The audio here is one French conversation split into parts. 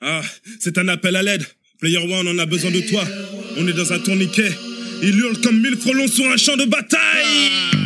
Ah, c'est un appel à l'aide. Player One, on a besoin de toi. On est dans un tourniquet. Il hurle comme mille frelons sur un champ de bataille. Ah.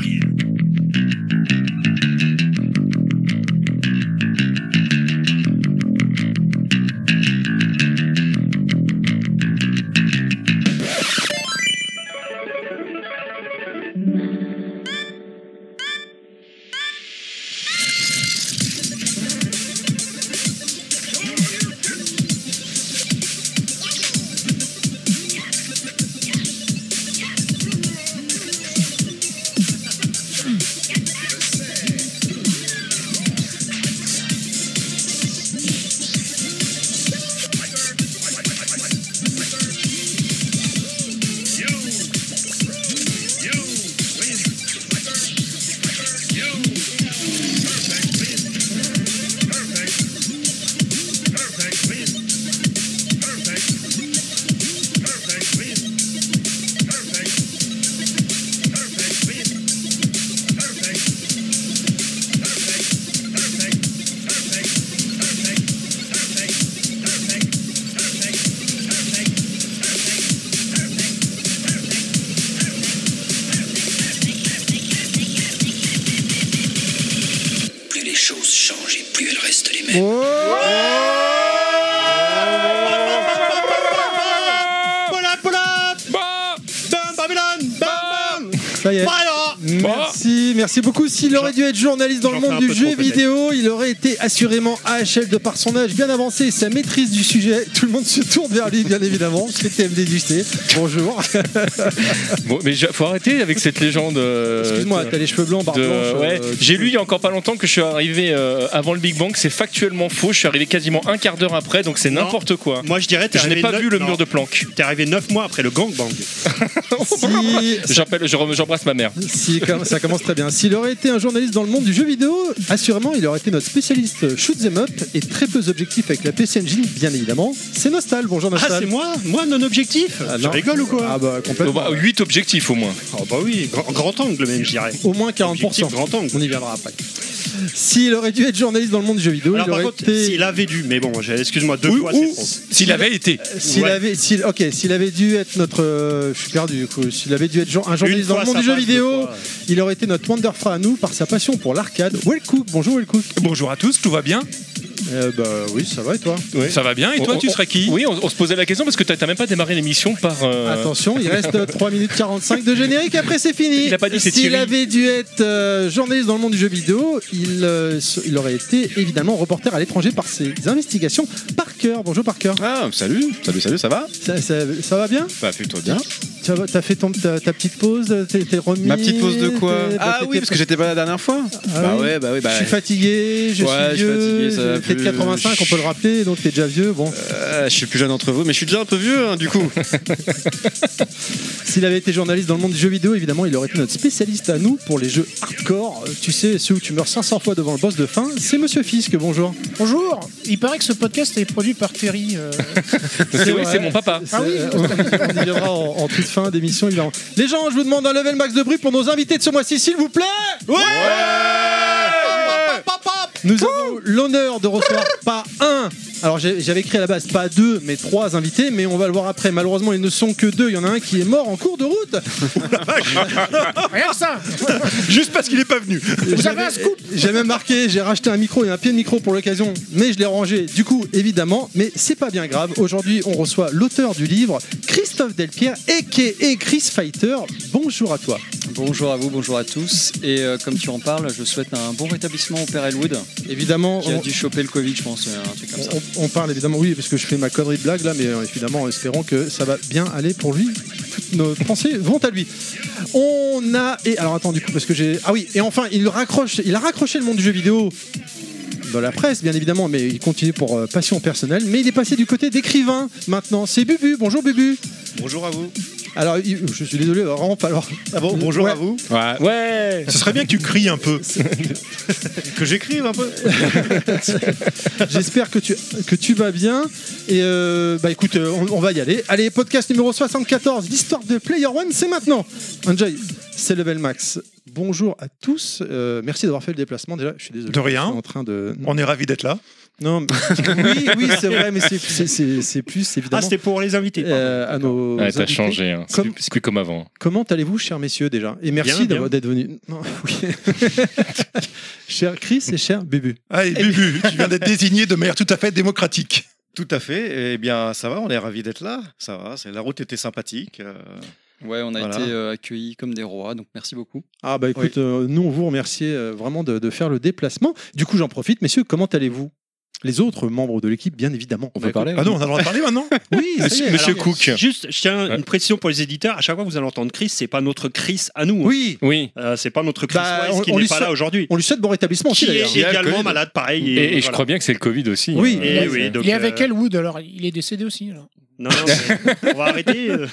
Plus les choses changent et plus elles restent les mêmes. Pola, pola Bam, Babylone Bam, bam Ça y est. Voilà Merci, merci beaucoup. S'il aurait dû être journaliste dans le j'en monde fais un du peu jeu trop, vidéo, il aurait été assurément AHL de par son âge bien avancé et sa maîtrise du sujet. Tout le monde se tourne vers lui, bien évidemment. C'est TMD du JT. Bonjour. Bon, mais j'a- faut arrêter avec cette légende. euh, Excuse-moi, de- t'as les cheveux blancs, barbe de- blanche. ouais. euh, J'ai lu il y a encore pas longtemps que je suis arrivé euh, avant le Big Bang, c'est factuellement faux. Je suis arrivé quasiment un quart d'heure après, donc c'est Non. n'importe quoi. Moi je dirais, t'es Je n'ai arrivé pas neuf- vu le non, mur de Planck. T'es arrivé 9 mois après le gangbang. si- J'appelle, je rem- j'embrasse ma mère. Si, comme- ça commence très bien. S'il aurait été un journaliste dans le monde du jeu vidéo, assurément il aurait été notre spécialiste euh, shoot them up et très peu objectif avec la PC Engine, bien évidemment. C'est Nostal, bonjour Ah, Nostal. c'est moi Moi, non-objectif Ah, Je non. rigole ou quoi Ah bah complètement. 8 objectifs au moins. Oh, bah oui, grand, grand angle même, je dirais. Au moins 40%. Objectif, grand angle. On y viendra après. S'il aurait dû être journaliste dans le monde du jeu vidéo, Alors il par aurait contre, été. s'il avait dû, mais bon, j'ai- excuse-moi, deux fois c'est trop. S'il avait été. Euh, S'il Ouais. avait, s'il- ok, s'il avait dû être notre, euh, je suis perdu du coup. S'il avait dû être gen- un journaliste dans fois, le monde ça du jeu passe, deux vidéo, fois. il aurait été notre Wonderfra à nous par sa passion pour l'arcade. Wellcook, bonjour Wellcook. Bonjour à tous, tout va bien Euh, bah oui, ça va et toi Ça va bien Et toi, On- tu on- serais qui Oui, on, on se posait la question parce que t'as t'as même pas démarré l'émission par. euh, Attention, il reste 3 minutes 45 de générique, après c'est fini. Il a pas dit, c'est S'il Thierry. avait dû être euh, journaliste dans le monde du jeu vidéo, il, euh, se- il aurait été évidemment reporter à l'étranger par ses investigations. Parker, bonjour Parker. Ah, salut, salut, salut, ça va Ça, ça, ça va bien Bah plutôt bien. Tu as, t'as fait ton, ta, ta petite pause t'es, t'es remis Ma petite pause de quoi t'es- bah, Ah oui, t'étais- parce que j'étais pas là la dernière fois. Ah bah oui. ouais, bah oui, bah. je suis fatigué, je Ouais, suis je suis vieux, fatigué, ça va t'es de plus. 85, on peut le rappeler, donc t'es déjà vieux. Bon, Euh, je suis plus jeune entre vous, mais je suis déjà un peu vieux, hein, du coup. s'il avait été journaliste dans le monde du jeu vidéo, évidemment, il aurait été notre spécialiste à nous pour les jeux hardcore. Euh, Tu sais, ceux où tu meurs 500 fois devant le boss de fin, c'est Monsieur Fisk, bonjour. Bonjour, il paraît que ce podcast est produit par Terry. euh, Ah c'est- oui, vrai. Ah c'est mon papa. C'est- on, on y viendra en, en toute fin d'émission, évidemment. Les gens, je vous demande un level max de bruit pour nos invités de ce mois-ci, s'il vous plaît Nous avons l'honneur de recevoir pas un, alors j'ai- j'avais écrit à la base pas deux, mais trois invités, mais on va le voir après. Malheureusement, ils ne sont que deux. Il y en a un qui est mort en cours de route. Rien que ça Juste parce qu'il est pas venu. Vous avez un scoop J'ai même marqué, j'ai racheté un micro et un pied de micro pour l'occasion, mais je l'ai rangé du coup, évidemment. Mais c'est pas bien grave. Aujourd'hui, on reçoit l'auteur du livre, Christophe Delpierre, a.k.a. Chris Fighter. Bonjour à toi. Bonjour à vous, bonjour à tous. Et euh, comme tu en parles, je souhaite un bon rétablissement au père Elwood, Évidemment, qui a on, dû choper le Covid, je pense, euh, un truc comme ça. on- on parle évidemment, oui, parce que je fais ma connerie de blague là, mais euh, évidemment, espérons que ça va bien aller pour lui. Toutes nos pensées vont à lui. On a. Et alors attends, du coup, parce que j'ai. Ah oui, et enfin, il, raccroche, il a raccroché le monde du jeu vidéo dans la presse, bien évidemment, mais il continue pour euh, passion personnelle. Mais il est passé du côté d'écrivain maintenant. C'est Bubu. Bonjour Bubu. Bonjour à vous. Alors, il- je suis désolé, vraiment pas alors. Ah bon, bonjour Ouais. à vous. Ouais. Ouais. Ce serait bien que tu cries un peu. que j'écrive un peu. J'espère que tu, que tu vas bien. Et euh, bah écoute, euh, on, on va y aller. Allez, podcast numéro 74, l'histoire de Player One, c'est maintenant. Enjoy, c'est level max. Bonjour à tous. Euh, merci d'avoir fait le déplacement. Déjà, je suis désolé. De rien. Je suis en train de. On est ravis d'être là. Non. mais- oui, oui, c'est vrai, mais c'est- c'est c'est- c'est plus Ah, évidemment c'était pour les invités. pardon. euh, à nos. Ouais, t'as invités. changé. hein. C'est Comme- plus- C'est plus comme avant. Comment allez-vous, chers messieurs, déjà Et merci Bien, d'avoir- d'être venus. Non, oui. cher Chris et cher Bubu. Allez, Bubu, tu viens d'être désigné de manière tout à fait démocratique. Tout à fait. Eh bien, ça va, on est ravis d'être là. Ça va, c'est- la route était sympathique. euh, Ouais, on a Voilà. été euh, accueillis comme des rois, donc merci beaucoup. Ah bah écoute, euh, nous on vous remercie euh, vraiment de, de faire le déplacement. Du coup j'en profite, messieurs, comment allez-vous Les autres membres de l'équipe, bien évidemment. On peut parler Ah non, on a le droit de parler maintenant Oui, ça y est, Monsieur alors- Cook. Juste, je tiens Ouais. une précision pour les éditeurs. À chaque fois que vous allez entendre Chris, c'est pas notre Chris à nous. hein. Oui, Oui. Euh, c'est pas notre Chris Bah, Wise on- qui on n'est lui pas sou- là aujourd'hui. on lui souhaite bon rétablissement aussi Qui d'ailleurs. est Il y a le également Covid. malade, pareil. Et, et je voilà. crois bien que c'est le Covid aussi. Oui. hein. Et Ouais, oui, donc, Il est avec euh, elle, Wood, alors il est décédé aussi. alors. Non, non, mais on va arrêter. euh.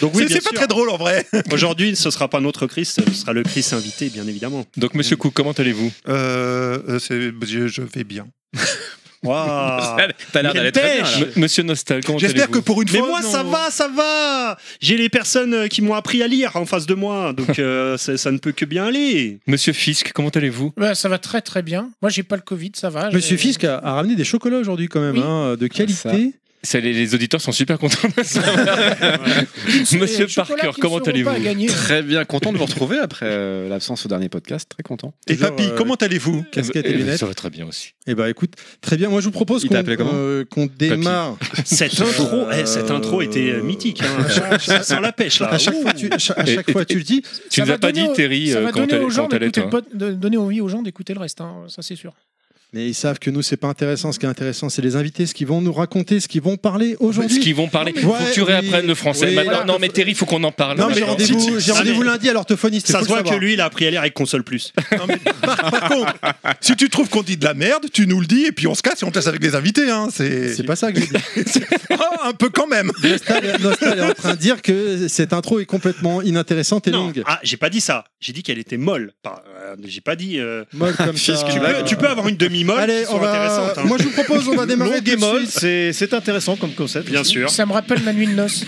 Donc oui, bien C'est c'est pas sûr. très drôle en vrai. Aujourd'hui, ce sera pas notre Chris, ce sera le Chris invité, bien évidemment. Donc, monsieur Cook, comment allez-vous Euh, euh, c'est- je, je vais bien. Waouh. T'as l'air d'aller très bien, là. M- Monsieur Nostal, comment allez-vous Ah. J'espère que pour une Mais fois. moi, non. ça va, ça va. J'ai les personnes euh, qui m'ont appris à lire en face de moi, donc euh, ça, ça ne peut que bien aller. Monsieur Fisk, comment allez-vous Bah, ça va très très bien. Moi, j'ai pas le Covid, ça va. Monsieur J'ai- Fisk a, a ramené des chocolats aujourd'hui quand même, Oui. hein, de qualité. Ça, Ah, les, les auditeurs sont super contents de ça. Monsieur Et chocolat Parker, qu'ils ne comment seront pas à allez-vous gagner. Très bien, content de vous retrouver après euh, l'absence au dernier podcast. Très content. Et Toujours, papy, euh, comment allez-vous Casquette Eh et ben, lunettes. Ça va très bien aussi. Eh bah écoute, très bien. Moi je vous propose Il t'a qu'on appelé comment euh, qu'on démarre. Cette intro, eh, cette intro était euh, mythique. Hein. Ça sent la pêche là. À chaque Ouh. fois, tu, à cha- à Et- chaque et- fois tu le dis. Tu Ça nous va as pas donner dit, au- Terry, Ça euh, va quand donner t'allais- aux gens quand t'allais, d'écouter le hein. toi. pod- de- donner envie aux gens d'écouter le reste, hein, ça c'est sûr. Mais ils savent que nous c'est pas intéressant. Ce qui est intéressant, c'est les invités, ce qu'ils vont nous raconter, ce qu'ils vont parler Ce aujourd'hui. qu'ils vont parler. Non, mais- faut que tu Ouais, réapprennes oui. le français. Oui, Maintenant, voilà. non, mais Terry, faut qu'on en parle. Non mais j'ai maintenant. rendez-vous j'ai Ah, mais- rendez-vous lundi à l'orthophoniste. Ça faut se le voit que savoir. lui, il a appris à lire avec console plus. Par contre, si tu trouves qu'on dit de la merde, tu nous le dis et puis on se casse et on te laisse avec les invités. Hein. C'est C'est pas ça que j'ai dit. Ah, un peu quand même. Nostal, Nostal est en train de dire que cette intro est complètement inintéressante et Non. longue. Ah, j'ai pas dit ça. J'ai dit qu'elle était molle. Pas- euh, j'ai pas dit. euh, Molle comme ça. Tu, peux, tu peux avoir une demi-molle. Allez, qui on sont va. intéressantes, hein. Moi, je vous propose, on va démarrer Longue tout et de molle, suite. c'est c'est intéressant comme concept. Bien sûr. Ça me rappelle ma nuit de noces.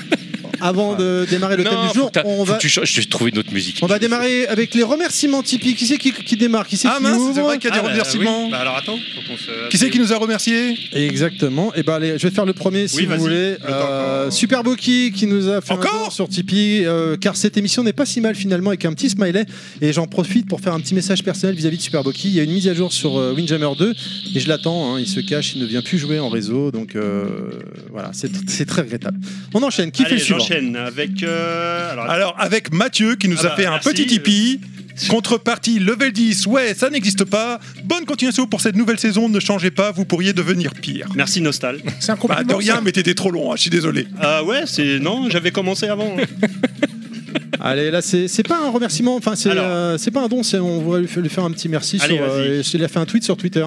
Avant de démarrer le thème Non, du jour, faut que t'a- on faut va. que tu changes. Je vais trouver une autre musique. On va démarrer avec les remerciements typiques. Qui c'est qui, qui démarre Qui c'est Ah qui mince, c'est ouvre vrai qu'il y a des Ah, bah, remerciements. oui. Bah, alors attends, faut qu'on se. Qui c'est qui nous a remerciés Exactement. Et ben, allez, je vais faire le premier si Oui, vous vas-y. voulez. temps Euh, qu'on- Super Boki qui nous a fait un Encore don sur Tipeee, euh, car cette émission n'est pas si mal finalement avec un petit smiley. Et j'en profite pour faire un petit message personnel vis-à-vis de Super Boki. Il y a une mise à jour sur euh, Windjammer 2 et je l'attends. hein. il se cache, il ne vient plus jouer en réseau, donc euh, voilà, c'est c'est très regrettable. On enchaîne. Qui fait Allez, le suivant j'enchaîne avec. euh, alors, Alors, avec Mathieu qui nous Ah a bah, fait un merci. petit Tipeee. Contrepartie level 10, ouais, ça n'existe pas. Bonne continuation pour cette nouvelle saison, ne changez pas, vous pourriez devenir pire. merci Nostal. C'est un Bah, compliment. de rien, ça. mais t'étais trop long, hein, je suis désolé. Ah ouais, c'est non, j'avais commencé avant. hein. Allez, là, c'est c'est pas un remerciement, enfin, c'est Alors. euh, c'est pas un don, c'est- on va lui, fa- lui faire un petit merci. Allez, sur, vas-y. euh, et il a fait un tweet sur Twitter.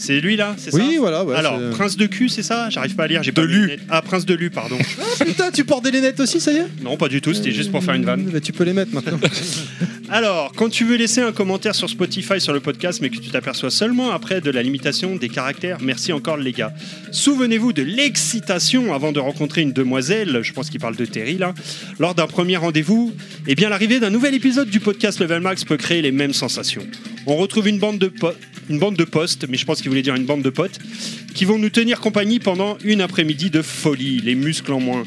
C'est lui là, c'est ça. Oui, voilà. ouais, Alors, c'est- Prince de cul, c'est ça J'arrive pas à lire, j'ai pas De mes Lu. lunettes. Ah, Prince de Lu, pardon. Ah, Putain, tu portes des lunettes aussi, ça y est Non, pas du tout, c'était juste pour faire une vanne. Bah, tu peux les mettre maintenant. Alors, quand tu veux laisser un commentaire sur Spotify sur le podcast, mais que tu t'aperçois seulement après de la limitation des caractères, merci encore les gars. Souvenez-vous de l'excitation avant de rencontrer une demoiselle, je pense qu'il parle de Terry là, lors d'un premier rendez-vous. Eh bien, l'arrivée d'un nouvel épisode du podcast Level Max peut créer les mêmes sensations. On retrouve une bande de po- une bande de postes, mais je pense qu'il voulait dire une bande de potes, qui vont nous tenir compagnie pendant une après-midi de folie, les muscles en moins.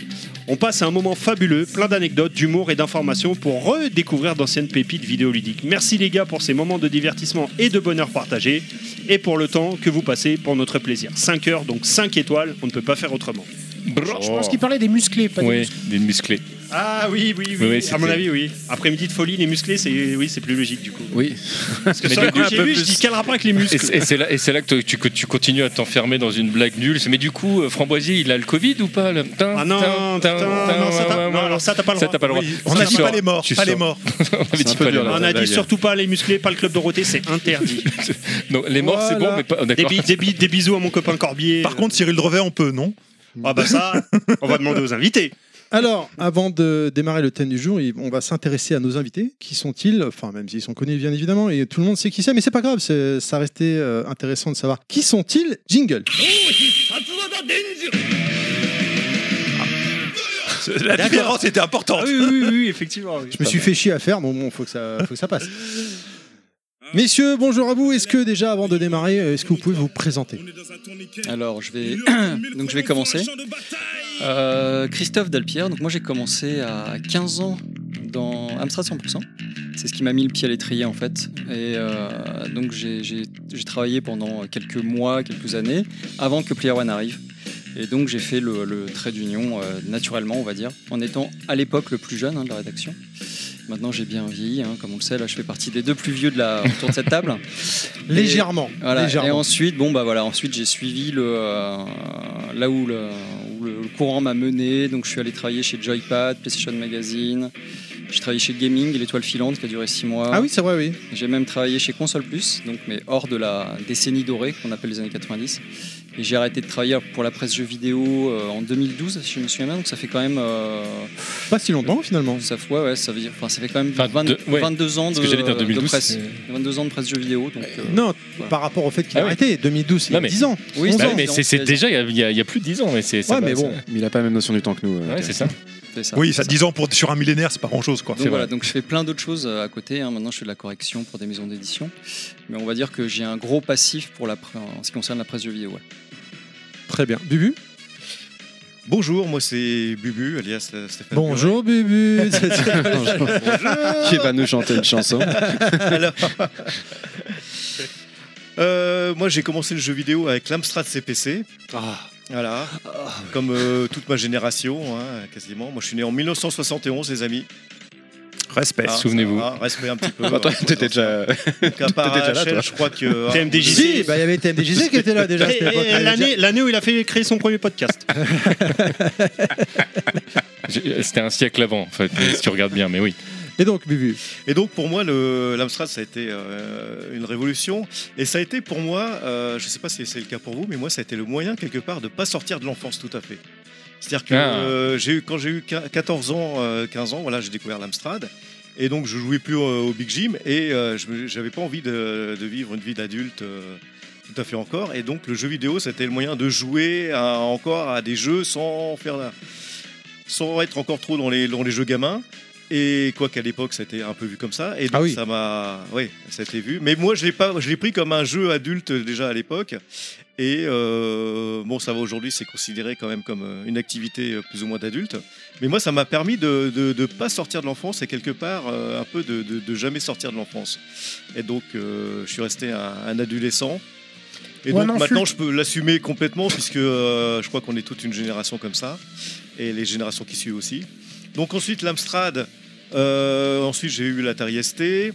On passe à un moment fabuleux, plein d'anecdotes, d'humour et d'informations pour redécouvrir d'anciennes pépites vidéoludiques. Merci les gars pour ces moments de divertissement et de bonheur partagé et pour le temps que vous passez pour notre plaisir. 5 heures, donc 5 étoiles, on ne peut pas faire autrement. Je pense qu'il parlait des musclés, pas des Oui, musclés. des musclés. Oh. Ah oui, oui, oui, Oui, oui, à mon c'était- avis, oui. Après-midi de folie, les musclés, c'est oui, c'est plus logique du coup. Oui. Parce que sur le du coup, coup, un j'ai peu vu, je plus- dis quel rapport avec les Et muscles c'est- et c'est là, et c'est là que, toi, tu, que tu continues à t'enfermer dans une blague nulle. Mais du coup, euh, Framboisier, il a le Covid ou pas là Tin, Ah non, tin, putain, non, ça tin, Euh, ouais, ouais, t'as- ouais. non, alors ça t'as pas le Ça, droit. t'as pas le droit. Oui. On Tu a dit sors. pas les morts, Tu pas les sors. morts. On avait dit un peu pas les dur, morts. On a dit surtout pas les musclés, pas le club Dorothée, c'est interdit. Non, les morts, c'est bon, Voilà. mais pas. Des, D'accord. bi- des bi- des bisous à mon copain Corbier. Par contre, Cyril Drevet, on peut, non Ah bah ça, on va demander aux invités. Alors, avant de démarrer le thème du jour, il- on va s'intéresser à nos invités. Qui sont-ils Enfin, même s'ils sont connus, bien évidemment, et tout le monde sait qui c'est, mais c'est pas grave, c'est- ça restait euh, intéressant de savoir. Qui sont-ils Jingle. La différence était importante. Ah oui, oui, oui, effectivement. oui. Je me suis fait chier à faire, bon, bon, faut que ça, faut que ça passe. Messieurs, bonjour à vous. Est-ce que déjà, avant de démarrer, est-ce que vous pouvez vous présenter On est dans un tourniquet. Alors, je vais. Il hurle comme mille donc, je vais frelons sur commencer. un champ de bataille. Euh, Christophe Dalpierre, donc moi j'ai commencé à 15 ans dans Amstrad 100%. C'est ce qui m'a mis le pied à l'étrier en fait. Et euh, donc j'ai- j'ai j'ai travaillé pendant quelques mois, quelques années avant que Player One arrive. Et donc j'ai fait le, le trait d'union euh, naturellement, on va dire, en étant à l'époque le plus jeune hein, de la rédaction. Maintenant j'ai bien vieilli, hein, comme on le sait, là je fais partie des deux plus vieux de la, autour de cette table. Et- Légèrement. voilà, légèrement. Et ensuite, bon bah voilà, ensuite j'ai suivi le euh, là où le, où le- le courant m'a mené. Donc je suis allé travailler chez Joypad, PlayStation Magazine. J'ai travaillé chez Gaming, et l'étoile filante qui a duré 6 mois. Ah oui, c'est vrai, oui. J'ai même travaillé chez Console Plus, donc mais hors de la décennie dorée qu'on appelle les années 90. Et j'ai arrêté de travailler pour la presse jeux vidéo euh, en 2012, si je me souviens bien. Donc ça fait quand même euh, Pas si longtemps finalement. ça, fait- ouais, ouais, ça veut dire, enfin, ça fait quand même 22 20 ouais. 22 ans de, Parce que j'allais dire de 2012. presse, c'est- 22 ans de presse jeux vidéo. Donc, euh, Non, voilà. par rapport au fait qu'il Ah a oui. arrêté 2012, il y a Non, mais- 10 ans. Oui, 11 Bah c'est- oui, ans. mais c'est c'est c'est- déjà il y a- il y, a- il y a plus de 10 ans. Mais c'est- ça Ouais, va- mais ça- bon. Mais il a pas la même notion du temps que nous. euh, Ouais, c'est ça. c'est ça. Oui, ça 10 ans pour, sur un millénaire, c'est pas grand chose quoi. Donc voilà, donc je fais plein d'autres choses euh, à côté. hein. Maintenant, je fais de la correction pour des maisons d'édition. Mais on va dire que j'ai un gros passif pour la pre- en ce qui concerne la presse jeux vidéo. ouais. Très bien. Bubu Bonjour, moi c'est Bubu, alias euh, Stéphane. Bonjour Bubu. Qui va nous chanter une chanson Alors, euh, moi, j'ai commencé le jeu vidéo avec l'Amstrad CPC. Ah. Voilà, comme euh, toute ma génération, hein, quasiment. Moi, je suis né en 1971, les amis. Respect. Ah, souvenez-vous. ça va, respect un petit peu. Bah, toi, Ouais, t'étais déjà- Donc, à part t'étais déjà là, HL, toi. je crois que. ah, TMDJC. Si, bah, il y avait TMDJC qui était là déjà. à Et- cette époque. et L'année l'année où il a fait créer son premier podcast. J'ai- euh, C'était un siècle avant, en fait, si tu regardes bien, mais oui. Et donc Bubu Et donc pour moi, le- l'Amstrad, ça a été euh, une révolution. Et ça a été pour moi, euh, je ne sais pas si c'est le cas pour vous, mais moi, ça a été le moyen quelque part de ne pas sortir de l'enfance tout à fait. C'est-à-dire que Ah. euh, j'ai eu, quand j'ai eu 14 ans, euh, 15 ans, voilà, j'ai découvert l'Amstrad. Et donc je jouais plus euh, au Big Jim et euh, je n'avais pas envie de, de vivre une vie d'adulte. euh, tout à fait encore. Et donc le jeu vidéo, c'était le moyen de jouer à- encore à des jeux sans faire la- sans être encore trop dans les, dans les jeux gamins. Et quoi qu'à l'époque, ça a été un peu vu comme ça. Et donc Ah oui. ça m'a, oui, ça a été vu. Mais moi, je l'ai pas, je l'ai pris comme un jeu adulte déjà à l'époque. Et euh, bon, ça va aujourd'hui, c'est considéré quand même comme euh, une activité euh, plus ou moins d'adulte. Mais moi, ça m'a permis de ne pas sortir de l'enfance et quelque part euh, un peu de, de- de jamais sortir de l'enfance. Et donc, euh, je suis resté un, un adolescent. Et Ouais, donc mais en maintenant, je peux l'assumer complètement puisque euh, je crois qu'on est toute une génération comme ça et les générations qui suivent aussi. Donc ensuite l'Amstrad, euh, ensuite j'ai eu l'Atari ST.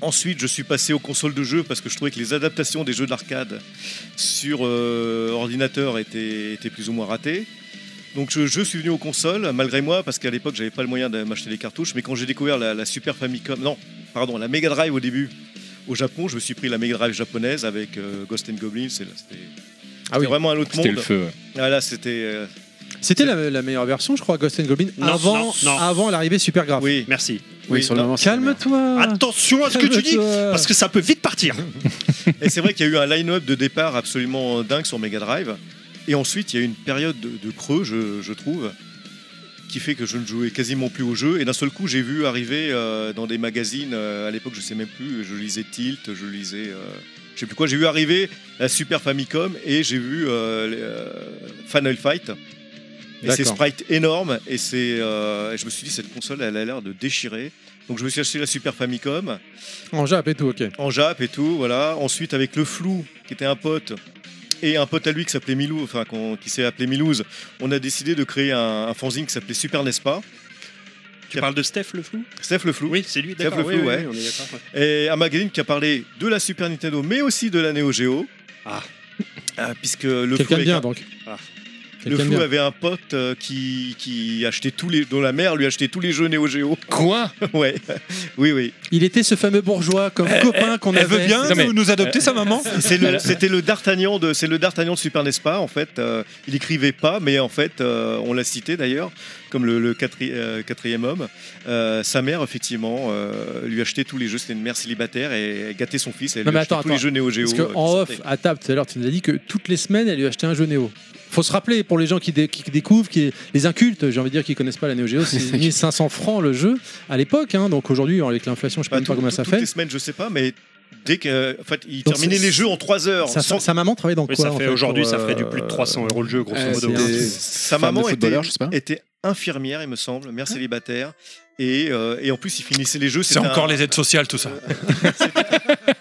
Ensuite, je suis passé aux consoles de jeux parce que je trouvais que les adaptations des jeux d'arcade sur euh, ordinateur étaient, étaient plus ou moins ratées. Donc je, je suis venu aux consoles malgré moi parce qu'à l'époque j'avais pas le moyen de m'acheter des cartouches. Mais quand j'ai découvert la, la Super Famicom, non, pardon, la Mega Drive au début au Japon, je me suis pris la Mega Drive japonaise avec euh, Ghost and Goblins. c'est- C'était Ah oui. c'était vraiment un autre C'était monde. le feu. ouais. Voilà, c'était euh, C'était la, la meilleure version, je crois, Ghost and Goblin, Non, avant, non, non. avant l'arrivée super grave. oui. Merci. Oui, Oui, sur le non, moment. Calme-toi. Attention à ce que tu dis, Calme-toi. parce que ça peut vite partir. Et c'est vrai qu'il y a eu un line-up de départ absolument dingue sur Mega Drive. Et ensuite, il y a eu une période de, de creux, je, je trouve, qui fait que je ne jouais quasiment plus au jeu. Et d'un seul coup, j'ai vu arriver euh, dans des magazines, euh, à l'époque, je sais même plus, je lisais Tilt, je lisais. euh, je sais plus quoi, j'ai vu arriver la Super Famicom et j'ai vu euh, les, euh, Final Fight. Et D'accord. c'est sprite énorme et c'est euh, et je me suis dit cette console elle a l'air de déchirer. Donc je me suis acheté la Super Famicom En Jap et tout, ok. en Jap et tout, voilà. Ensuite, avec le flou, qui était un pote, et un pote à lui qui s'appelait Milou, enfin qu'on- qui s'est appelé Milouze, on a décidé de créer un, un fanzine qui s'appelait Super N'est-ce pas Tu parles de Steph le flou Steph le flou. Oui, c'est lui. Steph d'accord, le oui, flou, oui, ouais. oui, on est d'accord, ouais. Et un magazine qui a parlé de la Super Nintendo, mais aussi de la Neo Geo. Ah. Ah, puisque le flou, Quelqu'un de avec bien un- donc. Ah. le Quelqu'un de flou bien. avait un pote euh, qui, qui achetait tous les dont la mère lui achetait tous les jeux Neo Geo. Quoi ouais, oui, oui. Il était ce fameux bourgeois comme copain qu'on Elle avait. euh, veut bien Non, mais- nous, nous adopter sa maman euh, C'est le- C'était le D'Artagnan de, c'est le D'Artagnan de Super Nespa en fait. Euh, il écrivait pas, mais en fait, euh, on l'a cité d'ailleurs comme le, le quatri- euh, quatrième homme. Euh, sa mère effectivement euh, lui achetait tous les jeux. C'était une mère célibataire et elle gâtait son fils. Elle Non, lui mais achetait attends, tous les attends. jeux Néo Géo. Parce qu'en off, à table tout à l'heure, tu nous as dit que toutes les semaines, elle lui achetait un jeu Néo. faut se rappeler pour les gens qui, dé- qui découvrent, qui, les incultes, j'ai envie de dire, qui connaissent pas la Neo Geo, c'est 1500 francs le jeu à l'époque. hein. donc aujourd'hui, avec l'inflation, je sais Bah, même pas tout- combien tout- ça Toutes fait. les semaines, je sais pas, mais dès que. En fait, ils Donc, terminaient c'est- les jeux en 3 heures. Sa, sans- sa maman travaille dans Oui, quoi ça en fait fait, aujourd'hui, pour, ça ferait du euh, plus de 300 euros le jeu, grosso ouais, modo. hein. c'est un- Et sa maman était, je sais pas. était infirmière, il me semble, mère célibataire. Et, euh, et en plus, ils finissaient les jeux. C'est encore les aides sociales, tout ça.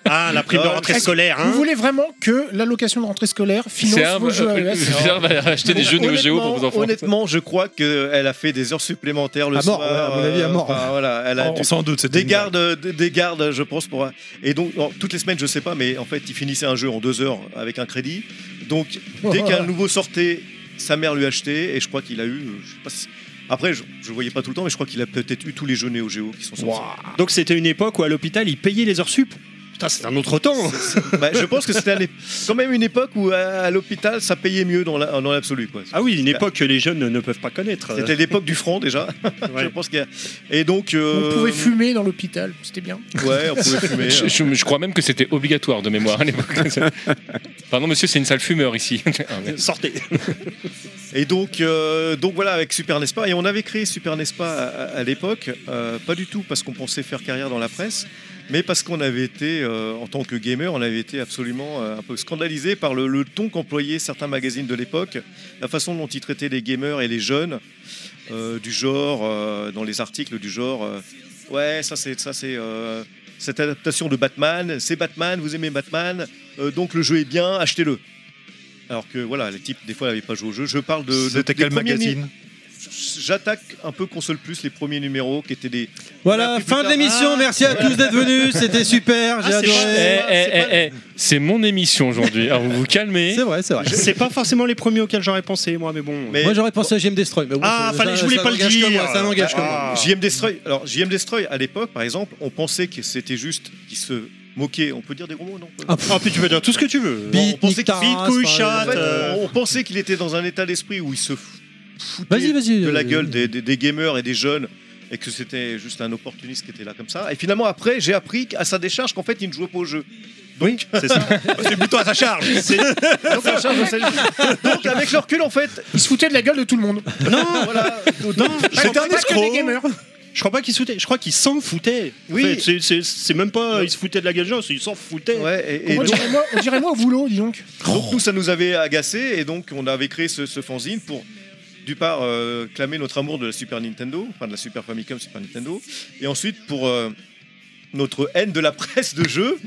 ah, la prime de rentrée scolaire, Euh, hein. Vous voulez vraiment que l'allocation de rentrée scolaire finance C'est un- vos jeux euh, AES Pierre va acheter des jeux Neo Geo pour vos enfants. Honnêtement, je crois qu'elle a fait des heures supplémentaires le À mort, soir. ouais, à mon avis, à mort. enfin, voilà, elle a Oh, On- dû- sans doute, c'était Des une gardes, euh, des des gardes, je pense, pour. un- Et donc, en- toutes les semaines, je sais pas, mais en fait, il finissait un jeu en deux heures avec un crédit. Donc, dès qu'un nouveau sortait, sa mère lui achetait, et je crois qu'il a eu. euh, je sais pas si- Après, je, je voyais pas tout le temps, mais je crois qu'il a peut-être eu tous les jeux Neo Geo qui sont sortis. Donc c'était une époque où à l'hôpital, ils payaient les heures sup. Putain, c'est un autre temps. Bah, je pense que c'était un é- quand même une époque où à, à l'hôpital ça payait mieux dans la- dans l'absolu. quoi. Ah oui, une époque que les jeunes ne- ne peuvent pas connaître. C'était l'époque du front déjà. je pense qu'il y a- Et donc. euh, On pouvait fumer dans l'hôpital, c'était bien. Ouais, on pouvait fumer. hein. Je, je- je crois même que c'était obligatoire de mémoire à l'époque. Pardon, monsieur, c'est une salle fumeur ici. Ah, Sortez. Et donc, euh, donc voilà, avec Super Nespa. Et on avait créé Super Nespa à, à- à l'époque, euh, pas du tout parce qu'on pensait faire carrière dans la presse, mais parce qu'on avait été, euh, en tant que gamer, on avait été absolument euh, un peu scandalisé par le, le ton qu'employaient certains magazines de l'époque, la façon dont ils traitaient les gamers et les jeunes, euh, du genre, euh, dans les articles du genre, euh, ouais, ça c'est. Ça, c'est euh, cette adaptation de Batman, c'est Batman, vous aimez Batman, euh, donc le jeu est bien, achetez-le. Alors que voilà, les types, des fois, n'avaient pas joué au jeu. Je parle de. de- C'était des quel premiers magazine nu- J'attaque un peu console plus les premiers numéros qui étaient des. Voilà, fin de l'émission. Merci Ah. à tous d'être venus. C'était super. J'ai adoré. c'est mon émission aujourd'hui. Alors vous vous calmez. C'est vrai, c'est vrai. C'est pas forcément les premiers auxquels j'aurais pensé, moi, mais bon. Moi j'aurais pensé à GM Destroy. Euh, Mais bon, Ah, ça- fallait- ça- je voulais ça pas le n'engage que dire. moi, Ça n'engage que Ah. moi. JM Destroy. Alors, JM Destroy, à l'époque, par exemple, on pensait que c'était juste qu'ils se moquaient. On peut dire des gros mots, non Ah, pff. puis tu peux dire tout ce que tu veux. Bon, on pensait que- Nick Taras, Bite, couille, par chatte, exemple. euh, on pensait qu'il était dans un état d'esprit où il se foutait Vas-y, vas-y, de la euh, vas-y. gueule des, des- des gamers et des jeunes et que c'était juste un opportuniste qui était là comme ça. Et finalement, après, j'ai appris à sa décharge qu'en fait, il ne jouait pas au jeu. Donc, c'est ça. c'est plutôt à sa charge. C'est- Donc, à la charge de celle- Donc, avec le recul, en fait, Ils se foutaient de la gueule de tout le monde. Non, voilà. C'était un escroc. des gamers. Je crois pas qu'il se foutait, je crois qu'il s'en foutait. En Oui. fait, c'est- c'est c'est même pas. Il se foutait de la gueule, des gens, c'est il s'en foutait. Ouais, et, et On donc, dirait moi- on dirait moi au boulot, dis donc. donc, nous, ça nous avait agacés et donc on avait créé ce, ce fanzine pour, du part, euh, clamer notre amour de la Super Nintendo, enfin de la Super Famicom, Super Nintendo, et ensuite pour euh, notre haine de la presse de jeu,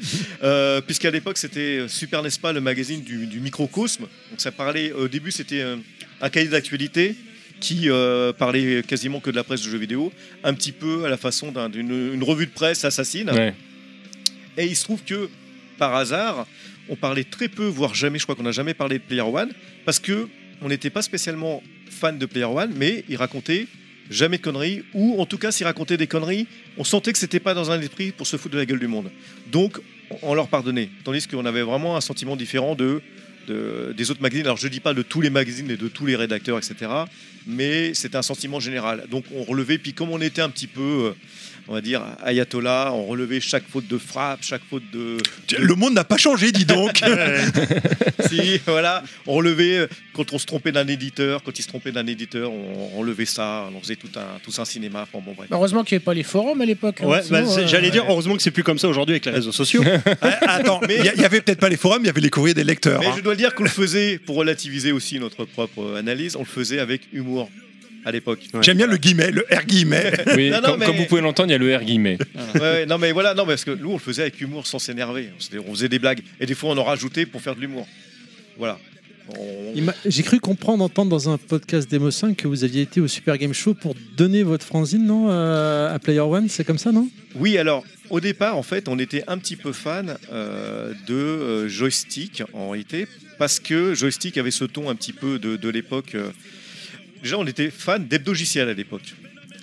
euh, puisqu'à l'époque c'était euh, Super Nespa, le magazine du, du microcosme. Donc ça parlait, au début c'était euh, un cahier d'actualité qui euh, parlait quasiment que de la presse de jeux vidéo, un petit peu à la façon d'un- d'une une revue de presse assassine. Ouais. Et il se trouve que, par hasard, on parlait très peu, voire jamais, je crois qu'on n'a jamais parlé de Player One, parce que on n'était pas spécialement fan de Player One, mais il racontait jamais de conneries, ou en tout cas, s'il racontait des conneries, on sentait que c'était pas dans un esprit pour se foutre de la gueule du monde. Donc, on leur pardonnait. Tandis qu'on avait vraiment un sentiment différent de, de- des autres magazines. Alors, je dis pas de tous les magazines et de tous les rédacteurs, etc., mais c'était un sentiment général. Donc, on relevait, puis comme on était un petit peu. euh, on va dire ayatollah, on relevait chaque faute de frappe, chaque faute de, Le monde n'a pas changé, dis donc. si, voilà, on relevait euh, quand on se trompait d'un éditeur, quand il se trompait d'un éditeur, on on relevait ça, on faisait tout un, tout un cinéma. Enfin, bon, bref. Heureusement qu'il n'y avait pas les forums à l'époque. hein, Ouais, Bah, sinon, bah, c'est- euh, j'allais dire, heureusement que c'est plus comme ça aujourd'hui avec les réseaux sociaux. Attends, Ah, mais- il y, avait peut-être pas les forums, il y avait les courriers des lecteurs. Mais hein. je dois le dire qu'on le faisait pour relativiser aussi notre propre euh, analyse, on le faisait avec humour à l'époque. J'aime bien le guillemet, le R guillemet. Oui, Non, non, comme, mais- comme vous pouvez l'entendre, il y a le R guillemets. Ouais, ouais, non mais voilà, non parce que nous on le faisait avec humour sans s'énerver. On s'était- On faisait des blagues et des fois on en rajoutait pour faire de l'humour. Voilà. On- Il m'a- J'ai cru comprendre, entendre dans un podcast Demo 5 que vous aviez été au Super Game Show pour donner votre franzine, non euh, À Player One, c'est comme ça, non Oui, alors au départ, en fait, on était un petit peu fan euh, de euh, joystick en réalité, parce que joystick avait ce ton un petit peu de, de l'époque. euh. Déjà, on était fan d'Hebdogiciel à l'époque.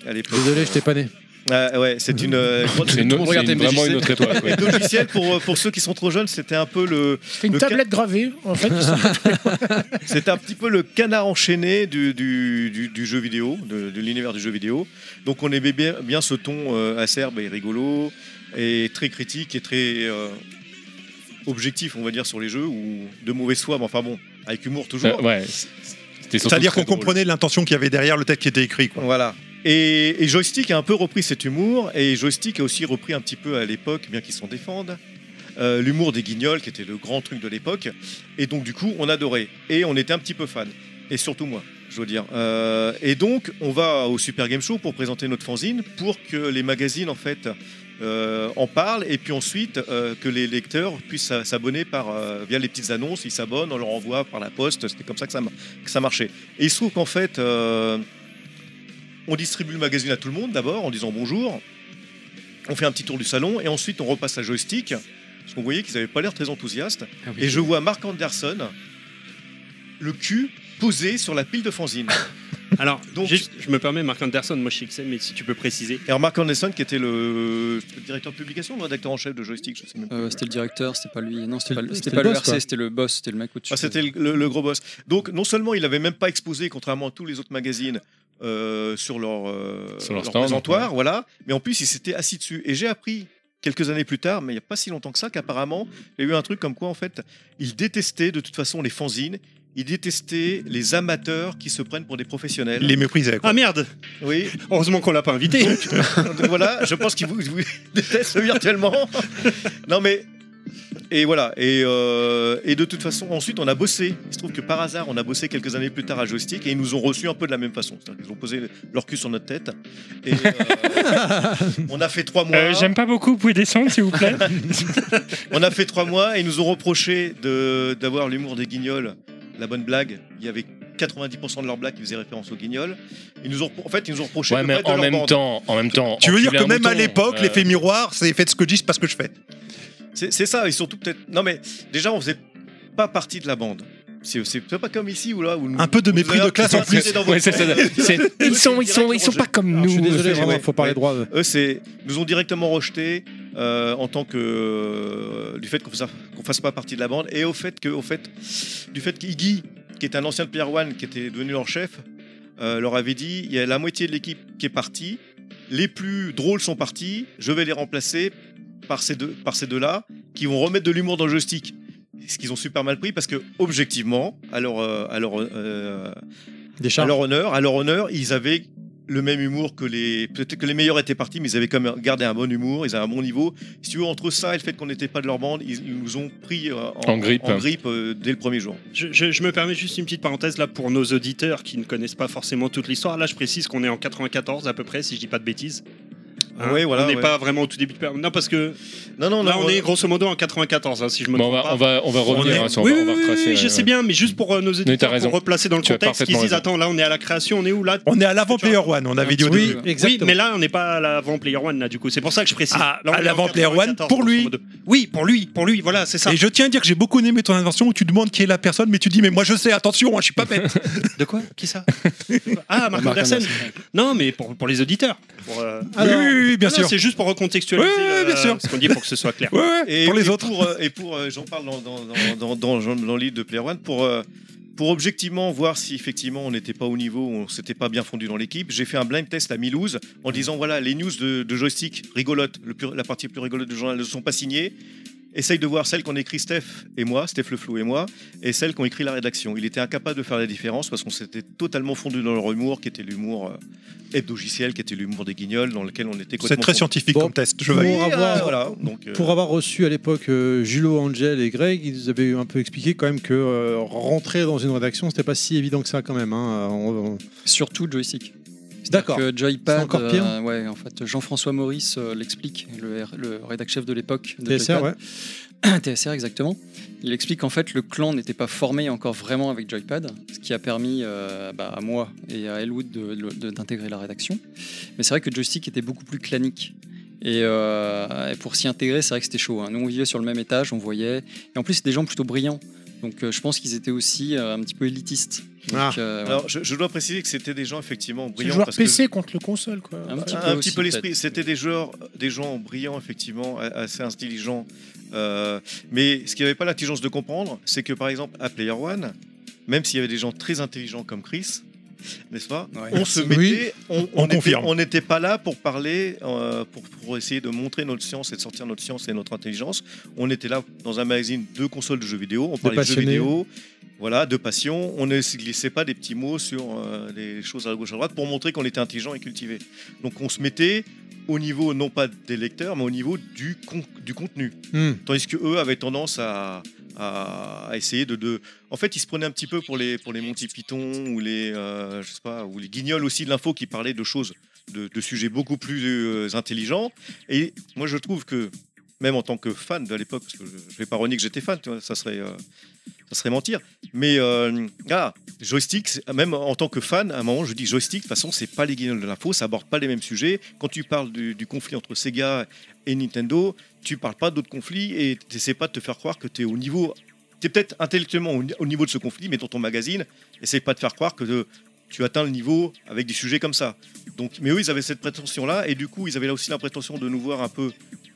À l'époque. Désolé, je t'ai pas né. Ah, ouais, c'est une. euh, grosse- C'est une, c'est une- vraiment une autre époque. ouais. Hebdogiciel, pour, euh, pour ceux qui sont trop jeunes, c'était un peu le. C'était une le tablette gravée, en fait. ils sont- C'est un petit peu le canard enchaîné du, du- du- du jeu vidéo, de, de l'univers du jeu vidéo. Donc on aimait bien, bien ce ton euh, acerbe et rigolo, et très critique et très euh, objectif, on va dire, sur les jeux, ou de mauvaise foi. Mais enfin bon, Avec humour toujours. Euh, ouais, C'est-à-dire qu'on comprenait l'intention qu'il y avait derrière le texte qui était écrit. Quoi. Voilà. Et, et Joystick a un peu repris cet humour, et Joystick a aussi repris un petit peu à l'époque, bien qu'ils s'en défendent, euh, l'humour des guignols, qui était le grand truc de l'époque. Et donc, du coup, on adorait. Et on était un petit peu fan. Et surtout moi, je dois dire. Euh, et donc, on va au Super Game Show pour présenter notre fanzine, pour que les magazines, en fait, euh, en parlent, et puis ensuite, euh, que les lecteurs puissent s'a- s'abonner par, euh, via les petites annonces. Ils s'abonnent, on leur envoie par la poste. C'était comme ça que ça, ma- que ça marchait. Et il se trouve qu'en fait... euh, on distribue le magazine à tout le monde d'abord en disant bonjour. On fait un petit tour du salon et ensuite on repasse à joystick. Parce qu'on voyait qu'ils n'avaient pas l'air très enthousiastes. Ah et je vois Mark Anderson, le cul posé sur la pile de fanzine. Alors, juste, je me permets, Mark Anderson, moi je sais que c'est, mais si tu peux préciser. Et alors, Mark Anderson, qui était le, le directeur de publication, le rédacteur en chef de joystick, je sais même Euh, c'était le directeur, c'était pas lui. Non, c'était pas, le- c'était c'était pas le le, boss, quoi. RC, c'était le boss, c'était le mec au-dessus. Ah, c'était le, le- le gros boss. Donc, non seulement il n'avait même pas exposé, contrairement à tous les autres magazines, euh, sur leur, euh, Sur leur leur stand, présentoir, ouais. voilà, mais en plus, il s'était assis dessus. Et j'ai appris quelques années plus tard, mais il n'y a pas si longtemps que ça, qu'apparemment, il y a eu un truc comme quoi, en fait, il détestait de toute façon les fanzines, il détestait les amateurs qui se prennent pour des professionnels. Les méprisaient. quoi. Ah merde Oui. Heureusement qu'on l'a pas invité. Donc voilà, je pense qu'il vous, vous déteste virtuellement. Non mais et voilà et, euh, et de toute façon ensuite on a bossé. Il se trouve que par hasard on a bossé quelques années plus tard à Joystick et ils nous ont reçus un peu de la même façon. C'est-à-dire qu'ils ont posé leur cul sur notre tête et euh, on a fait trois mois. Euh, J'aime pas beaucoup, vous pouvez descendre s'il vous plaît. On a fait trois mois et ils nous ont reproché de- d'avoir l'humour des guignols, la bonne blague. Il y avait 90% de leurs blagues qui faisaient référence aux guignols. Ils nous ont, en fait, ils nous ont reproché Ouais, de mais pas être de en leur même bande. temps, en même temps. Tu veux dire enculer que un même à mouton, l'époque, euh, l'effet miroir, c'est faites ce que je dis, c'est pas ce que je fais. C'est c'est ça, ils sont tout peut-être. Non, mais déjà, on faisait pas partie de la bande. C'est c'est pas comme ici ou là. Où Un peu de mépris de classe en plus. Ouais, c'est ça, c'est- ils sont- ils sont- ils sont pas comme nous. Je suis désolé, vraiment, faut parler droit, euh. Eux, c'est nous ont directement rejeté en tant que euh, du fait qu'on fasse, qu'on fasse pas partie de la bande et au fait que, au fait, du fait qu'Iggy, qui était un ancien de Player One, qui était devenu leur chef, euh, leur avait dit il y a la moitié de l'équipe qui est partie, les plus drôles sont partis, je vais les remplacer par ces deux par ces deux-là qui vont remettre de l'humour dans le joystick. Ce qu'ils ont super mal pris parce que objectivement, à leur, euh, à leur, euh, à leur honneur, à leur honneur, ils avaient le même humour que les peut-être que les meilleurs étaient partis, mais ils avaient quand même gardé un bon humour, ils avaient un bon niveau. Si tu veux, entre ça et le fait qu'on n'était pas de leur bande, ils, ils nous ont pris euh, en, En grippe. euh, dès le premier jour. Je, je- je me permets juste une petite parenthèse là pour nos auditeurs qui ne connaissent pas forcément toute l'histoire. Là, je précise qu'on est en 94 à peu près, si je dis pas de bêtises. Hein? Ouais, voilà, on n'est ouais. pas vraiment au tout début de per- Non, parce que non, là, non, on ouais. est grosso modo en 94, hein, si je me Bon, on trompe va- pas. on va- on va revenir, est- hein, sur- oui, on va oui, oui, retracer, oui, je euh, sais bien, mais juste pour euh, nos t'as auditeurs, raison. pour replacer dans le Tu as contexte, qu'ils parfaitement disent raison. attends, là, on est à la création, on est où là On est à l'avant Player One, on avait dit au Oui, début. Oui, mais là, on n'est pas à l'avant Player One, là, du coup. C'est pour ça que je précise. Ah, Là, on à est en l'avant Player One, 94, pour lui. grosso modo. Oui, pour lui, pour lui, voilà, c'est ça. Et je tiens à dire que j'ai beaucoup aimé ton invention où tu demandes qui est la personne, mais tu dis, mais moi je sais, attention, hein, je suis pas bête. De quoi Qui ça Ah, Marc Anderson. Non, mais pour, pour les auditeurs. Pour, euh, Alors- Oui, oui, oui, bien Non, sûr. C'est juste pour recontextualiser Oui, oui, euh, bien sûr. ce qu'on dit pour que ce soit clair. et, et pour, euh, et pour, euh, j'en parle dans, dans, dans, dans, dans- dans le livre de Player One, pour, euh, pour objectivement voir si effectivement on n'était pas au niveau, on s'était pas bien fondu dans l'équipe, j'ai fait un blind test à Milouz en disant voilà, les news de, de joystick rigolotes, le plus- la partie plus rigolote du journal ne sont pas signées. Essaye de voir celles qu'on écrit Steph et moi, Steph Le Flou et moi, et celles qu'ont écrit la rédaction. Il était incapable de faire la différence parce qu'on s'était totalement fondu dans leur humour, qui était l'humour euh, hebdogiciel, qui était l'humour des guignols, dans lequel on était C'est complètement très fondu. scientifique comme test, je Oui, valide. ah, avoir- voilà, donc, euh, Pour avoir reçu à l'époque euh, Julo, Angel et Greg, ils avaient un peu expliqué quand même que euh, rentrer dans une rédaction, c'était pas si évident que ça quand même. hein. Euh, on- on- Surtout joystick. D'accord. Que Joypad, C'est encore pire. euh, ouais, en fait, Jean-François Maurice euh, l'explique, le, R- le rédacteur chef de l'époque. de TSR, Joypad. TSR, exactement. Il explique qu'en fait, le clan n'était pas formé encore vraiment avec Joypad, ce qui a permis euh, bah, à moi et à Elwood de- de- de- d'intégrer la rédaction. Mais c'est vrai que Joystick était beaucoup plus clanique. Et, euh, et pour s'y intégrer, c'est vrai que c'était chaud. hein. Nous, on vivait sur le même étage, on voyait. Et en plus, c'est des gens plutôt brillants. Donc, euh, je pense qu'ils étaient aussi euh, un petit peu élitistes. Donc, Ah. euh, Alors, je, je dois préciser que c'était des gens effectivement Ah. C'est le brillants. joueur parce que- PC contre le console, quoi. Un petit peu un petit aussi, peu l'esprit. peut-être. C'était des joueurs, des gens brillants effectivement, a- assez intelligents. Euh, mais ce qu'il n'avait pas l'intelligence de comprendre, c'est que par exemple à Player One, même s'il y avait des gens très intelligents comme Chris, n'est-ce pas On se mettait, Oui, on, on on était- confirme. on n'était pas là pour parler, euh, pour, pour essayer de montrer notre science et de sortir notre science et notre intelligence. On était là dans un magazine de consoles de jeux vidéo. On parlait de jeux passionnés. vidéo. Voilà, de passion. On ne se glissait pas des petits mots sur euh, des choses à gauche à droite pour montrer qu'on était intelligent et cultivé. Donc on se mettait au niveau non pas des lecteurs, mais au niveau du, con- du contenu. Mm. Hmm. Tandis que eux avaient tendance à, à- à essayer de, de- En fait, ils se prenaient un petit peu pour les, pour les Monty Python ou les, euh, je sais pas, ou les Guignols aussi de l'info qui parlaient de choses, de, de sujets beaucoup plus euh, intelligents. Et moi, je trouve que, même en tant que fan de l'époque, parce que je ne vais pas renier que j'étais fan, tu vois, ça serait. euh, ça serait mentir. Mais euh, ah, joystick, c'est- même en tant que fan, à un moment, je dis joystick, de toute façon, c'est pas les guignols de l'info, ça aborde pas les mêmes sujets. Quand tu parles du, du conflit entre Sega et Nintendo, tu parles pas d'autres conflits et t'essaies pas de te faire croire que tu es au niveau. Tu es peut-être intellectuellement au, ni- au niveau de ce conflit, mais dans ton magazine, essaye pas de faire croire que euh, tu atteins le niveau avec des sujets comme ça. Donc, mais eux, ils avaient cette prétention-là, et du coup, ils avaient là aussi la prétention de nous voir un peu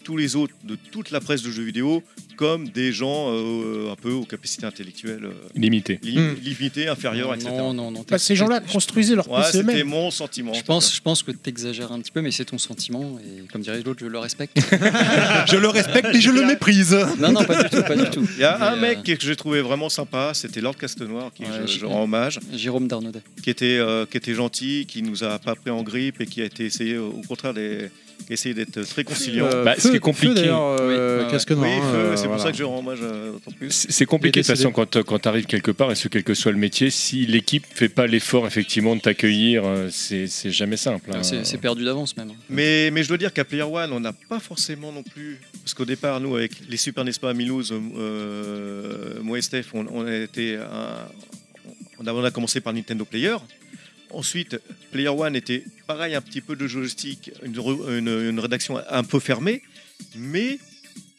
tous les autres de toute la presse de jeux vidéo comme des gens euh, un peu aux capacités intellectuelles euh, Limitées. li- limitées, inférieures, etc. Non, non, non. Hmm. Bah, ces gens-là construisaient leur Ouais, PC c'était eux-mêmes. mon sentiment. Je pense, je pense que tu exagères un petit peu, mais c'est ton sentiment. Et comme dirait l'autre, je le respecte. Je le respecte, mais je le méprise. Non, non, pas du tout, pas du tout. Il y a Mais, un mec euh, que j'ai trouvé vraiment sympa, c'était Lord Castenoir, qui je- je, Jérôme- rends hommage, Jérôme Darnaudet. qui était, euh, qui était gentil, qui nous a pas pris en grippe et qui a été essayé, au contraire, des, essayé d'être très conciliant. Euh, Bah, ce feu- qui est compliqué- feu, d'ailleurs, euh, ouais. Casque Noir, Oui, hein, feu, euh, c'est pour voilà. ça que je rends hommage euh, d'autant plus. C'est- C'est compliqué de toute façon décédé. quand, euh, quand tu arrives quelque part, et ce quel que soit le métier, si l'équipe fait pas l'effort effectivement de t'accueillir, euh, c'est c'est jamais simple. hein. Ah, c'est c'est perdu d'avance, même. Mais, mais je dois dire qu'à Player One, on n'a pas forcément non plus. Parce qu'au départ, nous, avec les Super Nespa à Milouz, euh, euh, moi et Steph, on, on a été un- on, a, on a commencé par Nintendo Player. Ensuite, Player One était pareil, un petit peu de joystick, une, re- une- une rédaction un peu fermée, mais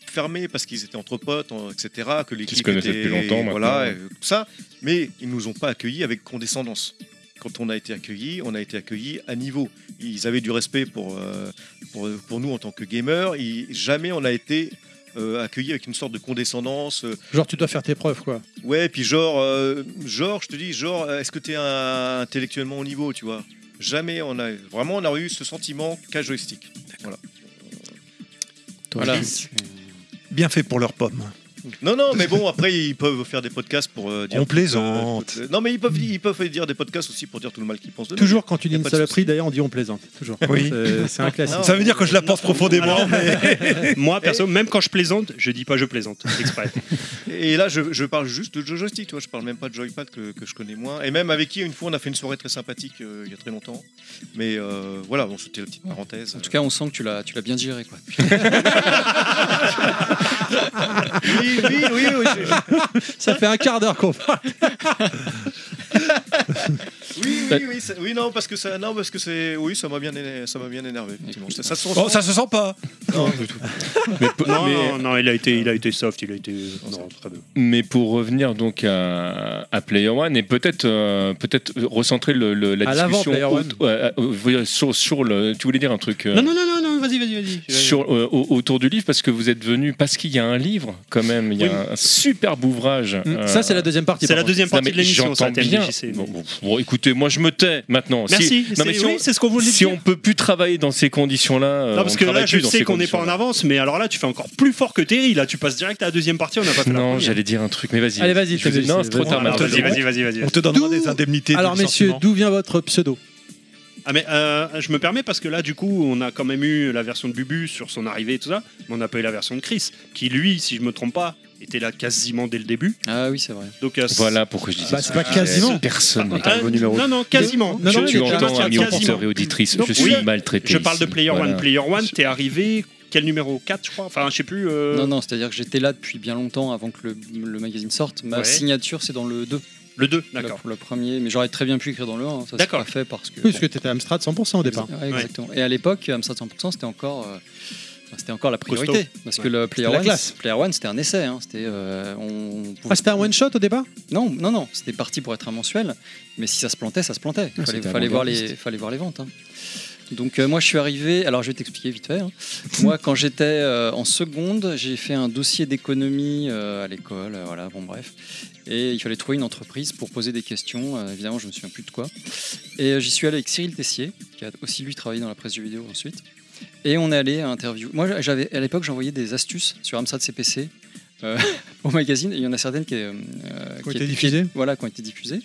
fermée parce qu'ils étaient entre potes, en- etc., que l'équipe se connaissaient était- depuis longtemps, Voilà, maintenant. et tout ça. Mais ils nous ont pas accueillis avec condescendance. Quand on a été accueillis, on a été accueillis à niveau. Ils avaient du respect pour, euh, pour, pour nous en tant que gamers. Ils- jamais on a été euh, accueillis avec une sorte de condescendance. euh, Genre, tu dois faire tes preuves, quoi. Ouais, puis genre, euh, genre, je te dis, genre, euh, est-ce que t'es un- intellectuellement au niveau, tu vois Jamais on a vraiment on a eu ce sentiment qu'à joystick. Voilà. Voilà. Bien fait pour leurs pommes. Non, non, mais bon, après ils peuvent faire des podcasts pour euh, dire. Euh, On plaisante. non, mais ils peuvent, ils peuvent dire des podcasts aussi pour dire tout le mal qu'ils pensent de nous. Toujours quand tu dis Y a une pas de saloperie, d'ailleurs, on dit on plaisante. Toujours. Oui. C'est- C'est un classique. Ça veut dire que je la pense profondément. mais- Moi, perso, même quand je plaisante, je dis pas je plaisante, exprès. Et là, je, je parle juste de joystick, tu vois, je parle même pas de joypad que, que je connais moins. Et même avec qui, une fois, on a fait une soirée très sympathique euh, il y a très longtemps. Mais euh, voilà, bon, c'était la petite parenthèse. En tout cas, on sent que tu l'as tu l'as bien digéré, quoi. Oui, oui, oui, oui. Ça fait un quart d'heure qu'on parle. Oui, oui, oui, ça- oui, non, parce que ça, non, parce que c'est, oui, ça m'a bien, éner- ça m'a bien énervé. effectivement. Ça, ça se Oh, ça se sent pas. Non, non, mais- non, non, il a été, il a été soft, il a été. euh, Non, très bien. Mais pour revenir donc à, à Player One et peut-être euh, peut-être recentrer le- le- la À l'avant, discussion Player One. aut- ouais, euh, sur, sur le. Tu voulais dire un truc euh, Non, non, non, non, non, vas-y, vas-y, vas-y. sur, euh, au- autour du livre parce que vous êtes venu parce qu'il y a un livre quand même il y a un superbe ouvrage euh, Mm. Ça, c'est la deuxième partie. C'est la par contre. deuxième Non, partie mais de l'émission, ça, j'entends bien. TMDJC. Bon, bon, bon, écoutez, moi je me tais maintenant. Merci, non, c'est- mais si oui, on, c'est ce qu'on voulait si dire. on peut plus travailler dans ces conditions-là, euh, Non, parce on que là, travaille je plus dans sais ces qu'on n'est pas en conditions-là. avance, mais alors là, tu fais encore plus fort que Terry. Là, tu passes direct à la deuxième partie, on n'a pas fait la Non, première. j'allais dire un truc, mais vas-y. Allez, vas-y, Je vous ai- vas-y, Non, c'est trop vas-y, tard Alors, maintenant. vas-y, vas-y, vas-y, vas-y. On te donnera des indemnités. Alors, du messieurs, sentiment. d'où vient votre pseudo Ah mais euh, je me permets parce que là du coup on a quand même eu la version de Bubu sur son arrivée et tout ça, mais on n'a pas eu la version de Chris qui lui si je me trompe pas était là quasiment dès le début. Ah oui, c'est vrai. Donc euh, Voilà pourquoi je disais Bah, ça. c'est pas quasiment. Personne. n'est- Ah, non non quasiment. Non, non, Je- mais tu il est entends, déjà- amis quasiment. auditeurs et auditrices, Donc, je suis oui, maltraité. Je parle de ici. Player Voilà. One. Player One, t'es arrivé quel numéro 4 je crois. Enfin je sais plus. euh, Non, non, c'est-à-dire que j'étais là depuis bien longtemps avant que le, le magazine sorte. Ma Ouais. signature, c'est dans le 2. Le 2 là, d'accord. pour le premier, mais j'aurais très bien pu écrire dans le 1. Ça, c'est D'accord. pas fait parce que. Oui, parce que t'étais Amstrad 100% au départ. Ouais, exactement. Et à l'époque, Amstrad 100%, c'était encore, euh, c'était encore la priorité. Costaud. Parce que Ouais. le Player C'était la One, classe. Player One, c'était un essai. hein. C'était, euh, on, on pouvait- Ah, c'était un one shot au départ Non, non, non. C'était parti pour être un mensuel. Mais si ça se plantait, ça se plantait. Il Ah, fallait, c'était fallait voir, les, avant-gardiste. fallait voir les ventes. hein. Donc euh, moi je suis arrivé, alors je vais t'expliquer vite fait. hein. Moi quand j'étais euh, en seconde, j'ai fait un dossier d'économie euh, à l'école, euh, voilà, bon bref. Et il fallait trouver une entreprise pour poser des questions, euh, évidemment je me souviens plus de quoi. Et euh, j'y suis allé avec Cyril Tessier, qui a aussi lui travaillé dans la presse du vidéo ensuite. Et on est allé à interview. Moi j'avais à l'époque j'envoyais des astuces sur Amstrad CPC euh, au magazine et il y en a certaines qui, euh, euh, qui ont été étaient- diffusés Voilà, qui ont été diffusés.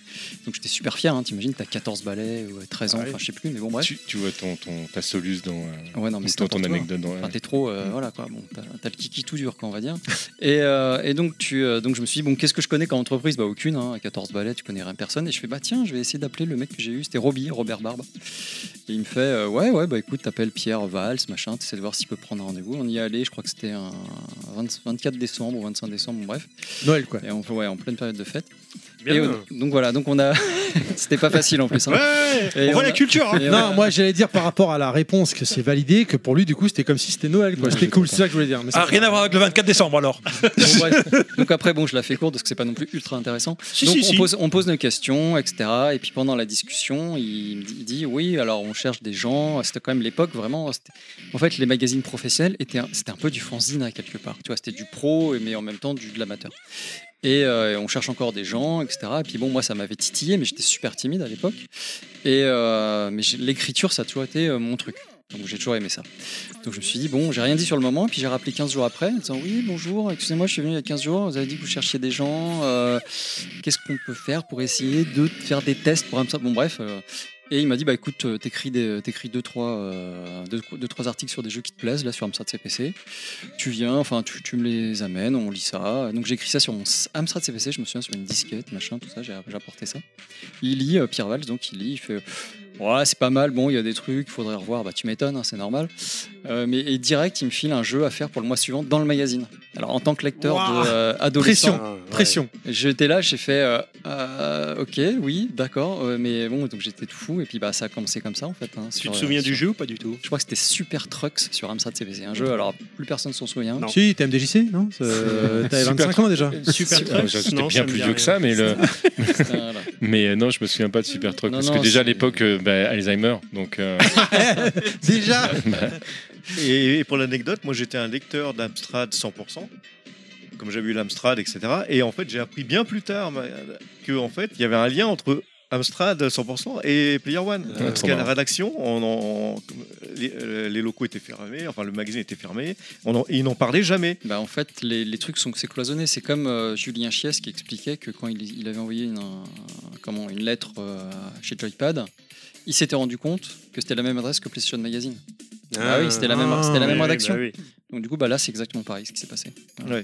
Donc j'étais super fier, hein, t'imagines, t'as 14 ballets ou 13 ans, Ah ouais. enfin je sais plus, mais bon bref. Tu, tu vois ton, ton, ta soluce dans. euh, Ouais, non, mais ou c'est ton, ton n'importe quoi. anecdote dans. Enfin, t'es trop, euh, voilà quoi. Bon, t'as, t'as le kiki tout dur, quoi, on va dire. Et, euh, et donc, tu, euh, donc, je me suis dit, bon, qu'est-ce que je connais comme entreprise Bah, aucune, hein, à 14 balais, tu connais rien, personne. Et je fais, bah, tiens, je vais essayer d'appeler le mec que j'ai eu, c'était Roby, Robert Barbe. Et il me fait, euh, ouais, ouais, bah, écoute, t'appelles Pierre Valls, machin, t'essaies de voir s'il peut prendre un rendez-vous. On y est allé, je crois que c'était un 20 24 décembre ou 25 décembre, bon, bref. Noël, quoi. Et on, ouais, en pleine période de fête. Bien. Et, euh, donc voilà, donc on a. C'était pas facile en plus. hein. Et a- hein. et on Non, a- moi j'allais dire par rapport à la réponse que c'est validé, que pour lui du coup c'était comme si c'était Noël quoi. C'était cool, c'est ça que je voulais dire. mais c'est Ah, pas- rien à voir avec le 24 décembre alors. Bon, bref. Donc après, bon, je la fais courte parce que c'est pas non plus ultra intéressant. Si, Donc si, on, si. Pose, on pose nos questions, etc. Et puis pendant la discussion, il me dit- il dit oui, alors on cherche des gens. C'était quand même l'époque vraiment. c'était- En fait, les magazines professionnels étaient un- c'était un peu du fanzine hein, quelque part. Tu vois, c'était du pro mais en même temps du de l'amateur. Et euh, on cherche encore des gens, etc. Et puis bon, moi, ça m'avait titillé, mais j'étais super timide à l'époque. Et euh, mais j'ai- l'écriture, ça a toujours été euh, mon truc. Donc j'ai toujours aimé ça. Donc je me suis dit, bon, j'ai rien dit sur le moment, puis j'ai rappelé 15 jours après, en disant, oui, bonjour, excusez-moi, je suis venu il y a 15 jours, vous avez dit que vous cherchiez des gens, euh, qu'est-ce qu'on peut faire pour essayer de faire des tests pour un Bon, bref. euh, et il m'a dit, bah écoute, euh, t'écris des- t'écris deux, trois, euh, deux, deux, trois articles sur des jeux qui te plaisent, là, sur Amstrad CPC. Tu viens, enfin, tu, tu me les amènes, on lit ça. Donc j'ai écrit ça sur mon s- Amstrad CPC, je me souviens, sur une disquette, machin, tout ça, j'ai j'ai apporté ça. Il lit, euh, Pierre Valls, donc il lit, il fait, ouais, c'est pas mal, bon, il y a des trucs, il faudrait revoir, bah tu m'étonnes, hein, c'est normal. Euh, mais et direct, il me file un jeu à faire pour le mois suivant dans le magazine. Alors en tant que lecteur Waouh. de, euh, adolescent, Pression, Ouais. pression. J'étais là, j'ai fait euh, euh, ok, oui, d'accord, euh, mais bon, donc j'étais tout fou et puis bah ça a commencé comme ça en fait. hein, Tu sur- te souviens du sur- jeu ou pas du tout Je crois que c'était Super Trucks sur Amstrad CPC, un jeu alors plus personne s'en souvient. Si, t'es MDJC, non Euh, T'avais Super 25 ans déjà Super Ah, J'étais bien plus vieux que ça, mais le. mais euh, non, je me souviens pas de Super Truck Non, parce non, que déjà à c'est- l'époque, euh, bah, Alzheimer, donc. euh, Bah, Déjà et, et pour l'anecdote, moi j'étais un lecteur d'Amstrad 100%, comme j'avais eu l'Amstrad, etc. Et en fait, j'ai appris bien plus tard ma- que en fait, il y avait un lien entre Amstrad 100% et Player One. Ouais, Parce trop qu'à la marrant. rédaction, on en- les, euh, les locaux étaient fermés, enfin le magazine était fermé, on en- ils n'en parlaient jamais. Bah en fait, les, les trucs sont c'est cloisonné. C'est comme euh, Julien Chies qui expliquait que quand il, il avait envoyé une, un- comment, une lettre euh, chez Joypad, il s'était rendu compte que c'était la même adresse que PlayStation Magazine. Ah, Ah. oui, c'était la même, c'était la Ah, même oui, rédaction. bah oui. Donc du coup, bah là, c'est exactement pareil ce qui s'est passé. Voilà.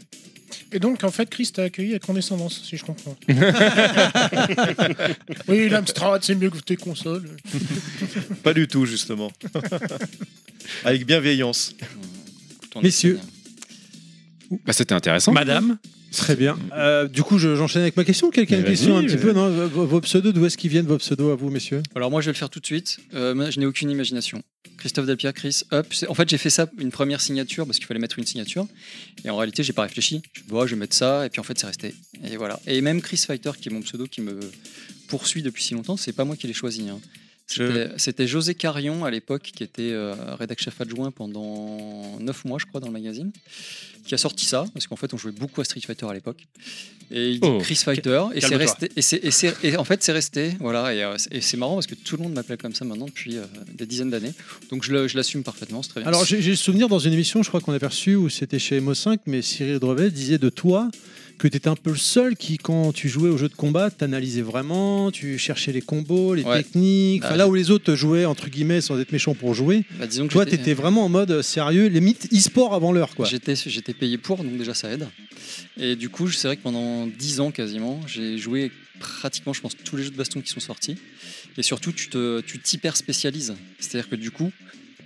Et donc, en fait, Chris t'a accueilli avec condescendance, si je comprends. oui, l'Amstrad, c'est mieux que tes consoles. Pas du tout, justement. Avec bienveillance. Messieurs. Bah, c'était intéressant. Madame. Très bien. Euh, du coup, je- j'enchaîne avec ma question. Quelqu'un a une Mais vas-y, question un petit mais- peu non vos, vos pseudos, d'où est-ce qu'ils viennent vos pseudos à vous, messieurs Alors moi je vais le faire tout de suite. Euh, moi, je n'ai aucune imagination. Christophe Delpierre, Chris, hop. C'est- En fait j'ai fait ça une première signature parce qu'il fallait mettre une signature. Et en réalité j'ai pas réfléchi. Je me dis, Oh, je vais mettre ça et puis en fait c'est resté. Et voilà. Et même Chris Fighter qui est mon pseudo qui me poursuit depuis si longtemps, c'est pas moi qui l'ai choisi. hein. C'était- C'était José Carion à l'époque qui était euh, rédac chef adjoint pendant 9 mois je crois dans le magazine qui a sorti ça parce qu'en fait on jouait beaucoup à Street Fighter à l'époque et il dit Oh. Chris Fighter et c'est Calme-toi. resté et, c'est- et c'est- et en fait c'est resté voilà et, euh, c'est- et c'est marrant parce que tout le monde m'appelle comme ça maintenant depuis euh, des dizaines d'années donc je le- je l'assume parfaitement c'est très bien Alors, j'ai j'ai le souvenir dans une émission, je crois qu'on a perçu, où c'était chez MO5, mais Cyril Drevet disait de toi que t'étais un peu le seul qui, quand tu jouais aux jeux de combat, t'analysais vraiment, tu cherchais les combos, les Ouais. techniques, Bah, enfin, là où les autres jouaient entre guillemets sans être méchants pour jouer. Bah, disons que toi, j'étais- t'étais vraiment en mode euh, sérieux, limite e-sport avant l'heure, quoi. J'étais, j'étais payé pour, donc déjà ça aide. Et du coup, c'est vrai que pendant 10 ans quasiment, j'ai joué pratiquement, je pense, tous les jeux de baston qui sont sortis. Et surtout, tu, te, tu t'hyper spécialises. C'est-à-dire que du coup,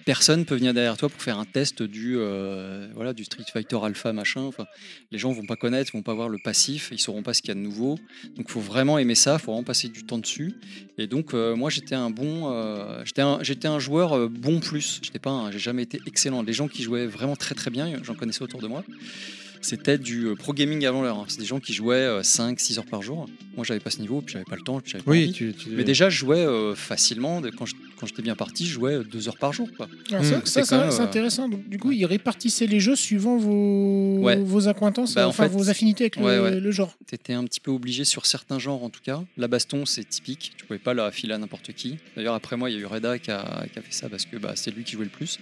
personne peut venir derrière toi pour faire un test du, euh, voilà, du Street Fighter Alpha machin. Enfin, les gens vont pas connaître, vont pas voir le passif, ils sauront pas ce qu'il y a de nouveau. Donc, faut vraiment aimer ça, faut vraiment passer du temps dessus. Et donc, euh, moi, j'étais un bon, euh, j'étais un, j'étais un joueur euh, bon plus. J'étais pas, un- j'ai jamais été excellent. Les gens qui jouaient vraiment très très bien, j'en connaissais autour de moi. C'était du euh, pro gaming avant l'heure. hein. C'est des gens qui jouaient 5-6 heures par jour. Moi, j'avais pas ce niveau, puis j'avais pas le temps, puis j'avais pas Oui, envie. tu- tu- Mais déjà, je jouais euh, facilement. Quand je- quand j'étais bien parti, je jouais 2 heures par jour. Quoi. Alors, ça, Hmm. Donc, ça, c'est c'est c'est quand même, euh, intéressant. Donc, du coup, ils répartissaient les jeux suivant vos, Ouais. vos acquaintances, Bah, en enfin fait, vos affinités avec le- ouais, ouais. le, genre. T'étais un petit peu obligé sur certains genres en tout cas. La baston, c'est typique. Tu pouvais pas la filer à n'importe qui. D'ailleurs, après moi, il y a eu Reda qui a, qui a fait ça parce que bah, c'est lui qui jouait le plus.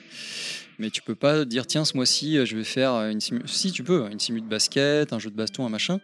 Mais tu peux pas dire tiens ce mois-ci euh, je vais faire euh, une simu... si tu peux une simu de basket, un jeu de baston, un machin.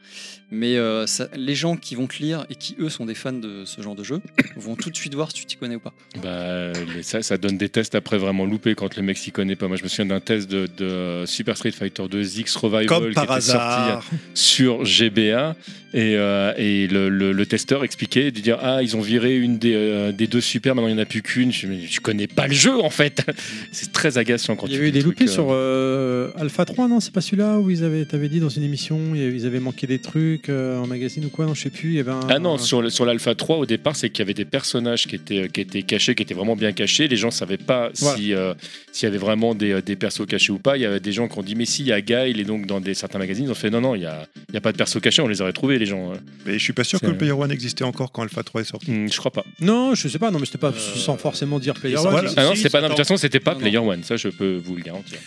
Mais euh, ça- les gens qui vont te lire et qui eux sont des fans de ce genre de jeu vont tout de suite voir si tu t'y connais ou pas. Bah, les- ça, ça donne des tests après vraiment loupés quand le mec s'y connaît pas. Moi, je me souviens d'un test de, de Super Street Fighter 2 X Revival Comme par qui était hasard. sorti euh, sur GBA et, euh, et le, le- le testeur expliquait de dire ah ils ont viré une des, euh, des deux super maintenant il n'y en a plus qu'une. Je, mais je connais pas le jeu en fait. C'est très agaçant quand Il y tu avait eu lis des le truc, loupés euh. sur euh, Alpha 3, non C'est pas celui-là où ils avaient, t'avais dit dans une émission, il y a- ils avaient manqué des trucs euh, en magazine ou quoi, non, je sais plus. il y avait un- Ah non, sur, le- sur l'Alpha 3, au départ, c'est qu'il y avait des personnages qui étaient, euh, qui étaient cachés, qui étaient vraiment bien cachés. Les gens ne savaient pas Voilà. si, euh, s'il y avait vraiment des, euh, des persos cachés ou pas. Il y avait des gens qui ont dit, mais si, il y a Guy, il est donc dans des, certains magazines. Ils ont fait, non, non, il n'y a, il y a pas de persos cachés, on les aurait trouvés, les gens. hein. Mais je suis pas sûr que le Player One existait encore quand Alpha 3 est sorti. Hmm, je crois pas. Non, je sais pas, non, mais c'était pas sans forcément dire Player One. Ah non, c'est pas, non, de toute façon, c'était pas Player One, ça, je peux vous le garantir.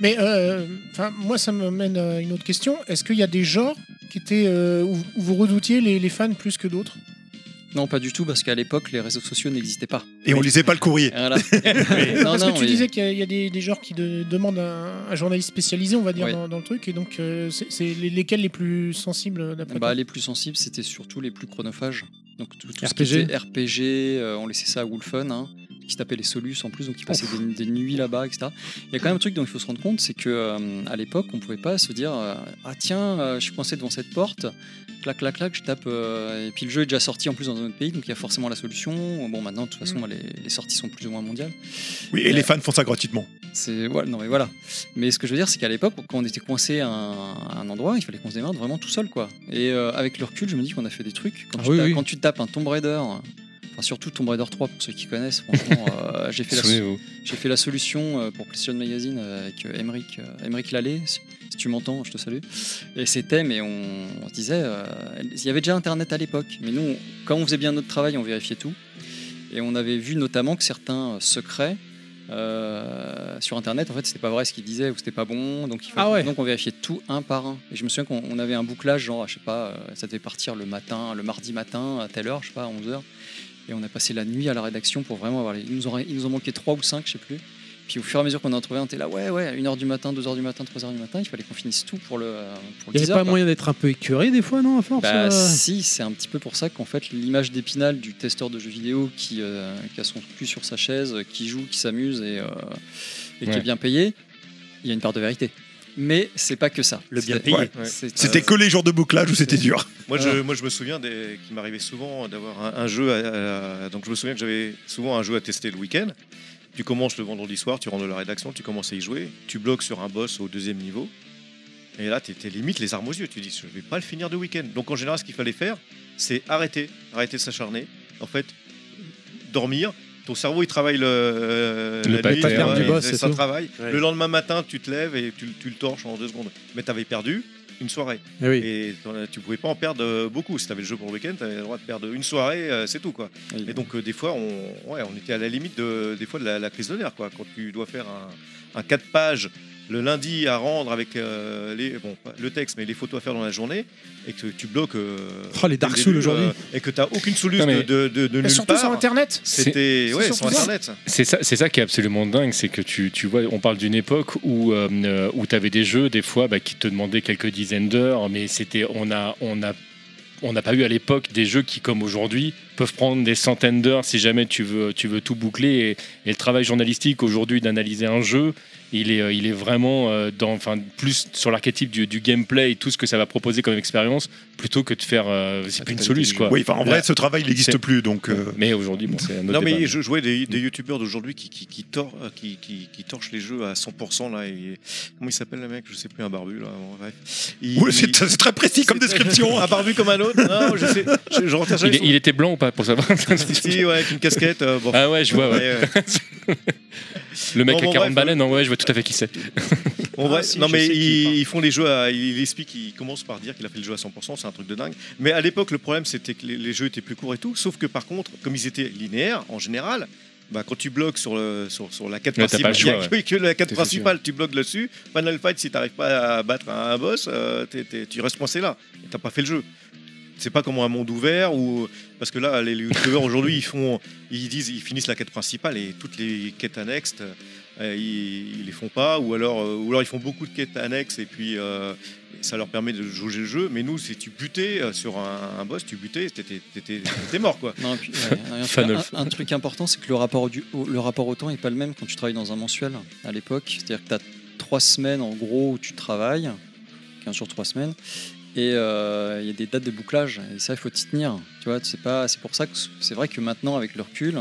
Mais euh, enfin, moi, ça me mène à une autre question. Est-ce qu'il y a des genres qui étaient, euh, où, où vous redoutiez les, les fans plus que d'autres Non pas du tout parce qu'à l'époque les réseaux sociaux n'existaient pas. Et on lisait pas le courrier. Voilà. Non, Non, Parce non, que tu mais- disais qu'il y a, il y a des, des genres qui de- demandent un, un journaliste spécialisé, on va dire, Oui. dans, dans le truc. Et donc, euh, c'est c'est les- lesquels les plus sensibles euh, d'après Bah, toi les plus sensibles, c'était surtout les plus chronophages. Donc tout, tout ce qui RPG. était RPG, euh, on laissait ça à Wolfen, hein, qui se tapait les Solus en plus, donc ils passaient des, des nuits là-bas, etc. Il y a quand même un truc dont il faut se rendre compte, c'est que euh, à l'époque, on pouvait pas se dire euh, ah tiens, euh, je suis coincé devant cette porte, clac clac clac, je tape. euh, et puis le jeu est déjà sorti en plus dans un autre pays, donc il y a forcément la solution. Bon maintenant, de toute façon, les, les sorties sont plus ou moins mondiales. Oui, et les fans font ça gratuitement. C'est voilà, non mais voilà. Mais ce que je veux dire, c'est qu'à l'époque, quand on était coincé à un, à un endroit, il fallait qu'on se démerde vraiment tout seul, quoi. Et euh, avec le recul, je me dis qu'on a fait des trucs. Quand, Ah tu, oui, ta- oui. quand tu tapes un Tomb Raider, euh, enfin surtout Tomb Raider 3 pour ceux qui connaissent, franchement, euh, j'ai fait la Souvenez-vous. j'ai fait la solution euh, pour PlayStation Magazine euh, avec euh, Emeric, euh, Emeric Lallet. Si, si tu m'entends, je te salue. Et c'était, mais on, on se disait, euh, il y avait déjà Internet à l'époque, mais nous, on- quand on faisait bien notre travail, on vérifiait tout. Et on avait vu notamment que certains euh, secrets euh, sur Internet, en fait, c'était pas vrai ce qu'ils disaient ou c'était pas bon. Donc, il fallait- Ah ouais. donc on vérifiait tout un par un. Et je me souviens qu'on on avait un bouclage, genre, je sais pas, euh, ça devait partir le matin, le mardi matin à telle heure, je sais pas, à 11h. Et on a passé la nuit à la rédaction pour vraiment avoir les. Ils nous ont, ils nous ont manqué 3 ou 5, je sais plus. Puis au fur et à mesure qu'on en trouvait un, t'es là, ouais, ouais, à 1h du matin, 2h du matin, 3h du matin, il fallait qu'on finisse tout pour le, euh, pour Il n'y le 10 avait heures, pas quoi. moyen d'être un peu écuré des fois, non, à force Bah euh si, c'est un petit peu pour ça qu'en fait l'image d'épinal du testeur de jeux vidéo qui, euh, qui a son cul sur sa chaise, euh, qui joue, qui s'amuse et, euh, et qui Ouais. est bien payé, il y a une part de vérité. Mais c'est pas que ça. Le bien Ouais. C'était que les jours de bouclage où c'était dur. Moi, je, moi, je me souviens des, qu'il m'arrivait souvent d'avoir un, un jeu. à- à- donc, je me souviens que j'avais souvent un jeu à tester le week-end. Tu commences le vendredi soir, tu rentres de la rédaction, tu commences à y jouer, tu bloques sur un boss au deuxième niveau. Et là, tu étais limite les armes aux yeux. Tu dis, je vais pas le finir de week-end. Donc, en général, ce qu'il fallait faire, c'est arrêter, arrêter de s'acharner. En fait, dormir. Ton cerveau, il travaille le, euh, Le la pattern nuit, du et boss, ça c'est tout. travaille. Ouais. Le lendemain matin, tu te lèves et tu, tu le torches en deux secondes. Mais tu avais perdu une soirée. Eh oui. Et t'en as- tu pouvais pas en perdre euh, beaucoup. Si tu avais le jeu pour le week-end, tu avais le droit de perdre une soirée, euh, c'est tout. quoi. Et donc, euh, des fois, on, ouais, on était à la limite de, des fois de la, la crise de l'air. quoi. Quand tu dois faire un, un 4 pages le lundi à rendre avec euh, les, bon, pas le texte, mais les photos à faire dans la journée, et que tu bloques. euh, Oh, dès les le Dark début, Souls aujourd'hui. euh, Et que tu n'as aucune solution Non, mais- de, de, de nulle Bah, Surtout part. sur Internet. C'était C'est ouais, surtout sur ça. Internet. C'est ça, c'est ça qui est absolument dingue, c'est que tu, tu vois, on parle d'une époque où, euh, euh, où tu avais des jeux, des fois, bah, qui te demandaient quelques dizaines d'heures, mais c'était, on a, on a on n'a pas eu à l'époque des jeux qui, comme aujourd'hui, peuvent prendre des centaines d'heures si jamais tu veux, tu veux tout boucler. Et, et le travail journalistique aujourd'hui d'analyser un jeu, il est, euh, il est vraiment euh, dans, enfin, plus sur l'archétype du, du gameplay et tout ce que ça va proposer comme expérience, plutôt que de faire euh, c'est plus une solution. Quoi. Oui, enfin, en vrai, Là, ce travail, il n'existe c'est- plus, donc, euh, Mais aujourd'hui, bon, c'est un autre Non mais bah, débat. je jouais des, des youtubeurs d'aujourd'hui qui qui, qui, tor- euh, qui, qui qui torchent les jeux à 100% là. Et... Comment il s'appelle le mec Je sais plus un barbu là. bon, bref. Il- Ouais, c'est- c'est très précis comme C'est- description. hein. un barbu comme un autre. Non, je sais. Je, je retiens jamais il, est- son- il était blanc ou pas pour savoir Si, ouais, avec une casquette. euh, bon. Ah ouais, je vois. ouais. Mais, Le mec Bon, bon, à 40 bref, euh, baleines, non, ouais, je vois tout à fait qui c'est. Bon, bref, Ah, si, non je mais sais qui il ils, parle. ils font les jeux à, il explique il commence par dire qu'il a fait le jeu à 100% c'est un truc de dingue mais à l'époque le problème c'était que les, les jeux étaient plus courts et tout sauf que par contre comme ils étaient linéaires en général bah, quand tu bloques sur, le, sur, sur la 4 Ouais, t'as pas principale, le il y a choix, que- ouais. que la 4 T'es principale, tu bloques dessus. Final Fight, si t'arrives pas à battre un, un boss, euh, t'es- t'es- tu restes coincé là. Et T'as pas fait le jeu. C'est pas comme un monde ouvert ou parce que là les youtubeurs aujourd'hui ils font ils disent ils finissent la quête principale et toutes les quêtes annexes euh, ils, ils les font pas, ou alors, euh, ou alors ils font beaucoup de quêtes annexes et puis euh, ça leur permet de jauger le jeu. Mais nous, si tu butais euh, sur un, un boss, tu butais, t'étais- t'étais t'étais mort quoi. Non, et puis, ouais, ouais, un, Fan un- of. un truc important, c'est que le rapport, du, au, le rapport au temps n'est pas le même quand tu travailles dans un mensuel à l'époque. C'est-à-dire que tu as trois semaines en gros où tu travailles, 15 jours, trois semaines, et euh, il y a des dates de bouclage. Et ça, il faut t'y tenir. Tu vois, c'est pas- c'est pour ça que c'est vrai que maintenant, avec le recul,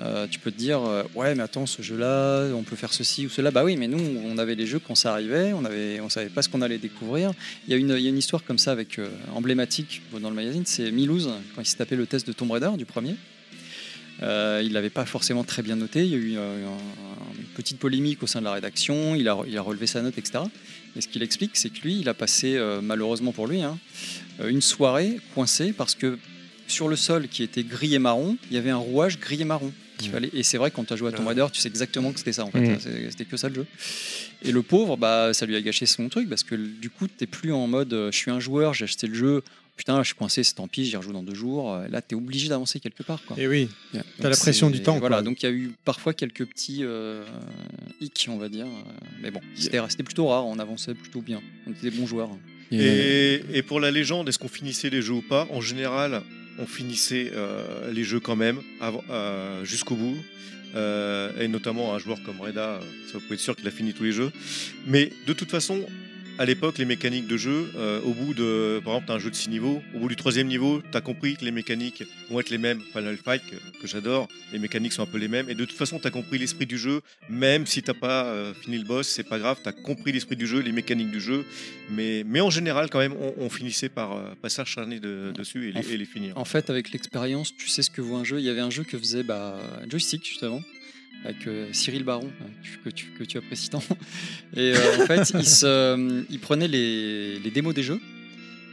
euh, tu peux te dire euh, ouais mais attends ce jeu là on peut faire ceci ou cela bah oui mais nous on avait les jeux quand ça arrivait on avait on savait pas ce qu'on allait découvrir il y, a une- il y a une histoire comme ça avec euh, emblématique dans le magazine c'est Milouz quand il s'est tapé le test de Tomb Raider du premier euh, il l'avait pas forcément très bien noté. Il y a eu euh, un- une petite polémique au sein de la rédaction. Il a, il a relevé sa note, etc. Et ce qu'il explique, c'est que lui, il a passé, euh, malheureusement pour lui, hein, euh, une soirée coincée parce que sur le sol qui était gris et marron, il y avait un rouage gris et marron. qu'il fallait- Et c'est vrai, quand tu as joué à Tomb Raider, tu sais exactement que c'était ça en fait. Mhm. C'est- C'était que ça le jeu. Et le pauvre, bah, ça lui a gâché son truc parce que du coup, t'es plus en mode euh, je suis un joueur, j'ai acheté le jeu, putain, je suis coincé, c'est tant pis, j'y rejoue dans deux jours. Euh, Là, t'es obligé d'avancer quelque part. Quoi. Eh oui. Yeah. T'as Donc la pression c'est- du temps, Voilà, quoi. donc il y a eu parfois quelques petits euh, hicks, on va dire. euh, Mais bon, c'était c'était plutôt rare, on avançait plutôt bien. On était des bons joueurs. Et, et pour la légende, est-ce qu'on finissait les jeux ou pas En général, on finissait euh, les jeux quand même, avant- euh, jusqu'au bout. Euh, et notamment un joueur comme Reda, euh, ça vous pouvez être sûr qu'il a fini tous les jeux. Mais de toute façon, à l'époque, les mécaniques de jeu, euh, au bout de, par exemple, t'as un jeu de 6 niveaux, au bout du troisième niveau, t'as compris que les mécaniques vont être les mêmes. Final Fight, que, que j'adore, les mécaniques sont un peu les mêmes. Et de toute façon, t'as compris l'esprit du jeu, même si t'as pas euh, fini le boss, c'est pas grave, t'as compris l'esprit du jeu, les mécaniques du jeu. Mais, mais en général, quand même, on, on finissait par euh, passer à charner de- dessus et En les, f- et les finir. En fait, avec l'expérience, tu sais ce que vaut un jeu. Il y avait un jeu que faisait bah, Joystick, justement, avec euh, Cyril Baron, euh, que tu, que tu apprécies tant. Et euh, en fait, il, se, il prenait les, les démos des jeux,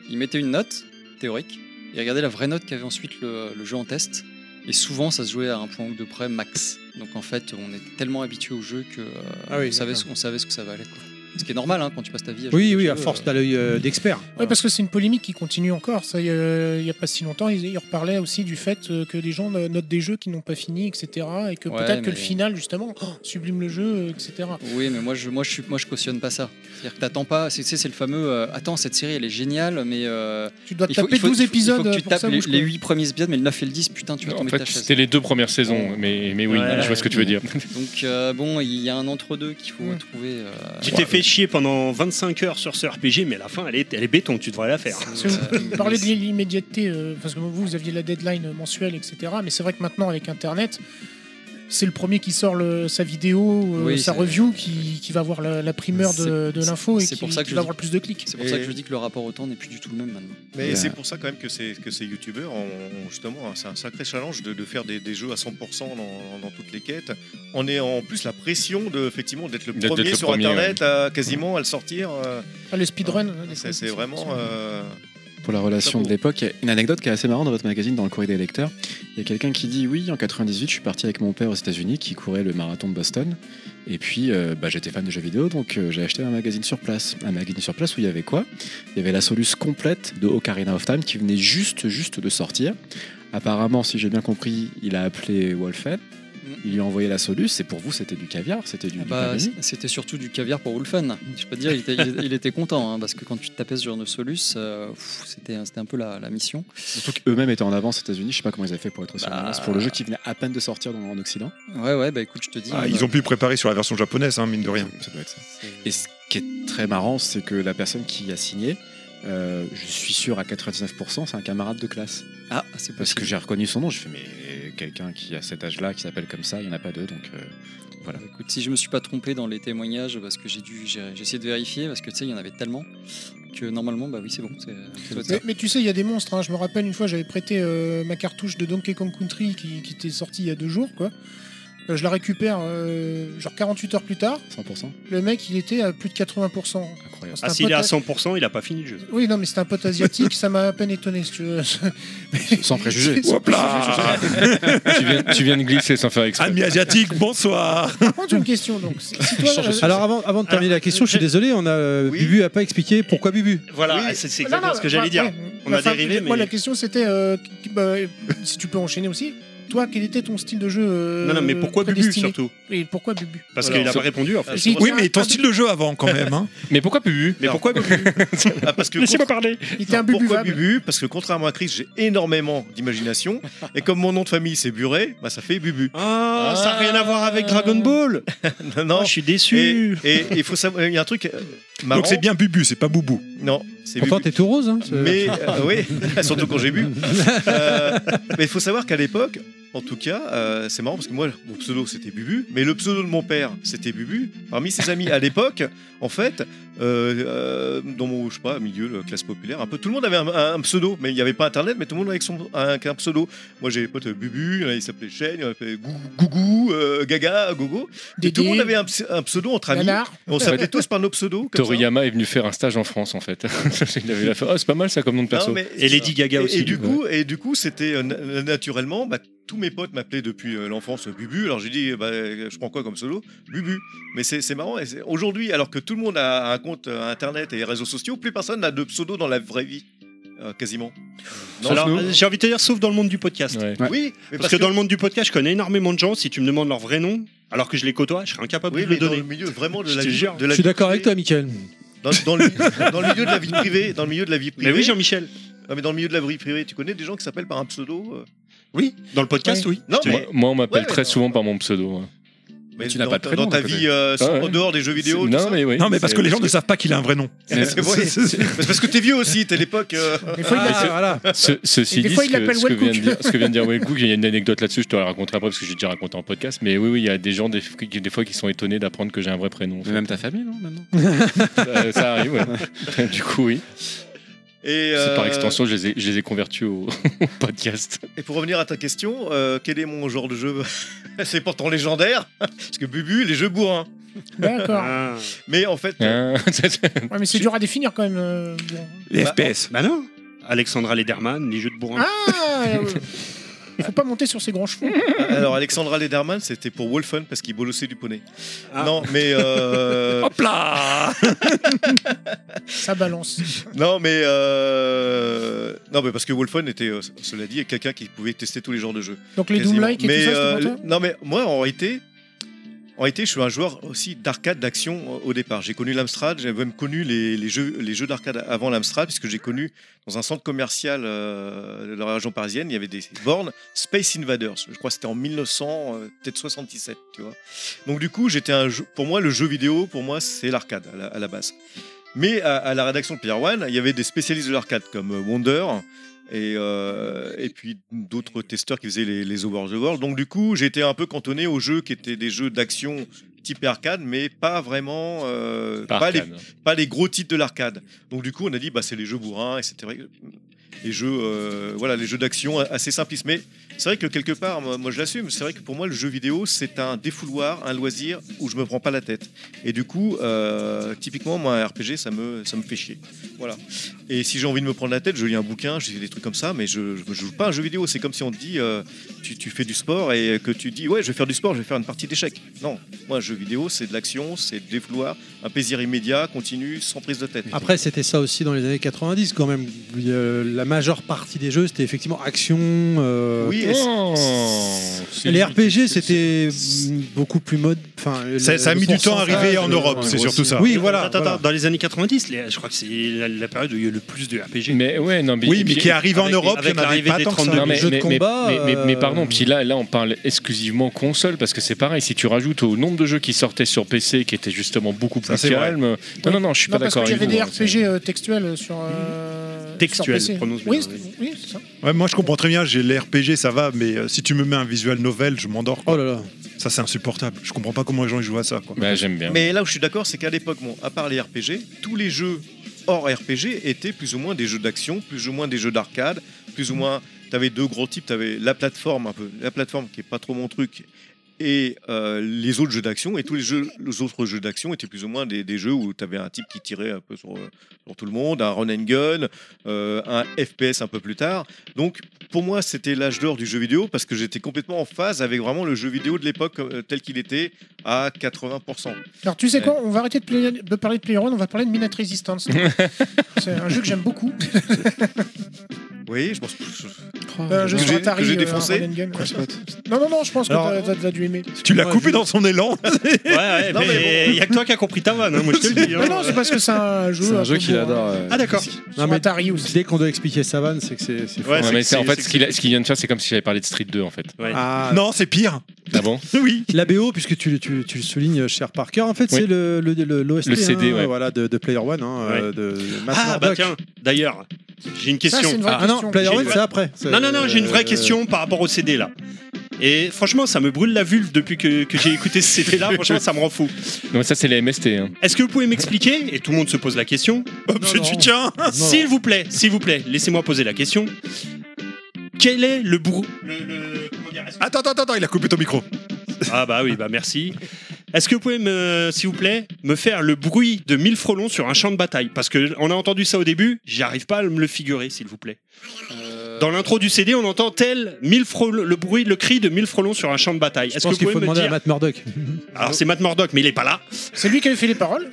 il mettait une note théorique, et regardait la vraie note qu'avait ensuite le, le jeu en test. Et souvent, ça se jouait à un point ou deux près max. Donc en fait, on est tellement habitué au jeu que euh, Ah oui, on, savait d'accord. ce, on savait ce que ça valait. Quoi. Ce qui est normal hein, quand tu passes ta vie. à jouer Oui, aux oui, jeux, à force euh, t'as l'œil euh, d'expert. Ouais, parce que c'est une polémique qui continue encore. Ça, il n'y a, pas si longtemps, ils, ils reparlaient aussi du fait euh, que les gens euh, notent des jeux qui n'ont pas fini, etc. Et que Ouais, peut-être que mais- le final, justement, oh, sublime le jeu, euh, etc. Oui, mais moi je, moi, je suis, moi, je cautionne pas ça. C'est-à-dire que t'attends pas. C'est, tu sais, c'est le fameux. euh, attends, cette série elle est géniale, mais. euh, Tu dois te il faut- taper il faut- 12 il faut que épisodes euh, tu pour tapes que ça les, bouge, quoi. les 8 premiers épisodes, mais le 9 et le 10, putain, tu vas En tomber de ta fait, chaise. c'était les deux premières saisons, mais, mais oui, Voilà. je vois ce que tu veux dire. Donc, euh, bon, il y a un entre-deux qu'il faut trouver. euh, Tu t'es fait chier pendant 25 heures sur ce RPG, mais à la fin, elle est, elle est béton, tu devrais la faire. Parce que vous parlez de l'immédiateté, euh, parce que vous, vous aviez la deadline euh, mensuelle, etc. Mais c'est vrai que maintenant, avec Internet, c'est le premier qui sort le- sa vidéo, euh, Oui, sa c'est- review, qui, qui va avoir la, la primeur de, de C'est- l'info et c'est qui, pour ça que qui je va dis- avoir le plus de clics. C'est pour ça que je dis que le rapport au temps n'est plus du tout le même maintenant. Mais c'est pour ça quand même que ces, que ces youtubeurs ont, ont justement, c'est un sacré challenge de, de faire des, des jeux à 100% dans, dans toutes les quêtes. On est en plus la pression de, effectivement d'être le D'être- d'être premier le sur premier, internet à quasiment à le sortir. euh, Ah, le speedrun. des fois, c'est c'est vraiment. euh, Pour la relation de l'époque, il y a une anecdote qui est assez marrante dans votre magazine, dans le courrier des lecteurs. Il y a quelqu'un qui dit Oui, en 98, je suis parti avec mon père aux États-Unis qui courait le marathon de Boston. Et puis, euh, bah, j'étais fan de jeux vidéo, donc euh, j'ai acheté un magazine sur place. Un magazine sur place où il y avait quoi Il y avait la soluce complète de Ocarina of Time qui venait juste, juste de sortir. Apparemment, si j'ai bien compris, il a appelé Wolfen. Il lui a envoyé la soluce, et pour vous, c'était du caviar, c'était Ah, du, du Bah, panini. c'était surtout du caviar pour Wolfen. Je peux te dire, il était, il- il était content, hein, parce que quand tu te tapais ce genre de solus, euh, pff, c'était, c'était un peu la, la mission. Surtout qu'eux-mêmes étaient en avance aux États-Unis, je sais pas comment ils avaient fait pour être sur Bah. l'avance pour le jeu qui venait à peine de sortir dans- en Occident. Ouais, ouais, bah écoute, je te dis. Ah, on ils a- ont pu préparer sur la version japonaise, hein, mine de rien. Ça doit être ça. Et ce qui est très marrant, c'est que la personne qui a signé, euh, je suis sûr à 99%, c'est un camarade de classe. Ah, c'est Parce que j'ai reconnu son nom, je fais mais quelqu'un qui a cet âge-là, qui s'appelle comme ça, il n'y en a pas deux, donc euh, voilà. Écoute, si je me suis pas trompé dans les témoignages, parce que j'ai dû, j'ai j'ai essayé de vérifier, parce que tu sais, il y en avait tellement que normalement, bah oui, c'est bon. c'est- ça doit être Mais, ça. mais tu sais, il y a des monstres. hein. Je me rappelle une fois, j'avais prêté euh, ma cartouche de Donkey Kong Country qui, qui était sortie il y a deux jours. Quoi. Euh, je la récupère euh, genre 48 heures plus tard. 100%. Le mec, il était à plus de 80%. Incroyable. C'est un Ah, s'il est pote à à- 100%, il a pas fini le jeu. Oui, non, mais c'était un pote asiatique, ça m'a à peine étonné, si tu veux. Sans préjugés. Hop là tu, viens, tu viens de glisser sans faire Ah, exprès. Ami asiatique, bonsoir Par contre, une question, donc. Si toi, euh, Alors avant, avant de terminer la question, je suis désolé, on a euh, Bubu a pas expliqué pourquoi Bubu. Voilà, c'est c'est Non, exactement non, ce que j'allais ouais, dire. ouais. On a Enfin, dérivé, Moi, mais. la question, c'était euh, qui- bah, si tu peux enchaîner aussi. toi, quel était ton style de jeu euh, Non, non, mais pourquoi Bubu, prédestiné surtout Et pourquoi Bubu Parce Voilà. qu'il n'a pas répondu. En fait. Si, Oui, tiens, mais ton un style de jeu avant, quand même. Hein. Mais pourquoi Bubu Mais pourquoi Bubu Ah, parce que Laissez-moi contre- parler. Il était un Non, Pourquoi buvable. Bubu Parce que contrairement à Chris, j'ai énormément d'imagination. Et comme mon nom de famille c'est Buré, bah, ça fait Bubu. Ah, ça n'a rien à voir avec Dragon Ball. non, non. je suis déçu. Et et il faut savoir, il y a un truc euh, marrant. Donc c'est bien Bubu, c'est pas Boubou. Non, c'est Pourtant, Bubu. t'es tout rose. Hein, ce- Mais euh, oui, surtout quand j'ai bu. Euh, mais il faut savoir qu'à l'époque, en tout cas, euh, c'est marrant parce que moi, mon pseudo c'était Bubu, mais le pseudo de mon père c'était Bubu. Parmi ses amis à l'époque, en fait, euh, euh, dans mon je sais pas milieu de classe populaire, un peu tout le monde avait un, un- un pseudo, mais il n'y avait pas internet, mais tout le monde avec son un, un pseudo. Moi j'avais des potes euh, Bubu, il y en a, il s'appelait Chêne, il y en a, il s'appelait Gougou, Gougou, euh, Gaga, Gogo. Et Dédé. tout le monde avait un, ps- un pseudo entre amis. Nanar. On s'appelait tous par nos pseudos. comme ça. Toriyama est venu faire un stage en France en fait. il avait la oh, c'est pas mal ça comme nom de perso. Non, mais- Et Lady Gaga et, aussi. et du coup, et du coup, c'était euh, na- naturellement, bah, tous mes potes m'appelaient depuis euh, l'enfance euh, Bubu. Alors j'ai dit, euh, bah, je prends quoi comme solo Bubu. Mais c'est c'est marrant. et c'est- Aujourd'hui, alors que tout le monde a un compte euh, internet et réseaux sociaux, plus personne n'a de pseudo dans la vraie vie, Euh, quasiment. Non, Alors, je- euh, j'ai envie de te dire, sauf dans le monde du podcast. Ouais. oui, mais Parce que, dans le monde du podcast, je connais énormément de gens. Si tu me demandes leur vrai nom, alors que je les côtoie, je serais incapable oui, de mais le dans le donner. milieu vraiment de Je la te vie, jure. de Je la suis vie d'accord avec privée- toi, Michael. Dans, dans le, dans le milieu de la vie privée, dans le milieu de la vie privée. Mais oui, Jean-Michel. Non, mais dans le milieu de la vie privée, tu connais des gens qui s'appellent par un pseudo euh Oui, dans le podcast, oui. Non, Moi- mais, Moi, on m'appelle Ouais, très mais- souvent par mon pseudo. hein. mais tu n'as dans pas de ta- prénom, Dans ta à côté. vie, euh, Ah ouais. en dehors des jeux vidéo, tout non, ça. mais oui. Non, mais parce C'est- que les gens ne savent pas qu'il a un vrai nom. Mais c'est vrai. C'est- c'est- Mais c'est parce que t'es vieux aussi, t'es l'époque. euh, Des fois, il Ah, a- voilà. Ce- ceci Et des dit, fois, ce il que, l'appelle ce, que vient de Wellcook. dire, ce que vient de dire Wellcook, il y a une anecdote là-dessus, je te la raconterai après parce que j'ai déjà raconté en podcast, mais oui, oui, il y a des gens des, qui- des fois qui sont étonnés d'apprendre que j'ai un vrai prénom. en fait. Mais même ta famille, non maintenant ça, ça arrive, ouais. Du coup, oui. Et, C'est par euh, extension, je les ai, je les ai convertis au, au podcast. Et pour revenir à ta question, euh, quel est mon genre de jeu C'est pourtant légendaire, parce que Bubu, les jeux bourrins. D'accord. Ah. Mais en fait, Hein Ouais, mais c'est dur à définir quand même. euh, bon. Les Bah, FPS. Bah non. Alexandra Lederman, les jeux de bourrin. Ah euh, Faut pas monter sur ces grands chevaux. alors Alexandra Lederman, c'était pour Wolfen, parce qu'il bolossait du poney. Ah. Non, mais. euh, Hop là Ça balance. non, mais. euh, Non, mais parce que Wolfen était, euh, cela dit, quelqu'un qui pouvait tester tous les genres de jeux. Donc les Quasiment. Doomlike et Mais, tout ça, euh, c'est pour le- toi Non, mais moi, en réalité, en réalité, je suis un joueur aussi d'arcade, d'action euh, au départ. J'ai connu l'Amstrad, j'ai même connu les, les jeux, les jeux d'arcade avant l'Amstrad, puisque j'ai connu dans un centre commercial euh, de la région parisienne, il y avait des bornes Space Invaders. Je crois que c'était en 1900, euh, peut-être 77, tu vois. Donc du coup, j'étais un jeu- pour moi, le jeu vidéo, pour moi, c'est l'arcade à la, à la base. Mais à, à la rédaction de Pierre One, il y avait des spécialistes de l'arcade comme euh, Wonder, et, euh, et puis d'autres testeurs qui faisaient les, les Over the World. Donc du coup, j'étais un peu cantonné aux jeux qui étaient des jeux d'action type arcade, mais pas vraiment, euh, Par pas, les, Cannes. pas les gros titres de l'arcade. Donc du coup, on a dit, bah, c'est les jeux bourrins, et c'était vrai que- les jeux, euh, voilà, les jeux d'action assez simplistes. Mais c'est vrai que quelque part, moi, moi, je l'assume, c'est vrai que pour moi, le jeu vidéo, c'est un défouloir, un loisir où je me prends pas la tête. Et du coup, euh, typiquement, moi, un RPG, ça me, ça me fait chier. Voilà. Et si j'ai envie de me prendre la tête, je lis un bouquin, je lis des trucs comme ça, mais je, je, je joue pas à un jeu vidéo. C'est comme si on te dit, euh, tu, tu fais du sport et que tu dis, ouais, je vais faire du sport, je vais faire une partie d'échecs. Non, moi, un jeu vidéo, c'est de l'action, c'est de défouloir, un plaisir immédiat, continu, sans prise de tête. Après, c'était ça aussi dans les années 90 quand même. Il y a- La majeure partie des jeux, c'était effectivement action. euh, oui, et- Oh. Oh. Les RPG, c'était mm, beaucoup plus mode. Enfin, Ça- le- ça a le mis du temps à pourcentage, arriver en euh, Europe, en c'est gros, surtout ça. Oui, voilà. Attends, attends, voilà. Dans les années 90, les- je crois que c'est la, la période où il y a eu le plus de RPG. Mais ouais, non, mais- Oui, et mais puis- qui est arrivé en avec- Europe, il avec n'y en avait l'arrivée pas des tant que ça. 32 Non, mais, jeux de mais- combat, mais- mais- mais euh, pardon, puis là, là, on parle exclusivement console parce que c'est pareil. Si tu rajoutes au nombre de jeux qui sortaient sur PC, qui étaient justement beaucoup Ça, plus c'est vrai. calmes, non, non, non, je suis Non, pas parce d'accord qu'il y avec avait vous. des hein, c'est- RPG euh, textuels sur. euh, Textuels, sur PC. prononce bien, Oui, oui. c'est- oui, c'est ça. Ouais, moi, je comprends très bien, j'ai l'RPG, ça va, mais euh, si tu me mets un visual novel, je m'endors. quoi. Oh là là. Ça, c'est insupportable. Je comprends pas comment les gens ils jouent à ça. Quoi. Bah, j'aime bien. Mais là où je suis d'accord, c'est qu'à l'époque, bon, à part les RPG, tous les jeux hors RPG étaient plus ou moins des jeux d'action, plus ou moins des jeux d'arcade, plus ou moins. T'avais deux gros types, t'avais la plateforme un peu, la plateforme qui est pas trop mon truc, et euh, les autres jeux d'action. Et tous les, jeux, les autres jeux d'action étaient plus ou moins des, des jeux où t'avais un type qui tirait un peu sur, euh, sur tout le monde, un run and gun, euh, un FPS un peu plus tard. Donc pour moi, c'était l'âge d'or du jeu vidéo parce que j'étais complètement en phase avec vraiment le jeu vidéo de l'époque euh, tel qu'il était à 80%. Alors tu sais quoi, on va arrêter de, play- de parler de Player One, on va parler de Minute Resistance. c'est un jeu que j'aime beaucoup. Oui, Eh, Oui, je pense. Euh, jeu Que sur j'ai- Atari, que j'ai euh, défoncé. Arcade and Game. Non, non, non, je pense que Alors- t'as- t'as t'as dû aimer. Tu l'as coupé dans son élan. Ouais, ouais, Non, mais mais bon. il y a que toi qui as compris ta vanne, hein, moi je te le dis. hein. Mais non, c'est parce que c'est un jeu. C'est un à jeu qu'il concours, adore, hein. euh, Ah, d'accord. Non, mais Dès qu'on doit expliquer sa vanne, c'est que c'est. c'est fou. Ouais, mais c'est- en fait, ce qu'il a- ce qu'il vient de faire, c'est comme si j'avais parlé de Street 2, en fait. Ah. Non, c'est pire. Ah bon Oui. La BO, puisque tu, le- tu- tu le soulignes, cher Parker, en fait, Oui. c'est le, le, le, l'OST, Le CD, hein, ouais. voilà, de, de Player One, hein, euh, de, de Matt Ah, bah Murdock. tiens, d'ailleurs, j'ai une question. c'est une vraie Ah, question. non, Player J'ai une One, vraie- c'est après. C'est- Non, non, non, j'ai une vraie euh, question par rapport au CD là. Et franchement, ça me brûle la vulve depuis que, que j'ai écouté ce CD là. Franchement, ça me rend fou. Non, mais ça, c'est les MST. hein. Est-ce que vous pouvez m'expliquer Et tout le monde se pose la question. Hop, je dis tiens. S'il vous plaît, s'il vous plaît, laissez-moi poser la question. Quel est le bourreau Attends, attends, attends, il a coupé ton micro. Ah bah oui, bah merci. Est-ce que vous pouvez me, s'il vous plaît, me faire le bruit de mille frelons sur un champ de bataille Parce que on a entendu ça au début, j'arrive pas à me le figurer, s'il vous plaît. Dans l'intro du CD, on entend tel mille frelons, le bruit, le cri de mille frelons sur un champ de bataille. Je Est-ce que pense vous qu'il pouvez faut me demander dire à Matt Murdock. Alors c'est Matt Murdock, mais il est pas là. C'est lui qui avait fait les paroles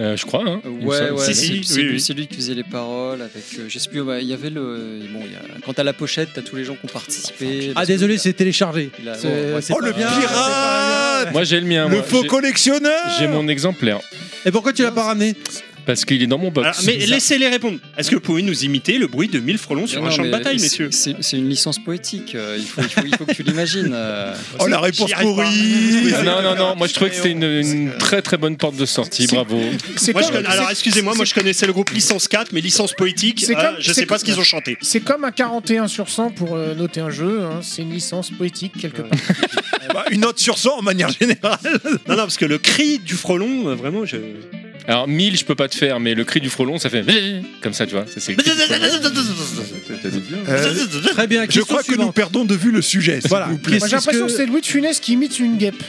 Euh, je crois, hein. il me Ouais, semble. ouais, c'est si, c'est oui, lui, oui. c'est lui qui faisait les paroles avec. euh, je sais plus, bah, il y avait le. Bon, il y a- quant à la pochette, t'as tous les gens qui ont participé. Ah, désolé, c'est téléchargé. Il a- C'est- ouais, c'est oh, le pas bien. Moi, j'ai le mien. Le moi. faux J'ai- collectionneur J'ai mon exemplaire. Et pourquoi tu l'as pas ramené Parce qu'il est dans mon box. Ah, Alors, mais laissez-les répondre. Est-ce que vous pouvez nous imiter le bruit de mille frelons sur Non, un champ de mais bataille, c'est- messieurs C'est c'est une licence poétique. euh, Il faut, il faut, il faut que tu l'imagines. euh. Oh, la réponse J'y arrive pas. pourrie Non, non, non, moi je trouvais que c'était une, une très très bonne porte de sortie, bravo. C'est Moi, je comme- connais- alors c'est- excusez-moi, moi je connaissais le groupe Licence 4, mais Licence Poétique, C'est euh, comme- je c'est sais pas comme- ce qu'ils ont chanté. C'est comme un 41 sur 100 pour euh, noter un jeu, hein, c'est une licence poétique quelque part. Bah, Une note sur 100 en manière générale. Non, non, parce que le cri du frelon, euh, vraiment, je. Alors 1000 je peux pas te faire, mais le cri du frelon ça fait comme ça, tu vois. Ça, c'est le cri du frelon. Euh, Euh, Très bien, Je question crois que nous suivante. perdons de vue le sujet. s'il Voilà. vous plaît. Moi, J'ai Qu'est-ce l'impression que- que c'est Louis de Funès qui imite une guêpe.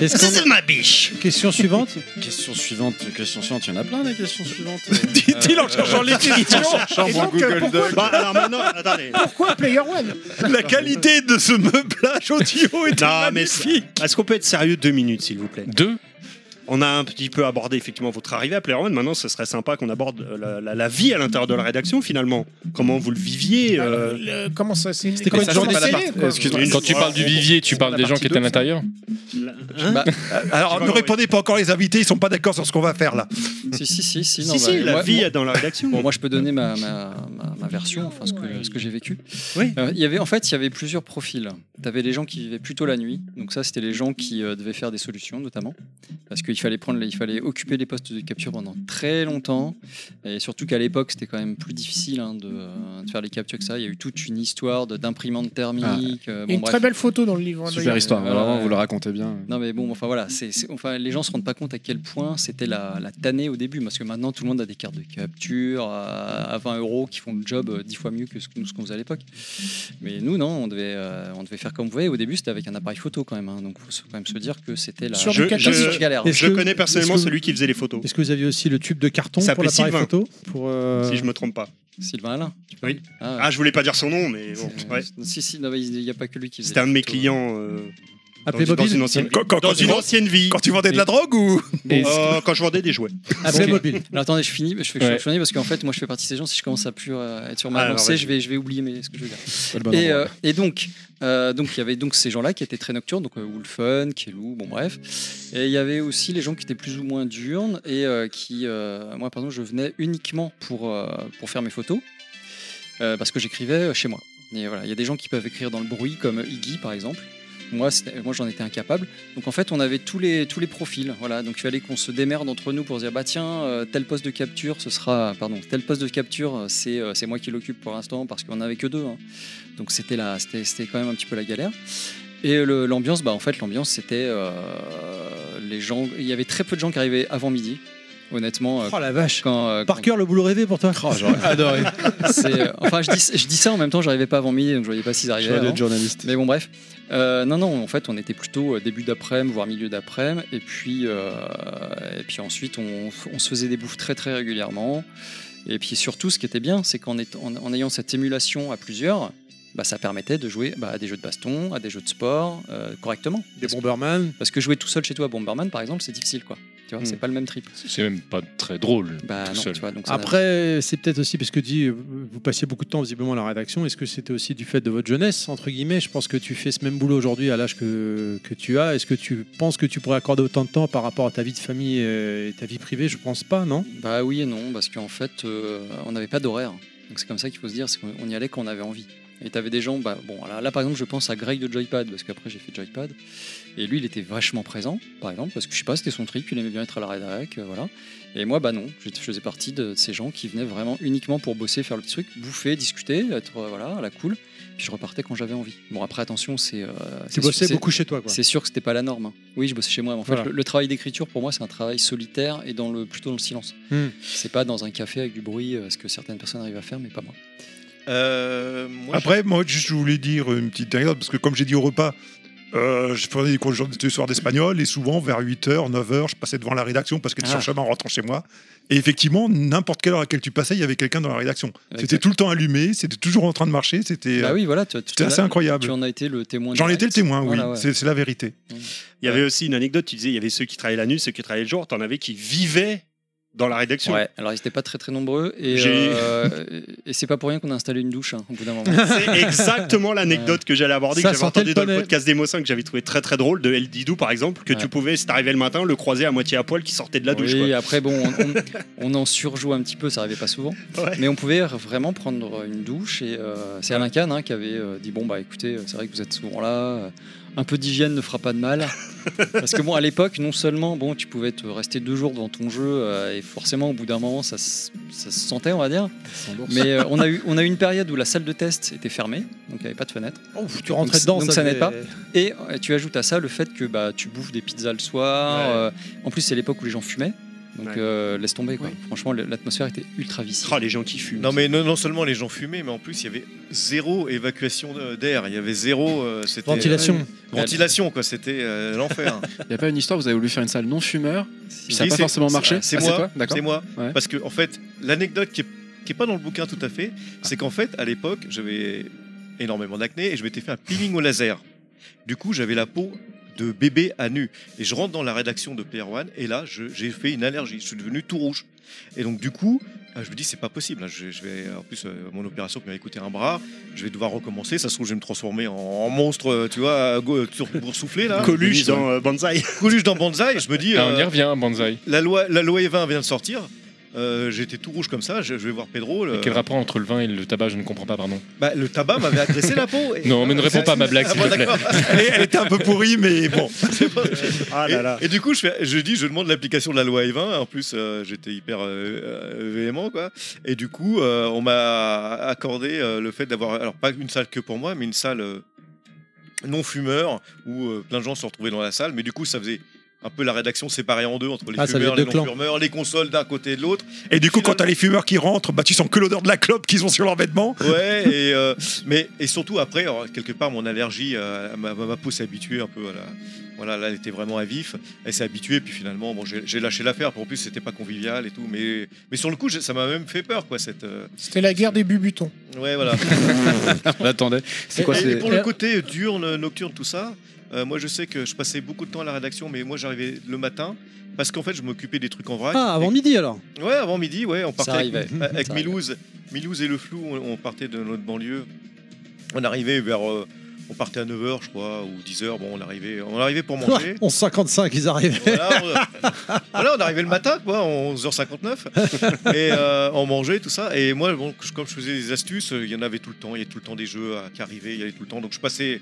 Est-ce qu'on- C'est ma biche Question suivante. Question suivante, question suivante, il y en a plein des questions suivantes. Dit-il en cherchant les définitions. Et donc, euh, pourquoi, Bah, alors maintenant, attendez. pourquoi Player One La qualité de ce meublage audio est Non, mais c'est- magnifique. est-ce qu'on peut être sérieux deux minutes, s'il vous plaît Deux On a un petit peu abordé effectivement votre arrivée à Player One. Maintenant, ce serait sympa qu'on aborde euh, la, la- la vie à l'intérieur de la rédaction, finalement. Comment vous le viviez euh, Le- Comment ça C'est une C'était quoi, mais une ça, journée c'est de la télé, part- quoi. Excuse-moi. Quand tu parles du vivier, tu parles des gens qui étaient à l'intérieur hein Bah, Euh, Alors, ne répondez pas encore les invités, ils sont pas d'accord sur ce qu'on va faire là. si, si, si, si. non, Si, si, bah, la moi- vie moi- dans la rédaction. Bon, moi, je peux donner ma, ma, ma- ma version, enfin, ce que, ce que j'ai vécu. Oui. Euh, il y avait, en fait, il y avait plusieurs profils. Tu avais les gens qui vivaient plutôt la nuit. Donc, ça, c'était les gens qui euh, devaient faire des solutions, notamment. Parce qu'il fallait, prendre les- il fallait occuper les postes de capture pendant très longtemps. Et surtout qu'à l'époque, c'était quand même plus difficile hein, de, euh, de faire les captures que ça. Il y a eu toute une histoire de- d'imprimante thermique. Ah. euh, Il y a bon, une bref. très belle photo dans le livre. hein, Super d'ailleurs. histoire, Euh, vraiment, ouais. vous le racontez bien. Non mais bon, enfin voilà, c'est c'est- enfin, les gens se rendent pas compte à quel point c'était la, la tannée au début, parce que maintenant tout le monde a des cartes de capture à, à 20 euros qui font le job euh, dix fois mieux que ce que nous ce qu'on faisait à l'époque. Mais nous non, on devait, euh, on devait faire comme vous voyez. Au début c'était avec un appareil photo quand même, hein, donc faut se- quand même se dire que c'était la Sur Je- du catalogue. je- je galère. Est-ce Je que- connais personnellement est-ce que- celui qui faisait les photos, Est-ce que vous aviez aussi le tube de carton Ça pour s'appelait l'appareil Sylvain. photo pour, euh, si je me trompe pas. Sylvain Alain. tu peux- Oui. Ah, Ah, je voulais pas dire son nom, mais bon. c'est- euh, ouais. Si si, non, mais il n'y a pas que lui qui faisait. C'était un de les mes photos. clients euh, dans, Appelez une- dans mobile. une ancienne, Quand- quand- dans quand une tu- ancienne vie. Quand tu vendais de la drogue ou Et- Euh, quand je vendais des jouets. Appelez Ok. mobile. Alors attendez, je finis, Ah, je fais Ouais. je finis parce qu'en fait, moi, je fais partie de ces gens. Si je commence à plus euh, être sur Ah, ma alors, lancée, vas-y. je vais, je vais oublier mais, ce que je veux dire. Pas le bon et, endroit. euh, et donc, euh, donc il y avait donc ces gens-là qui étaient très nocturnes, donc euh, Wolfen, Kelou, bon bref. Et il y avait aussi les gens qui étaient plus ou moins diurnes et euh, qui, euh, moi pardon, je venais uniquement pour euh, pour faire mes photos euh, parce que j'écrivais euh, chez moi. Et voilà, il y a des gens qui peuvent écrire dans le bruit comme euh, Iggy par exemple. Moi, c'était- moi j'en étais incapable. Donc en fait, on avait tous les, tous les profils. Voilà, donc il fallait qu'on se démerde entre nous pour se dire bah tiens, euh, tel poste de capture, ce sera pardon, tel poste de capture, euh, c'est euh, c'est moi qui l'occupe pour l'instant parce qu'on n'avait que deux. hein. Donc c'était là, c'était c'était quand même un petit peu la galère. Et le- l'ambiance, bah en fait l'ambiance c'était euh, les gens, il y avait très peu de gens qui arrivaient avant midi. Honnêtement, euh, Oh la vache. quand, euh, quand- Parker, le boulot rêvé pour toi. Oh, Oh, adoré. c'est, euh, enfin je dis, je dis ça en même temps, j'arrivais pas avant midi, donc je voyais pas s'ils arrivaient. Choix avant. de journaliste. Mais bon, bref. Euh, non, non, en fait, on était plutôt euh, début d'après-midi, voire milieu d'après-midi. Et, puis, euh, et puis ensuite, on, on se faisait des bouffes très, très régulièrement. Et puis surtout, ce qui était bien, c'est qu'en étant- en, en ayant cette émulation à plusieurs, bah, ça permettait de jouer bah, à des jeux de baston, à des jeux de sport euh, correctement. Des Bomberman. Hmm. Parce que jouer tout seul chez toi à Bomberman, par exemple, c'est difficile. quoi. Tu vois, c'est pas le même trip. C'est même pas très drôle. Bah tout non, seul. tu vois, donc ça n'a- Après, c'est peut-être aussi parce que tu dis, euh, vous passiez beaucoup de temps visiblement à la rédaction. Est-ce que c'était aussi du fait de votre jeunesse, entre guillemets Je pense que tu fais ce même boulot aujourd'hui à l'âge que, que tu as. Est-ce que tu penses que tu pourrais accorder autant de temps par rapport à ta vie de famille euh, et ta vie privée Je pense pas, non Bah oui et non, parce qu'en fait, euh, on n'avait pas d'horaire. Donc c'est comme ça qu'il faut se dire, c'est qu'on on y allait quand on avait envie. Et t'avais des gens, bah, bon, là, là, par exemple, je pense à Greg de Joypad, parce qu'après j'ai fait Joypad. Et lui, il était vachement présent, par exemple, parce que je sais pas, c'était son trip, il aimait bien être à la rédac, euh, voilà. Et moi, bah non, je je faisais partie de ces gens qui venaient vraiment uniquement pour bosser, faire le petit truc, bouffer, discuter, être euh, voilà, à la cool. Puis je repartais quand j'avais envie. Bon, après, attention, c'est. euh, c'est bossais c'est- beaucoup chez toi, quoi. C'est sûr que c'était pas la norme. hein. Oui, je bossais chez moi, mais en fait, Voilà. le, le travail d'écriture, pour moi, c'est un travail solitaire et dans le, plutôt dans le silence. Hmm. C'est pas dans un café avec du bruit, euh, ce que certaines personnes arrivent à faire, mais pas moi. Euh, moi, Après, moi, juste, je voulais dire une petite anecdote, parce que comme j'ai dit au repas, euh, je prenais des cours de jour- de soir d'espagnol, et souvent, vers 8h, 9h, je passais devant la rédaction, parce que Ah. sur le chemin en rentrant chez moi. Et effectivement, n'importe quelle heure à laquelle tu passais, il y avait quelqu'un dans la rédaction. C'était tout le temps allumé, c'était toujours en train de marcher, c'était Bah euh, oui, voilà, tu- tu c'était en as- assez incroyable. Tu en as été le témoin. J'en direct. étais le témoin, oui, Voilà, ouais. c'est c'est la vérité. Il y avait aussi une anecdote, tu disais, il y avait ceux qui travaillaient la nuit, ceux qui travaillaient le jour, t'en avais qui vivaient dans la rédaction. Ouais, alors ils n'étaient pas très très nombreux et, J'ai- euh, et c'est pas pour rien qu'on a installé une douche hein, au bout d'un moment. C'est exactement l'anecdote que j'allais aborder, Ça que j'avais sentait entendu le dans le poney. podcast Démo 5, que j'avais trouvé très très drôle, de El Didou par exemple, que tu pouvais, si t'arrivais le matin, le croiser à moitié à poil qui sortait de la douche. oui, quoi. après bon, on, on- on en surjoue un petit peu, ça arrivait pas souvent. Mais on pouvait vraiment prendre une douche et euh, c'est Alain Kahn hein, qui avait euh, dit bon bah écoutez, euh, c'est vrai que vous êtes souvent là, euh, un peu d'hygiène ne fera pas de mal. Parce que bon à l'époque, non seulement bon tu pouvais te rester deux jours devant ton jeu euh, et forcément au bout d'un moment ça, se- ça se sentait on va dire. s'endorse. Mais euh, on a eu on a eu une période où la salle de test était fermée, donc il n'y avait pas de fenêtre. Ouf, Oh, tu rentrais dedans, donc, ça ça n'aide faisait- pas. Et euh, tu ajoutes à ça le fait que bah, tu bouffes des pizzas le soir. euh, en plus, c'est l'époque où les gens fumaient. Donc Ouais. euh, laisse tomber. Quoi. Franchement, le- l'atmosphère était ultra vicieuse. les gens qui fument. Non, mais non, non seulement les gens fumaient, mais en plus, il y avait zéro évacuation euh, d'air. Il y avait zéro. euh, c'était- Ventilation. Ouais. Ventilation, quoi. C'était euh, l'enfer. Il n'y a pas une histoire, vous avez voulu faire une salle non fumeur, puis ça n'a Oui, pas c'est- forcément c'est- marché. C'est Ah, moi, toi D'accord. c'est moi. Ouais. Parce que en fait, l'anecdote qui est, qui est pas dans le bouquin tout à fait, Ah. c'est qu'en fait, à l'époque, j'avais énormément d'acné et je m'étais fait un peeling au laser. Du coup, j'avais la peau de bébé à nu. Et je rentre dans la rédaction de PR1 et là, je- j'ai fait une allergie. Je suis devenu tout rouge. Et donc, du coup, euh, je me dis, c'est pas possible. hein. Je, je vais, en plus, euh, mon opération qui m'a coûté un bras, je vais devoir recommencer. Ça se trouve, je vais me transformer en, en monstre, euh, tu vois, euh, go- sur- pour souffler là. Coluche dans euh, Banzai. Coluche dans Banzai, je me dis. Ah, on y euh, revient, Banzai. la loi, la loi E20 vient de sortir. Euh, J'étais tout rouge comme ça. Je, je vais voir Pedro. Le, Quel rapport entre le vin et le tabac Je ne comprends pas, pardon. Bah, le tabac m'avait agressé la peau. Et- Non, mais ne réponds pas à ma blague, Ah, s'il bon, te plaît. d'accord. elle, elle était un peu pourrie, mais bon. Ah Et, et du coup, je, fais- je dis, je demande l'application de la loi E20. En plus, euh, j'étais hyper euh, euh, véhément, quoi. Et du coup, euh, on m'a accordé euh, le fait d'avoir, alors pas une salle que pour moi, mais une salle euh, non fumeur où euh, plein de gens se retrouvaient dans la salle. Mais du coup, ça faisait un peu la rédaction séparée en deux entre les Ah, ça fumeurs, faisait les deux clans. non fumeurs, les consoles d'un côté et de l'autre. Et du coup, quand t'as les fumeurs qui rentrent, bah, tu sens que l'odeur de la clope qu'ils ont sur leurs vêtements. Ouais, et, euh, mais, et surtout après, alors, quelque part, mon allergie, euh, ma, ma- ma peau s'est habituée un peu à la. Voilà, là, elle était vraiment à vif. Elle s'est habituée, puis finalement, bon, j'ai j'ai lâché l'affaire. En plus, c'était pas convivial et tout. Mais, mais sur le coup, j'ai- ça m'a même fait peur, quoi, cette. euh, C'était la guerre des bubutons. Ouais, voilà. On attendait. Bah, C'est quoi Et- et c'est Pour le côté diurne, nocturne, tout ça, euh, moi, je sais que je passais beaucoup de temps à la rédaction, mais moi, j'arrivais le matin. Parce qu'en fait, je m'occupais des trucs en vrac. Ah, avant midi alors Ouais, avant midi, ouais, on partait Ça avec, arrivait. avec Ça Milouz, Milouz et le flou, on, on partait de notre banlieue. On arrivait vers euh, on partait à 9h je crois ou 10h, bon on arrivait on arrivait pour manger. 11h55, ils arrivent. Voilà, on, voilà, Ah, on arrivait le matin, quoi, en 11h59, et euh, on mangeait tout ça. Et moi, bon, je- comme je faisais des astuces, euh, il y en avait tout le temps. Il y avait tout le temps des jeux euh, qui arrivaient, il y avait tout le temps. Donc je passais,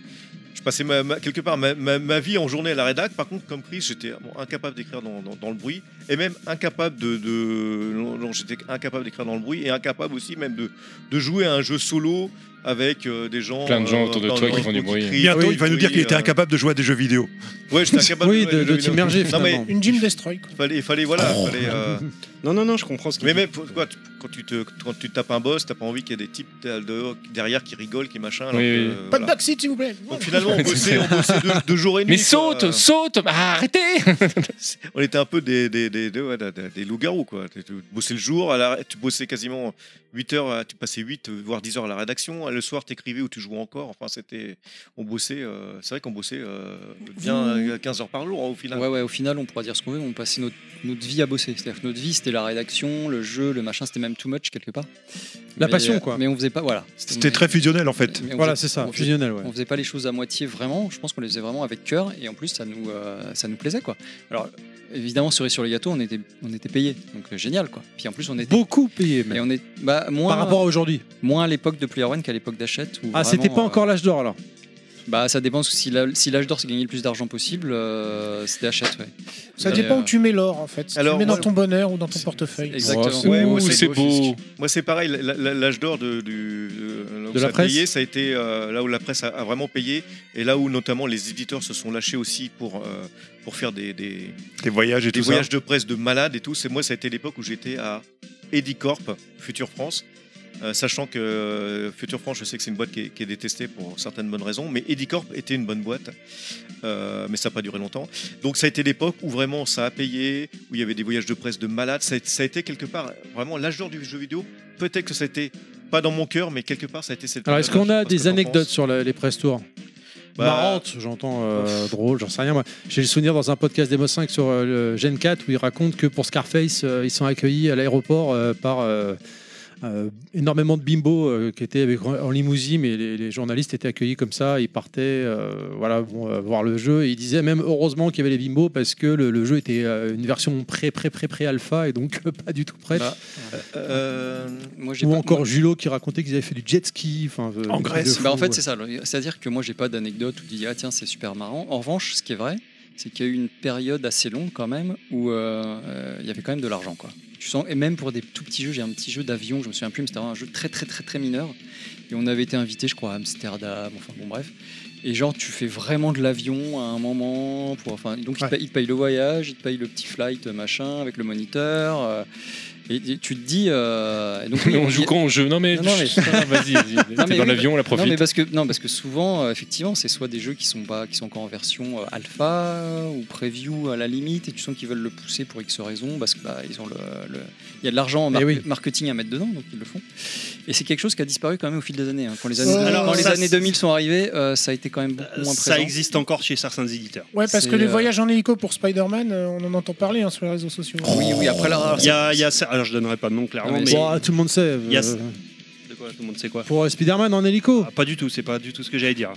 je passais ma- ma- quelque part ma, ma- ma vie en journée à la rédac. Par contre, comme Chris, j'étais bon, incapable d'écrire dans, dans- dans le bruit, et même incapable de, de- non, non, j'étais incapable d'écrire dans le bruit, et incapable aussi même de, de jouer à un jeu solo avec euh, des gens, Plein de gens euh, autour de dans le toi qui bruit, font du bruit. crient, Bientôt, il va nous dire qu'il bruit, était euh, incapable de jouer à des jeux vidéo. Ouais, j'étais incapable Oui, de- de jeux vidéo. t'immerger, Non, mais finalement. Une gym destroy. quoi. il fallait, il fallait voilà, il fallait, euh, Non, non, non, je comprends ce mais même pour- quoi, tu- quand, quand tu, te, quand tu tapes un boss, t'as pas envie qu'il y ait des types de- de- derrière qui rigolent, qui machin. alors Oui, que, oui. euh, Pas de voilà. backseat, s'il vous plaît. Donc finalement, on bossait, on bossait deux, deux jours et demi. Mais quoi. saute, saute, ah, arrêtez On était un peu des, des, des, des- ouais, des- des- des loups-garous, quoi. Tu tu bossais le jour, à la- tu bossais quasiment 8 heures, à- tu passais 8, voire 10 heures à la rédaction. Le soir, t'écrivais ou tu jouais encore. Enfin, c'était. On bossait, euh, c'est vrai qu'on bossait euh, bien Vous- euh, 15 heures par jour, hein, au final. Ouais, ouais, au final, on pourra dire ce qu'on veut, mais on passait notre, notre vie à bosser. C'est-à-dire que notre vie, c'était la rédaction, le jeu, le machin, c'était même too much quelque part. La Mais, passion, euh, quoi. Mais on faisait pas, voilà. C'était Mais- très fusionnel en fait. mais on Voilà, faisait- c'est ça, on faisait- fusionnel, ouais. On faisait pas les choses à moitié vraiment, je pense qu'on les faisait vraiment avec cœur et en plus ça nous, euh, ça nous plaisait quoi. Alors évidemment, cerise sur les gâteaux, on était, on était payé, donc euh, génial quoi. Puis en plus, on était. Beaucoup payé, Et mais on est bah, moins, par rapport à aujourd'hui. moins à l'époque de Player One qu'à l'époque d'Achette. où Ah, c'était vraiment, pas encore l'âge d'or alors. euh, bah, ça dépend, parce que si la- si l'âge d'or, c'est gagner le plus d'argent possible, euh, c'était Achette, ouais. Ça Et, dépend euh, où tu mets l'or, en fait. Si Alors, tu mets dans moi- ton bonheur ou dans ton portefeuille. Exactement. Ouais, moi, Ouh, c'est c'est beau, beau. Moi, c'est pareil. la- la- L'âge d'or de, du- de- là où De ça la a presse. payé, ça a été euh, là où la presse a, a vraiment payé et là où notamment les éditeurs se sont lâchés aussi pour euh, pour faire des des, Des voyages et des tout voyages de presse de malades et tout. C'est moi, ça a été l'époque où j'étais à Edicorp, Future France. euh, sachant que euh, Future France, je sais que c'est une boîte qui est, qui est détestée pour certaines bonnes raisons, mais Edicorp était une bonne boîte, Euh, mais ça n'a pas duré longtemps. Donc ça a été l'époque où vraiment ça a payé, où il y avait des voyages de presse de malades. Ça, a- ça a été quelque part vraiment l'âge d'or du jeu vidéo. Peut-être que ça a été pas dans mon cœur, mais quelque part ça a été cette. Alors, est-ce période-là, je qu'on a sais pas ce des que t'en anecdotes penses. sur la- les press tours Bah, Marrantes, j'entends euh, drôle, j'en sais rien. moi. J'ai le souvenir dans un podcast d'Emo 5 sur euh, le Gen 4 où ils racontent que pour Scarface, euh, ils sont accueillis à l'aéroport euh, par euh, euh, énormément de bimbo euh, qui étaient avec, en limousine, mais les, les journalistes étaient accueillis comme ça. Ils partaient euh, voilà, bon, euh, voir le jeu et ils disaient même heureusement qu'il y avait les bimbos parce que le, le jeu était euh, une version pré-pré-pré-pré-alpha et donc euh, pas du tout prête. Bah, Euh, moi, j'ai Ou pas- encore Julot qui racontait qu'ils avaient fait du jet ski. enfin, euh, des trucs de Bah, fou, en fait, ouais. c'est ça. C'est-à-dire que moi, j'ai pas d'anecdote où dit ah tiens, c'est super marrant. En revanche, ce qui est vrai, c'est qu'il y a eu une période assez longue quand même où euh, euh, il y avait quand même de l'argent, quoi. Tu sens, et même pour des tout petits jeux, j'ai un petit jeu d'avion, je me souviens plus, mais c'était un jeu très très très très mineur. Et on avait été invité, je crois, à Amsterdam, enfin bon bref. Et genre, tu fais vraiment de l'avion à un moment. Pour, enfin, donc, ils, Ouais. te payent, ils te payent le voyage, ils te payent le petit flight, machin, avec le moniteur. euh, et, et tu te dis. euh, et donc, oui, on il y joue a- quand au jeu Non mais, Non, non, mais- Ah, vas-y, vas-y. Non, T'es mais dans oui, l'avion, on la non, mais profite. parce que, non, parce que souvent, euh, effectivement, c'est soit des jeux qui sont, pas, qui sont encore en version euh, alpha ou preview à la limite, et tu sens qu'ils veulent le pousser pour X raisons, parce que bah, ils ont le, le- il y a de l'argent en mar- Eh oui. marketing à mettre dedans, donc ils le font. Et c'est quelque chose qui a disparu quand même au fil des années. hein. Quand les Euh, années, alors, quand les ça, années c'est- 2000 sont arrivées, euh, ça a été quand même beaucoup moins présent. Ça existe encore chez certains éditeurs. Ouais, parce C'est, que les euh, voyages en hélico pour Spider-Man, euh, on en entend parler hein, sur les réseaux sociaux. Oui, oui, après là, Il y a, il y a ça- alors je donnerai pas de nom clairement, Non, mais mais. Bon, ah, tout le monde sait. euh, Yes. De quoi, tout le monde sait quoi Pour euh, Spider-Man en hélico. Ah, pas du tout, c'est pas du tout ce que j'allais dire.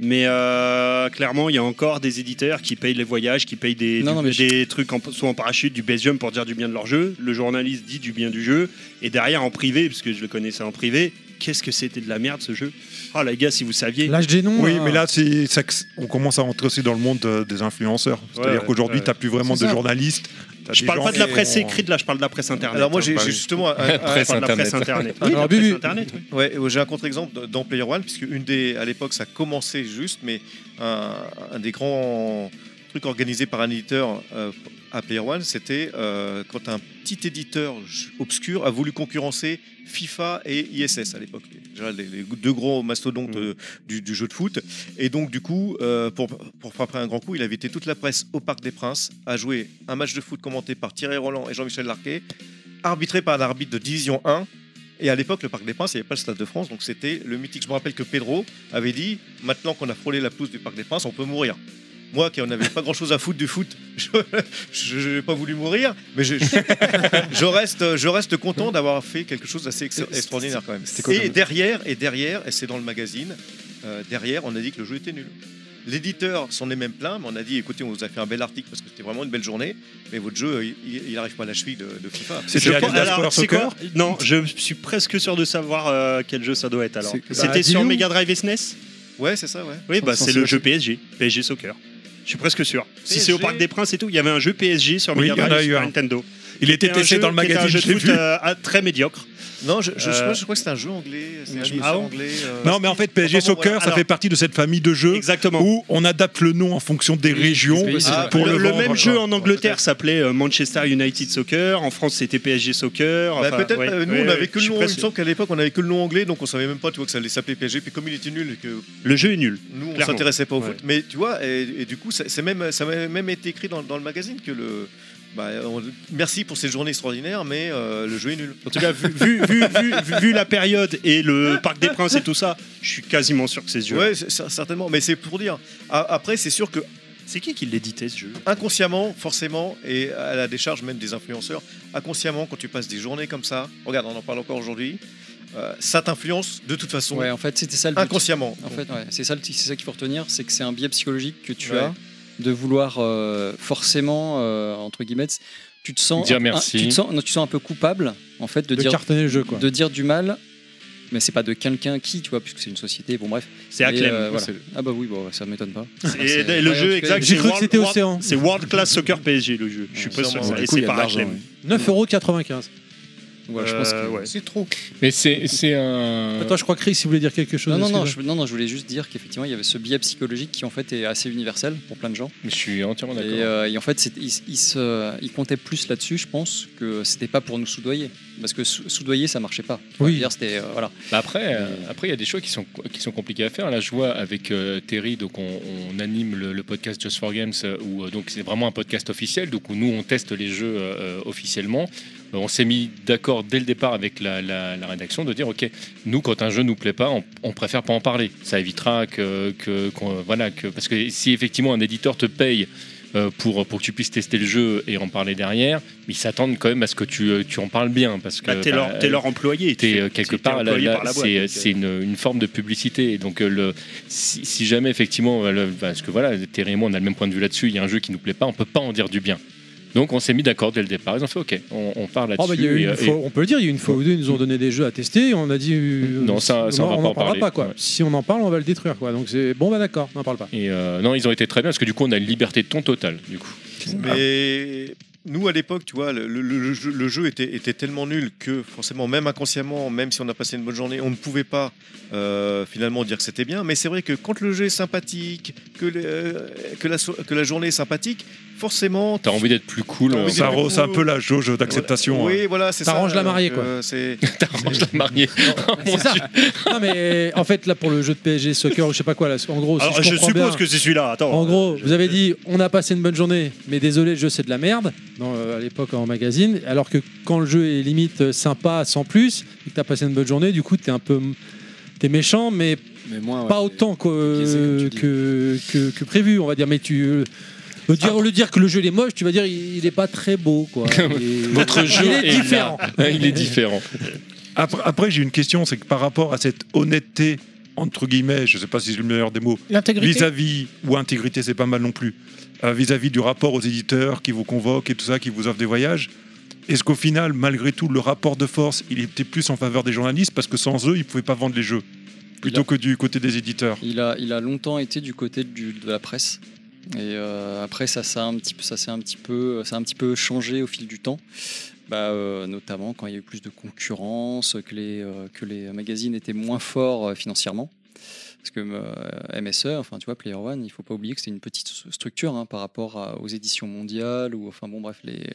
Mais euh, clairement, il y a encore des éditeurs qui payent les voyages, qui payent des, Non, du- non, mais je- des trucs en, soit en parachute, du Belgium pour dire du bien de leur jeu. Le journaliste dit du bien du jeu. Et derrière, en privé, parce que je le connaissais en privé, qu'est-ce que c'était de la merde ce jeu Ah, les gars, si vous saviez. L'âge des noms. Oui, hein. mais là, c'est, ça que- on commence à rentrer aussi dans le monde euh, des influenceurs. C'est-à-dire ouais, qu'aujourd'hui, ouais. tu t'as plus vraiment C'est de ça. journalistes. T'as Je des parle gens pas de la qui presse ont- écrite, là, je parle de la presse internet. Alors moi, j'ai Hein, j'ai justement euh, un- bah, un- un- je parle de la presse internet. Oui, de la Alors, Bubu. presse internet, oui. Ouais, et j'ai un contre-exemple d- dans Player One, puisque une des, à l'époque, ça commençait juste, mais un, un des grands trucs organisés par un éditeur euh, à Player One, c'était euh, quand un petit éditeur j- obscur a voulu concurrencer FIFA et ISS à l'époque, Déjà, les, les deux gros Mmh. mastodontes euh, du, du jeu de foot. Et donc, du coup, euh, pour, pour frapper un grand coup, il avait été toute la presse au Parc des Princes à jouer un match de foot commenté par Thierry Roland et Jean-Michel Larquet, arbitré par un arbitre de Division 1. Et à l'époque, le Parc des Princes, il n'y avait pas le Stade de France, donc c'était le mythique. Je me rappelle que Pedro avait dit maintenant qu'on a frôlé la pelouse du Parc des Princes, on peut mourir. Moi qui n'avais pas grand chose à foutre du foot, je n'ai pas voulu mourir, mais je, je- je reste, je reste content d'avoir fait quelque chose d'assez ex- extraordinaire quand même. c'était quoi et comme- derrière, et derrière, et c'est dans le magazine, euh, derrière, on a dit que le jeu était nul. L'éditeur s'en est même plein, mais on a dit écoutez, on vous a fait un bel article parce que c'était vraiment une belle journée, mais votre jeu, euh, il n'arrive pas à la cheville de, de FIFA. Je C'était pense- Adidas alors, Power c'est Soccer. quoi Non, je suis presque sûr de savoir euh, quel jeu ça doit être alors. C'est- C'était Bah, sur dis-nous. Mega Drive et SNES Ouais, c'est ça, ouais. Oui, bah, Sans- c'est sans- le jeu PSG, PSG Soccer. Je suis presque sûr. Si c'est au PSG. Parc des Princes et tout, il y avait un jeu PSG sur Oui, Mega il y en a Drive eu sur un. Nintendo. Il était C'était un testé jeu dans le qui était un magazine, jeu je de l'ai foot vu. euh, ah, très médiocre. Non, je, je, je Euh, crois- je crois que c'est un jeu anglais. C'est un je me éditeur sens- anglais. euh, Non, mais en fait, PSG enfin, bon, Soccer, voilà. ça Alors, fait partie de cette famille de jeux où on adapte le nom en fonction des régions Ah, pour le, le, le vendre. même jeu en Angleterre s'appelait euh, Manchester United Soccer, en France c'était PSG Soccer. Bah, enfin, peut-être, ouais, euh, nous ouais, on ouais, avait que le je suis nom, il me presque- semble qu'à l'époque on avait que le nom anglais, donc on savait même pas tu vois, que ça allait s'appeler PSG. Puis comme il était nul et que Le jeu est nul. nous on Clairement. s'intéressait pas au Ouais. foot, mais tu vois, et, et du coup ça, c'est même, ça m'a même été écrit dans, dans le magazine que le. bah, on- merci pour cette journée extraordinaire, mais euh, le jeu est nul. En tout cas, vu, vu- vu- vu- vu- vu la période et le Parc des Princes et tout ça, je suis quasiment sûr que c'est ce jeu. Ouais, c'est- c'est- certainement, mais c'est pour dire. A- Après, c'est sûr que. C'est qui qui l'éditait ce jeu Inconsciemment, forcément, et à la décharge même des influenceurs, inconsciemment, quand tu passes des journées comme ça, regarde, on en parle encore aujourd'hui, euh, ça t'influence de toute façon. Ouais, en fait, c'était ça le but. Inconsciemment. En fait, ouais, c'est ça, le- c'est ça qu'il faut retenir, c'est que c'est un biais psychologique que tu Ouais. as de vouloir euh, forcément, euh, entre guillemets, tu te sens Dire un- merci. tu te sens, non, tu te sens un peu coupable, en fait, de, De dire cartonner le jeu, quoi. de dire du mal. Mais c'est pas de quelqu'un qui, tu vois, puisque c'est une société. Bon bref. C'est Mais, Aclem. euh, voilà. C'est- Ah bah oui, bon, ça m'étonne pas. Et C'est- le ouais, en jeu tout cas, exact, J'ai c'est cru que World- c'était World- Océan. C'est World Class Soccer PSG le jeu. Je suis pas sûr. sûrement, ouais. Et Du coup, c'est il y a de par l'argent, Aclem. ouais. 9,95€. Ouais, je pense que- C'est trop. Mais c'est c'est un. Attends, je crois que Chris, il voulait dire quelque chose. Non, non, non, je, excuse-moi. non, non, je voulais juste dire qu'effectivement, il y avait ce biais psychologique qui, en fait, est assez universel pour plein de gens. Mais je suis entièrement d'accord. Et, euh, et en fait, c'est- il, il se- il comptait plus là-dessus, je pense, que c'était pas pour nous soudoyer. Parce que sou- soudoyer, ça marchait pas. Enfin, je veux dire, c'était. euh, voilà. Bah après, euh, après il y a des choix qui sont qui sont compliqués à faire. Là, je vois avec euh, Terry, donc on, on anime le, le podcast Just for Games, euh, où euh, donc c'est vraiment un podcast officiel, donc où nous on teste les jeux euh, euh, officiellement. Euh, on s'est mis d'accord dès le départ avec la, la- la rédaction de dire ok, nous quand un jeu nous plaît pas, on, on préfère pas en parler. Ça évitera que, que qu'on- euh, voilà que parce que si effectivement un éditeur te paye euh, pour, pour que tu puisses tester le jeu et en parler derrière, ils s'attendent quand même à ce que tu, euh, tu en parles bien. Parce que Bah, t'es Euh, leur- t'es leur employé. T'es, euh, quelque t'es part, là, employé là, par la boîte, c'est, donc, euh. c'est une, une forme de publicité. Et Donc, euh, le, si, si jamais, effectivement, euh, le- parce que voilà, Terry et moi, on a le même point de vue là-dessus, il y a un jeu qui nous plaît pas, on peut pas en dire du bien. Donc, on s'est mis d'accord dès le départ. Ils ont fait OK, on, on part là-dessus. Oh, bah, il y a eu et, une euh, et- fois- on peut le dire, il y a eu une fois ou deux, ils nous ont donné des jeux à tester, et on a dit euh, Non, ça- ça, on on va en pas en parlera parler. pas quoi. Ouais. Si on en parle, on va le détruire quoi. Donc c'est bon bah d'accord, on n'en parle pas. et, euh, non, ils ont été très bien parce que du coup, on a une liberté de ton totale. Du coup. Mais nous, à l'époque, tu vois, le, le- le jeu, le jeu était, était tellement nul que forcément, même inconsciemment, même si on a passé une bonne journée, on ne pouvait pas euh, finalement dire que c'était bien. Mais c'est vrai que quand le jeu est sympathique, que, le- euh, que, la, so- que la journée est sympathique, forcément... T'as envie d'être plus cool. euh, Ça re- c'est un peu la jauge d'acceptation. Oui, hein. voilà, c'est ça. T'arranges la alors mariée, que, quoi. euh, C'est... T'arranges la mariée. c'est ça. Non mais en fait là pour le jeu de PSG soccer ou je sais pas quoi là, en gros. Oh, si Alors, je, je, comprends suppose bien, que c'est celui-là. Attends. En gros, vous avez dit on a passé une bonne journée, mais désolé le jeu c'est de la merde. dans, euh, à l'époque en magazine, alors que quand le jeu est limite euh, sympa sans plus et que t'as passé une bonne journée, du coup t'es un peu t'es méchant mais Mais moi, Ah ouais, pas autant que, que, que, que prévu, on va dire. Mais tu. euh, le dire, Au lieu de dire que le jeu il est moche, tu vas dire il il est pas très beau. Quoi. Et- Votre jeu il est, là. différent. il est différent. Après, après, j'ai une question, c'est que par rapport à cette honnêteté, entre guillemets, je sais pas si c'est le meilleur des mots, L'intégrité. vis-à-vis, ou intégrité, c'est pas mal non plus, euh, vis-à-vis du rapport aux éditeurs qui vous convoquent et tout ça, qui vous offrent des voyages, est-ce qu'au final, malgré tout, le rapport de force, il était plus en faveur des journalistes parce que sans eux, ils pouvaient pas vendre les jeux, plutôt que du côté des éditeurs Il a, il a longtemps été du côté du- de la presse. Et euh, après, ça, ça, a un petit, peu- ça, s'est un petit peu, ça a un petit peu changé au fil du temps. Bah, euh, notamment quand il y a eu plus de concurrence, que les, euh, que les magazines étaient moins forts euh, financièrement. Parce que euh, MSE, enfin tu vois, Player One, il faut pas oublier que c'est une petite s- structure hein, par rapport à- aux éditions mondiales ou enfin bon bref les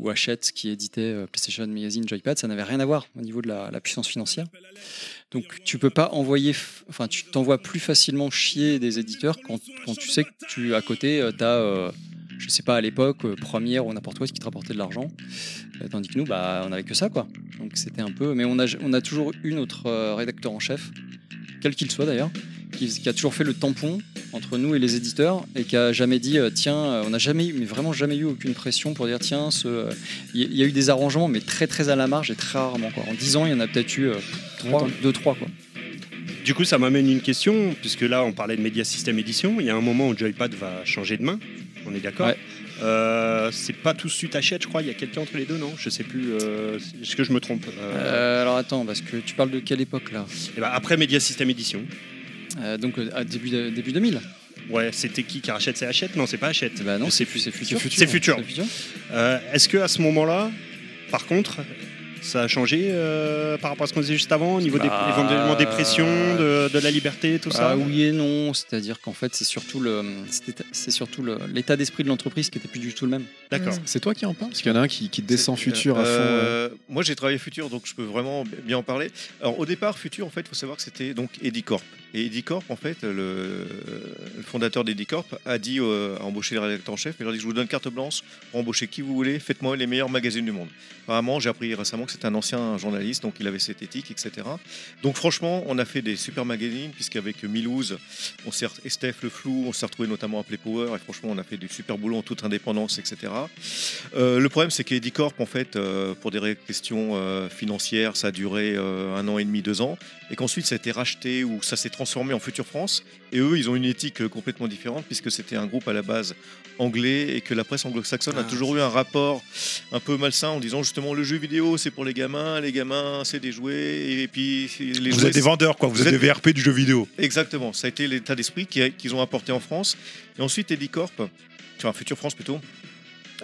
ou Hachette qui éditait euh, PlayStation Magazine Joypad, ça n'avait rien à voir au niveau de la, la puissance financière. Donc tu peux pas envoyer, f- enfin tu t'envoies plus facilement chier des éditeurs quand, quand tu sais que tu à côté tu as je sais pas à l'époque euh, première ou n'importe quoi ce qui te rapportait de l'argent, Euh, tandis que nous bah on avait que ça quoi. Donc c'était un peu, mais on a on a toujours eu notre euh, rédacteur en chef, quel qu'il soit d'ailleurs qui, qui a toujours fait le tampon entre nous et les éditeurs et qui a jamais dit euh, tiens euh, on n'a jamais eu mais vraiment jamais eu aucune pression pour dire tiens ce euh, il y, il y a eu des arrangements mais très très à la marge et très rarement quoi en 10 ans il y en a peut-être eu euh, 3 2 3 quoi Du coup, ça m'amène une question, puisque là, on parlait de Media System Edition. Il y a un moment où Joypad va changer de main. On est d'accord Euh, C'est pas tout de suite Hachette, je crois. Il y a quelqu'un entre les deux, non Je sais plus. euh, Est-ce que je me trompe Euh, Euh, alors attends parce que tu parles de quelle époque là eh ben, Après Media System Edition. donc euh, à début de- début 2000 Ouais, c'était qui qui rachète C'est Hachette Non, c'est pas Hachette. Bah non, c'est c'est futur. Future. C'est futur. C'est Future. Euh, Est-ce que à ce moment-là, par contre, Ça a changé euh, par rapport à ce qu'on disait juste avant, au niveau des, Bah, éventuellement des pressions, de, de la liberté, tout ça Bah oui et non, c'est-à-dire qu'en fait c'est surtout le c'était- c'est surtout le- l'état d'esprit de l'entreprise qui était plus du tout le même. D'accord. Mmh. C'est toi qui en parles Parce qu'il y en a un qui, qui descend futur à fond. euh. Euh, moi, j'ai travaillé Futur, donc je peux vraiment b- bien en parler. Alors, au départ, Futur, en fait, il faut savoir que c'était donc Edicorp. Et Edicorp, en fait, le, le fondateur d'Edicorp a dit euh, à embaucher les rédacteurs en chef, il leur dit, je vous donne carte blanche pour embaucher qui vous voulez, faites-moi les meilleurs magazines du monde. Apparemment, j'ai appris récemment que c'était un ancien journaliste, donc il avait cette éthique, etc. Donc, franchement, on a fait des super magazines, puisqu'avec Milouz, on s'est re- et Steph Le Flou, on s'est retrouvé notamment à Play Power, et franchement, on a fait du super boulot en toute indépendance, etc. Euh, le problème, c'est qu'Edicorp, en fait, euh, pour des ré- questions euh, financières, ça a duré euh, un an et demi, deux ans, et qu'ensuite ça a été racheté ou ça s'est transformé en Future France. Et eux, ils ont une éthique euh, complètement différente puisque c'était un groupe à la base anglais et que la presse anglo-saxonne a toujours eu un rapport un peu malsain en disant justement le jeu vidéo, c'est pour les gamins, les gamins, c'est des jouets, et puis les Vous jouets, êtes des vendeurs, quoi. Vous, êtes des VRP du jeu vidéo. Exactement, ça a été l'état d'esprit qui a- qu'ils ont apporté en France. Et ensuite, Edicorp, enfin Future France plutôt,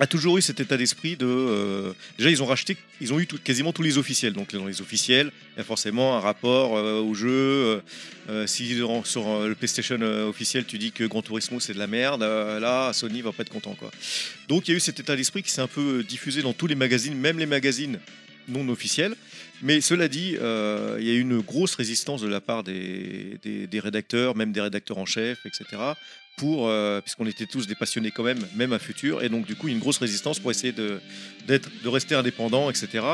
a toujours eu cet état d'esprit de. euh, déjà, ils ont racheté, ils ont eu tout- quasiment tous les officiels. Donc, dans les officiels, il y a forcément un rapport euh, au jeu. euh, euh, si dans- sur euh, le PlayStation euh, officiel, tu dis que Gran Turismo c'est de la merde, euh, là, Sony va pas être content. Quoi. Donc, il y a eu cet état d'esprit qui s'est un peu euh, diffusé dans tous les magazines, même les magazines non officiels. Mais cela dit, euh, il y a eu une grosse résistance de la part des, des- des rédacteurs, même des rédacteurs en chef, etc. Pour, euh, puisqu'on était tous des passionnés quand même, même à futur, et donc du coup il y a une grosse résistance pour essayer de, d'être, de rester indépendant, etc.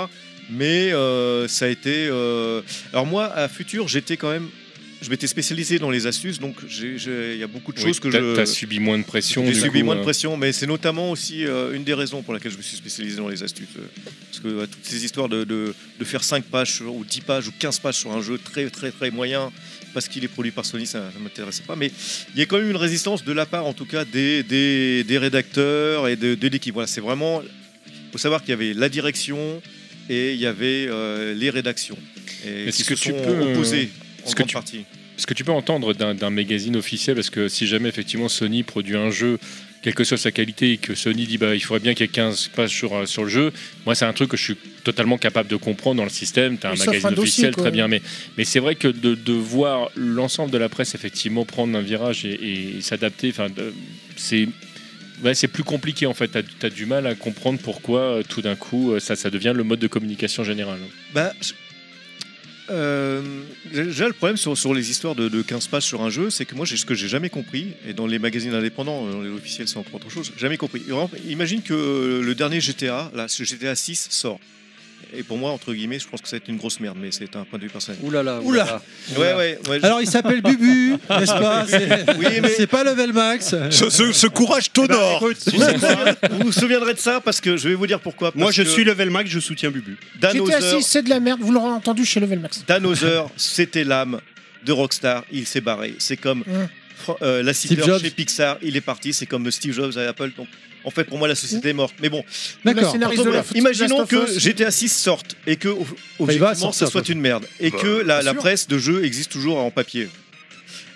Mais euh, ça a été. euh, Alors moi, à futur, j'étais quand même, je m'étais spécialisé dans les astuces, donc j'ai- j'ai- il y a beaucoup de Oui, choses que t'as- je. t'as subi moins de pression, J'ai du subi coup, moins de euh. pression, mais c'est notamment aussi euh, une des raisons pour laquelle je me suis spécialisé dans les astuces. euh, parce que euh, toutes ces histoires de, de- de faire 5 pages sur- ou 10 pages ou 15 pages sur un jeu très très très moyen parce qu'il est produit par Sony, ça ne m'intéressait pas. Mais il y a quand même une résistance de la part en tout cas des, des, des rédacteurs et de, de l'équipe. Voilà, c'est vraiment. Il faut savoir qu'il y avait la direction et il y avait euh, les rédactions. Et qui Est-ce se que tu sont peux euh, opposés en ce que grande tu- partie. ce que tu peux entendre d'un d'un magazine officiel parce que si jamais effectivement Sony produit un jeu quelle que soit sa qualité et que Sony dit bah il faudrait bien qu'il y ait 15 pages sur, euh, sur le jeu moi c'est un truc que je suis totalement capable de comprendre dans le système tu as un Oui, ça magazine fera un dossier, officiel quoi. très bien mais, mais c'est vrai que de, de voir l'ensemble de la presse effectivement prendre un virage et, et s'adapter enfin de- c'est ouais, c'est plus compliqué en fait, tu as, du mal à comprendre pourquoi euh, tout d'un coup euh, ça, ça devient le mode de communication général. Bah, je- euh, déjà, le problème sur, sur les histoires de, de 15 pages sur un jeu, c'est que moi, j'ai- ce que j'ai jamais compris, et dans les magazines indépendants, dans les officiels, c'est encore autre chose, jamais compris. Par exemple, Imagine que euh, le dernier GTA, là, ce GTA 6 sort. Et pour moi, entre guillemets, je pense que ça va être une grosse merde, mais c'est un point de vue personnel. Ouh là là. Oula. Ouais, ouais, ouais. Alors il s'appelle Bubu, n'est-ce pas C'est Oui, mais- c'est pas level max. Ce- ce- ce courage t'honore. Eh ben, écoute, vous vous souviendrez de ça parce que je vais vous dire pourquoi. Moi, parce je que suis level max, je soutiens Bubu. Dan GTA Hauser- 6, c'est de la merde, vous l'aurez entendu chez Level Max. Dan Hauser, c'était l'âme de Rockstar, il s'est barré. C'est comme Fr- euh, la Steve Citer Jobs. chez Pixar, il est parti. C'est comme Steve Jobs à Apple. Donc, en fait, pour moi, la société est morte. Mais bon, D'accord. Le scénariste de la- Pardon, imaginons Last of que Us. GTA 6 sorte et que, au- Bah, il va objectivement, sortir, ça soit de toute une merde et Bah, que la, bien la sûr. presse de jeu existe toujours en papier.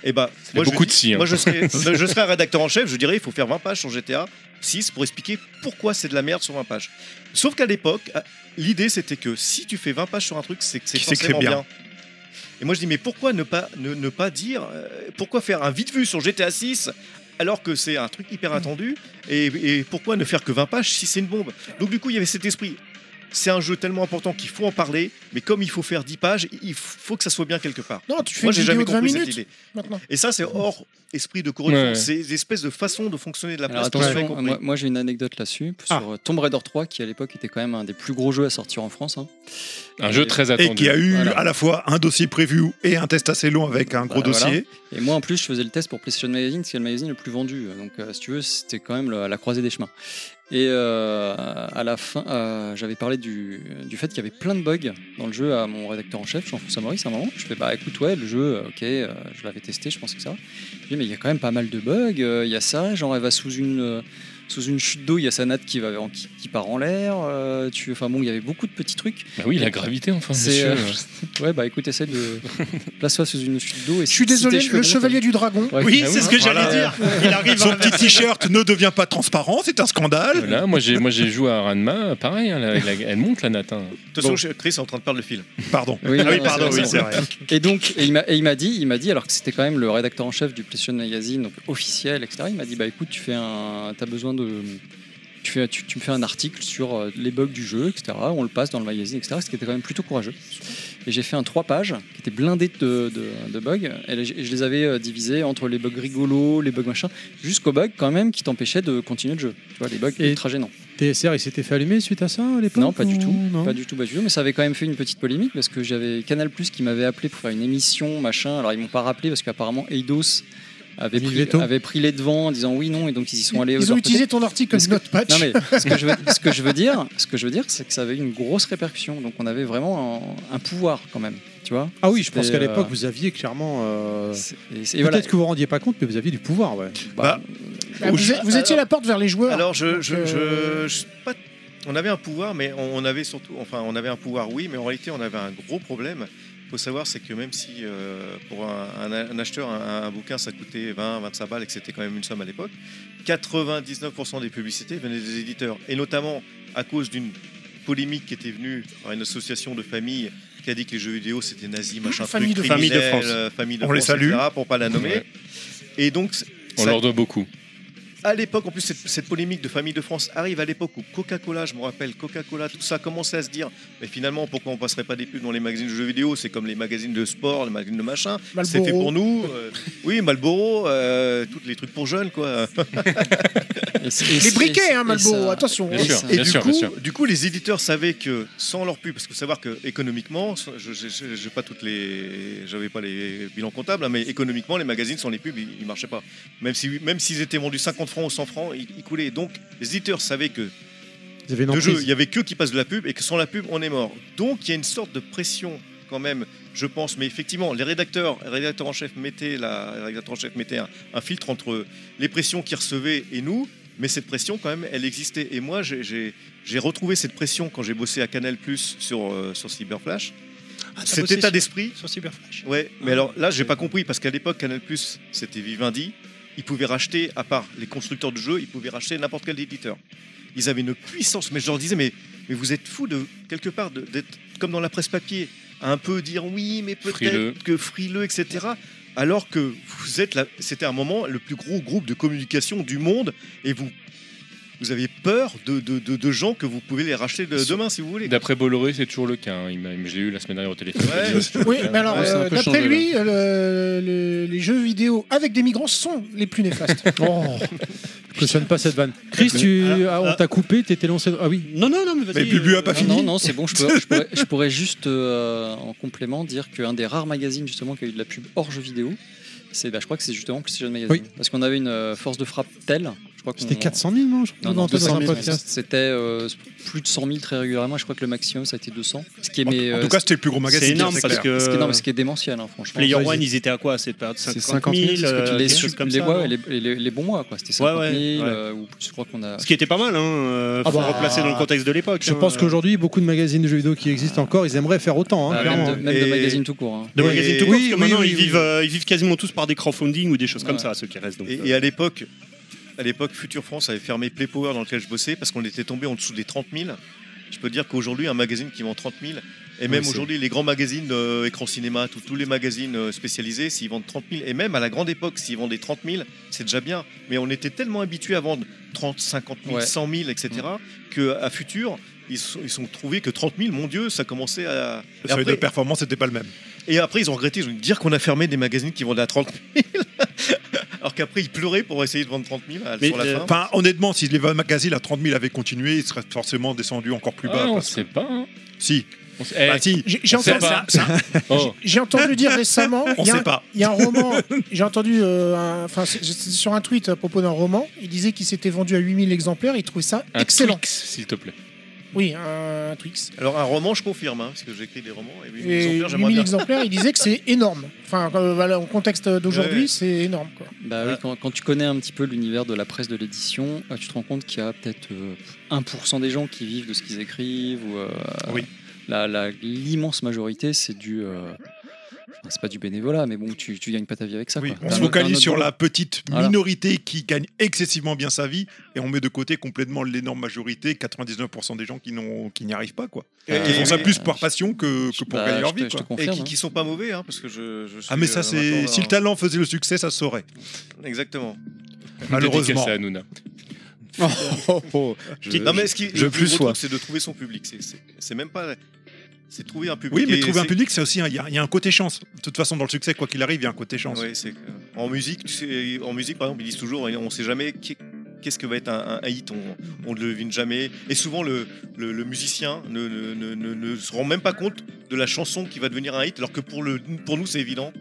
Et bah, y a beaucoup je, de si, hein. moi je serais, je serais un rédacteur en chef, je dirais il faut faire 20 pages sur GTA 6 pour expliquer pourquoi c'est de la merde sur 20 pages. Sauf qu'à l'époque, ah, l'idée c'était que si tu fais 20 pages sur un truc, c'est que c'est Qui s'écrit forcément bien. bien. Et moi je dis mais pourquoi ne pas, ne, ne pas dire, euh, pourquoi faire un vite-vu sur GTA 6 alors que c'est un truc hyper attendu et, et pourquoi ne faire que 20 pages si c'est une bombe Donc du coup il y avait cet esprit. C'est un jeu tellement important qu'il faut en parler, mais comme il faut faire 10 pages, il faut que ça soit bien quelque part. Non, tu fais Moi une j'ai jamais vidéo de 20 compris cette minutes idée. maintenant. Et ça, c'est hors esprit de corruption. Ouais. C'est des espèces de façons de fonctionner de la presse. Alors que j'ai attention, compris. moi, moi, j'ai une anecdote là-dessus sur Ah. euh, Tomb Raider 3 qui à l'époque était quand même un des plus gros jeux à sortir en France. hein. Et- Et qui a eu à la fois un dossier prévu et un test assez long avec un gros Bah, voilà. dossier. Et moi en plus je faisais le test pour PlayStation Magazine, c'est le magazine le plus vendu. Donc euh, si tu veux c'était quand même le- la croisée des chemins. Et euh, à la fin euh, j'avais parlé du, du fait qu'il y avait plein de bugs dans le jeu à mon rédacteur en chef, Jean-François Maurice à un moment. Je fais bah écoute ouais le jeu euh, ok euh, je l'avais testé je pense que ça. Je dis mais il y a quand même pas mal de bugs, euh, il y a ça, genre elle va sous une... euh, Sous une chute d'eau, il y a sa natte qui, va, en- qui, qui part en l'air. euh, tu- enfin bon, il y avait beaucoup de petits trucs. Bah oui, la gravité, enfin, C'est, monsieur. euh, ouais, bah écoute, essaie de. Place-toi sous une chute d'eau. et Je si- suis si tes désolé, cheveux le montent- chevalier du dragon. Ouais. Oui, hein. Ah c'est ce que j'allais dire. Il arrive Son à petit t-shirt ne devient pas transparent, c'est un scandale. Là, moi j'ai moi j'ai joué à Ranma, pareil, hein, la- la- elle monte la natte. hein. De toute façon, je- Chris est en train de perdre le fil. Pardon. Oui, ah oui, non, pardon, c'est oui, vrai, c'est vrai. Et donc, et il m'a- et il m'a dit, il m'a dit, alors que c'était quand même le rédacteur en chef du PlayStation Magazine, donc officiel, etc. Il m'a dit, bah écoute, tu fais un, t'as besoin de, tu fais, tu, tu me fais un article sur euh, les bugs du jeu, etc. On le passe dans le magazine, etc. Ce qui était quand même plutôt courageux. Et j'ai fait un trois pages qui était blindé de, de- de bugs. Et là, je je les avais euh, divisés entre les bugs rigolos, les bugs machin, jusqu'aux bugs quand même qui t'empêchaient de continuer le jeu. Tu vois, les bugs Et- ultra gênants. TSR, il s'était fait allumer suite à ça à l'époque Non, pas du ou- tout. non Pas du tout, pas du tout. Mais ça avait quand même fait une petite polémique parce que j'avais Canal Plus qui m'avait appelé pour faire une émission, machin. Alors ils m'ont pas rappelé parce qu'apparemment Eidos avait Mis le pris, veto. avait pris les devants en disant oui, non, et donc ils y sont allés. eux, de Ils ont leur utilisé côté. ton article comme notre patch. Non mais ce que je veux, ce que je veux dire, ce que je veux dire, c'est que ça avait eu une grosse répercussion. Donc on avait vraiment un, un pouvoir quand même, tu vois. Ah oui, je pense C'était, qu'à l'époque, euh, vous aviez clairement. euh, et- et Peut-être voilà. que vous vous rendiez pas compte, mais vous aviez du pouvoir, ouais. Bah, Ah, vous, je- êtes- vous étiez la porte vers les joueurs. Alors, je, Donc, je, euh, je- je sais pas- on avait un pouvoir, mais on, on avait surtout, enfin, on avait un pouvoir, oui, mais en réalité, on avait un gros problème. Il faut savoir, c'est que même si euh, pour un, un- un acheteur, un, un bouquin, ça coûtait 20, 25 balles et que c'était quand même une somme à l'époque, 99% des publicités venaient des éditeurs, et notamment à cause d'une polémique qui était venue par une association de familles qui a dit que les jeux vidéo c'était nazi, machin, Ah, Famille truc, de- famille de criminel, France. euh, famille de On les France, salue. etc., pour pas la nommer. Ouais. Et donc, On ça- leur doit beaucoup. à l'époque, en plus, cette, cette polémique de Famille de France arrive à l'époque où Coca-Cola, je me rappelle, Coca-Cola, tout ça commençait à se dire, mais finalement, pourquoi on passerait pas des pubs dans les magazines de jeux vidéo C'est comme les magazines de sport, les magazines de machin. C'est Marlboro. fait pour nous. euh, oui, Malboro, tous les trucs pour jeunes, quoi. Les briquets, hein, Malboro, attention. Bien sûr, Et bien du, sûr, coup, bien sûr. du coup, les éditeurs savaient que sans leur pub, parce que faut savoir que économiquement, je je- je- j'ai pas toutes les, j'avais pas les bilans comptables, hein, mais économiquement, les magazines sans les pubs, ils, ils marchaient pas. Même si, même s'ils étaient vendus 50 francs ou 100 francs, ils, ils coulaient. Donc, les éditeurs savaient que Vous avez une de jeu, il emprise. y avait que qui passe de la pub et que sans la pub, on est mort. Donc, il y a une sorte de pression quand même, je pense. Mais effectivement, les rédacteurs, les rédacteurs en chef mettaient la, les rédacteurs en chef mettaient un, un filtre entre eux, les pressions qu'ils recevaient et nous. Mais cette pression, quand même, elle existait. Et moi, j'ai- j'ai j'ai retrouvé cette pression quand j'ai bossé à Canal Plus sur euh, sur Cyberflash. t'as Cet bossé état sur- d'esprit. Sur Cyberflash. Ouais, mais alors là, j'ai pas compris parce qu'à l'époque, Canal Plus, c'était Vivendi. Ils pouvaient racheter, à part les constructeurs de jeux, ils pouvaient racheter n'importe quel éditeur. Ils avaient une puissance, mais je leur disais, mais, mais vous êtes fous de quelque part de- d'être comme dans la presse papier, à un peu dire oui, mais peut-être Frileux. que frileux, etc. Alors que vous êtes là, c'était un moment le plus gros groupe de communication du monde et vous. Vous avez peur de, de- de- de gens que vous pouvez les racheter de- demain si vous voulez. D'après Bolloré, c'est toujours le cas. hein. Il m'a- Je l'ai eu la semaine dernière au téléphone. Ouais. Il dit, c'est toujours Oui, le cas. mais alors, Ouais, c'est un euh, peu d'après changé, lui, euh, le- le- les jeux vidéo avec des migrants sont les plus néfastes. Oh, je cautionne pas cette vanne. Chris, tu... ah, on t'a coupé, t'étais lancé. Ah oui. Non, non, non, mais vas-y. Mais Bubu a euh, pas Non, fini. non, non, c'est bon, je pourrais, je pourrais- je pourrais juste euh, en complément dire qu'un des rares magazines justement qui a eu de la pub hors jeu vidéo, c'est, bah, je crois que c'est justement PlayStation Magazine. Oui. Parce qu'on avait une euh, force de frappe telle, je crois qu'on- C'était 400 000, non je crois, Non, non, dans un 200 000, podcast. C'était euh, plus de 100 000 très régulièrement. Je crois que le maximum, ça a été 200. Ce qui est, mais, En euh, tout cas, c'était le plus gros magazine. C'est énorme c'est parce clair. que. ce qui est- non, mais ce qui est démentiel, hein, franchement. Player Ouais, One, ils- ils étaient à quoi C'est pas C'est 50 000, 50 000, euh, les, quelque chose comme les, ça, mois, non les, les- les bons mois, quoi. C'était Ouais, 50 000, ouais, ouais. euh, ou plus, je crois qu'on a. Ce qui était pas mal, hein. euh, Ah faut bah, replacer dans le contexte de l'époque. Je hein. pense qu'aujourd'hui, beaucoup de magazines de jeux vidéo qui existent encore, ils aimeraient faire autant. hein, Ah, Bah, clairement. même de, même de Et- magazines tout court. hein. De Et- magazines tout court, parce Oui, que oui, maintenant oui, ils, oui. Vivent, euh, ils vivent quasiment tous par des crowdfunding ou des choses comme Ouais. ça, ceux qui restent. Donc, Et, euh, et à l'époque, à l'époque, Future France avait fermé Play Power dans lequel je bossais parce qu'on était tombé en dessous des 30 000. Je peux dire qu'aujourd'hui, un magazine qui vend 30 000, et même c'est- aujourd'hui, les grands magazines, euh, écran cinéma, tout- tous les magazines euh, spécialisés, s'ils vendent 30 000, et même à la grande époque, s'ils vendaient 30 000, c'est déjà bien. Mais on était tellement habitués à vendre 30, 50 000, Ouais. 100 000, etc., qu'à Future, ils se sont, ils se sont trouvés que 30 000, mon Dieu, ça commençait à. Le Et seuil de après, performance n'était pas le même. et après, ils ont regretté, ils ont dit dire qu'on a fermé des magazines qui vendaient à 30 000. Alors qu'après, ils pleuraient pour essayer de vendre 30 000 à- Mais, sur la euh, fin. Enfin, honnêtement, si les magazines à 30 000 avaient continué, ils seraient forcément descendus encore plus Ah, bas. on parce- sait pas. hein. Si. On sait- eh, Bah, si. J'ai j'ai on sait entendu, pas. Oh, j'ai entendu dire récemment, On il y a sait un- pas. il y a un roman, j'ai entendu, euh, un- enfin, c'est- c'est sur un tweet à propos d'un roman, il disait qu'il s'était vendu à 8000 exemplaires, il trouvait ça un excellent. Twix, s'il te plaît. Oui, un, Twix. Alors, un roman, je confirme, hein, parce que j'écris des romans. Et 8000 Et exemplaires, j'aimerais 8000 bien. exemplaires, il disait que c'est énorme. Enfin, euh, voilà, en contexte d'aujourd'hui, Ouais. c'est énorme. Quoi. Bah, Bah oui, quand, quand tu connais un petit peu l'univers de la presse de l'édition, euh, tu te rends compte qu'il y a peut-être euh, 1% des gens qui vivent de ce qu'ils écrivent. Ou, euh, la- la- L'immense majorité, c'est du. euh, enfin, c'est pas du bénévolat, mais bon, tu, tu gagnes pas ta vie avec ça. quoi. On T'as se un- t'as un focalise autre sur boulot. la petite Voilà. minorité qui gagne excessivement bien sa vie et on met de côté complètement l'énorme majorité, 99% des gens qui n'ont- qui n'y arrivent pas. Quoi. Et- Ils font et- ça mais- plus par passion que, que pour Bah, gagner leur je te- vie. je te quoi. confirme, Et qui, qui sont pas mauvais, hein, parce que je, je Ah suis, mais ça euh, c'est... maintenant Si le dans- talent faisait le succès, ça se saurait. Exactement. Malheureusement. Dédicacé à Hanouna. Je- non mais ce qui je le plus plus gros sois. truc, c'est de trouver son public. C'est- C'est c'est même pas, c'est trouver un public. Oui, mais et trouver un c'est- public, c'est aussi... un- Il y, a- il y a un côté chance. De toute façon, dans le succès, quoi qu'il arrive, il y a un côté chance. Ouais, c'est- en musique, tu sais, en musique par exemple, ils disent toujours, on ne sait jamais qui- qu'est-ce que va être un, un hit, on, on ne le devine jamais. Et souvent, le, le- le musicien ne, ne- ne- ne- ne se rend même pas compte de la chanson qui va devenir un hit, alors que pour, le, pour nous, c'est évident.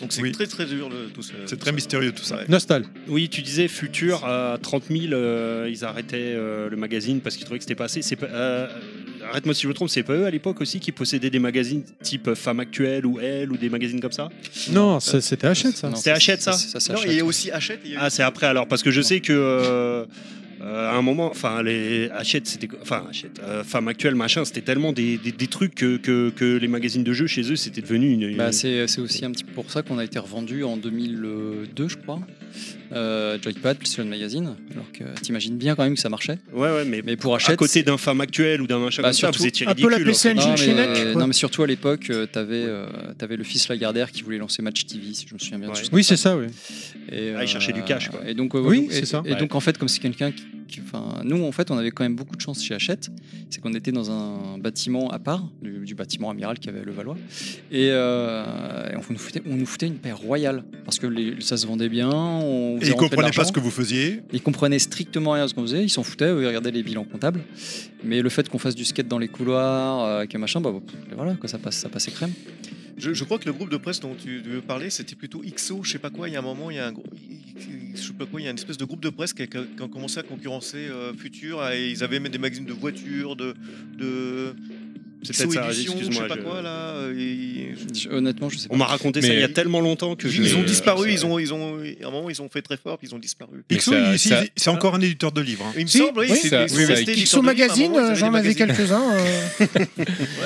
Donc c'est très très dur le- tout ça. C'est très mystérieux tout ça. Nostal. Oui, tu disais Futur à 30 000, euh, ils arrêtaient euh, le magazine parce qu'ils trouvaient que c'était pas assez. C'est pas- euh, Arrête-moi si je me trompe, c'est pas eux à l'époque aussi qui possédaient des magazines type Femme Actuelle ou Elle ou des magazines comme ça Non, ça- c'était Hachette, ça. C'était Hachette ça, Non, il y a aussi Hachette. il y a eu- Ah, c'est après alors, parce que je sais que. euh, euh, à un moment, enfin, les Hachette, c'était. Enfin, Hachette, euh, Femme Actuelle, machin, c'était tellement des, des- des trucs que, que- que les magazines de jeux chez eux, c'était devenu une. Bah, c'est c'est aussi un petit peu pour ça qu'on a été revendu en 2002, je crois. Euh, Joypad, PlayStation Magazine. Alors que t'imagines bien quand même que ça marchait. Ouais, ouais, mais, pour à Hachette. côté d'un Femme Actuelle ou d'un machin Bah, comme ça, surtout- vous étiez ridicule. Non, mais, euh, non, mais surtout à l'époque, euh, t'avais euh, t'avais le fils Lagardère qui voulait lancer Match TV, si je me souviens bien. Ouais. Oui, c'est ça, oui. Et, euh, Ah, il cherchait du cash, quoi. Et donc, ouais, Oui, donc- c'est et- ça. Et donc, en fait, comme c'est quelqu'un qui. qui- Enfin, nous, en fait, on avait quand même beaucoup de chance chez Hachette. C'est qu'on était dans un bâtiment à part, du, du bâtiment amiral qu'il y avait à Levallois. Et, euh, et on, nous foutait, on nous foutait une paire royale. Parce que les- ça se vendait bien. On Et faisait ils rentrer de comprenaient pas l'argent. ce que vous faisiez. Ils comprenaient strictement rien à ce qu'on faisait, ils s'en foutaient, eux, ils regardaient les bilans comptables. Mais le fait qu'on fasse du skate dans les couloirs, euh, que machin, bah, bah, voilà, quoi, ça, passe, ça passait crème. Je, je crois que le groupe de presse dont tu tu veux parler, c'était plutôt XO, je sais pas quoi. Il y a un moment, il y a un gros- je sais pas quoi, il y a une espèce de groupe de presse qui a, qui a- qui a commencé à concurrencer euh, Futur. Et ils avaient même des magazines de voitures, de. de... C'est XO peut-être ça, édition, je sais excuse-moi, pas je- quoi là. euh, et- Honnêtement, je sais pas. On m'a raconté ça il y a tellement longtemps que euh, je- Ils euh, ont disparu, ils ont, ils ont, à un moment ils ont fait très fort, puis ils ont disparu. Mais XO, ça- ici, ça- c'est encore un éditeur de livres. hein. Il me Si, semble, oui, oui, c'est- ça- ils sont oui, oui. restés Ils éditeurs sont de livres, à un magazines, moment, ils avaient des euh, j'en avais magazines. quelques-uns. euh,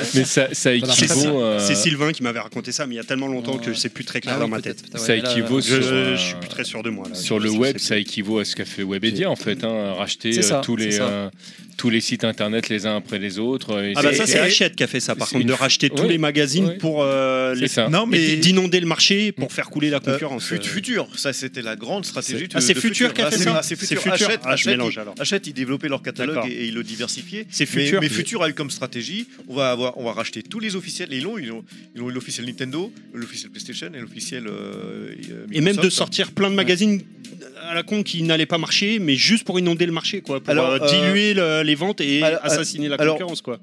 Mais ça, ça équivaut. C'est Sy- euh, c'est Sylvain qui m'avait raconté ça, mais il y a tellement longtemps que c'est plus très clair Ah oui, dans ma peut-être, tête. peut-être, Ça ouais, là, équivaut Je, sur, euh, je suis plus très sûr de moi. Là. Sur le web, ça équivaut à ce qu'a fait Webedia en fait, hein, racheter C'est euh, ça, tous, c'est les, ça. euh, tous les sites internet les uns après les autres. euh, et Ah bah ça c'est Hachette qui a fait ça par c'est contre une- de racheter tous Ouais. les magazines Ouais. pour euh, les ça. non Non, mais mais- d'inonder le marché pour faire couler la Euh, concurrence. Fut- Futur, ça c'était la grande stratégie. Ah, c'est Futur qui a fait ça C'est C'est Futur. Futur. Hachette, Ah, je Hachette, mélange, ils- alors. Hachette, ils développaient leur catalogue D'accord. et, et ils le diversifiaient. C'est Mais- Futur. Mais, Futur a eu comme stratégie, on va avoir, on va racheter tous les officiels. Et ils l'ont, ils ont, ils ont eu l'officiel Nintendo, l'officiel PlayStation et l'officiel. euh, euh, Et même de Microsoft. sortir plein de magazines à la con qui n'allaient pas marcher, mais juste pour inonder le marché, quoi, pour Alors, euh, euh, diluer le- les ventes et alors, euh, assassiner la alors, concurrence, quoi.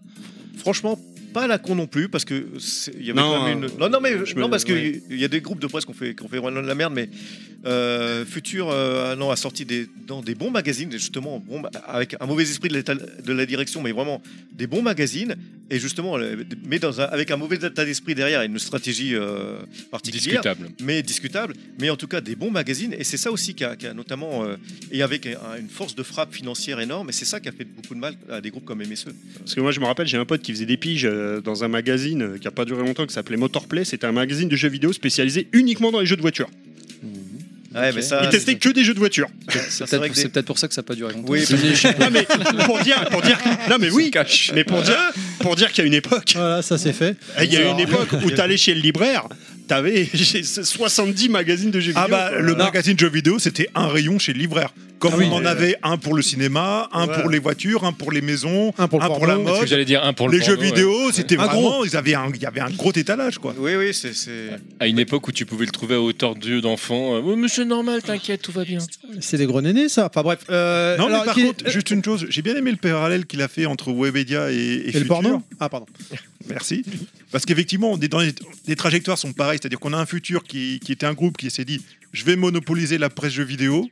Franchement. Pas la con non plus parce que c'est- il y avait Non, quand même une euh, non non mais je non me- parce que ouais. il y a des groupes de presse qu'on fait qu'on fait vraiment de la merde mais euh, Futur euh, non a sorti des dans des bons magazines et justement bon, avec un mauvais esprit de, l'état- de la direction mais vraiment des bons magazines et justement le- mais dans un- avec un mauvais état d'esprit derrière et une stratégie euh, particulière Discutable. mais discutable mais en tout cas des bons magazines et c'est ça aussi qui a, qui a notamment euh, et avec un- une force de frappe financière énorme et c'est ça qui a fait beaucoup de mal à des groupes comme E. MSE Parce que moi, je me rappelle, j'ai un pote qui faisait des piges euh, dans un magazine euh, qui a pas duré longtemps, qui s'appelait Motorplay. C'était un magazine de jeux vidéo spécialisé uniquement dans les jeux de voiture. Ouais, mais ça, Il testait que des jeux de voiture. C'est c'est vrai peut-être que des- c'est peut-être pour ça que ça n'a pas duré longtemps. Oui, C'est une échelle. non, mais pour dire, pour dire, non mais oui, mais pour dire, pour dire qu'il y a une époque. Eh, Voilà, ça c'est fait. Il y a une Alors- époque où t'allais chez le libraire, t'avais 70 magazines de jeux Ah vidéo. bah quoi. le Non. magazine jeux vidéo c'était un rayon chez le libraire. Comme Ah oui. on en Euh, avait un pour le cinéma, un ouais. pour les voitures, un pour les maisons, un pour, le la porno. mode. C'est ce que j'allais dire, un pour le les jeux porno, vidéo, ouais. c'était Un vraiment gros. ils avaient un, il y avait un gros étalage quoi. Oui oui c'est À une époque où tu pouvais le trouver à hauteur d'yeux d'enfant. euh, Oui, mais c'est normal, t'inquiète, tout va bien. C'est des gros nénés, ça. Enfin bref. euh, non alors, mais par qui- contre, juste une chose, j'ai bien aimé le parallèle qu'il a fait entre Webedia et, et, Et le Future. porno Ah, pardon. Merci. Parce qu'effectivement, on est dans les, les trajectoires sont pareilles. C'est-à-dire qu'on a un futur qui, qui était un groupe qui s'est dit je vais monopoliser la presse jeux vidéo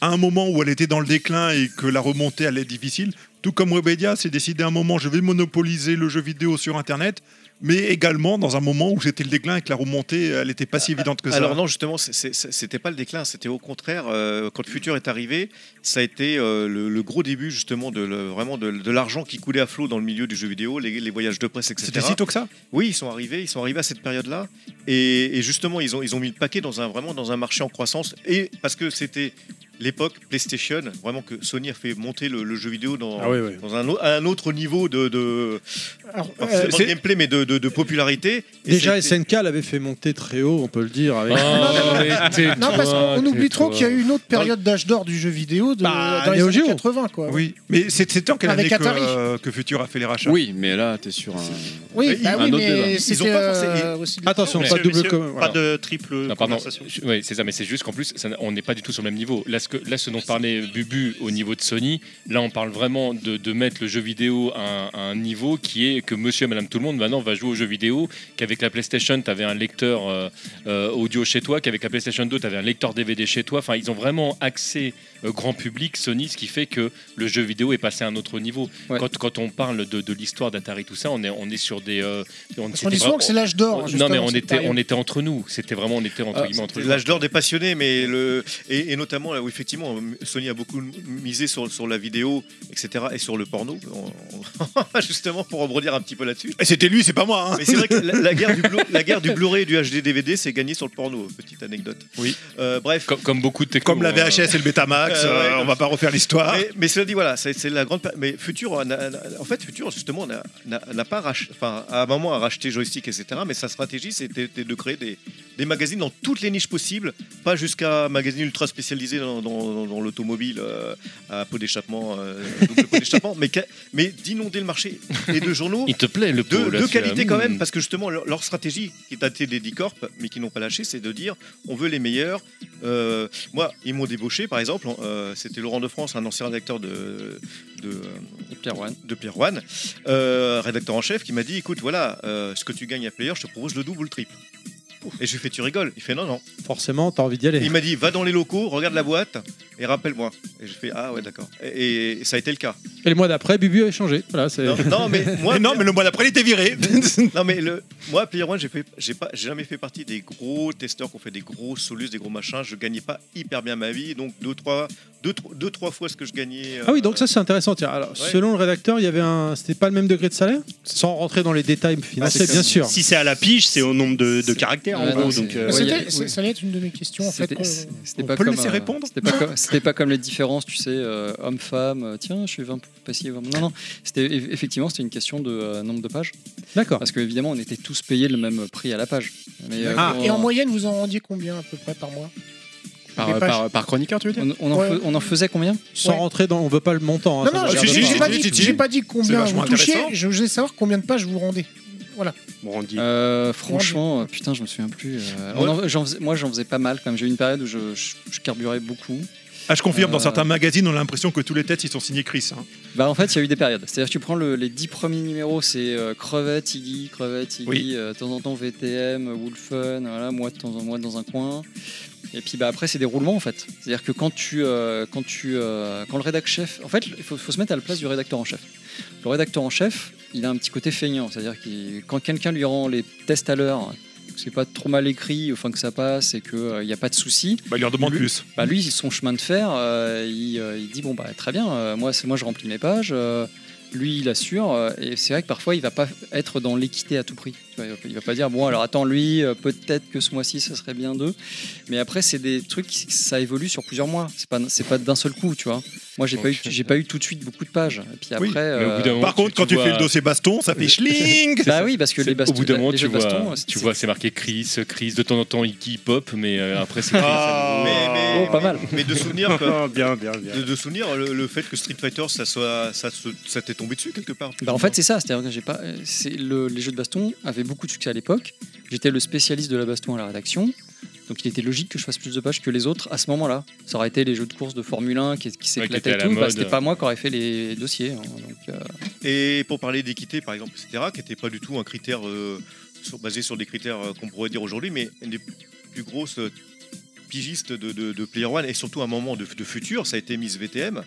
à un moment où elle était dans le déclin et que la remontée allait être difficile. Tout comme Webedia s'est décidé à un moment je vais monopoliser le jeu vidéo sur Internet. mais également dans un moment où c'était le déclin et que la remontée, elle n'était pas si évidente que ça. Alors non, justement, c'est- c'est- c'est- c'était pas le déclin, c'était au contraire, euh, quand le futur est arrivé, ça a été euh, le, le gros début justement de le- vraiment de, de l'argent qui coulait à flot dans le milieu du jeu vidéo, les, les voyages de presse, etc. C'était si tôt que ça Oui, ils sont arrivés, ils sont arrivés à cette période-là, et, et justement, ils ont, ils ont mis le paquet dans un vraiment dans un marché en croissance, et parce que c'était l'époque PlayStation, vraiment que Sony a fait monter le, le jeu vidéo dans, Ah oui, oui. dans un, au- à un autre niveau de, de pas euh, forcément de c'est- gameplay, mais de, de- de popularité. Et ça a Déjà, été- SNK l'avait fait monter très haut, on peut le dire. Avec... Oh, non, parce qu'on oublie trop qu'il y a eu une autre période d'âge d'or du jeu vidéo de, Bah, dans les Neo années Geo. 80. Quoi. Oui, mais c'est- c'était en quelle Avec année que, Atari. euh, que Futur a fait les rachats Oui, mais là, t'es sur un. Oui, bah oui, autre débat. mais Ils ont c'était pas forcé- euh, aussi bien. Mais- Messieurs, messieurs, Pas de triple Non, pardon. conversation. Je- Oui, c'est ça, mais c'est juste qu'en plus, ça n'a- on n'est pas du tout sur le même niveau. Là, ce, que, là, ce dont parlait Bubu au niveau de Sony, là, on parle vraiment de, de mettre le jeu vidéo à un, à un niveau qui est que monsieur et madame tout le monde maintenant va jouer aux jeux vidéo, qu'avec la PlayStation, tu avais un lecteur euh, euh, audio chez toi, qu'avec la PlayStation 2, tu avais un lecteur DVD chez toi. Enfin, ils ont vraiment axé euh, grand public Sony, ce qui fait que le jeu vidéo est passé à un autre niveau. Quand, quand on parle de, de l'histoire d'Atari, tout ça, on est, on est sur des. euh, on, Parce qu'on c'était dit souvent vra- que c'est l'âge d'or, Non, mais justement, on cette était, on période. était entre nous. C'était vraiment, on était entre Ah, guillemets entre c'était nous. L'âge d'or des passionnés, mais le et, et notamment là où effectivement Sony a beaucoup misé sur, sur la vidéo, etc. et sur le porno, On- on- justement pour rebondir un petit peu là-dessus. Et c'était lui, c'est pas moi. hein. Mais c'est vrai que la, la guerre du Blu- la guerre du Blu-ray et du HD DVD s'est gagnée sur le porno, petite anecdote. Euh, Oui. bref. Comme, beaucoup de hein. Comme la VHS et le Betamax, euh, on va pas refaire l'histoire. Mais, mais cela dit, voilà, c'est c'est la grande. pa- Mais Futur, en a- en fait, Futur, justement, n'a- n'a n'a pas racheté. Enfin, à un moment, a racheté joystick, etc. Mais sa stratégie, c'était c'était de créer des, des magazines dans toutes les niches possibles, pas jusqu'à magazine ultra spécialisé dans, dans- dans- dans l'automobile, euh, à pot d'échappement, euh, double pot d'échappement, mais, qu'a- mais d'inonder le marché et de journaux. Il te plaît, le pot, De, là, de celui-là. qualité quand même, Mm. parce que justement, leur, leur stratégie, qui est datée des 10 corps, mais qui n'ont pas lâché, c'est de dire on veut les meilleurs. Euh, moi, ils m'ont débauché, par exemple, euh, c'était Laurent de France, un ancien rédacteur de, de, Pierre One. de Pierre One, euh, rédacteur en chef, qui m'a dit écoute, voilà, euh, ce que tu gagnes à Player, je te propose le double ou le triple. Et je lui fais tu rigoles. Il fait non, non. Forcément, t'as envie d'y aller. Il m'a dit va dans les locaux, regarde la boîte et rappelle-moi. Et je fais ah ouais, d'accord. Et, et ça a été le cas. Et le mois d'après, Bubu a changé. Voilà, c'est- Non, non, mais moi. non, mais le mois d'après, il était viré. non, mais le, moi, Player One, j'ai fait, j'ai pas, j'ai jamais fait partie des gros testeurs qui ont fait des gros solus, des gros machins. Je gagnais pas hyper bien ma vie, donc deux, trois, deux, trois- deux, trois fois ce que je gagnais. euh, Ah oui, donc ça c'est intéressant. Tiens, alors, selon le rédacteur, il y avait un, c'était pas le même degré de salaire, sans rentrer dans les détails Ah, financiers, Ah, bien sûr. Si c'est à la pige, c'est au nombre de, de Ah, caractères en Ouais, gros. non, Donc, c'est- euh, C'était- c'est- Ça allait être une de mes questions, en fait. qu'on- C'était on pas peut le comme, laisser euh, répondre C'était pas, comme- c'était pas comme les différences, tu sais, euh, homme-femme, euh, tiens, je suis 20 passif. Non, non, c'était, eff- effectivement, c'était une question de euh, nombre de pages. D'accord. Parce qu'évidemment, on était tous payés le même prix à la page. Mais, euh, Ah, quand- Et en moyenne, vous en rendiez combien à peu près par mois par, par- par chroniqueur, tu veux dire on, on en Ouais. fais- on en faisait combien Sans rentrer dans, on veut pas le montant. hein, Non, ça non, nous j'ai regarde j'ai- j'ai pas. pas dit, j'ai pas dit combien vous touchiez, je voulais savoir combien de pages vous rendez. Voilà. Euh, franchement, euh, putain, je me souviens plus. euh, on en- j'en faisais- moi, j'en faisais pas mal quand même. J'ai eu une période où je, je- je carburais beaucoup. Ah, je confirme, dans Euh, certains magazines, on a l'impression que tous les têtes, ils sont signés Chris. hein. Bah en fait, il y a eu des périodes. C'est-à-dire que tu prends le- les 10 premiers numéros, c'est euh, crevette, Iggy, crevette, Iggy, Oui. euh, de temps en temps VTM, euh, Wolfen, voilà, moi de temps en moi dans un coin. Et puis bah après, c'est des roulements en fait. C'est-à-dire que quand tu, euh, quand tu, euh, quand le rédac chef, en fait, il faut, faut se mettre à la place du rédacteur en chef. Le rédacteur en chef, il a un petit côté feignant, c'est-à-dire que quand quelqu'un lui rend les tests à l'heure, que c'est pas trop mal écrit, enfin que ça passe et que euh, il n'y a pas de souci. Bah, il en demande plus. Bah lui, son chemin de fer, euh, il, euh, il dit bon bah très bien, euh, moi c'est moi je remplis mes pages. euh, lui, il assure, euh, et c'est vrai que parfois il va pas être dans l'équité à tout prix. Tu vois, il va- il va pas dire bon alors attends lui, euh, peut-être que ce mois-ci ça serait bien d'eux. Mais après c'est des trucs qui- ça évolue sur plusieurs mois. C'est pas c'est pas d'un seul coup, tu vois. Moi j'ai pas eu j'ai pas eu tout de suite beaucoup de pages. Et puis après. Oui, mais au bout d'un euh, moment, Par contre, tu- quand tu tu fais vois- le dossier baston, ça fait schling Bah oui parce que C'est- les bastons. Au bout d'un moment, les tu jeux de vois, baston, euh, tu vois, c'est marqué Chris, Chris, de temps en temps, Iggy Pop, mais euh, après, c'est Chris. Ah, à nouveau. mais, mais- Oh, pas mal. mais de souvenir que- bien, bien, bien. De, de souvenir le, le fait que Street Fighter ça soit ça, se- ça t'est tombé dessus quelque part. Bah, en fait, c'est ça. C'est-à-dire que j'ai pas. euh, c'est le- les jeux de baston avaient beaucoup de succès à l'époque. J'étais le spécialiste de la baston à la rédaction. Donc il était logique que je fasse plus de pages que les autres à ce moment-là. Ça aurait été les jeux de course de Formule 1 qui, qui qui étaient s'éclataient à et la tout. Bah, mode. C'était pas moi qui aurais fait les dossiers. hein. Donc, euh, Et pour parler d'équité, par exemple, etc., qui n'était pas du tout un critère euh, sur- basé sur des critères euh, qu'on pourrait dire aujourd'hui, mais une des plus grosses euh, pigistes de, de- de Player One, et surtout à un moment de, de futur, ça a été Miss VTM.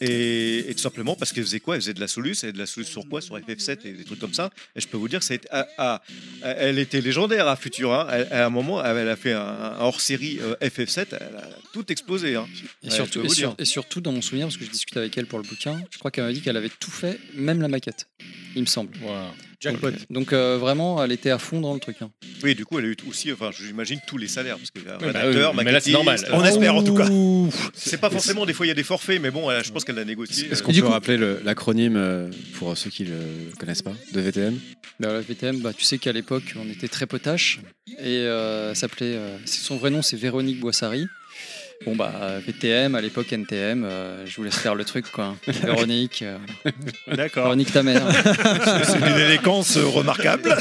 Et, et tout simplement parce qu'elle faisait quoi Elle faisait de la Solus, elle faisait de la Solus sur quoi Sur FF7 et des trucs comme ça. Et je peux vous dire que ça a été- ah, ah, elle était légendaire à Futura. Elle- à un moment, elle a fait un, un hors-série euh, FF7, elle a tout explosé. hein. Et, Ouais, je surtout, peux et, vous sur- dire. et surtout, dans mon souvenir, parce que j'ai discuté avec elle pour le bouquin, je crois qu'elle m'a dit qu'elle avait tout fait, même la maquette, il me semble. Jackpot. Donc, donc, euh, vraiment, elle était à fond dans le truc. hein. Oui, du coup, elle a eu aussi, enfin, j'imagine tous les salaires, parce que euh, bah rédacteur, oui, mais là, c'est maquettiste, normal. On espère en tout cas. Ouh. C'est pas forcément, des fois, il y a des forfaits, mais bon, elle a- je pense qu'elle a négocié. euh, Est-ce qu'on peut rappeler le- l'acronyme euh, pour ceux qui le connaissent pas de VTM Bah, la VTM, bah, tu sais qu'à l'époque, on était très potache. Et euh, elle s'appelait. euh, c'est- son vrai nom, c'est Véronique Boissari. Bon, bah, euh, VTM, à l'époque NTM, euh, je vous laisse faire le truc, quoi. Véronique. euh, D'accord. Véronique ta mère. C'est une éloquence euh, remarquable.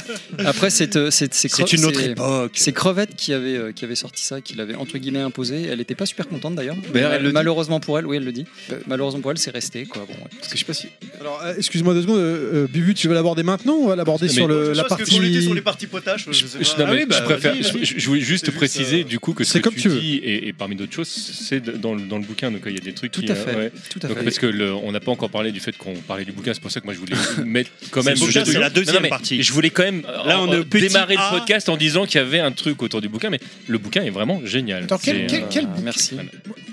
Après, c'est euh, c'est- c'est C'est Cre- une autre c'est- époque. C'est Crevette qui avait, euh, qui avait sorti ça, qui l'avait entre guillemets imposé. Elle n'était pas super contente d'ailleurs. D'ailleurs, elle le dit. Malheureusement pour elle, oui, elle le dit. Malheureusement pour elle, c'est resté, quoi. Bon, ouais. Parce que je sais pas si. Alors, euh, excuse-moi deux secondes, euh, euh, Bubu, tu veux l'aborder maintenant ou on va l'aborder Mais- sur le- Je la pense que partie. qu'on était sur les parties potaches, je sais Je, pas. Ah bah, non, mais je préfère- je- je- je voulais juste euh, préciser du coup que ce C'est que comme tu, tu veux. dis et, et parmi d'autres choses, c'est de- dans, le- dans le bouquin. Donc il y a des trucs Tout qui, à fait, euh, tout à Donc, fait. Parce que le- on n'a pas encore parlé du fait qu'on parlait du bouquin. C'est pour ça que moi je voulais mettre quand même. C'est le ce bouquin, c'est truc. la deuxième Non, non, mais partie. Je voulais quand même euh, Là, on est au euh, petit démarrer A. le podcast en disant qu'il y avait un truc autour du bouquin, mais le bouquin est vraiment génial. Attends, quel- C'est, euh, quel- quel bouquin Merci.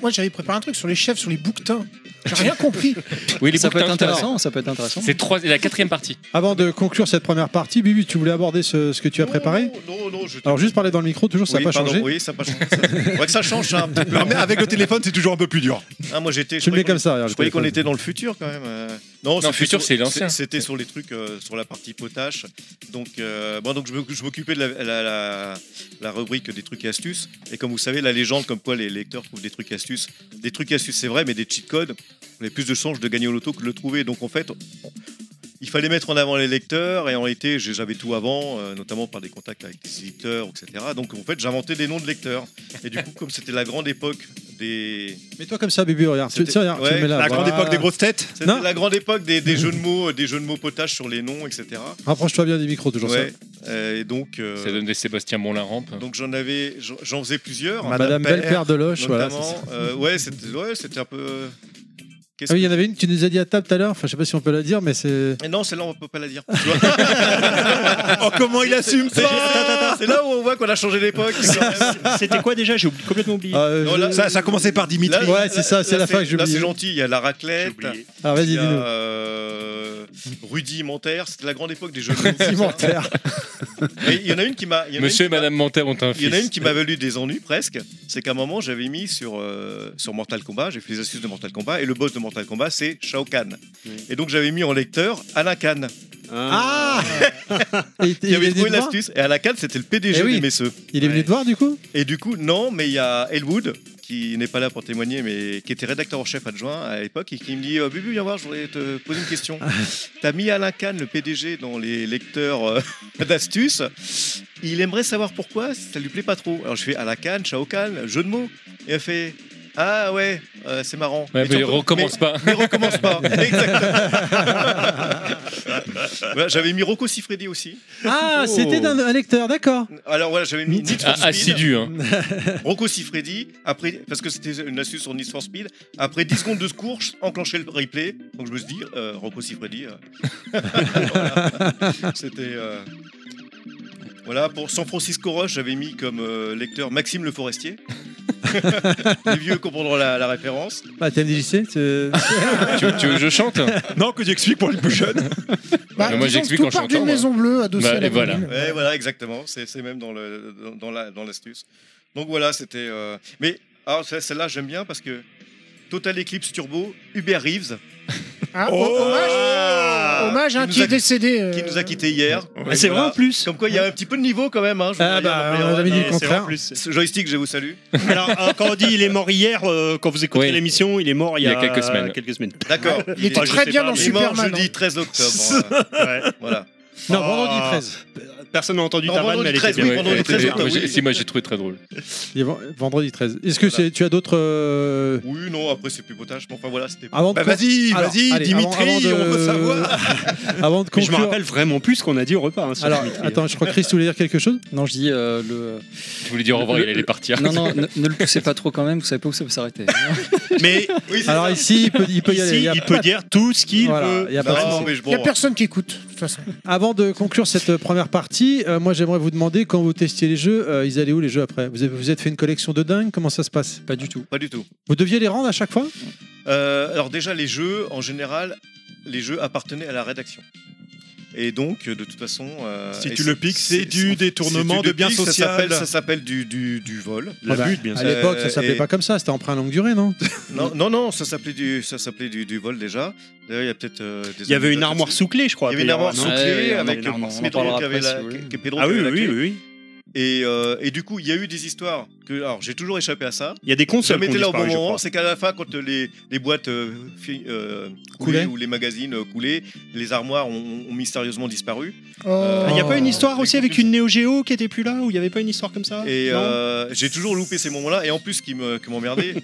Moi, j'avais préparé un truc sur les chefs, sur les bouquetins. J'ai rien compris. Oui, les ça peut être bouquins, intéressant. Ça peut être intéressant. C'est trois- la quatrième partie. Avant de conclure cette première partie, Bubu, tu voulais aborder ce, ce que tu as préparé Non, non, je Alors, juste parler dans le micro, toujours, ça n'a oui, pas pardon, changé. Oui, ça n'a pas changé. Ça- Ouais, que ça change ça, un petit peu. Non, mais avec le téléphone, c'est toujours un peu plus dur. Ah, moi j'étais. Tu le mets comme ça, regarde, Je le croyais qu'on téléphone. était dans le futur quand même. euh. Non, c'était futur, sur- c'est l'ancien. C'était sur les trucs, euh, sur la partie potache. Donc, euh, bon, donc je m'oc- je m'occupais de la, la- la- la rubrique des trucs et astuces. Et comme vous savez, la légende, comme quoi les lecteurs trouvent des trucs et astuces. Des trucs et astuces, c'est vrai, mais des cheat codes, on a plus de chances de gagner au loto que de le trouver. Donc en fait, il fallait mettre en avant les lecteurs et en été j'ai- j'avais tout avant, euh, notamment par des contacts avec des éditeurs, etc. Donc en fait j'inventais des noms de lecteurs. Et du coup comme c'était la grande époque des... Mais toi, comme ça, Bubu, regarde. Tu, C'était- tiens, regarde, tu ouais, le mets là. la grande Voilà. époque des grosses têtes C'était Non. la grande époque des, des jeux de mots, des jeux de mots potages sur les noms, etc. Rapproche-toi bien des micros, toujours Ouais. ça. Euh, et donc, euh, Ça donne des Sébastien Bon la rampe. donc j'en avais, j'en- j'en faisais plusieurs. Madame Madame Belle-Père de Loche, voilà, notamment. c'est ça. Euh, ouais, c'était ouais, c'était un peu. euh, Ah oui, il y en avait une, tu nous as dit à table tout à l'heure, enfin je sais pas si on peut la dire, mais c'est. Et non, celle-là, on peut pas la dire. oh, comment il assume ça C'est là où on voit qu'on a changé d'époque. C'était quoi déjà J'ai oubli- complètement oublié. Euh, je- Ça, ça a commencé par Dimitri. Là, Ouais, c'est ça, c'est là, la fin que j'ai Là, oublié. c'est gentil, il y a la raclette. Alors, vas-y, il y a, dis-nous. euh, Rudy Mentaire, c'était la grande époque des jeux de mots, Rudy ça. Mentaire. Mais il y en a une qui m'a. Ah, il y en a une Monsieur et qui m'a- Madame Manter ont un fils. il y en a une qui m'a valu des ennuis presque, c'est qu'à un moment j'avais mis sur, euh, sur Mortal Kombat, j'ai fait les astuces de Mortal Kombat, et le boss de Mortal Kombat c'est Shao Kahn. Et donc j'avais mis en lecteur Alain Kahn, Ah Il qui avait est venu trouvé te voir l'astuce, et Alain Kahn c'était le PDG Eh oui. des Messeux. Il est venu te voir du coup Et du coup, non, mais il y a Elwood, qui n'est pas là pour témoigner, mais qui était rédacteur en chef adjoint à l'époque, et qui me dit euh, Bubu, viens voir, je voudrais te poser une question. T'as mis Alain Kahn, le PDG, dans les lecteurs euh, d'astuces. Il aimerait savoir pourquoi, ça lui plaît pas trop. Alors je fais Alain Kahn, Shao Kahn, jeu de mots. Et elle fait Ah ouais, euh, c'est marrant. Ouais, tu mais recommen- recommence mais- pas. Mais recommence pas. Exactement. Voilà, J'avais mis Rocco Siffredi aussi. Ah, c'était d'un un lecteur, d'accord. Alors voilà, j'avais mis Need for Ah, Speed. Assidu, hein. Rocco Siffredi, après, parce que c'était une astuce sur Need for Speed, après 10 secondes de secours, je enclenchais le replay. Donc je me suis dit, euh, Rocco Siffredi. euh. Voilà. C'était. euh, Voilà, pour San Francisco Roche, j'avais mis comme euh, lecteur Maxime Le Forestier. Les vieux comprendront la, la référence. Bah, TMDJC, tu- tu, veux, tu veux que je chante Non, que j'explique pour les plus jeunes. Bah, Mais disons moi, que j'explique tout en part d'une chantant, maison bleue adossée Bah, à la et voilà. colline. Ouais, voilà, exactement. C'est c'est même dans le- dans- dans la- dans l'astuce. Donc voilà, c'était. euh, Mais alors, ce- celle-là, j'aime bien parce que Total Eclipse Turbo, Hubert Reeves. Ah, oh, Ah hommage, hommage, Qui Ah hein, nous qui a- est décédé. euh, qui nous a quittés hier. Ah, c'est vrai en plus. Comme quoi, il y a un petit peu de niveau quand même. Hein, je Ah voudrais bah, dire, on a mais- jamais dit Et le c'est vrai en contraire. plus. Ce joystick, je vous salue. Alors, euh, quand on dit il est mort hier, euh, quand vous écoutez Oui. l'émission, il est mort il y a, quelques semaines. quelques semaines. D'accord. Il était Ah, je très sais bien pas, hein. dans mais- Il est mort Superman. jeudi 13 octobre. hein. Ouais. voilà. Non, Ah. vendredi 13. personne n'a entendu Non, ta vanne, vendredi mais elle était 13, bien. oui, vendredi Ouais, 13, ouais, oui, ouais, oui. j'ai- Si, moi j'ai trouvé très drôle. Il est ven- vendredi 13. Est-ce que c'est- tu as d'autres. euh, Oui, non, après c'est plus potage. Mais enfin voilà, c'était. Avant de Bah, con- vas-y, Alors, vas-y, allez, Dimitri, avant- avant de- on veut savoir. Avant de Mais je me conclure- rappelle vraiment plus ce qu'on a dit au repas. hein, sur Alors, Dimitri, hein. attends, je crois que Chris, tu voulais dire quelque chose Non, je dis euh, le. Je voulais dire au revoir, Le- il allait partir. Non, non, ne, ne le poussez pas trop quand même, vous savez pas où ça peut s'arrêter. Mais Alors ici, il peut, il peut y Ici, aller. y a il pas peut de- dire tout ce qu'il Voilà, veut. y a pas de souci. Il n'y a personne qui écoute, de toute façon. Avant de conclure cette première partie, euh, moi j'aimerais vous demander quand vous testiez les jeux, euh, ils allaient où les jeux après Vous avez, vous êtes fait une collection de dingue Comment ça se passe Pas du tout. Pas du tout. Vous deviez les rendre à chaque fois Euh, alors déjà, les jeux, en général, les jeux appartenaient à la rédaction. Et donc, euh, de toute façon, euh, Si et tu c'est- le piques, c'est du si tu détournement le de biens piques, ça social. s'appelle- Ça s'appelle du, du, du vol. Ah bah, À l'époque, ça s'appelait Euh, pas comme ça, c'était emprunt à longue durée, non Non, non, non, ça s'appelait du, ça s'appelait du, du vol déjà. D'ailleurs, il y a peut-être. euh, des Il y avait une anecdotes armoire là-dessus. sous clé, je crois. Il y avait une armoire sous apparemment, non clé Ouais, avec ouais, on en- on en Pedro parlera qui avait après, la. si vous voulez. qui- Pedro Ah qui oui, avait la oui, clé. oui, oui. Et, euh, et du coup, il y a eu des histoires que alors j'ai toujours échappé à ça. Il y a des consoles Jamais qui ont été là au bon disparu, je moment. crois. C'est qu'à la fin, quand les, les boîtes euh, fi- euh, Coulaient. coulaient ou les magazines euh, coulaient, les armoires ont, ont mystérieusement disparu. Ah, Euh, Il n'y a pas une histoire aussi avec une Neo Geo qui était plus là Où il n'y avait pas une histoire comme ça Et Non euh, j'ai toujours loupé ces moments-là. Et en plus, ce qui me- qui m'emmerdait,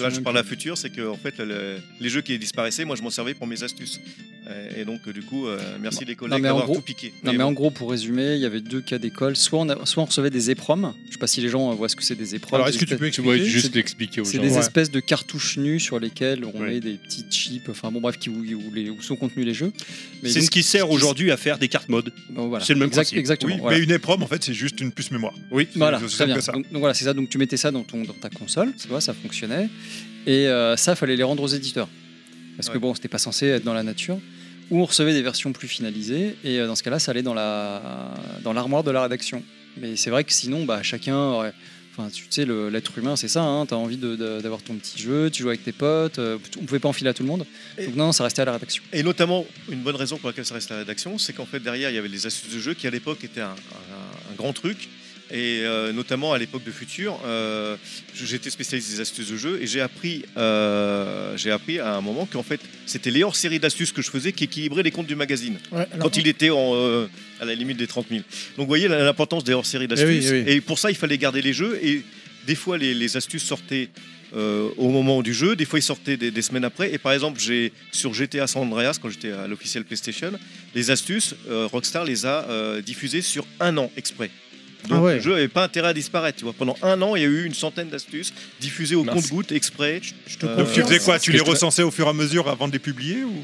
là je parle à futur, c'est que en fait, le- les jeux qui disparaissaient, moi je m'en servais pour mes astuces. Euh, Et donc, euh, du coup, euh, merci les Non, collègues mais en d'avoir gros- tout piqué. Non, Mais mais bon. en gros, pour résumer, il y avait deux cas d'école. Soit on, a- soit on recevait des épromes. Je sais pas si les gens euh, voient ce que c'est des épromes. Alors, est-ce C'est que tu peux des- expliquer Tu pourrais juste c'est- l'expliquer aux C'est gens. des Ouais. espèces de cartouches nues sur lesquelles on Ouais. met des petites chips. Enfin bon, bref, qui, où, où les- où sont contenus les jeux. Mais C'est donc- ce qui sert aujourd'hui à faire des cartes mode. Bon, Oh, voilà. C'est le même Exact- principe. exactement, Oui, voilà. mais une épreuve, en fait, c'est juste une puce mémoire. Oui, C'est Voilà, aussi très simple bien. que ça. Donc, donc voilà, c'est ça. Donc tu mettais ça dans, ton, dans ta console, tu vois, ça fonctionnait. Et euh, ça, fallait les rendre aux éditeurs. Parce que bon, c'était pas censé être dans la nature. Ou on recevait des versions plus finalisées. Et euh, dans ce cas-là, ça allait dans la dans l'armoire de la rédaction. Mais c'est vrai que sinon, bah, chacun. aurait- Enfin, tu sais, le- l'être humain, c'est ça. Hein, T'as envie de- de- d'avoir ton petit jeu, tu joues avec tes potes. euh, on pouvait pas enfiler à tout le monde. Donc non, non, ça restait à la rédaction. Et notamment, une bonne raison pour laquelle ça reste à la rédaction, c'est qu'en fait, derrière, il y avait les astuces de jeu qui, à l'époque, étaient un, un- un grand truc. Et euh, notamment à l'époque de Futur, euh, je- j'étais spécialiste des astuces de jeu et j'ai appris, euh, j'ai appris à un moment qu'en fait, c'était les hors-séries d'astuces que je faisais qui équilibraient les comptes du magazine. Ouais, alors- quand il était en, euh, à la limite des 30 000. Donc vous voyez la- l'importance des hors-séries d'astuces. Eh oui, eh oui. Et pour ça, il fallait garder les jeux. Et des fois, les, les astuces sortaient euh, au moment du jeu. Des fois, ils sortaient des, des semaines après. Et par exemple, j'ai sur GTA San Andreas, quand j'étais à l'officiel PlayStation, les astuces, euh, Rockstar les a euh, diffusées sur un an exprès. Donc Ah ouais. le jeu n'avait pas intérêt à disparaître. Tu vois. Pendant un an, il y a eu une centaine d'astuces diffusées au Mince. compte-goutte exprès. Euh, Donc tu faisais quoi Tu que les je te- recensais au fur et à mesure avant de les publier ou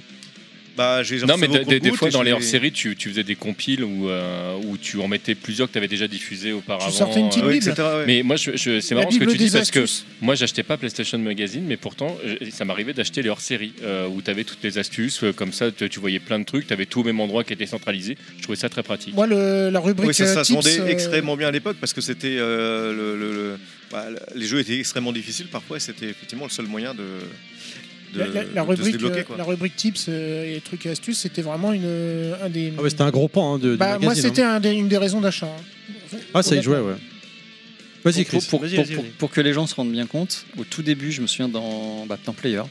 bah, j'ai- j'en Non, mais recevais au des, des- des compte-goutte fois, et dans les j'ai- hors-séries, tu, tu faisais des compiles où, euh, où tu en mettais plusieurs que tu avais déjà diffusés auparavant. sortais une petite euh, Bible. etc., ouais. Mais moi, je, je- c'est La marrant ce que Bible tu dis des parce que astuces. moi, j'achetais pas PlayStation Magazine, mais pourtant, je- ça m'arrivait d'acheter les hors-séries euh, où tu avais toutes les astuces. euh, comme ça, tu, tu voyais plein de trucs, tu avais tout au même endroit qui était centralisé. Je trouvais ça très pratique. Moi, le- la rubrique. Oui, ça, ça euh, se tips, vendait euh, extrêmement bien à l'époque parce que c'était euh, le, le- le- bah, le- les jeux étaient extrêmement difficiles parfois et c'était effectivement le seul moyen de, de, la, la- la de se rubrique, débloquer. euh, quoi. la rubrique tips euh, et trucs et astuces, c'était vraiment une, euh, un des. Ah ouais, c'était un gros pan hein, de, du Bah, moi, magazine, c'était hein. un des- une des raisons d'achat. hein. Ah, ça y jouait, ouais. Vas-y, Pour- Chris. Pour, pour- Vas-y, pour- vas-y, pour- vas-y. pour que les gens se rendent bien compte, au tout début, je me souviens dans, bah, dans Player,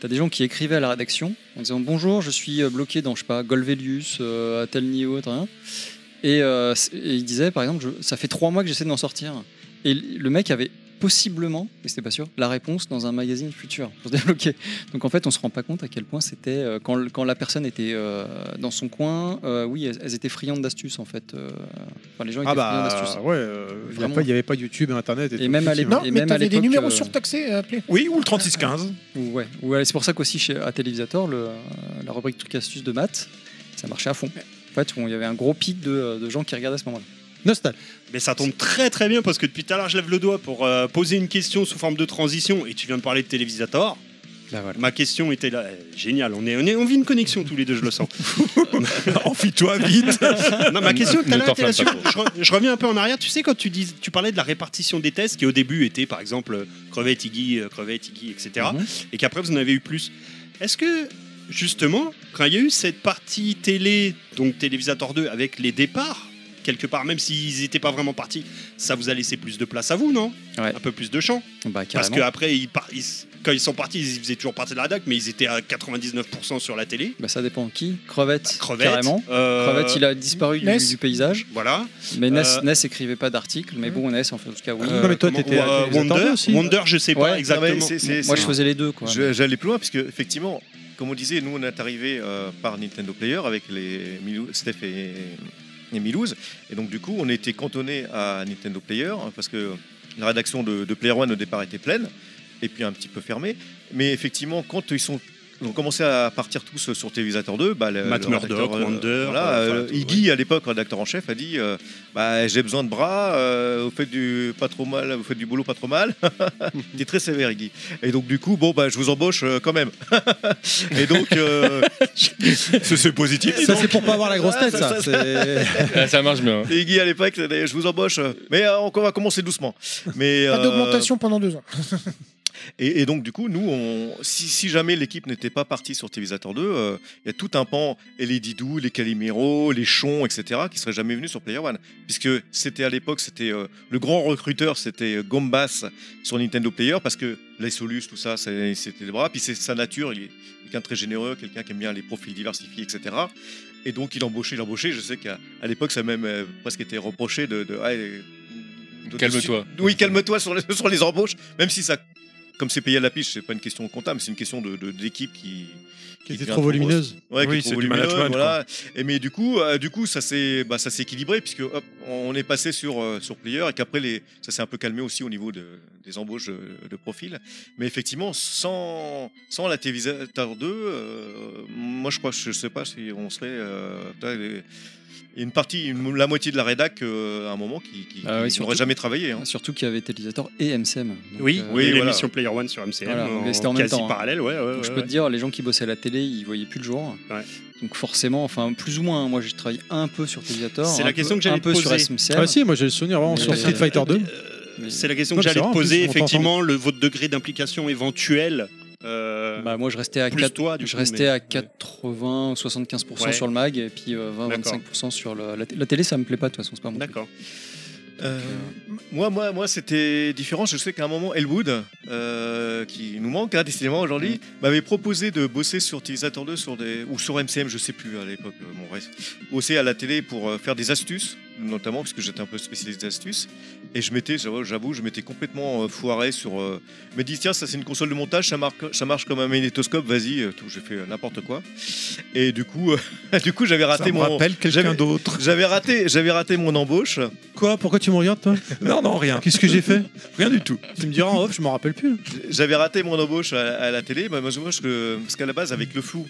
t'as des gens qui écrivaient à la rédaction en disant Bonjour, je suis euh, bloqué dans, je sais pas, Golvelius, euh, à tel niveau, tel rien. Et, euh, c- et ils disaient, par exemple, je- ça fait trois mois que j'essaie de m'en sortir. Et l- le mec avait possiblement, mais c'était pas sûr, la réponse dans un magazine futur pour se débloquer. Donc en fait, on se rend pas compte à quel point c'était euh, quand, le- quand la personne était euh, dans son coin. euh, oui, elles, elles étaient friandes d'astuces en fait. euh, enfin, les gens étaient Ah friands bah d'astuces. ouais, euh, il y a Vraiment. pas- il n'y avait pas YouTube, Internet et, Et tout, même à effectivement. l'époque- Non, Et mais même à t'avais des l'époque, numéros euh, surtaxés à appeler. Oui, ou le 3615. Ou- Ouais, Ou, euh, c'est pour ça qu'aussi chez, à Télévisator, le, euh, la rubrique trucs astuces de maths, ça marchait à fond. En fait, on- il y avait un gros pic de, euh, de gens qui regardaient à ce moment-là. Nostal. Mais ça tombe très très bien parce que depuis tout à l'heure, je lève le doigt pour euh, poser une question sous forme de transition et tu viens de parler de Télévisator. Bah, Ma question était là. Eh, Génial, on, est, on, est, on vit une connexion tous les deux, je le sens. Enfuis-toi vite non, ma question Ne tout à l'heure était la t'enflamme pas suivante. Je, re- je reviens un peu en arrière. Tu sais, quand tu, dis, tu parlais de la répartition des tests qui au début était par exemple euh, crevette, iggy, euh, crevette, iggy, etc. Et qu'après vous en avez eu plus. Est-ce que justement, quand il y a eu cette partie télé, donc Télévisator 2, avec les départs, quelque part, même s'ils n'étaient pas vraiment partis, ça vous a laissé plus de place à vous, non Ouais. Un peu plus de champ Bah, Parce carrément. qu'après, ils, par- ils s- quand ils sont partis, ils faisaient toujours partie de la rédac, mais ils étaient à 99% sur la télé. Bah, ça dépend qui. Crevette, Crevette, carrément. euh, Crevette, il a disparu du- Ness. du, paysage. Voilà. Mais Ness, Euh, Ness écrivait pas d'article, Mm. mais bon, Ness, en fait, en tout cas, oui. Non, mais toi, t'étais Comment- avec les Wonder- Attendu aussi. Wonder, je sais pas Ouais. exactement. Non, mais c'est- c'est- Moi, je c'est- faisais les deux, quoi. Je- J'allais plus loin, parce que, effectivement, comme on disait, nous, on est arrivé euh, par Nintendo Player avec les Milou- Steph et, et Milouz. Et donc, du coup, on était cantonné à Nintendo Player, hein, parce que la rédaction de, de Player One, au départ, était pleine, et puis un petit peu fermée. Mais effectivement, quand ils sont. ils ont commencé à partir tous sur Télévisateur 2. Bah, le- Matt le rédacteur, Murdock, euh, Wonder, voilà, euh, enfin, euh, tout, Iggy, à l'époque, rédacteur en chef, a dit euh, bah, J'ai besoin de bras, euh, vous faites du pas trop mal, vous faites du boulot pas trop mal. Il était très sévère, Iggy. Et donc, du coup, bon, bah, je vous embauche euh, quand même. Et donc. euh, c'est c'est positif. dis Ça, donc. c'est pour pas avoir la grosse tête, Ah, ça. C'est- Ah, ça marche bien. Et Iggy, à l'époque, d'ailleurs, je vous embauche, euh, mais euh, on va commencer doucement. Mais, Pas euh, d'augmentation pendant deux ans. et, et donc, du coup, nous, on, si, si jamais l'équipe n'était pas partie sur Télévisateur 2, euh, il y a tout un pan, et les Didou, les Calimero, les Chon, etc., qui seraient jamais venus sur Player One. Puisque c'était à l'époque, c'était euh, le grand recruteur, c'était euh, Gombas sur Nintendo Player, parce que les Solus, tout ça, c'est- c'était les bras. Puis c'est sa nature, il est quelqu'un de très généreux, quelqu'un qui aime bien les profils diversifiés, etc. Et donc, il embauchait, il embauchait. Je sais qu'à à l'époque, ça a même euh, presque été reproché de. de- ah, euh, de- Calme-toi. oui, calme-toi sur, les- sur les embauches, même si ça, comme c'est payé à la piche, c'est pas une question comptable, c'est une question de de- d'équipe qui Qui était devient trop volumineuse. grosse. Ouais, qui Oui, est trop c'est du volumineuse, management, voilà. Et mais du coup, euh, du coup, ça s'est, bah, ça s'est équilibré puisque hop, on est passé sur euh, sur player et qu'après les, ça s'est un peu calmé aussi au niveau de, des embauches de, de profil. Mais effectivement, sans sans la Télévisateur 2, euh, moi je crois, je sais pas si on serait euh, putain, les- il y a une partie, une- la moitié de la rédac euh, à un moment qui, qui, Ah ouais, qui n'aurait surtout- jamais travaillé. hein. Surtout qu'il y avait Télévisateur et MCM. Donc, Oui, euh, oui l'émission Player One sur MCM. Voilà, en mais c'était en même quasi temps. hein. parallèle, ouais. ouais, Donc, je ouais, peux ouais. te dire, les gens qui bossaient à la télé, ils voyaient plus le jour. Donc forcément, enfin plus ou moins, hein, moi j'ai travaillé un peu sur Télévisateur, C'est un la peu- question que j'allais un peu te sur poser. SMCM. Ah si, moi j'ai le souvenir vraiment Mais- euh, sur Street Fighter 2. C'est la question Non, que mais c'est j'allais te vrai, en poser, plus, on t'entend. effectivement, le, votre degré d'implication éventuel. euh, Bah, moi je restais à Plus 4, toi, du je coup, restais mais- à 80 75% Ouais. sur le mag et puis euh, 20 D'accord. 25% sur le- la, t- la télé ça me plaît pas de toute façon, c'est pas mon truc. D'accord. Euh, moi, moi, moi, c'était différent. Je sais qu'à un moment, Elwood, euh, qui nous manque hein, décidément aujourd'hui, Mm. m'avait proposé de bosser sur Télévisateur 2 sur des, ou sur MCM, je sais plus à l'époque, euh, bon, bref, bosser à la télé pour euh, faire des astuces, notamment parce que j'étais un peu spécialiste d'astuces. Et je m'étais, j'avoue, j'avoue, je m'étais complètement euh, foiré sur. euh, je me dis, tiens, ça c'est une console de montage, ça, marque- ça marche comme un magnétoscope, vas-y, euh, tout, j'ai fait euh, n'importe quoi. Et du coup, euh, du coup j'avais raté me mon. rappelle quelqu'un j'avais- d'autre. J'avais raté, j'avais raté mon embauche. Quoi Pourquoi tu me regardes toi Non, non, rien. Qu'est-ce que j'ai fait Rien du tout. Tu me diras en off, je m'en rappelle plus. J'avais raté mon embauche à, la- à la télé, bah, moi, je- moi, je- parce qu'à la base, avec le flou,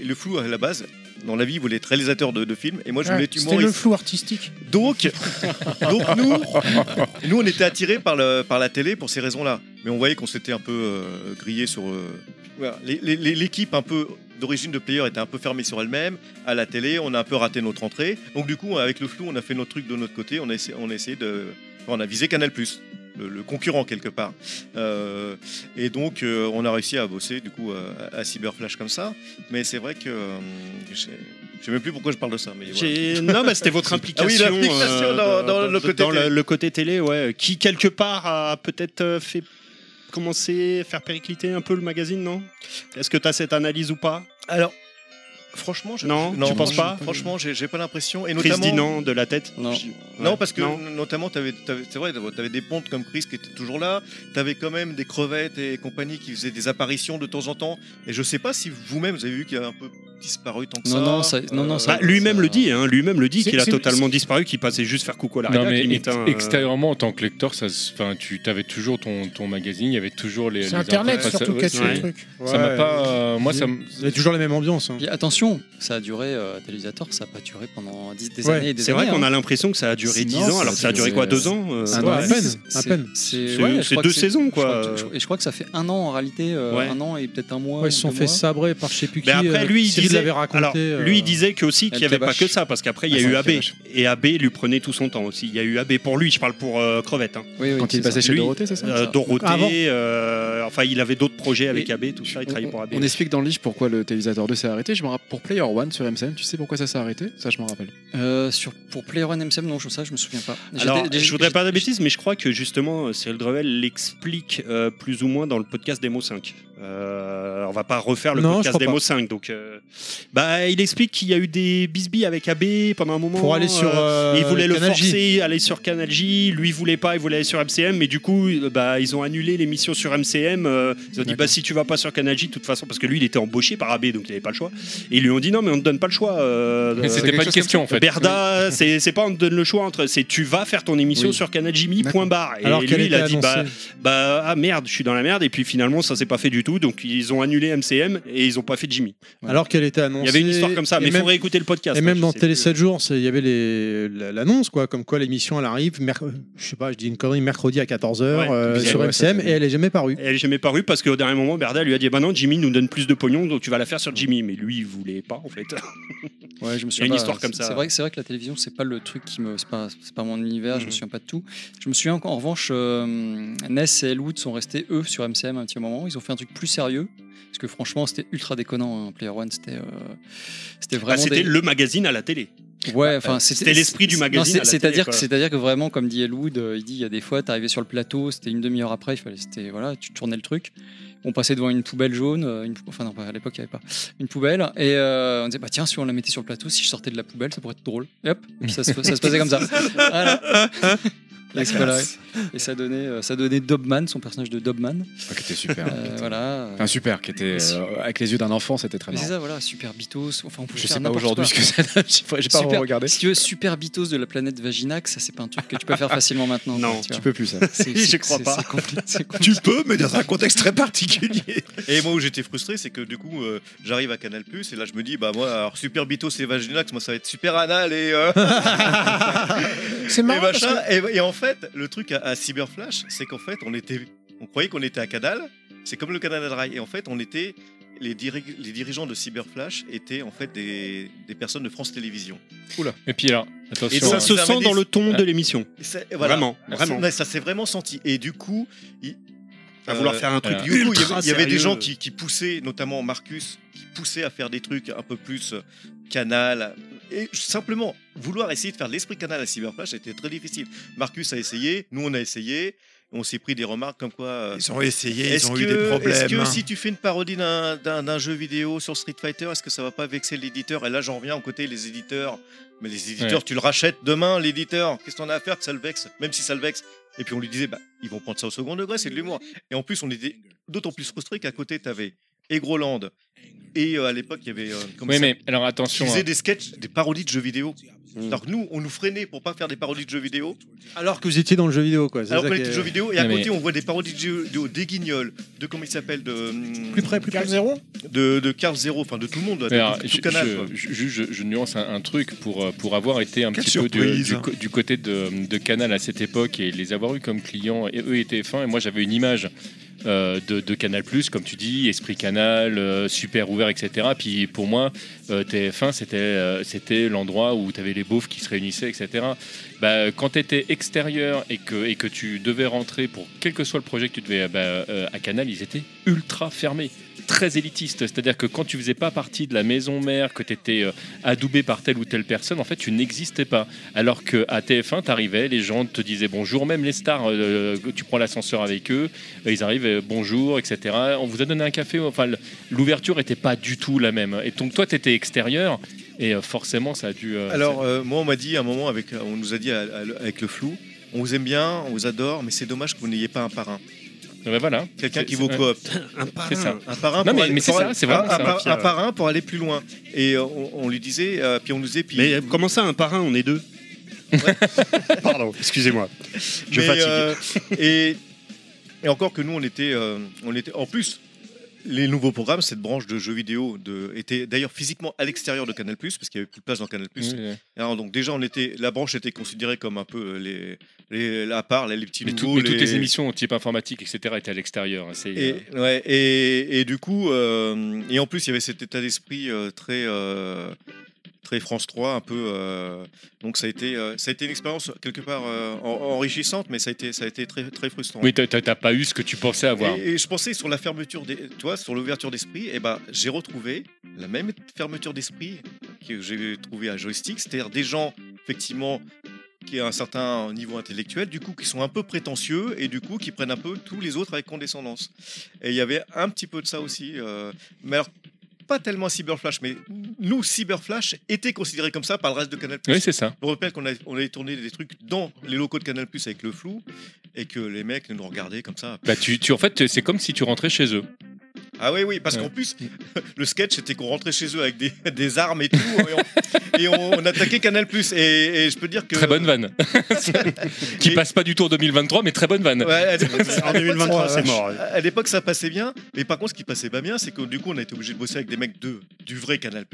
et le flou à la base, dans la vie, il voulait être réalisateur de, de films, et moi je voulais Ouais, être C'était le humoriste. flou artistique. Donc, donc nous, nous, on était attirés par, le- par la télé pour ces raisons-là. Mais on voyait qu'on s'était un peu euh, grillé sur. euh, voilà. Les- les- les- L'équipe un peu d'origine de player était un peu fermée sur elle-même. À la télé, on a un peu raté notre entrée. Donc, du coup, avec le flou, on a fait notre truc de notre côté. On a essayé, on a essayé de. enfin, on a visé Canal, le, le concurrent quelque part. Euh, et donc, euh, on a réussi à bosser du coup à, à Cyberflash comme ça. Mais c'est vrai que. euh, j'ai- je sais même plus pourquoi je parle de ça. Mais voilà. J'ai- Non, bah, c'était votre Ah oui, implication, l'implication euh, dans- dans le côté dans télé. le côté télé, ouais, qui quelque part a peut-être euh, fait commencer, faire péricliter un peu le magazine, non Est-ce que tu as cette analyse ou pas Alors, franchement, je non, tu penses franchement, pas Franchement, j'ai j'ai pas l'impression. Et Chris notamment. dit non de la tête. Non. Non, parce que notamment, t'avais- t'avais- c'est vrai, t'avais des pontes comme Chris qui était toujours là. T'avais quand même des crevettes et compagnie qui faisaient des apparitions de temps en temps. Et je sais pas si vous-même, vous avez vu qu'il a un peu disparu tant que ça. Euh, Non, non, ça- non, non, ça- Bah, lui-même le dit, hein, lui-même le dit C'est- qu'il a c'est- totalement disparu, qu'il passait juste faire coucou à la Non, rédac, mais limite, ex- hein, euh. extérieurement, en tant que lecteur, ça, se- enfin, tu avais toujours ton, ton magazine, il y avait toujours les. C'est les Internet, interfaces. surtout, Ouais, qu'est-ce que c'est- le truc Ça m'a Ouais. pas. euh, moi, ça. me- Il y a toujours la même ambiance. hein. Puis attention, ça a duré euh, Télévisateur, ça a pas duré pendant dix- des Ouais. années et des C'est vrai années, qu'on hein. a l'impression que ça a duré C'est- 10 non, ans, alors que ça a duré quoi, 2 ans euh, c'est- ouais. c'est- Ah à peine. C'est C'est- ouais, je c'est crois deux que c'est- saisons, je crois quoi. que- je- Et je crois que ça fait un an en réalité, euh, Ouais. un an et peut-être un mois. Ouais, ils se sont fait sabrer par je sais plus qui. Mais après, euh, lui, il Cyril Guy disait, l'avait raconté, alors, euh, lui il disait que aussi qu'il n'y El avait pas Kabash. que ça, parce qu'après il y a Ah, c'est eu El AB Kabash. et AB lui prenait tout son temps aussi. Il y a eu AB pour lui, je parle pour euh, Crevette. hein. oui, Quand il c'est passait ça. chez Lui, Dorothée, c'est ça euh, Dorothée, Avant. euh, enfin il avait d'autres projets avec AB, tout ça, il travaillait pour AB. On explique dans le livre pourquoi le Télévisateur 2 s'est arrêté. Je me rappelle pour Player One sur MCM, tu sais pourquoi ça s'est arrêté Ça, je m'en rappelle. Euh, sur, pour Player One MCM, non, je- ça je me souviens pas. J'étais- Alors, j'étais- je voudrais pas de bêtises, mais je crois que justement, euh, Cyril Drevel l'explique euh, plus ou moins dans le podcast Démo 5. Euh, on va pas refaire le Non, je podcast crois Démo pas. 5. Donc, euh, bah, il explique qu'il y a eu des bisbis avec AB pendant un moment. Pour aller sur, euh, il voulait le Canal J. forcer, aller sur Canal J. Lui voulait pas, il voulait aller sur MCM. Mais du coup, euh, bah, ils ont annulé l'émission sur MCM. euh, ils ont dit, bah, si tu vas pas sur Canal J, de toute façon, parce que lui, il était embauché par AB, donc il avait pas le choix. Et ils lui ont dit, non, mais on te donne pas le choix. euh, Mais euh, c'était pas une question, en fait. Berda, c'est c'est pas on te donne le choix entre c'est tu vas faire ton émission Oui. sur Canal Jimmy point barre. Et Alors qu'elle lui il a était dit bah, annoncée. bah, ah merde je suis dans la merde et puis finalement ça s'est pas fait du tout donc ils ont annulé MCM et ils ont pas fait Jimmy. Alors qu'elle était annoncée. Il y avait une histoire comme ça et mais il même- faudrait écouter le podcast. Et hein, même je dans sais Télé plus. 7 jours, c'est- il y avait les- la- l'annonce, quoi, comme quoi l'émission elle arrive, merc- je sais pas, je dis une connerie, mercredi à 14h Ouais. Et puis, sur ouais, MCM ça, ça, et elle est jamais parue. Elle est jamais parue parce qu'au dernier moment Berda lui a dit bah non Jimmy nous donne plus de pognon donc tu vas la faire sur Jimmy mais lui il voulait pas en fait. Ouais, je me Il y a souviens une pas. euh, histoire comme C'est- ça. C'est vrai, que- c'est vrai que la télévision, c'est pas le truc qui me. C'est pas, c'est pas mon univers, Mhm. je me souviens pas de tout. Je me souviens qu'en revanche, euh, Ness et Elwood sont restés, eux, sur MCM un petit moment. Ils ont fait un truc plus sérieux. Parce que franchement, c'était ultra déconnant. hein. Player One, c'était. euh, c'était Ah, vraiment. c'était des- le magazine à la télé. Bah, Ouais, euh, enfin, c'était l'esprit du c'est- magazine non, à la c'est- C'est-à-dire télé, que, quoi. c'est-à-dire que vraiment, comme dit Elwood, euh, il dit il y a des fois, t'arrivais sur le plateau, c'était une demi-heure après, il fallait, c'était voilà, tu tournais le truc. On passait devant une poubelle jaune, euh, une pou- enfin non, pas- à l'époque il n'y avait pas une poubelle, et euh, on disait bah tiens si on la mettait sur le plateau, si je sortais de la poubelle, ça pourrait être drôle. Et hop, ça, se- ça se passait comme ça. Voilà. La Et voilà. classe. Et ça donnait, euh, ça donnait Dobman, son personnage de Dobman. Ah, qui était super. hein, Euh, voilà. Enfin, super, qui était euh, avec les yeux d'un enfant, c'était très Mais marrant. c'est ça, voilà, Super Bitos. Enfin, on peut Je faire sais pas n'importe aujourd'hui quoi. ce que ça donne, j'ai pas- j'ai pas Super- regardé. Si tu veux, Super Bitos de la planète Vaginax, ça c'est pas un truc que tu peux faire facilement maintenant. Non, vois. tu peux plus, ça. C'est- Je c'est- crois c'est- pas. c'est compli- c'est compli- Tu peux, mais dans un contexte très particulier. Et moi où j'étais frustré, c'est que du coup, euh, j'arrive à Canal Plus et là je me dis, bah moi, alors Super Bito, c'est Vaginax, moi ça va être Super Anal et. euh, C'est marrant Et, machin. parce et, et en fait, le truc à, à Cyberflash, c'est qu'en fait, on était, on croyait qu'on était à Canal. C'est comme le Canal à Dry. Et en fait, on était les, diri- les dirigeants de Cyberflash étaient en fait des, des personnes de France Télévisions. Et puis alors, attention. Et ça hein. se sent dans le ton de l'émission. Et ça- et voilà. Vraiment, vraiment. Ça, ça s'est vraiment senti. Et du coup, il, À vouloir faire un truc du coup, il y ultra avait, il y avait des sérieux. gens qui, qui poussaient, notamment Marcus, qui poussaient à faire des trucs un peu plus euh, canal. Et simplement, vouloir essayer de faire de l'esprit canal à Cyberflash était très difficile. Marcus a essayé, nous on a essayé. On s'est pris des remarques comme quoi. euh, Ils ont essayé, ils est-ce ont eu que- des problèmes, Est-ce que hein. si tu fais une parodie d'un- d'un d'un jeu vidéo sur Street Fighter, est-ce que ça va pas vexer l'éditeur Et là, j'en reviens au côté les éditeurs. Mais les éditeurs, Ouais. tu le rachètes demain, l'éditeur. Qu'est-ce qu'on a à faire que ça le vexe Même si ça le vexe. Et puis on lui disait, bah, ils vont prendre ça au second degré, c'est de l'humour. Et en plus, on était d'autant plus frustrés qu'à côté, tu avais Egroland. Et euh, à l'époque, il y avait. euh, comment Oui, ça mais alors attention. Ils hein. faisaient des sketchs, des parodies de jeux vidéo. Alors que nous, on nous freinait pour pas faire des parodies de jeux vidéo. Alors que vous étiez dans le jeu vidéo, quoi. c'est Alors ça qu'on qui était est- jeux vidéo, et à côté, on voit des parodies de jeux vidéo, des guignols, de comment il s'appelle, de. Plus près, plus près. Zéro De, de Carl Zéro, enfin de tout le monde, là, Mais alors, de tout, je, tout canal. je- quoi. je- juste, je- je nuance un, un truc pour, euh, pour avoir été un Quelle petit peu du, surprise. du co- du côté de, de Canal à cette époque et les avoir eu comme clients, et eux étaient fins et moi j'avais une image. euh, de, de Canal Plus, comme tu dis, esprit Canal, euh, super ouvert, etc. Puis pour moi, euh, TF1, c'était euh, c'était l'endroit où tu avais les beaufs qui se réunissaient, etc. Bah, quand tu étais extérieur et que, et que tu devais rentrer pour quel que soit le projet que tu devais bah, euh, à Canal, ils étaient ultra fermés, très élitistes. C'est-à-dire que quand tu faisais pas partie de la maison mère, que euh, tu étais adoubé par telle ou telle personne, en fait, tu n'existais pas. Alors que à TF1, tu arrivais, les gens te disaient bonjour, même les stars, euh, tu prends l'ascenseur avec eux, euh, ils arrivent, euh, bonjour, etc. On vous a donné un café, enfin, le- l'ouverture n'était pas du tout la même. Et donc, toi, tu étais extérieur. Et euh, forcément, ça a dû. euh, Alors, euh, moi, on m'a dit à un moment, avec, on nous a dit à- à- avec le flou, on vous aime bien, on vous adore, mais c'est dommage que vous n'ayez pas un parrain. voilà. Quelqu'un C'est- qui vous c'est- coopte. Un parrain. C'est ça. Un parrain Non, pour mais- aller- mais c'est pour ça, aller- c'est vraiment un, ça, un par- Pierre. un parrain pour aller plus loin. Et euh, on, on lui disait, euh, puis on nous disait, puis. Mais comment ça, un parrain, on est deux Pardon, excusez-moi. Je Mais, fatigue. euh, et, et encore que nous, on était, euh, on était. En plus, les nouveaux programmes, cette branche de jeux vidéo de, était d'ailleurs physiquement à l'extérieur de Canal+, parce qu'il n'y avait plus de place dans Canal+. Oui, oui. Alors, Hein, donc déjà, on était, la branche était considérée comme un peu euh, les, les, à part, les, les petits Mais, tout- nouveaux, mais toutes les émissions type informatique, etc. étaient à l'extérieur. hein, c'est, et, euh, ouais, et, et du coup, euh, et en plus, il y avait cet état d'esprit euh, très, euh, très France 3, un peu. euh, donc, ça a, été, euh, ça a été une expérience quelque part euh, en- enrichissante, mais ça a été, ça a été très, très frustrant. Oui, t'as- t'as t'as pas eu ce que tu pensais avoir. Et, et je pensais sur la fermeture, des, tu vois, sur l'ouverture d'esprit, et ben j'ai retrouvé la même fermeture d'esprit que j'ai trouvé à Joystick, c'est-à-dire des gens effectivement qui ont un certain niveau intellectuel, du coup qui sont un peu prétentieux et du coup qui prennent un peu tous les autres avec condescendance. Et il y avait un petit peu de ça aussi, euh, mais alors pas tellement Cyberflash, mais nous Cyberflash était considéré comme ça par le reste de Canal+. Oui, c'est ça. Je me rappelle qu'on avait, on avait tourné des trucs dans les locaux de Canal Plus avec le flou et que les mecs nous regardaient comme ça. Bah, tu, tu- en fait, c'est comme si tu rentrais chez eux. Ah oui, oui, parce qu'en plus, le sketch c'était qu'on rentrait chez eux avec des, des armes et tout, et on, et on- on attaquait Canal Plus. Et, et je peux dire que. Très bonne vanne. Qui passe pas du tour 2023, mais très bonne vanne. Ouais, à l'époque, à l'époque, ça- ouais. À l'époque, ça passait bien. Mais par contre, ce qui passait pas bien, c'est que du coup, on a été obligé de bosser avec des mecs de, du vrai Canal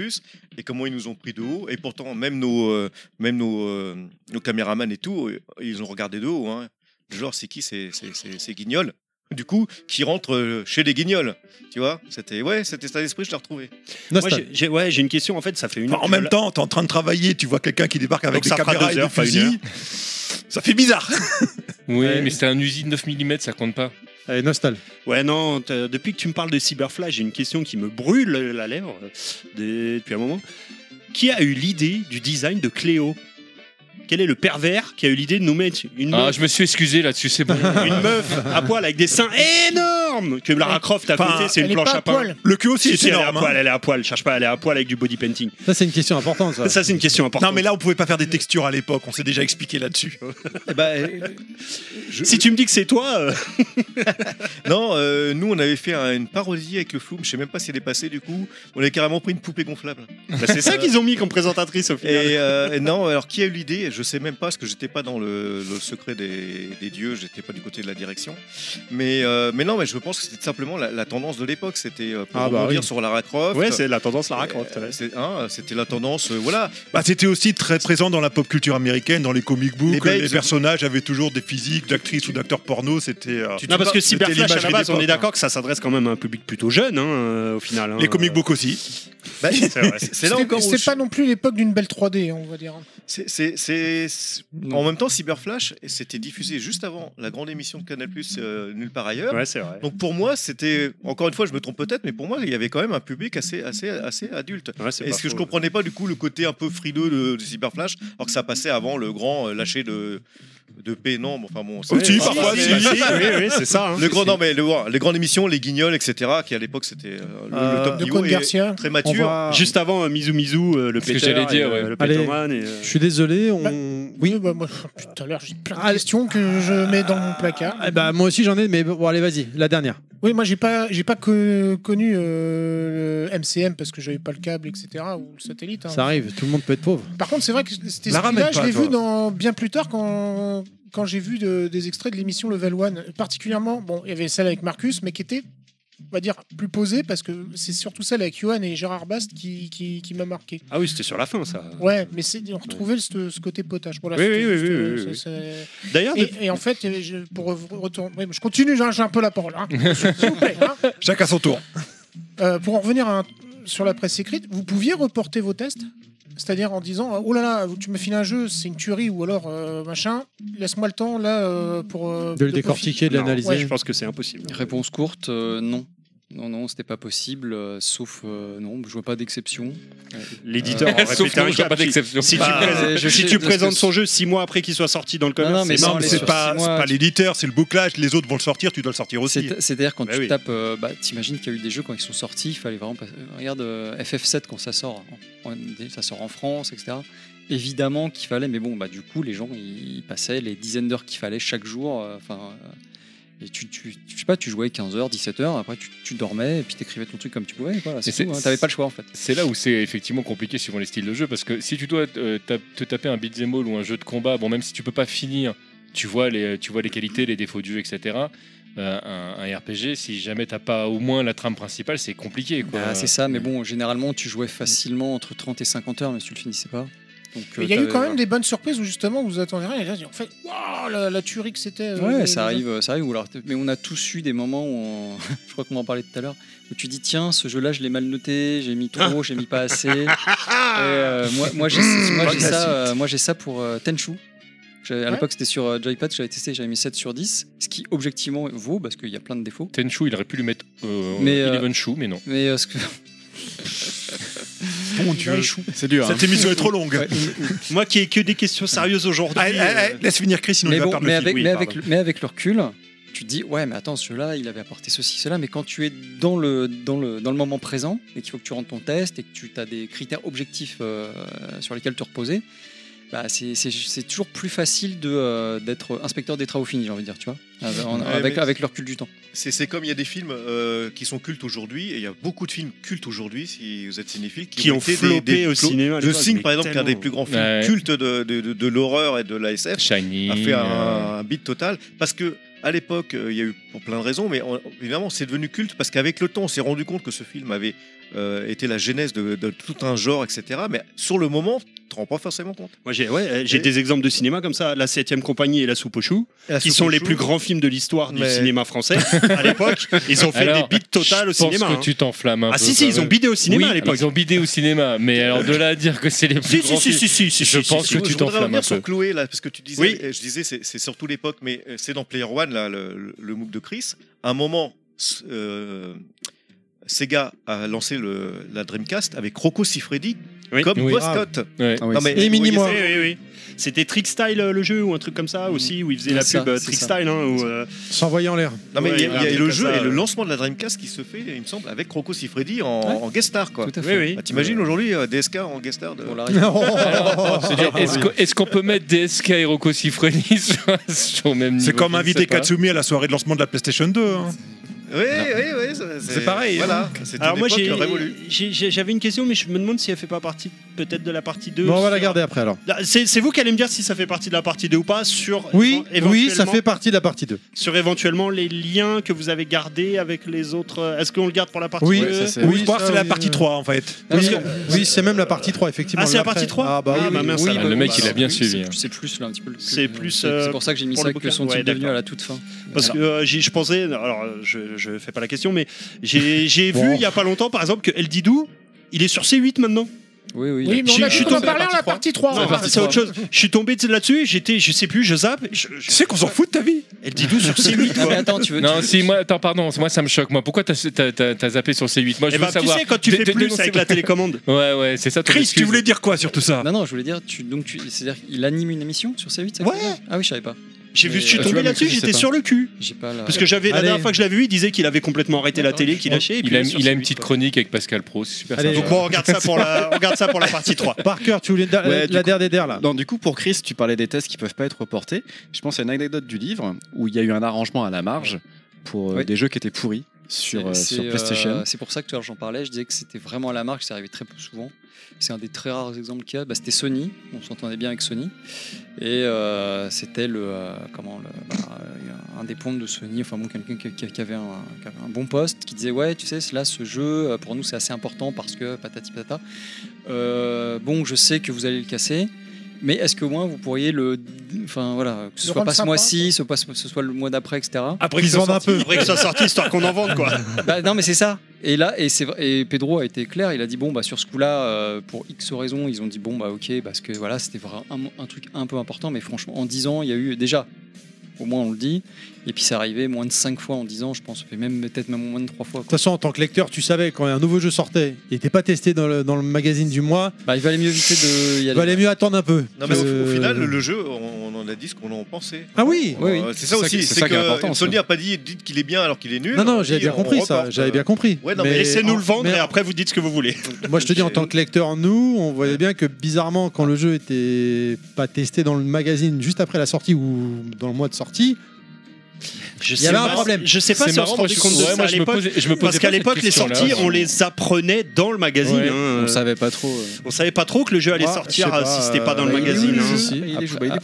et comment ils nous ont pris de haut. Et pourtant, même nos, euh, même nos, euh, nos caméramans et tout, euh, ils ont regardé de haut. Hein. Du Genre, c'est qui ces ces- ces- ces guignols Du coup, qui rentrent euh, chez les guignols Tu vois C'était ouais, cet état d'esprit, je l'ai retrouvé. Moi, j'ai- j'ai ouais, j'ai une question. En fait, ça fait une. En même temps, t'es en train de travailler, tu vois quelqu'un qui débarque avec Donc, des ça fera caméras deux et des heures, pas une fusils. Ça fait bizarre. Oui, mais c'était un usine 9 mm, ça compte pas. Allez, Nostal. Ouais, non, t'as- depuis que tu me parles de Cyberflash, j'ai une question qui me brûle la lèvre euh, des- depuis un moment. Qui a eu l'idée du design de Cléo Quel est le pervers qui a eu l'idée de nous mettre une Ah, meuf, je me suis excusé là-dessus, c'est bon. une meuf à poil avec des seins énormes que Lara Croft a Enfin, pété, c'est elle une est planche pas à à pain. poil. Le cul aussi Si, est si, elle est à énorme, poil, hein. elle est à poil, cherche pas, elle est à poil avec du body painting. Ça, c'est une question importante. Ça, c'est une question importante. Non, mais là, on pouvait pas faire des textures à l'époque. On s'est déjà expliqué là-dessus. Eh ben, Si tu me dis que c'est toi. euh. non, euh, nous on avait fait un- une parodie avec le flou, je sais même pas si elle est passée du coup. On avait carrément pris une poupée gonflable. Euh, Bah, c'est ça qu'ils ont mis comme présentatrice au final. Et euh, et non, alors qui a eu l'idée Je sais même pas parce que j'étais pas dans le, le secret des, des dieux, j'étais pas du côté de la direction. Mais, euh, mais non, mais je pense que c'était simplement la, la tendance de l'époque. C'était euh, pour Ah, bah rebondir oui. sur Lara Croft. Ouais, c'est la tendance Lara Croft. Euh, c'est- hein, c'était la tendance, euh, voilà. Bah, c'était aussi très présent dans la pop culture américaine, dans les comic Les books. Les, babes. personnages avaient toujours des physiques d'actrices ou d'acteurs porno. C'était. euh, non, parce que c'était Cyberflash, à la l'imagerie base, on est d'époque, hein. d'accord que ça s'adresse quand même à un public plutôt jeune, hein, euh, au final. hein. Bah, Les comic books aussi. c'est vrai. C'est là encore où C'est je- pas non plus l'époque d'une belle 3D, on va dire. C'est- c'est- c'est- c'est- En même temps, Cyberflash, c'était diffusé juste avant la grande émission de Canal Plus Nulle part ailleurs. Ouais, c'est vrai. Donc pour moi, c'était. Encore une fois, je me trompe peut-être, mais pour moi, il y avait quand même un public assez, assez, assez adulte. Ouais, c'est Et pas ce que je faux, comprenais pas du coup le côté un peu frileux de, de Cyberflash, alors que ça passait avant le grand euh, lâcher de. De paix, non, mais enfin bon. c'est- Oui, Oh, si, parfois, si, si, oui, oui, c'est ça, hein. Le grand, Si. non, mais le- les grandes émissions, les guignols, etc., qui à l'époque c'était euh, le, le Euh, top de niveau Côte et Garcia, très on mature. va- Juste avant euh, Mizu Mizu, euh, le Ce que péter, j'allais dire, ouais. le Allez, Péterman et, euh, je suis désolé. On... Oui. moi, tout à l'heure, j'ai plein de questions que je mets dans mon placard. Eh ben, moi aussi, j'en ai, mais bon, allez, vas-y, la dernière. Oui, moi j'ai pas j'ai pas co- connu euh, le MCM parce que j'avais pas le câble, etc. ou le satellite. hein. Ça arrive, tout le monde peut être pauvre. Par contre, c'est vrai que c'était La ramène là je pas, l'ai toi. vu dans bien plus tard quand quand j'ai vu de- des extraits de l'émission Level One, particulièrement bon, il y avait celle avec Marcus, mais qui était on va dire plus posée parce que c'est surtout celle avec Johan et Gérard Bast qui, qui, qui m'a marqué. Ah oui, c'était sur la fin, ça. Ouais, mais c'est on retrouvait ce, ce côté potage. Voilà, Oui, c'était oui, oui, juste, oui, euh, oui, ça, oui. c'est- D'ailleurs, et, et en fait, je, pour re- retourner, oui, mais je continue, j'ai j'ai un peu la parole. hein. S'il vous plaît. hein. Chacun son tour. Euh, pour en revenir à un- sur la presse écrite, vous pouviez reporter vos tests c'est-à-dire en disant oh là là tu me files un jeu c'est une tuerie ou alors euh, machin laisse-moi le temps là euh, pour euh, De le profi- décortiquer, de Non, l'analyser. ouais. Je pense que c'est impossible. Réponse courte, euh, non. Non, non, c'était pas possible, euh, sauf euh, non, je vois pas d'exception. L'éditeur Euh, en répétait un cap. Si- Si, Bah, tu, présentes- Euh, je si sais tu de ce présentes que- son jeu six mois après qu'il soit sorti dans le commerce, non, mais c'est sans mort. les- C'est sur pas, six c'est mois, pas tu- l'éditeur, c'est le bouclage. Les autres vont le sortir, tu dois le sortir aussi. C'est- C'est-à-dire quand Bah tu oui. tapes, euh, bah, t'imagines qu'il y a eu des jeux quand ils sont sortis, il fallait vraiment pas- euh, Regarde euh, FF7 quand ça sort, en- en- ça sort en France, etc. Évidemment qu'il fallait, mais bon, bah du coup les gens ils passaient les dizaines d'heures qu'il fallait chaque jour. euh, Enfin, euh, et tu, tu, je sais pas, tu jouais 15 heures, 17 heures, après tu, tu dormais et puis t'écrivais ton truc comme tu pouvais. Voilà, c'est Et c'est- tout. hein, T'avais pas le choix en fait. C'est là où c'est effectivement compliqué suivant les styles de jeu parce que si tu dois euh, ta- te taper un beat'em all ou un jeu de combat, bon même si tu peux pas finir tu vois les, tu vois les qualités, les défauts du jeu, etc. Euh, un, un RPG, si jamais t'as pas au moins la trame principale, c'est compliqué. Quoi. Ah, c'est ça, mais bon, généralement, tu jouais facilement entre 30 et 50 heures, mais tu le finissais pas. Donc, Mais euh, Il y a eu t'avais- quand même des bonnes surprises où justement vous attendez rien et là en fait waouh la, la tuerie que c'était. euh, Ouais, les- ça les- arrive, euh, ça arrive. ou alors, mais on a tous eu des moments où, on- je crois qu'on en parlait tout à l'heure, où tu dis tiens, ce jeu-là, je l'ai mal noté, j'ai mis trop, j'ai mis pas assez. Et, euh, moi, moi, j'ai moi, pas j'ai de la ça, suite. euh, moi, j'ai ça pour euh, Tenchu. J'avais- À Ouais. l'époque, c'était sur euh, Joypad, j'avais testé, j'avais mis 7 sur 10, ce qui objectivement vaut parce qu'il y a plein de défauts. Tenchu, il aurait pu lui mettre euh, euh, Eleven Shoe, mais non. Mais euh, ce que- Bon Dieu. C'est dur, Cette hein. émission est trop longue. Ouais. Moi qui ai que des questions sérieuses Ah, aujourd'hui. euh, Allez, allez, allez, eh, laisse finir Chris, sinon mais il va bon, perdre le mais fil. avec, Oui, mais, avec, pardon. le- mais avec le recul, tu te dis ouais, mais attends, ceux-là, il avait apporté ceci, cela. Mais quand tu es dans le, dans le, dans le moment présent et qu'il faut que tu rendes ton test et que tu as des critères objectifs euh, sur lesquels te reposer, bah, c'est- c'est c'est toujours plus facile de, euh, d'être inspecteur des travaux finis, j'ai envie de dire, tu vois, avec, en- Ouais, avec, mais- avec le recul du temps. C'est c'est comme il y a des films euh, qui sont cultes aujourd'hui, et il y a beaucoup de films cultes aujourd'hui, si vous êtes cinéphile, Qui ont été floppé au clo- cinéma à Le l'époque, Signe, mais par exemple, qui est un des tellement. plus grands films Ouais. cultes de, de- de- de l'horreur et de l'ASF, a fait un, un beat total. Parce que à l'époque, euh, il y a eu pour plein de raisons, mais on- évidemment, c'est devenu culte parce qu'avec le temps, on s'est rendu compte que ce film avait euh, été la genèse de, de tout un genre, etc. Mais sur le moment, tu ne te rends pas forcément compte. Moi, j'ai ouais, euh, j'ai des exemples de cinéma comme ça, La 7 Compagnie et La Soupe aux Choux, La qui Soupe sont aux les Choux. plus grands films de l'histoire du Mais- cinéma français. à l'époque, ils ont fait Alors, des beats totales au je pense cinéma. que hein. tu t'enflammes un Ah, peu, si, si, quand ils ont même. bidé au cinéma Oui, à l'époque. Ils ont bidé au cinéma, mais alors de là à dire que c'est les Si, plus si, grands si, films, si, si, si, je si, pense si, que si, tu Je voudrais t'enflammes un revenir sur peu. Chloé, là, parce que tu disais, Oui. euh, je disais, c'est c'est surtout l'époque, mais euh, c'est dans Player One, là, le, le- le MOOC de Chris. À un moment, s- euh, Sega a lancé le, la Dreamcast avec Rocco Siffredi comme Oui. Boy Ah. Scout. Ouais. Non, mais vous voyez ça Oui, oui, oui. C'était Trick Style euh, le jeu ou un truc comme ça aussi, où ils faisaient la C'est pub ça, euh, c'est Trick ça. Style. hein, où, euh, S'envoyer en l'air. Non, mais il y a- Ouais, il y a, un le truc jeu comme ça, et le euh. lancement de la Dreamcast qui se fait, il me semble, avec Rocco Siffredi en, en guest star. Quoi. Tout à fait. Oui, oui. Bah, T'imagines aujourd'hui euh, DSK en guest star de... Ah Est-ce que- est-ce qu'on peut mettre DSK et Rocco Siffredi sur- sur le même niveau C'est comme je ne sais inviter pas. Katsumi à la soirée de lancement de la PlayStation 2. hein. Oui, oui, oui. ça- C'est pareil, Voilà, hein. c'était Alors une moi époque j'ai- révolue. j'ai- j'ai- j'avais une question mais je me demande si elle fait pas partie peut-être de la partie 2. Bon, on va la sur- garder après alors. Là, C'est c'est vous qui allez me dire si ça fait partie de la partie 2 ou pas sur Oui, évent- oui, ça éventuellement- fait partie de la partie 2. sur éventuellement les liens que vous avez gardés avec les autres. euh, Est-ce qu'on le garde pour la partie Oui, 2 Ouais, ça, c'est- Ou je crois que ça, c'est la oui, partie hein. oui. 3 en fait. Oui, euh, Parce que- oui, c'est même la partie 3, effectivement. Ah, c'est la le après. partie 3 Ah, bah Ah, oui, bah oui, mince, oui, alors. bah, Le mec, Bah, il a bien c'est- suivi. hein. C'est plus là un petit peu. le- C'est plus, C'est euh, pour ça que j'ai mis pour ça le que bouquin. sont-ils Ouais, devenus d'accord. à la toute fin. Parce Alors. que euh, j'y- je pensais, alors euh, je, je fais pas la question, mais j'ai j'ai vu il y a pas longtemps par exemple que El Didou, il est sur C8 maintenant. Oui, oui. Oui, mais on J'ai- a je suis dit qu'on en tombé- parlait en la partie 3. Non, c'est autre chose. Je suis tombé là-dessus, j'étais, je sais plus, je zappe. Je, je- Tu sais qu'on s'en fout de ta vie El Didou sur C8 Non, mais quoi. attends, tu veux. tu Non, veux- si, moi, attends, pardon, moi ça me choque. Moi, pourquoi t'as t'as- t'as- t'as zappé sur C8 Moi, je Eh veux ben, tu savoir. sais, quand tu Dé- fais dé- plus avec la télécommande. Ouais, ouais, c'est ça ton Chris, excuse. tu voulais dire quoi sur tout ça Non, non, je voulais dire, tu, donc tu, c'est-à-dire qu'il anime une émission sur C8 ça Ouais. s'appelle Ah oui, je savais pas. J'ai vu, Mais, je suis euh, tombé tu vois, là-dessus, mais je sais j'étais pas. sur le cul. J'ai pas la. Parce que j'avais la Allez. dernière fois que je l'avais vu, il disait qu'il avait complètement arrêté la télé, qu'il lâchait. et puis Il a, là, sur il a une C8, petite quoi. chronique avec Pascal Pro, c'est super Allez, sympa. Donc bon, on regarde ça pour la, on regarde ça pour la partie 3. Parker, Bah, tu voulais da- Ouais, du la coup- der des der là. Non, du coup, pour Chris, tu parlais des tests qui peuvent pas être reportés. Je pense à une anecdote du livre où il y a eu un arrangement à la marge pour euh, Oui. des jeux qui étaient pourris sur, euh, C'est, sur euh, PlayStation. c'est pour ça que tout à l'heure, j'en parlais. Je disais que c'était vraiment à la marque, ça arrivait très peu souvent. C'est un des très rares exemples qu'il y a. Bah, c'était Sony, on s'entendait bien avec Sony. Et euh, c'était le, euh, comment, le, bah, euh, un des pontes de Sony, enfin bon, quelqu'un qui, qui- qui avait un, qui avait un bon poste, qui disait Ouais, tu sais, là, ce jeu, euh, pour nous, c'est assez important parce que patati patata. Euh, bon, je sais que vous allez le casser. Mais est-ce que au moins vous pourriez le. Enfin voilà, que ce Le soit pas rendre ce sympa, mois-ci, ce, pas- ce soit le mois d'après, etc. Après Ils qu'ils se vendent un peu. Après que ça sorte, histoire qu'on en vende quoi. Bah, non, mais c'est ça. Et là, et, c'est vrai- et Pedro a été clair. Il a dit bon, bah sur ce coup-là, euh, pour X raisons, ils ont dit bon, bah ok, parce que voilà, c'était vraiment un, un truc un peu important. Mais franchement, en 10 ans, il y a eu déjà, au moins on le dit. Et puis c'est arrivé moins de 5 fois en 10 ans, je pense, et même peut-être même moins de 3 fois. De quoi. toute façon, en tant que lecteur, tu savais quand un nouveau jeu sortait, il n'était pas testé dans le, dans le magazine du mois. Bah, il valait mieux éviter de. y Il aller. valait mieux attendre un peu. Non, mais au, au Euh, final, le, le jeu, on, on en a dit ce qu'on en pensait. Ah oui, Oui, oui. Euh, C'est ça C'est ça aussi, qui- c'est c'est ça qui est que important, Sony ça. n'a pas dit dites qu'il est bien alors qu'il est nul. Non, On non, j'avais dit, bien on compris ça. reporte, J'avais bien euh, compris. Ouais, non, mais Laissez-nous le vendre mais- et après vous dites ce que vous voulez. Moi, je te dis, en tant que lecteur, nous, on voyait bien que bizarrement, quand le jeu était pas testé dans le magazine juste après la sortie ou dans le mois de sortie, Je Il y sais avait un pas- problème. Je sais pas C'est si on marrant, se moi, rendait je- compte de ouais, ça moi, à je me l'époque. posais- je me posais Parce pas qu'à cette l'époque, les question-là. sorties, on les apprenait dans le magazine. Ouais. hein, euh, On savait pas trop. on savait pas trop que le jeu allait Ah, sortir je sais euh, pas, si c'était pas dans le euh, magazine. il est où, hein. le jeu Si, si,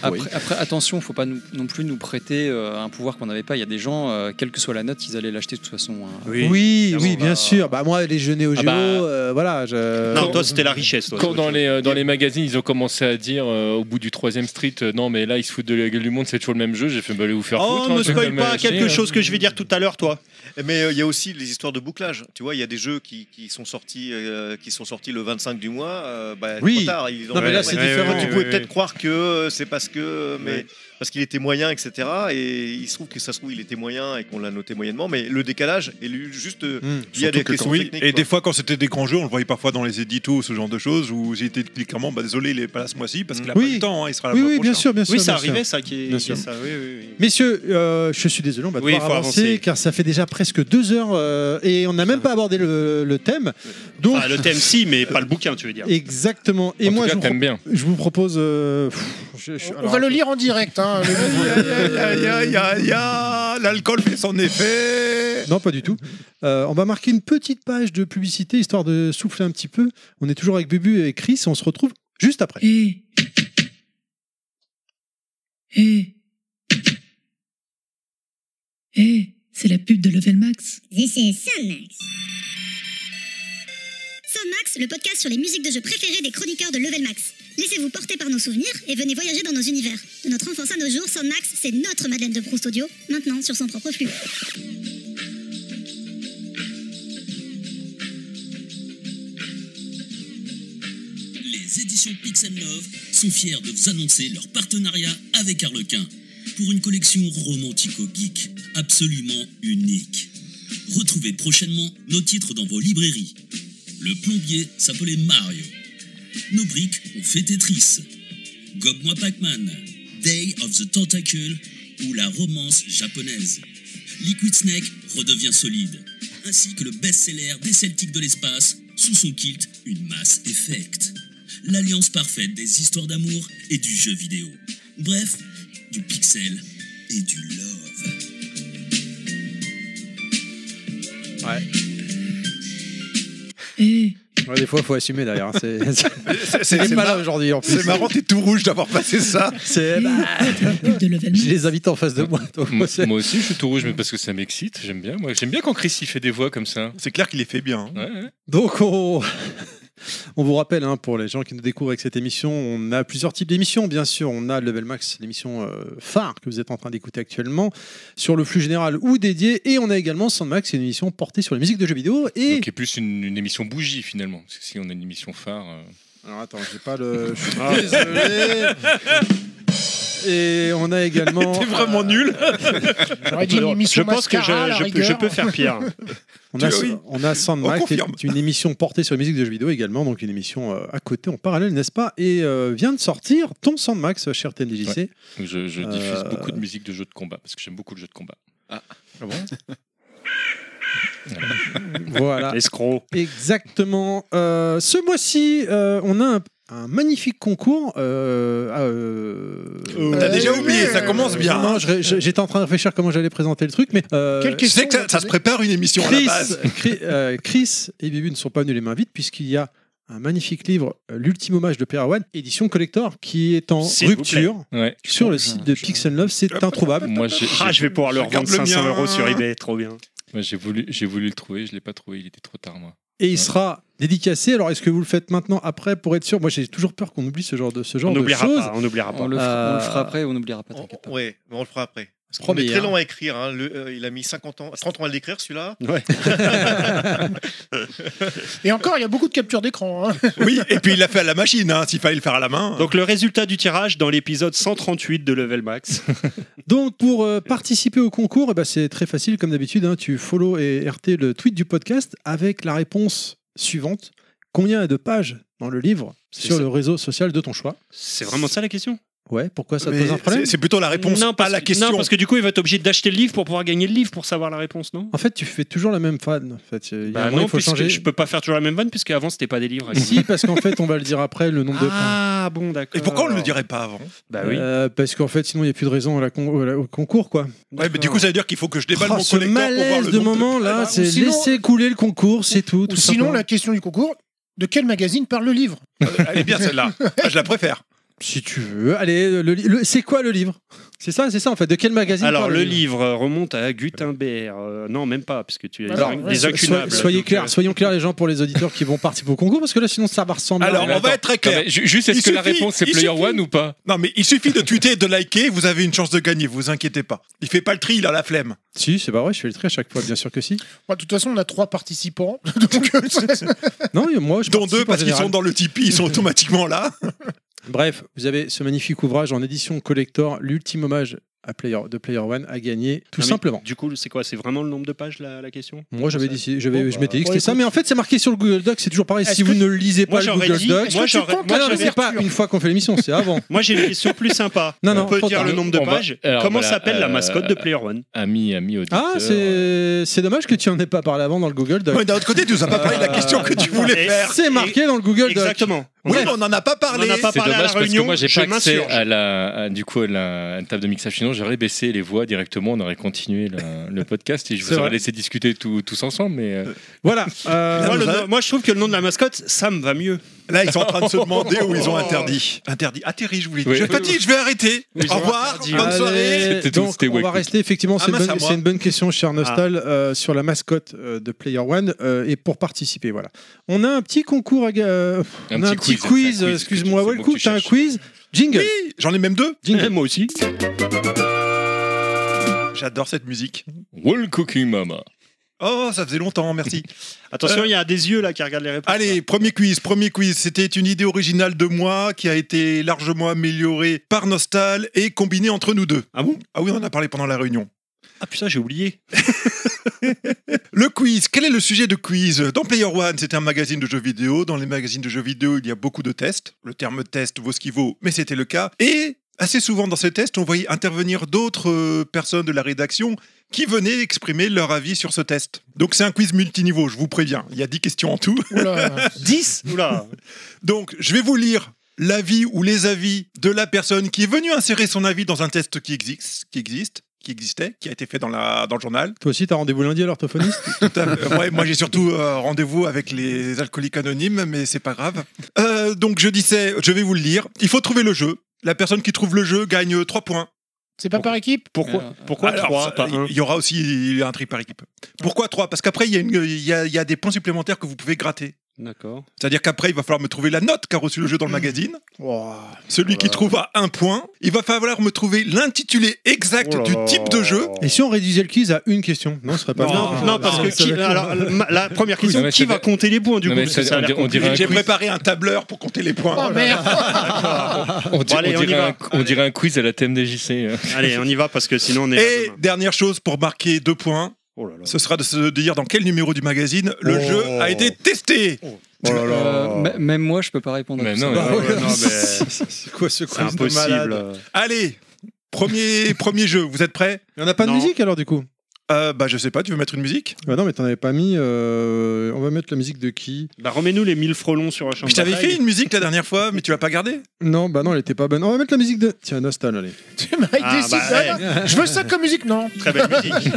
Après, après- après, attention, faut pas nous- non plus nous prêter euh, un pouvoir qu'on n'avait pas. Il y a des gens, euh, quelle que soit la note, ils allaient l'acheter de toute façon. hein. Oui, oui, bien sûr. Bah moi, les jeux Néo Geo, bah. euh, voilà. je- Non, toi, c'était la richesse. Quand dans les, euh, dans les magazines, ils ont commencé à dire euh, au bout du troisième street, euh, non mais là ils se foutent de la gueule du monde, c'est toujours le même jeu, j'ai fait bah, allez vous faire Oh, foutre. me hein, c'est spoil comme, pas euh, quelque Disney, chose que je vais dire tout à l'heure, toi. Mais euh, il y a aussi les histoires de bouclage. Tu vois, il y a des jeux qui, qui sont, sortis, euh, qui sont sortis le 25 du mois. euh, bah, Oui. Trop tard, ils ont- Non, mais là, c'est différent. Tu Oui, pouvais oui, peut-être oui. croire que euh, c'est parce que. euh, Mais, Parce qu'il était moyen, etc. Et il se trouve que ça se trouve, il était moyen et qu'on l'a noté moyennement. Mais le décalage est lu- juste. euh, Hmm. Il y a Surtout des que questions quand- oui, techniques. Et quoi. des fois, quand c'était des grands jeux, on le voyait parfois dans les éditos, ce genre de choses, où ils étaient clairement, bah, désolé, il est pas là ce mois-ci, parce qu'il a pas le temps, hein, il sera là Oui, le mois oui, bien prochain. sûr, bien sûr. Oui, ça bien sûr. arrivait, ça, qui est- Bien qui sûr. est ça. Oui, oui, oui. Messieurs, euh, je suis désolé, on va Oui, devoir faut avancer, avancer. car ça fait déjà presque deux heures euh, et on n'a même pas abordé le, le thème. Donc, Ah, le thème, si, mais pas le bouquin, tu veux dire. Exactement. Et En tout moi, cas, je, vous t'aimes pro- bien. je vous propose. euh, pff, je- je- On alors, va le lire en direct. Hein, Aïe, aïe, aïe, aïe, l'alcool fait son effet. Non, pas du tout. Euh, on va marquer une petite page de publicité histoire de souffler un petit peu. On est toujours avec Bubu et Chris et on se retrouve juste après. Eh Eh, c'est la pub de Level Max. This is Soundmax. Soundmax, le podcast sur les musiques de jeux préférées des chroniqueurs de Level Max. Laissez-vous porter par nos souvenirs et venez voyager dans nos univers. De notre enfance à nos jours, Soundmax, c'est notre Madeleine de Proust audio, maintenant sur son propre flux. Les éditions Pix Love sont fiers de vous annoncer leur partenariat avec Harlequin pour une collection romantico-geek absolument unique. Retrouvez prochainement nos titres dans vos librairies. Le plombier s'appelait Mario. Nos briques ont fait Tetris. Gobe-moi Pac-Man. Day of the Tentacle ou la romance japonaise. Liquid Snake redevient solide. Ainsi que le best-seller des Celtiques de l'espace, sous son kilt, une masse effect. L'alliance parfaite des histoires d'amour et du jeu vidéo. Bref, du pixel et du love. Eh, Ouais, des fois, il faut assumer d'ailleurs. hein, C'est C'est- c'est c'est pas là marrant. aujourd'hui. en plus. C'est marrant, t'es tout rouge d'avoir passé ça. Eh. C'est bah, je les invite en face de moi. Mm. donc Moi, c'est- moi aussi, je suis tout rouge, mais parce que ça m'excite. J'aime bien. Moi, j'aime bien quand Chris il fait des voix comme ça. C'est clair qu'il les fait hein. bien. Donc on, on vous rappelle, hein, pour les gens qui nous découvrent avec cette émission, on a plusieurs types d'émissions, bien sûr. On a Level Max, l'émission euh, phare que vous êtes en train d'écouter actuellement, sur le flux général ou dédié. Et on a également Sandmax, une émission portée sur les musiques de jeux vidéo. Et... Donc, qui est plus une, une émission bougie finalement. Parce que si on a une émission phare. euh, Ah. Alors attends, j'ai pas le. Désolé. Et on a également. T'es vraiment nul. J'aurais dit une émission Je pense que mascara, à la je- je peux- rigueur. je peux faire pire. On a, Tu- oui. on a Sandmack, On qui confirme. est une émission portée sur les musiques de jeux vidéo également, donc une émission euh, à côté, en parallèle, n'est-ce pas Et euh, vient de sortir ton Sandmax, euh, cher TMDJC. Ouais. Je, je diffuse Euh, beaucoup de musique de jeux de combat parce que j'aime beaucoup le jeu de combat. Ah, bon Voilà. Exactement. Euh, ce mois-ci, euh, on a un, un magnifique concours. euh, ah, euh, T'as euh, déjà oublié, ça commence bien. Non, je- je- j'étais en train de réfléchir comment j'allais présenter le truc, mais. euh, Quelle question Tu sais que ça- ça se prépare une émission à la Chris, base. Chris, euh, Chris et Bibu ne sont pas venus les mains vides puisqu'il y a un magnifique livre, euh, L'ultime hommage de Perawan, édition collector, qui est en S'il vous rupture plaît. Ouais. sur Oh, le site de Pixel Love. C'est introuvable. Moi, j'ai- Ah, je vais pouvoir le Je garde revendre le 500 mien. euros sur eBay, trop bien. Moi, j'ai voulu, j'ai voulu le trouver, je l'ai pas trouvé, il était trop tard moi. et il sera dédicacé. Alors, est-ce que vous le faites maintenant, après, pour être sûr Moi, j'ai toujours peur qu'on oublie ce genre de ce genre de choses. On le, fera, on le fera Euh, après, on n'oubliera pas, t'inquiète pas. Ouais, mais on le fera après. Parce qu'on Promis, est très hein. long à écrire. hein. Le- euh, il a mis 50 ans, 30 ans à l'écrire, celui-là. Ouais. Et encore, il y a beaucoup de captures d'écran. hein. Oui, et puis il l'a fait à la machine, hein, s'il fallait le faire à la main. Donc le résultat du tirage dans l'épisode 138 de Level Max. Donc, pour euh, participer au concours, eh ben, c'est très facile, comme d'habitude. hein. tu follow et RT le tweet du podcast avec la réponse suivante. Combien de pages dans le livre sur ça. le réseau social de ton choix C'est vraiment ça la question Ouais, pourquoi ça te pose un problème non, parce à que- Non, parce que du coup, il va être obligé d'acheter le livre pour pouvoir gagner le livre pour savoir la réponse, non En fait, tu fais toujours la même fan. En fait, Il y a un Bah moment, non, il faut puisque changer. je peux pas faire toujours la même vanne, puisque avant c'était pas des livres. Si, parce qu'en fait, on va le dire après, le nombre de points. Ah bon, d'accord. Et pourquoi on ne le dirait pas avant Bah oui. Euh, parce qu'en fait, sinon, il n'y a plus de raison à la con- au- au concours, quoi. Ouais, mais du coup, ça veut dire qu'il faut que je déballe Oh, mon ce collecteur pour voir malaise le de nombre moment, Ah, là, bah, c'est sinon- laisser couler le concours, c'est tout. tout Sinon, simplement. la question du concours, de quel magazine parle le livre Elle est bien celle-là. Ah, je la préfère. Si tu veux. Allez, le, li- le- c'est quoi le livre C'est ça, c'est ça en fait. De quel magazine Alors, parle le livre remonte à Gutenberg. Euh, non, même pas, parce que tu as Alors, les, ouais, so- incunables. so- soyez donc, euh, clairs, soyons clairs les gens pour les auditeurs qui vont participer au concours parce que là sinon ça va ressembler. à- Non, mais attends. Non, mais ju- juste, est-ce Il que la suffit- réponse c'est il Player suffit- One ou pas Non, mais il suffit de tweeter et de liker, vous avez une chance de gagner, vous inquiétez pas. Il fait pas le tri, il a la flemme. Si, c'est pas vrai, je fais le tri à chaque fois, bien sûr que si. Bon, de toute façon, on a trois participants. donc, euh, Non, mais moi je Dont participe deux, en parce qu'ils général. sont dans le Tipeee, ils sont automatiquement là. Bref, vous avez ce magnifique ouvrage en édition collector, l'ultime hommage à Player, de Player One à gagner, tout non, mais simplement. Du coup, c'est quoi C'est vraiment le nombre de pages la, la question Moi, j'avais dit, j'avais, Bon, je bah, m'étais dit que bon, c'était ça, écoute. mais en fait, c'est marqué sur le Google Doc. C'est toujours pareil. Est-ce Si que vous tu- ne lisez Moi, pas le j'aurais Google dit- Doc, est-ce que Moi, tu j'aurais- comptes moi, la Non, non, mais c'est pas couverture une fois qu'on fait l'émission, c'est avant. Moi, j'ai une question plus sympa. Non, non, On peut trop dire tard. le nombre de On va- pages. alors, Comment voilà, s'appelle la euh, mascotte de Player One Ami, ami auditeur. Ah, c'est, c'est dommage que tu en aies pas parlé avant dans le Google Doc. Ouais, d'un autre côté, tu nous as pas parlé de la question que tu voulais Et- faire. C'est marqué dans le Google Doc. Exactement. Oui, mais on n'en a pas parlé. On en a pas C'est parlé à la dommage parce que réunion. moi j'ai je pas accès m'insurge. à la à- du coup à la, à la table de mixage sinon j'aurais baissé les voix directement on aurait continué le, le podcast et je C'est vous aurais vrai. laissé discuter tout- tous ensemble mais euh, Voilà. euh, moi, le vous nom- avez- moi, je trouve que le nom de la mascotte, ça me va mieux. Oh. Là, ils sont en train de se demander où ils ont interdit. Interdit. Atterri, je vous l'ai dit. Oui. Je fatigue, je vais arrêter. Ils Au ont revoir, interdit. bonne soirée. Allez, donc, on va rester effectivement. Ah, C'est une, mince, bonne- à moi. c'est une bonne question, Ah. cher Nostal, euh, sur la mascotte euh, de Player One euh, et pour participer. Voilà, on a un petit concours. à ga- euh, Un on a un petit petit quiz, quiz. un quiz, Excuse-moi, c'est le mot que Walcoop, tu t'as un cherches. Eh, quiz. Jingle. Oui, j'en ai même deux. Jingle. Moi aussi. J'adore cette musique. Wall Cooking Mama. Oh, ça faisait longtemps, merci. Attention, Euh, il y a des yeux là qui regardent les réponses. Allez, premier quiz, premier quiz. C'était une idée originale de moi qui a été largement améliorée par Nostal et combinée entre nous deux. Ah bon Ah oui, on en a parlé pendant la réunion. Ah putain, j'ai oublié. Le quiz, quel est le sujet de quiz Dans Player One, c'était un magazine de jeux vidéo. Dans les magazines de jeux vidéo, il y a beaucoup de tests. Le terme test vaut ce qu'il vaut, mais c'était le cas. Et assez souvent dans ces tests, on voyait intervenir d'autres euh, personnes de la rédaction qui venaient exprimer leur avis sur ce test. Donc c'est un quiz multiniveau, je vous préviens. Il y a 10 questions en tout. 10 Oula Donc, je vais vous lire l'avis ou les avis de la personne qui est venue insérer son avis dans un test qui existe, qui existe, qui existait, qui a été fait dans, la, dans le journal. Toi aussi, t'as rendez-vous lundi à l'orthophoniste Tout à fait. Ouais, moi, j'ai surtout euh, rendez-vous avec les alcooliques anonymes, mais c'est pas grave. Euh, donc, je disais, je vais vous le lire. Il faut trouver le jeu. La personne qui trouve le jeu gagne 3 points. C'est pas par équipe Pourquoi, pourquoi Euh, Alors, 3 ça, Il y aura Ah, aussi un tri par équipe. Pourquoi 3 Parce qu'après, il y, a une- il y a- il y a des points supplémentaires que vous pouvez gratter. D'accord. C'est-à-dire qu'après, il va falloir me trouver la note qu'a reçu le Hmm. jeu dans le magazine. Celui qui trouve à un point, il va falloir me trouver l'intitulé exact Oh du type de jeu. Et si on réduisait le quiz à une question Non, ce serait pas Non, mal. non, parce que qui, alors, la, la première Non, question, mais qui ça- va compter les points du Non, coup mais parce ça- que ça a on l'air dirait- on dirait compliqué. Oh, un J'ai quiz. préparé un tableur pour compter les points. on, Bon, allez, on on y dirait va. un, on dirait un quiz à la thème des hein. JC Allez, on y va parce que sinon on est. là Et dernière chose pour marquer deux points, ce sera de se dire dans quel numéro du magazine le Oh. jeu a été testé. Ah Euh, m- même moi, je peux pas répondre. à Mais tout non, ça. Bah mais- ouais, non, mais- C'est quoi ce quiz de impossible. malade Allez, premier, premier jeu, vous êtes prêts Il y en a pas de Non. musique alors du coup Euh, Bah je sais pas, tu veux mettre une musique Bah non, mais t'en avais pas mis. euh, On va mettre la musique de qui Bah, remets-nous les 1000 frelons sur la chambre. Je t'avais d'arrêt. fait une musique la dernière fois, mais tu l'as pas gardée. Non, bah non, elle était pas bonne. On va mettre la musique de. Tiens, Nostal, allez. Le mec Ah, décide, bah, ah, ouais. Je veux ça comme musique, non Très belle musique.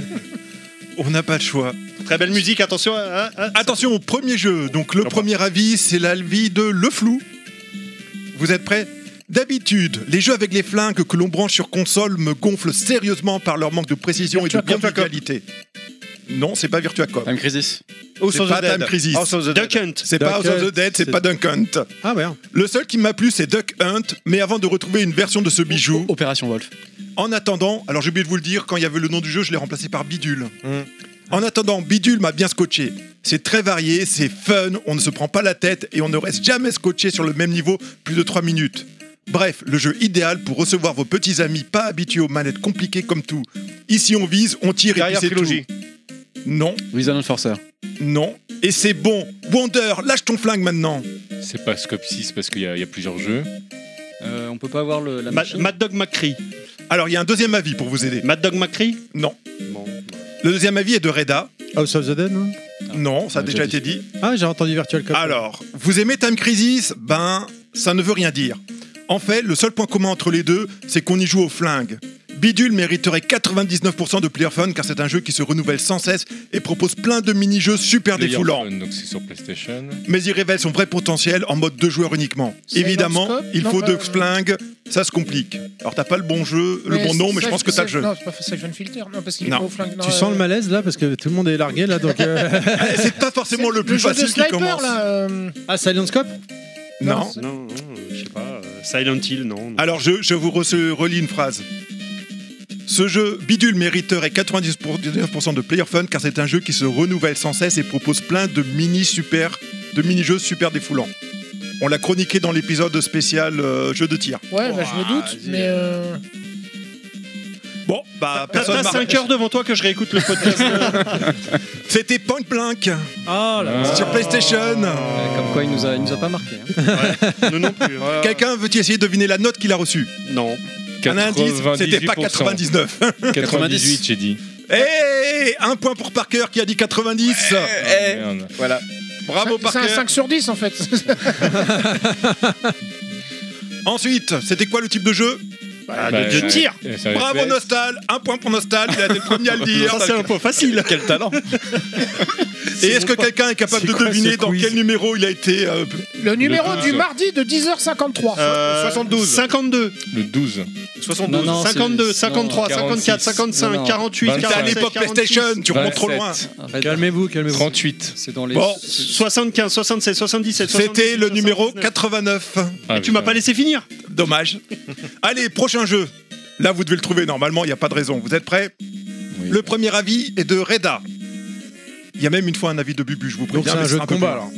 On n'a pas le choix. Très belle musique, attention. hein, hein. Attention au premier jeu. Donc le premier avis, c'est l'avis de Le Flou. Vous êtes prêts D'habitude, les jeux avec les flingues que l'on branche sur console me gonflent sérieusement par leur manque de précision et de Virtua Cop. convivialité. Non, c'est pas Virtua Cop. Time Crisis C'est pas Time Crisis. Duck Hunt. C'est pas House of the Dead, c'est pas Duck Hunt. Ah, merde. Le seul qui m'a plu, c'est Duck Hunt, mais avant de retrouver une version de ce bijou. Opération Wolf. En attendant, alors j'ai oublié de vous le dire, quand il y avait le nom du jeu, je l'ai remplacé par Bidule. En attendant, Bidule m'a bien scotché. C'est très varié, c'est fun, on ne se prend pas la tête et on ne reste jamais scotché sur le même niveau plus de 3 minutes. Bref, le jeu idéal pour recevoir vos petits amis pas habitués aux manettes compliquées comme tout. Ici on vise, on tire et Derrière puis c'est Trilogy. tout. Non, Wizard Enforcer. non. Et c'est bon. Wonder, lâche ton flingue maintenant. c'est pas Scope 6 parce qu'il y, a- il y a plusieurs jeux Euh, on peut pas avoir le, la Ma- machine. Mad Dog McCree. Alors il y a un deuxième avis pour vous aider. Mad Dog McCree Non. Bon. Le deuxième avis est de Reda. Ah. House of the Dead, non Non, ça a On déjà été dit. Ah, j'ai entendu Virtual Cop. Alors, vous aimez Time Crisis Ben, ça ne veut rien dire. En fait, le seul point commun entre les deux, c'est qu'on y joue au flingue. Bidule mériterait 99% de Player Fun car c'est un jeu qui se renouvelle sans cesse et propose plein de mini-jeux super Player défoulants. Phone, Donc c'est sur PlayStation. Mais il révèle son vrai potentiel en mode deux joueurs uniquement. Silent Évidemment, Scope il Non, faut pas- deux flingues, ça se complique. Alors t'as pas le bon jeu, le bon nom, mais je pense que t'as le jeu. Non, c'est pas Siphon Filter. Non, euh, parce qu'il est Non. pas au flingue. Tu sens le malaise là parce que tout le monde est largué là donc. euh, C'est pas forcément le plus jeu de facile qui sniper, commence. là. euh, Ah, Silent Scope Non. Non, non, je sais pas. euh, Silent Hill, non. non. Alors je, je vous re- relis une phrase. Ce jeu bidule mériterait 99% de player fun car c'est un jeu qui se renouvelle sans cesse et propose plein de mini super, de mini jeux super défoulants. On l'a chroniqué dans l'épisode spécial euh, jeu de tir. Ouais, bah, je me doute, mais. euh, Bon, bah T'as- personne. T'as 5 heures devant toi que je réécoute le podcast. C'était Point Blank. Ah là là. Sur PlayStation. Comme quoi, il nous a, il nous a pas marqué. hein. Non, non plus. hein. Quelqu'un veut-il essayer de deviner la note qu'il a reçue Non. Un indice, c'était pas 99. 98, j'ai dit. Eh, un point pour Parker qui a dit 90. Eh, Oh, voilà. Bravo C'est un Parker. 5 sur 10 en fait. Ensuite, c'était quoi le type de jeu Ah, bah, de- de tir. Eh, Bravo Nostal, un point pour Nostal, il a été le premier à le dire. Ça, Ah, c'est un peu facile. Quel talent Et est-ce que quelqu'un est capable de deviner dans quel numéro il a été euh, Le numéro Le du douze. mardi de 10h53. Euh, 72. 52. Le 12. 72, 52, 53, 54, 55, 48, 47, à l'époque 46. PlayStation, tu remontes trop loin. Calmez-vous, calmez-vous. 38. C'est dans les. Bon, 75, 76, 77, 78. c'était le numéro 89. Et tu m'as ah pas laissé finir. Dommage. Allez, prochain jeu. Là, vous devez le trouver normalement, il n'y a pas de raison. Vous êtes prêts Le premier avis est de Reda. Il y a même une fois un avis de Bubu, je vous Donc c'est préviens. un mais jeu de sera peu combat plus alors.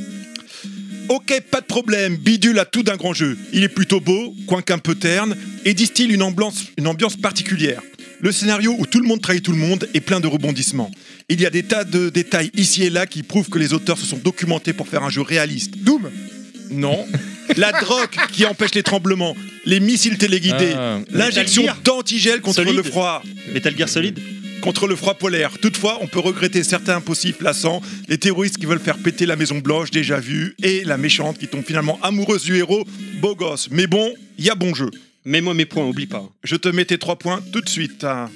long. Ok, pas de problème, Bidule a tout d'un grand jeu. Il est plutôt beau, quoiqu'un peu terne, et distille une ambiance, une ambiance particulière. Le scénario où tout le monde trahit tout le monde est plein de rebondissements. Il y a des tas de détails ici et là qui prouvent que les auteurs se sont documentés pour faire un jeu réaliste. Doom Non. La drogue qui empêche les tremblements, les missiles téléguidés, Ah, l'injection Metal Gear. d'antigel contre Solide. le froid Metal Gear Solid contre le froid polaire. Toutefois, on peut regretter certains possibles lassants, les terroristes qui veulent faire péter la Maison Blanche, déjà vue, et la méchante qui tombe finalement amoureuse du héros, beau gosse. Mais bon, il y a bon jeu. Mets-moi mes points, oublie pas. Je te mets tes trois points tout de suite. hein.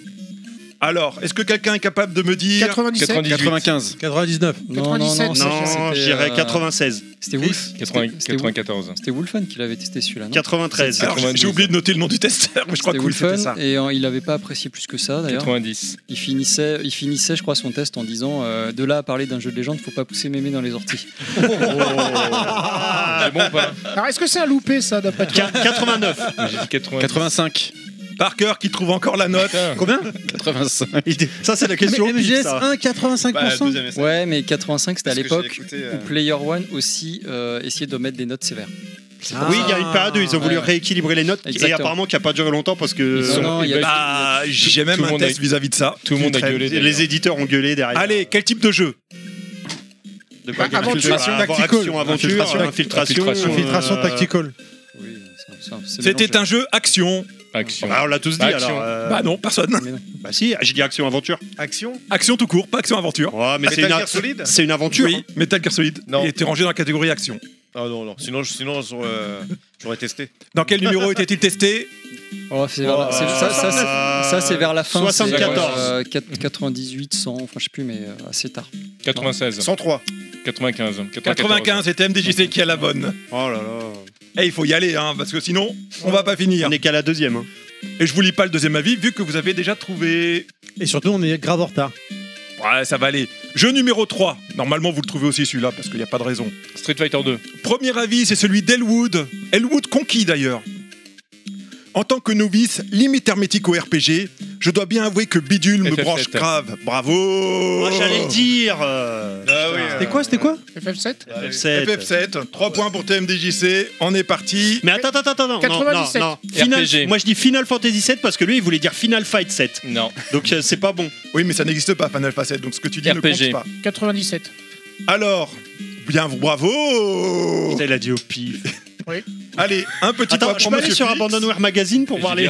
Alors, est-ce que quelqu'un est capable de me dire 97. 95. 99. non, non, 97. non, Non, C'était, je dirais euh, 96. C'était Wolf. 80 C'était- c'était Wolf- 94. C'était Wolfun qui l'avait testé celui-là. non 93. Alors, j'ai- J'ai oublié de noter le nom du testeur, mais je crois C'était que oui, Wolfen, c'était ça. et euh, il n'avait pas apprécié plus que ça d'ailleurs. 90. Il finissait, il finissait, je crois, son test en disant euh, De là à parler d'un jeu de légende, faut pas pousser mémé dans les orties. Oh. C'est bon ou pas Alors est-ce que c'est un loupé ça d'après toi 89. J'ai dit 80. 85. Parker qui trouve encore la note. Combien 85. Ça, c'est la question. Mais pique, MGS ça. 1 85%. Bah, Ouais, mais 85, c'était à Parce que l'époque j'ai écouté, euh, où Player One aussi euh, essayait de mettre des notes sévères. Oui, il y a une période où ils ont voulu Ah. Ouais, ouais. rééquilibrer les notes et Exactement. apparemment qui a pas duré longtemps parce que Ils sont- Non, non, il y a- Bah, j'ai tout même le un monde test a- vis-à-vis de ça. Tout le monde a Très- gueulé. les éditeurs ont gueulé derrière. Allez, quel type de jeu Bah, De quoi Aventure, Infiltration, tactical. euh, action, aventure, euh, Infiltration. infiltration, Infiltration. Infiltration euh, tactical. Oui, c'est- c'est C'était mélangé. un jeu action. Ah, Action. bah, on l'a tous dit Action. alors. euh, Bah non, personne. Mais non. Bah si, j'ai dit action aventure. Action Action tout court, pas action aventure. Ouais, mais c'est Metal une, Gear Solid c'est une aventure. Oui, Metal Gear Solid. Non. Il était rangé dans la catégorie action. Ah non, non, sinon, je- sinon j'aurais j'aurais testé. Dans quel numéro était-il testé Oh, c'est vers la- c'est- euh, ça, ça, c'est- ça, c'est vers la fin. c'est, 74. euh, quatre- 98, 100, enfin je sais plus, mais euh, assez tard. 96. 103. 95. 95, c'était MDJC qui a la bonne. Oh là là. Eh, il faut y aller, hein, parce que sinon, on va pas finir. On est qu'à la deuxième. hein. Et je vous lis pas le deuxième avis, vu que vous avez déjà trouvé. Et surtout, on est grave en retard. Ouais, ça va aller. Jeu numéro 3. Normalement, vous le trouvez aussi celui-là, parce qu'il n'y a pas de raison. Street Fighter 2. Premier avis, c'est celui d'Elwood. Elwood conquis d'ailleurs. En tant que novice, limite hermétique au RPG, je dois bien avouer que Bidule me FF7. branche grave. Bravo Moi, j'allais le dire. euh, Ah oui, C'était quoi C'était quoi FF7 Ah oui. F7. FF7, 3 points pour TMDJC, on est parti. Mais attends, attends, attends, non, non, 97. non. Final- RPG. moi je dis Final Fantasy 7 parce que lui il voulait dire Final Fight 7. Non. Donc euh, c'est pas bon. Oui, mais ça n'existe pas, Final Fantasy 7, donc ce que tu dis ne RPG. compte 97. pas. Alors, bien bravo Putain, il a dit au pif. Allez, un petit Attends, point je pour peux aller Monsieur sur Fritz. Abandonware Magazine pour voir les.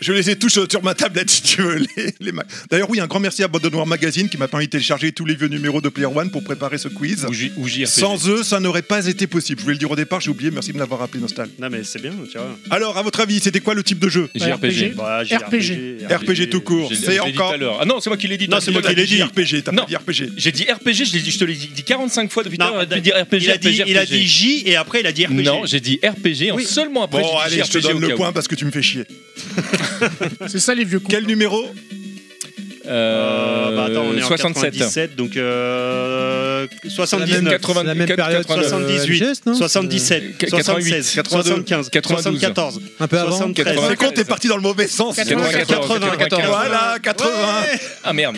Je les ai tous sur ma tablette si tu veux. les- les ma- D'ailleurs, oui, un grand merci à Abandonware Magazine qui m'a permis de télécharger tous les vieux numéros de Player One pour préparer ce quiz. Ou JRPG. Sans eux, ça n'aurait pas été possible. Je voulais le dire au départ, j'ai oublié. Merci de me l'avoir rappelé, Nostal. Non, mais c'est bien, tu vois. Alors, à votre avis, c'était quoi le type de jeu JRPG. Bah, RPG. RPG tout court. Je l'ai- C'est je l'ai dit encore- tout à l'heure. Ah non, c'est moi qui l'ai dit. Non, t'as c'est dit- moi t'as qui l'ai dit. JRPG, t'as pas dit RPG. J'ai dit RPG, je l'ai dit- je te l'ai dit 45 fois depuis tout à l'heure. tu dis il a RPG, dit- RPG. il a dit J et après il a dit RPG. Non, j'ai dit RPG, en- Oui. seulement après. Bon, j'ai dit allez, je te JRPG au donne le cas où. point parce que tu me fais chier. C'est ça les vieux coups. Quel numéro Euh, bah attends, on est 67. en 97, donc euh, 79, même- 80, la même période, 78, euh, LGS, non 77, Euh, 76, 82, 75, 74, 73. Le compte est parti dans le mauvais sens. 94, 94. Voilà, 80. Ah merde.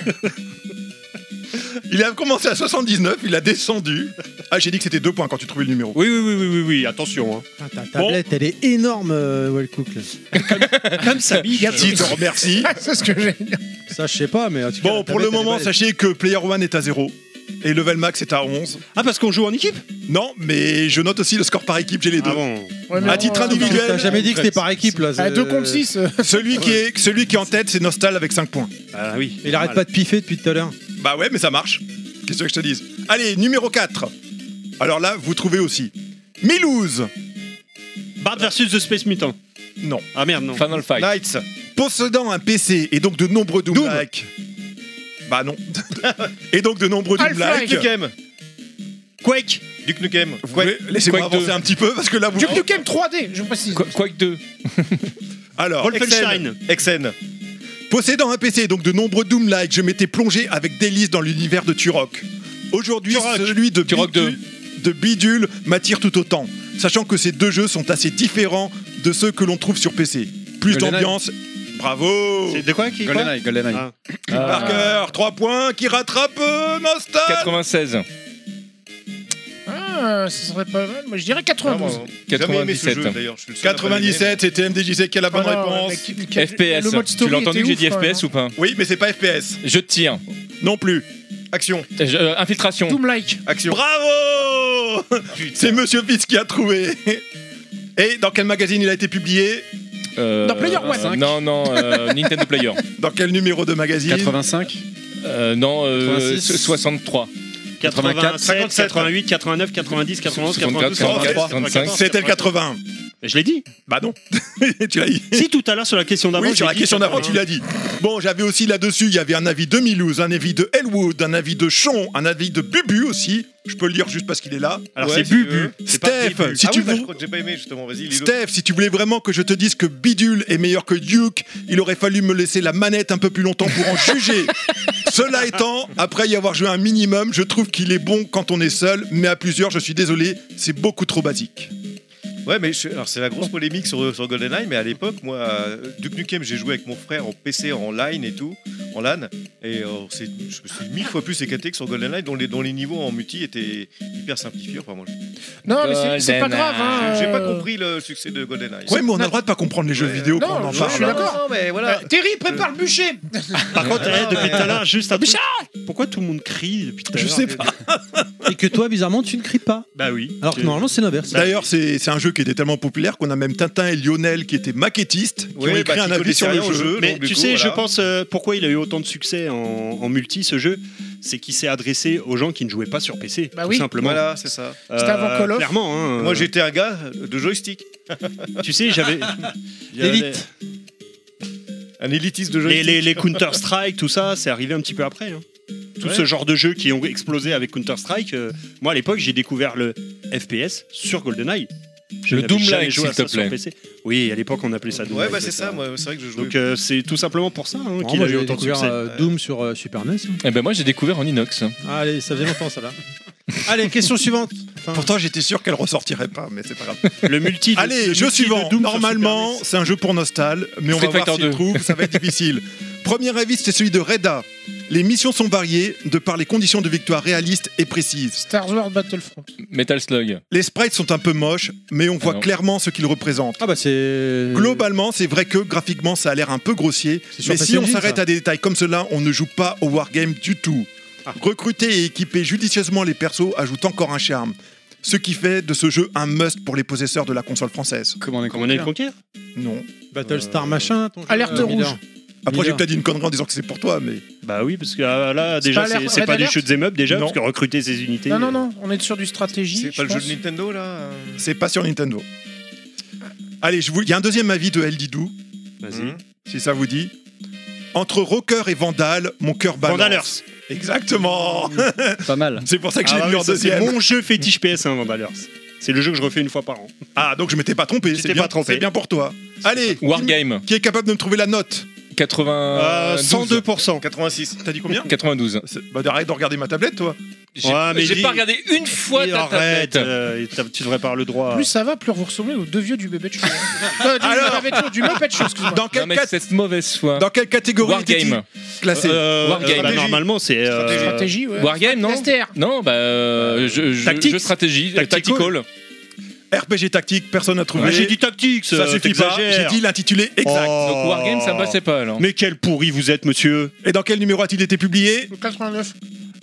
Il a commencé à 79, il a descendu. Ah, j'ai dit que c'était deux points quand tu trouvais le numéro. Oui, oui, oui, oui, oui, oui, attention. hein. Putain, Ta tablette, elle est énorme, euh, Wellcook. Comme ça, bille. Dis, te remercie. C'est ce que j'ai. Ça, je sais pas, mais en tout cas, Bon, la pour tablette, le elle est moment, pas- sachez que Player One est à 0 et Level Max est à 11. Ah, parce qu'on joue en équipe Non, mais je note aussi le score par équipe, j'ai les deux. Ah Ouais, mais à titre on- individuel. T'as jamais dit que c'était par équipe, là. Ah, c'est- deux contre six. Celui qui, est, celui qui est en tête, c'est Nostal avec 5 points. Ah oui. Il arrête pas de piffer depuis tout à l'heure. Bah ouais, mais ça marche. Qu'est-ce que je te dise Allez, numéro 4. Alors là, vous trouvez aussi. Milouz Bard versus The Space Mutant. Non. Ah merde, non. Final Fight. Knights, possédant un PC et donc de nombreux Doom, Like. Bah non. et donc de nombreux Doom Half-Life. Like. Duke Nukem. Quake. Duke Nukem. Vous pouvez- Laissez-moi Quake avancer deux. un petit peu parce que là vous. Duke Nukem 3D, je précise. Qu- Quake 2. Alors, Wolfenstein. Exen. Possédant un PC et donc de nombreux Doom-like, je m'étais plongé avec délice dans l'univers de Turok. Aujourd'hui, celui de, Bidule, de Bidule m'attire tout autant, sachant que ces deux jeux sont assez différents de ceux que l'on trouve sur PC. Plus GoldenEye. d'ambiance. Bravo C'est de quoi qui quoi GoldenEye, GoldenEye. Ah. Parker, 3 points qui rattrape euh, Nostal 96. Ah, ça serait pas mal. Moi, je dirais 92. Jamais aimé ce 97. jeu, d'ailleurs. Je suis le seul à pas l'aimer. 97, c'était MDJC qui a la bonne Ah non, réponse. mec, qui- qui- le mode FPS. Tu story l'as entendu était que j'ai ouf, dit quand même, hein. FPS ou pas Oui, mais c'est pas FPS. Je tire. Non plus. Action. Je- euh, hein. Infiltration. Doom-like. Action. Bravo C'est Monsieur Fitz qui a trouvé. Et dans quel magazine il a été publié Euh, Dans Player One. euh, Non, non, euh, Nintendo Player. Dans quel numéro de magazine 85 Euh, non, euh, 86. 63. 87, 88, 89, 90, 91, 92, 73, 95. C'était le 80. Je l'ai dit. Bah non. tu l'as dit. Si tout à l'heure sur la question d'avant. Oui, sur j'ai la dit question d'avant, 80. tu l'as dit. Bon, j'avais aussi là-dessus, il y avait un avis de Milouz, un avis de Elwood, un avis de Chon, un avis de Bubu aussi. Je peux le lire juste parce qu'il est là. Alors Ouais, c'est si tu Bubu. veux. c'est pas Steph, Bubu. si ah tu oui, bah, veux- je crois que j'ai pas aimé justement. Vas-y, Lilo. Steph, si tu voulais vraiment que je te dise que Bidule est meilleur que Duke, il aurait fallu me laisser la manette un peu plus longtemps pour en juger. Cela étant, après y avoir joué un minimum, je trouve qu'il est bon quand on est seul, mais à plusieurs, je suis désolé, c'est beaucoup trop basique. Ouais, mais je- alors c'est la grosse polémique sur, sur GoldenEye, mais à l'époque, moi, euh, Duke Nukem, j'ai joué avec mon frère en PC, en line et tout, en LAN, et euh, c'est- je me suis mille fois plus éclaté que sur GoldenEye, dont les, dont les niveaux en multi étaient hyper simplifiés. Enfin, moi, je- Non, mais c'est- c'est pas grave. Hein, j'ai pas euh, compris le succès de GoldenEye. Ouais, mais on a le droit de pas comprendre les jeux vidéo quand on Non, en je, parle. je suis d'accord. Non, mais voilà. Euh, Terry, prépare le bûcher. Par contre, eh, depuis mais- tout à l'heure, juste un truc. Pourquoi tout le monde crie depuis tout à l'heure Je sais pas. Et que toi, bizarrement, tu ne cries pas. Bah oui. Alors que normalement, c'est l'inverse. Bah, D'ailleurs, c'est c'est un jeu qui était tellement populaire qu'on a même Tintin et Lionel qui étaient maquettistes qui ont Oui, écrit bah, un qui avis sur le connaissaient rien au jeu. jeu. Mais donc, du tu coup, sais, voilà. je pense euh, pourquoi il a eu autant de succès en, en multi ce jeu, c'est qu'il s'est adressé aux gens qui ne jouaient pas sur PC, Bah tout oui. simplement. Voilà, c'est ça. Euh, C'était avant Call of. Clairement, hein, Moi, j'étais un gars de joystick. tu sais, j'avais Il y avait L'élite. Un élitiste de les, joystick. les, les Counter Strike, tout ça, c'est arrivé un petit peu après. hein. Tout Ouais. ce genre de jeux qui ont explosé avec Counter Strike. euh, moi, à l'époque, j'ai découvert le FPS sur GoldenEye. Je Le n'avais Doom jamais Like, joué à s'il ça te sur plaît. PC. Oui, à l'époque, on appelait ça Doom Ouais, Like, bah c'est ça, moi, c'est vrai que je jouais. Donc euh, c'est tout simplement pour ça hein, Bon, qu'il Ah, moi, a eu j'ai autant de découvert succès. euh, Doom sur euh, Super NES. hein. Ah, Eh ben moi j'ai découvert en inox. Allez, ça faisait longtemps, ça là. Allez, question suivante. Enfin, Pourtant, j'étais sûr qu'elle ressortirait pas, mais c'est pas grave. Le multi. de- le Allez, jeu multi de suivant. Doom sur Normalement, Super NES. c'est un jeu pour Nostal, mais on Street va voir Fighter s'il 2. trouve, ça va être difficile. Premier avis, c'est celui de Reda. Les missions sont variées de par les conditions de victoire réalistes et précises. Star Wars Battlefront. Metal Slug. Les sprites sont un peu moches, mais Ah on voit Alors. clairement ce qu'ils représentent. Ah bah c'est. Globalement, c'est vrai que graphiquement, ça a l'air un peu grossier, C'est sur mais PC si on Engine, s'arrête ça. à des détails comme cela, on ne joue pas Ah. au wargame du tout. Recruter et équiper judicieusement les persos ajoute encore un charme. ce qui fait de ce jeu un must pour les possesseurs de la console française. Comment on est conquis Non. Battlestar machin, ton jeu, Alerte euh, rouge. Miller. Après, j'ai Miller. peut-être dit une connerie en disant que c'est pour toi, mais. Bah oui, parce que ah, là, C'est déjà, pas c'est alerte, c'est red pas du alert shoot 'em up déjà, Non. parce que recruter ces unités. Non, non, non, on est sur du stratégie. C'est je pas le jeu pense. de Nintendo là C'est pas sur Nintendo. Allez, je vous- il y a un deuxième avis de Eldidou. Vas-y. Si ça vous dit. Entre rocker et vandale, mon cœur balance. Vandalers. Exactement. Pas mal. C'est pour ça que je l'ai Hmm. Ah mis oui, en ça, c'est deuxième. mon jeu fétiche PS1, Vandalers. C'est le jeu que je refais une fois par an. Ah, donc je m'étais pas trompé. Tu C'est t'es bien, pas trompé. c'est bien pour toi. Allez. Wargame. Qui est capable de me trouver la note Euh, 80. 102%. 86. T'as dit combien 92. C'est- Bah, arrête de regarder ma tablette, toi. J'ai j'ai pas regardé une fois Oui, ta arrête, tablette. euh, t'as- tu devrais pas avoir le droit. Plus ça va, plus vous ressemblez aux deux vieux du bébé de chou. Euh, du, Alors- Muppet Show, du Muppet Show, excuse-moi. Dans quelle, Non, mais cat- cette mauvaise foi. dans quelle catégorie Wargame. était-il Classé. Euh, Wargame. bah, normalement, c'est. euh, Stratégie, ouais. Wargame, non STR. Non, bah. euh, jeu, jeu- Tactics. jeu stratégie. euh, Tactical. Tactical. RPG tactique, personne n'a trouvé. mais Ah, J'ai dit tactique, euh, ça suffit pas. J'ai t'exagères. dit l'intitulé exact. Oh. Donc Wargame, ça me passait pas alors. Mais quel pourri vous êtes, monsieur. Et dans quel numéro a-t-il été publié Le 89.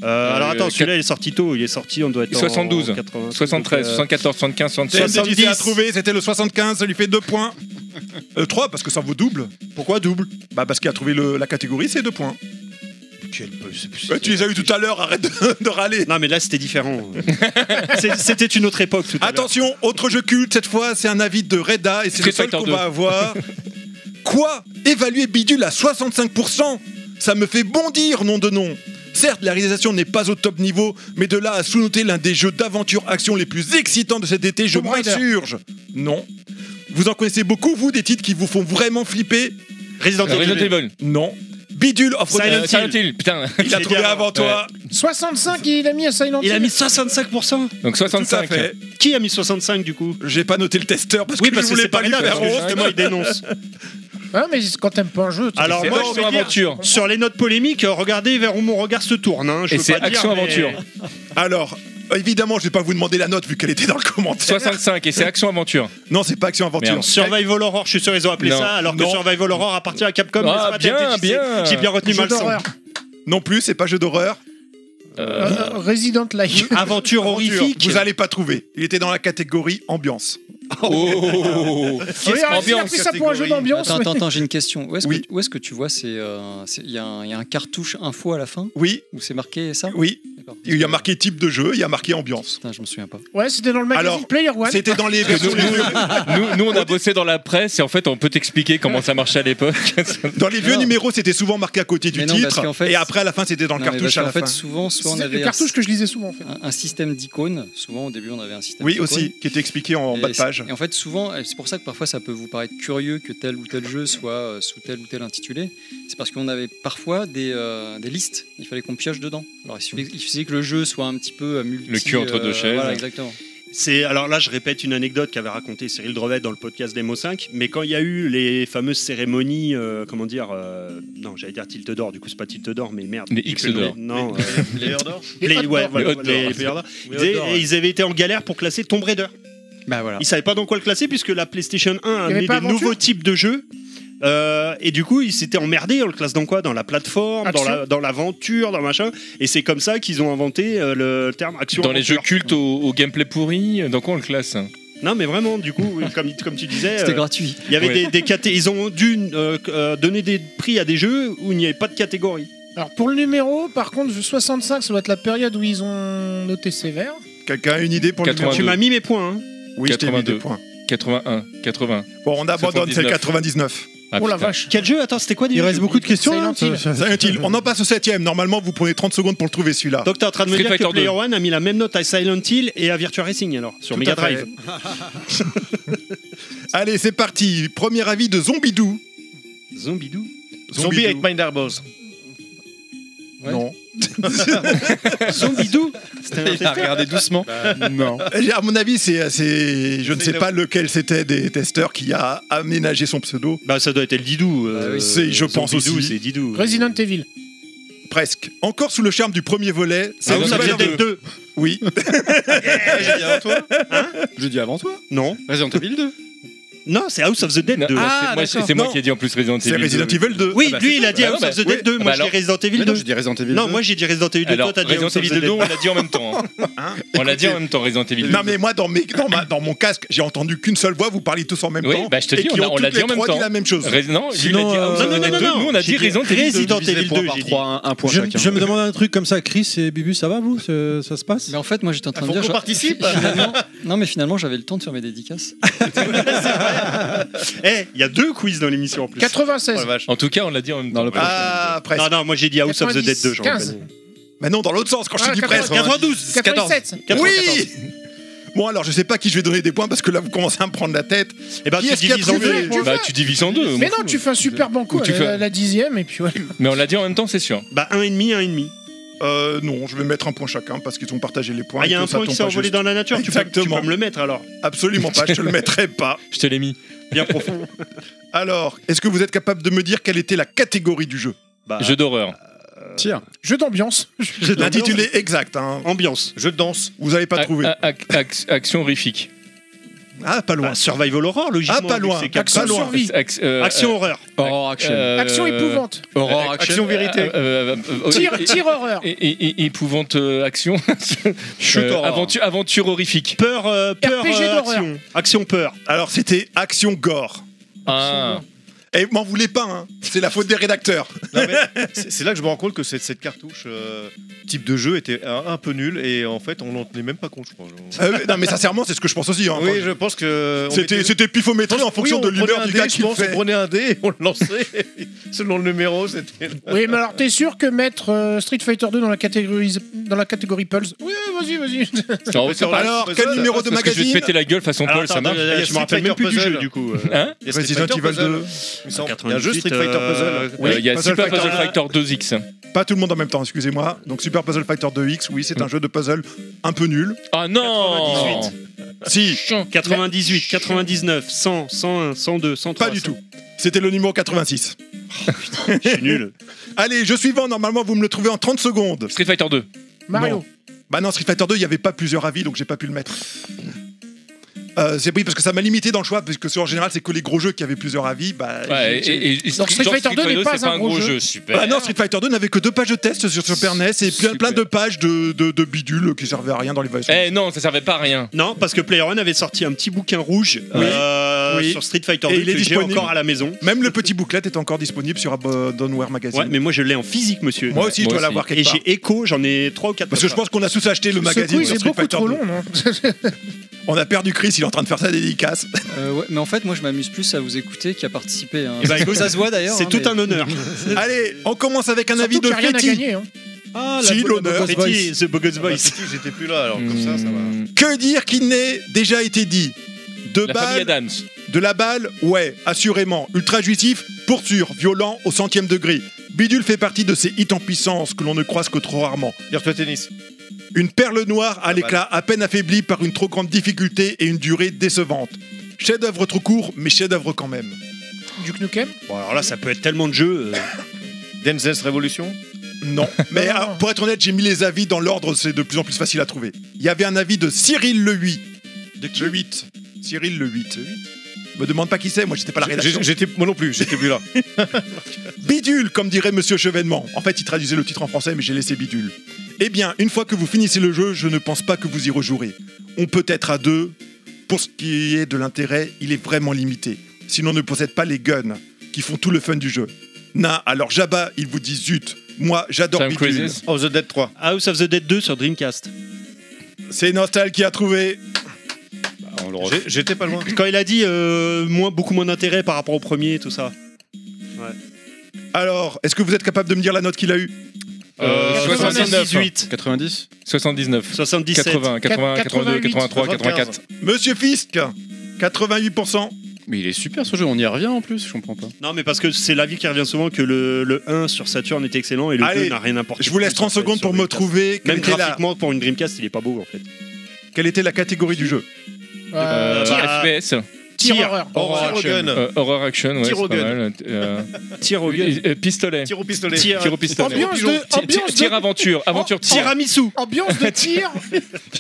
Euh, alors attends, euh, celui-là, il est sorti tôt. Il est sorti, on doit être. en 72, 80, 73, donc, euh, 74, 75, 76. C'était à trouver, c'était le 75, ça lui fait 2 points. 3 parce que ça vaut double. Pourquoi double Bah parce qu'il a trouvé le- la catégorie, c'est 2 points. euh, quel peu- c'est- c'est- Ouais, tu les as eu tout à l'heure, arrête de, de râler. Non, mais là, c'était différent. C'est- C'était une autre époque tout à l'heure. Attention, autre jeu culte, cette fois c'est un avis de Reda et c'est le Street seul Fighter qu'on 2. va avoir. Quoi Évaluer Bidule à 65% Ça me fait bondir, nom de nom Certes, la réalisation n'est pas au top niveau, mais de là à sous-noter l'un des jeux d'aventure-action les plus excitants de cet été, je Tomb Raider. m'insurge Non. Vous en connaissez beaucoup, vous, des titres qui vous font vraiment flipper Resident Euh, Resident Evil. Evil. Non. Bidule offre Silent Euh, Hill. Silent Hill, putain. Il a C'est trouvé bien. avant toi. 65, il a mis à Silent Il a Hill. mis 65%. Donc Tout à 65. fait. Qui a mis 65 du coup J'ai pas noté le testeur parce que Oui, parce je que voulais c'est pas pas lui là, faire parce que honte. justement, il dénonce. Ouais, Ah, mais quand t'aimes pas un jeu, euh, tu Alors, C'est moi, action je vais dire, aventure. sur les notes polémiques, euh, regardez vers où mon regard se tourne. hein, je Et veux c'est pas dire, action mais- aventure. Alors, évidemment, je vais pas vous demander la note vu qu'elle était dans le commentaire. 65 et c'est action aventure. Non, c'est pas Action Aventure. Merde. Survival Horror, je suis sûr ils ont appelé Non. ça, alors que Non. Survival Horror appartient à Capcom. Ah, mais c'est pas bien, TFTC. bien. J'ai bien retenu ma Jeu leçon. d'horreur. Non plus, c'est pas jeu d'horreur. Euh, euh, Resident Life. Aventure horrifique. Vous allez pas trouver. Il était dans la catégorie ambiance. ah, Oh Oh. Oui, arrête, il a Ambiance. pris ça pour un jeu d'ambiance. Attends, mais- attends, attends, j'ai une question. Où est-ce Oui. que, où est-ce que tu vois c'est, euh, c'est- Il y, a un- il y a un cartouche info à la fin Oui, où c'est marqué ça oui. D'accord. Il y a marqué type de jeu, il y a marqué ambiance. Putain, je me souviens pas. Ouais, c'était dans le magazine Alors, Player One. C'était dans les versions, Nous, nous, on a bossé dans la presse et en fait, on peut t'expliquer comment ça marchait à l'époque. dans les vieux Non. numéros, c'était souvent marqué à côté du Mais non, parce titre. qu'en fait, et après, à la fin, c'était dans le Non, mais cartouche à parce la qu'en fait, fin. souvent, soit on C'était avait le un, cartouche que je lisais souvent en fait. un- un système d'icônes. Souvent, au début, on avait un système Oui, d'icônes. aussi, qui était expliqué en Et bas de c'est- page. Et en fait, souvent, et c'est pour ça que parfois ça peut vous paraître curieux que tel ou tel jeu soit euh, sous tel ou tel intitulé. C'est parce qu'on avait parfois des, euh, des listes. Il fallait qu'on pioche dedans. Alors il suffisait, il suffisait que le jeu soit un petit peu euh, multi. Le cul entre deux chaises. Voilà, exactement. C'est alors là, je répète une anecdote qu'avait raconté Cyril Drevet dans le podcast Demo 5. Mais quand il y a eu les fameuses cérémonies, euh, comment dire, euh, non, j'allais dire Tilt d'or. Du coup, c'est pas Tilt d'or, mais merde. Les X d'or. Non. euh, Player d'or les, Les hot ouais, d'or. voilà, Les hot les d'or. Player d'or. Ils avaient- et ils avaient été en galère pour classer Tomb Raider. Bah voilà. Ils savaient pas dans quoi le classer puisque la PlayStation 1 Il a y avait amené pas des Aventure nouveaux types de jeux. Euh, et du coup, ils s'étaient emmerdés. On le classe dans quoi Dans la plateforme, dans Action. la- dans l'aventure, dans, machin. Et c'est comme ça qu'ils ont inventé euh, le terme action. Dans les jeux euh, aventure. cultes au, au gameplay pourri, dans quoi on le classe hein Non, mais vraiment, du coup, oui, comme, comme tu disais, C'était euh, gratuit. il y avait Ouais. des, des caté- ils ont dû euh, euh, donner des prix à des jeux où il n'y avait pas de catégorie. Alors pour le numéro, par contre, 65, ça doit être la période où ils ont noté sévère. Quelqu'un a une idée pour le numéro 82. Tu m'as mis mes points. hein. Oui, je t'ai mis deux 82. points. 81, 80. Bon, on abandonne, c'est le 99. Ah, oh la putain. vache. Quel jeu Attends, c'était quoi Il déjà reste beaucoup de questions là Silent Hill. Ça- ça- Ça inutile. On en passe au 7 Normalement, vous prenez 30 secondes pour le trouver celui-là. Donc t'es en train de me Street dire que Fighter Player 2. One a mis la même note à Silent Hill et à Virtua Racing alors sur Tout Mega à fait. Drive. Allez, c'est parti. Premier avis de Zombidou. Zombidou. Zombie avec Mindarboz. Ouais. Non. Zombidou. Il a regardé doucement. Non. Bah, euh, À mon avis, c'est, c'est- je ne C'est sais la- pas lequel c'était des testeurs qui a aménagé son pseudo. Ah Bah ça doit être le Didou. euh, Bah oui. C'est- Euh, je pense Zombidou, aussi. C'est Didou. Resident Evil. Presque. Encore sous le charme du premier volet. Ah, c'est vous, ça nouvelle- faisait peut-être deux. Oui. Hein Je dis avant toi. Non. Resident Evil 2. Non, c'est House of the Dead 2. Ah, c'est moi- c'est moi qui ai dit en plus Resident Evil 2. Oui, Ah bah, lui, c'est il a ça. dit Ah House non, of the bah, Dead 2. oui. Moi, Bah j'ai alors- Resident Evil 2. Mais non, j'ai dit Resident Evil Non, 2. moi, j'ai dit Resident Evil 2. Toi, Alors, t'as dit Resident House of Evil the 2, Dead. on l'a dit en même temps. hein. On l'a dit en même temps, Resident Evil 2. Non, mais moi, dans, mes- dans, ma- dans mon casque, j'ai entendu qu'une seule voix, vous parliez tous en même temps. Oui, bah je te dis, et qui on, a- ont on l'a toutes dit les en même trois temps. dit la même chose. Rés- non, lui, il a dit euh, House of the Dead 2, nous on a dit Resident Evil 2. un, je, je me demande un truc comme ça, Chris et Bibu, ça va vous ce- Ça se passe Mais en fait, moi j'étais Ah, en train de dire. je- finalement- Non, mais finalement, j'avais le temps de faire mes dédicaces. Eh, il y a deux quiz dans l'émission en plus. Oh, 96. En tout cas, on l'a dit en même temps. Ah, presque. Non, non, moi j'ai dit House of the Dead 2. 15. Mais non, dans l'autre sens, quand je Ah, t'ai dit 14, presque. 92, 97. 14. Oui Bon, alors, je sais pas qui je vais donner des points parce que là, vous commencez à me prendre la tête. Et ben, tu divises en deux. Tu Bah, tu divises en deux. Mais moi, non, je- tu fais un super banco Ou tu à fais- la, la dixième et puis ouais. Mais on l'a dit en même temps, c'est sûr. Bah, un et demi, un et demi. Euh, non, je vais mettre un point chacun parce qu'ils ont partagé les points. Ah, il y et a que un ça point qui tombe s'est pas envolé juste. dans la nature. Tu peux, tu Exactement. peux me le mettre alors. Absolument pas, je te le mettrai pas. Je te l'ai mis. Bien profond. Alors, est-ce que vous êtes capable de me dire quelle était la catégorie du jeu Bah, Jeu d'horreur. euh, Tiens. Jeu d'ambiance. L'intitulé exact. Hein. Ambiance. Jeu de danse. Vous n'avez pas trouvé. A- a- ac- Action horrifique. Ah, pas loin. survival horror, logiquement. Ah, pas vu que loin. c'est quatre- Action survie. Ax- euh, Action euh, horreur. Horror action. Action épouvante. Horror action. Euh, Action vérité. oh, Tire- tire horreur. Épouvante euh, action. Chute Euh, horreur. Aventure, aventure horrifique. Peur, euh, peur, RPG euh, d'horreur. action. Action peur. Alors, c'était Action Gore. Ah. Et m'en voulez pas, hein. c'est la faute des rédacteurs. Non, mais c'est c'est là que je me rends compte que cette, cette cartouche euh, type de jeu était un, un peu nulle et en fait on n'en tenait même pas compte, je crois. Euh, non, mais sincèrement, c'est ce que je pense aussi. hein. Oui, je pense que. on C'était mettait- c'était pifométré en Oui, fonction on de prenait l'humeur un du dé, gars je qui pense, On fait. prenait un dé, et on le lançait. et Selon le numéro, c'était. Oui, mais alors t'es sûr que mettre euh, Street Fighter 2 dans la catégorie dans la catégorie Pulse Oui, vas-y, vas-y. Alors, quel numéro de Ah, Parce que je vais te magazine péter la gueule façon Alors, Paul, ça attends, marche. attends, Je me rappelle même plus du jeu du euh. coup. Hein Il y a Street Resident Fighter Evil Puzzle. 2. Il me semble. Il y a un jeu Street Fighter euh, Puzzle. Euh, Oui, il y a Puzzle Super Fighter. Puzzle Factor 2X. Pas tout le monde en même temps, excusez-moi. Donc Super Puzzle Fighter 2X, oui, c'est un jeu de puzzle un peu nul. Ah non 98. Si, 98, 99, 100, 101, 102, 103. pas du tout. C'était le numéro 86. Je suis nul. Allez, jeu suivant, normalement vous me le trouvez en 30 secondes. Street Fighter 2. Mario. Non. Bah non, Street Fighter 2, il n'y avait pas plusieurs avis, donc j'ai pas pu le mettre. Euh, c'est oui, parce que ça m'a limité dans le choix, parce que en général, c'est que les gros jeux qui avaient plusieurs avis. Bah, Ouais, j'ai- et- et- et Donc, Street genre, Fighter 2 n'est pas c'est un pas un gros gros jeu. jeu, super. Bah non, Street Fighter 2 n'avait que deux pages de test sur Super NES et plein, plein de pages de, de, de bidules qui servaient à rien dans les Euh, versions. Eh non, ça servait pas à rien. Non, parce que PlayerOne avait sorti un petit bouquin rouge euh, Oui. sur Street Fighter Et 2 il est que j'ai disponible. encore à la maison. Même le petit booklet est encore disponible sur Abandonware Magazine. Ouais, mais moi je l'ai en physique, monsieur. Moi aussi, je Moi dois aussi. l'avoir Et quelque part. j'ai écho, j'en ai 3 ou 4. Parce que je pense qu'on a tous acheté le Ce magazine quiz sur est Street beaucoup Fighter trop 2. long, non On a perdu Chris, il est en train de faire sa dédicace. Euh, ouais, mais en fait, moi je m'amuse plus à vous écouter qu'à participer. hein. Eh ben, Ça- écoute, ça se voit d'ailleurs. C'est hein, tout mais- un honneur. Allez, on commence avec un avis Surtout de qu'il n'y a rien à Fetty. gagner. hein. Ah, la Si, bonne- l'honneur. bonne- Fetty, The Bogus Bah, Voice. si, j'étais plus là, alors comme ça, ça va. Que dire qui n'ait déjà été dit De Euh, La famille balles, Adams. de la balle, ouais, assurément. Ultra jouissif, pour sûr, violent au centième degré. Bidule fait partie de ces hits en puissance que l'on ne croise que trop rarement. Dire-toi tennis. Une perle noire à La l'éclat, à peine affaiblie par une trop grande difficulté et une durée décevante. Chef-d'œuvre trop court, mais chef-d'œuvre quand même. Duke Nukem Bon, alors là, ça peut être tellement de jeux. euh. Dance Dance Revolution. Non. Mais ah, pour être honnête, j'ai mis les avis dans l'ordre, c'est de plus en plus facile à trouver. Il y avait un avis de Cyril Le 8. De qui Le 8. Cyril Le 8. Me demande pas qui c'est, moi j'étais pas à la rédaction. J'ai- J'étais moi non plus, j'étais plus là. Bidule, comme dirait Monsieur Chevènement. En fait, il traduisait le titre en français, mais j'ai laissé bidule. Eh bien, une fois que vous finissez le jeu, je ne pense pas que vous y rejouerez. On peut être à deux. Pour ce qui est de l'intérêt, il est vraiment limité. Si l'on ne possède pas les guns, qui font tout le fun du jeu. Na, alors Jabba, il vous dit zut. Moi, j'adore Time bidule. Crisis. Of the Dead 3. House of the Dead 2 sur Dreamcast. C'est Nostal qui a trouvé. Bah, On le J'ai- J'étais pas loin. Quand il a dit euh, moins, beaucoup moins d'intérêt par rapport au premier et tout ça. Alors, est-ce que vous êtes capable de me dire la note qu'il a eue Euh, 79. 90 79. 77. 80, 80, 82, 83, 84. Monsieur Fisk 88%. Mais il est super ce jeu, on y revient en plus, je comprends pas. Non, mais parce que c'est l'avis qui revient souvent que le, le 1 sur Saturn était excellent et le Allez, 2 n'a rien apporté. Je vous laisse Sur- 30 secondes sur pour me Dreamcast. trouver quelle Même était, la, graphiquement, pour une Dreamcast, il est pas beau en fait. quelle était la catégorie du jeu. Euh, Euh, Tir. FPS. Tir Tir. horreur. Horror Tir au action. gun. Euh, horror action, ouais, Tir au c'est pas gun. mal. Euh, Tir au et- et Pistolet. Tir au pistolet. Tir au pistolet. Ambiance de- Tir- ambiance de- tir- Tir Oh, aventure. Aventure tir. Tiramisu. Ambiance de tir.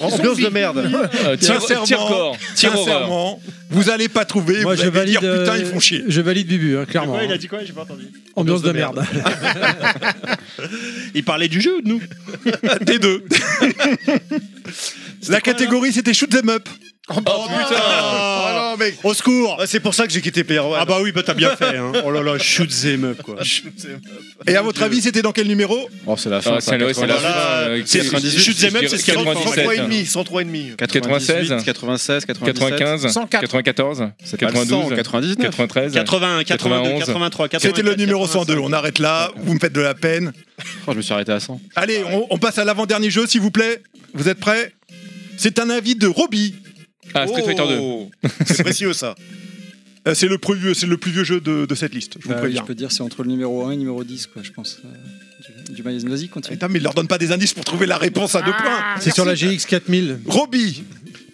Ambiance de merde. Euh, tir- Sincèrement, tir corps. Tir horreur. sincèrement, vous allez pas trouver. Moi, vous je allez valide. dire putain, euh, ils font chier. Je valide Bubu, hein, clairement. Quoi, il a hein. dit quoi J'ai pas entendu. Ambiance de merde. Il parlait du jeu ou de nous Des deux. La catégorie, c'était shoot them up. Oh putain non, mec. Au secours Ah, C'est pour ça que j'ai quitté Player One. Ah bah oui, bah t'as bien fait. Hein. Oh là là, shoot them up quoi. Et à votre avis, c'était dans quel numéro Oh, c'est la fin. Ah, ça, c'est la- ouais, c'est la 98. fin, euh, C'est- 98, Shoot them up, je c'est ce dirais qui rentre en 97. 103,5, 103,5. 96, 96, 97. 95, 94, C'est pas le 92, 100, 99. 93, 80, 82, 83, 84. C'était le numéro 102. On arrête là. Vous me faites de la peine. Oh, je me suis arrêté à 100. Allez, on, on passe à l'avant-dernier jeu, s'il vous plaît. Vous êtes prêts C'est un avis de Roby. Ah, Street Fighter 2. Oh. Oh. C'est précieux ça. Euh, C'est le, plus vieux- c'est le plus vieux jeu de, de cette liste, je vous Bah, je préviens. peux dire c'est entre le numéro 1 et le numéro 10, quoi, je pense. euh, du, du Miles Nazi, continue. Putain, mais il leur donne pas des indices pour trouver la réponse à deux Ah. points. C'est sur la GX 4000. Roby,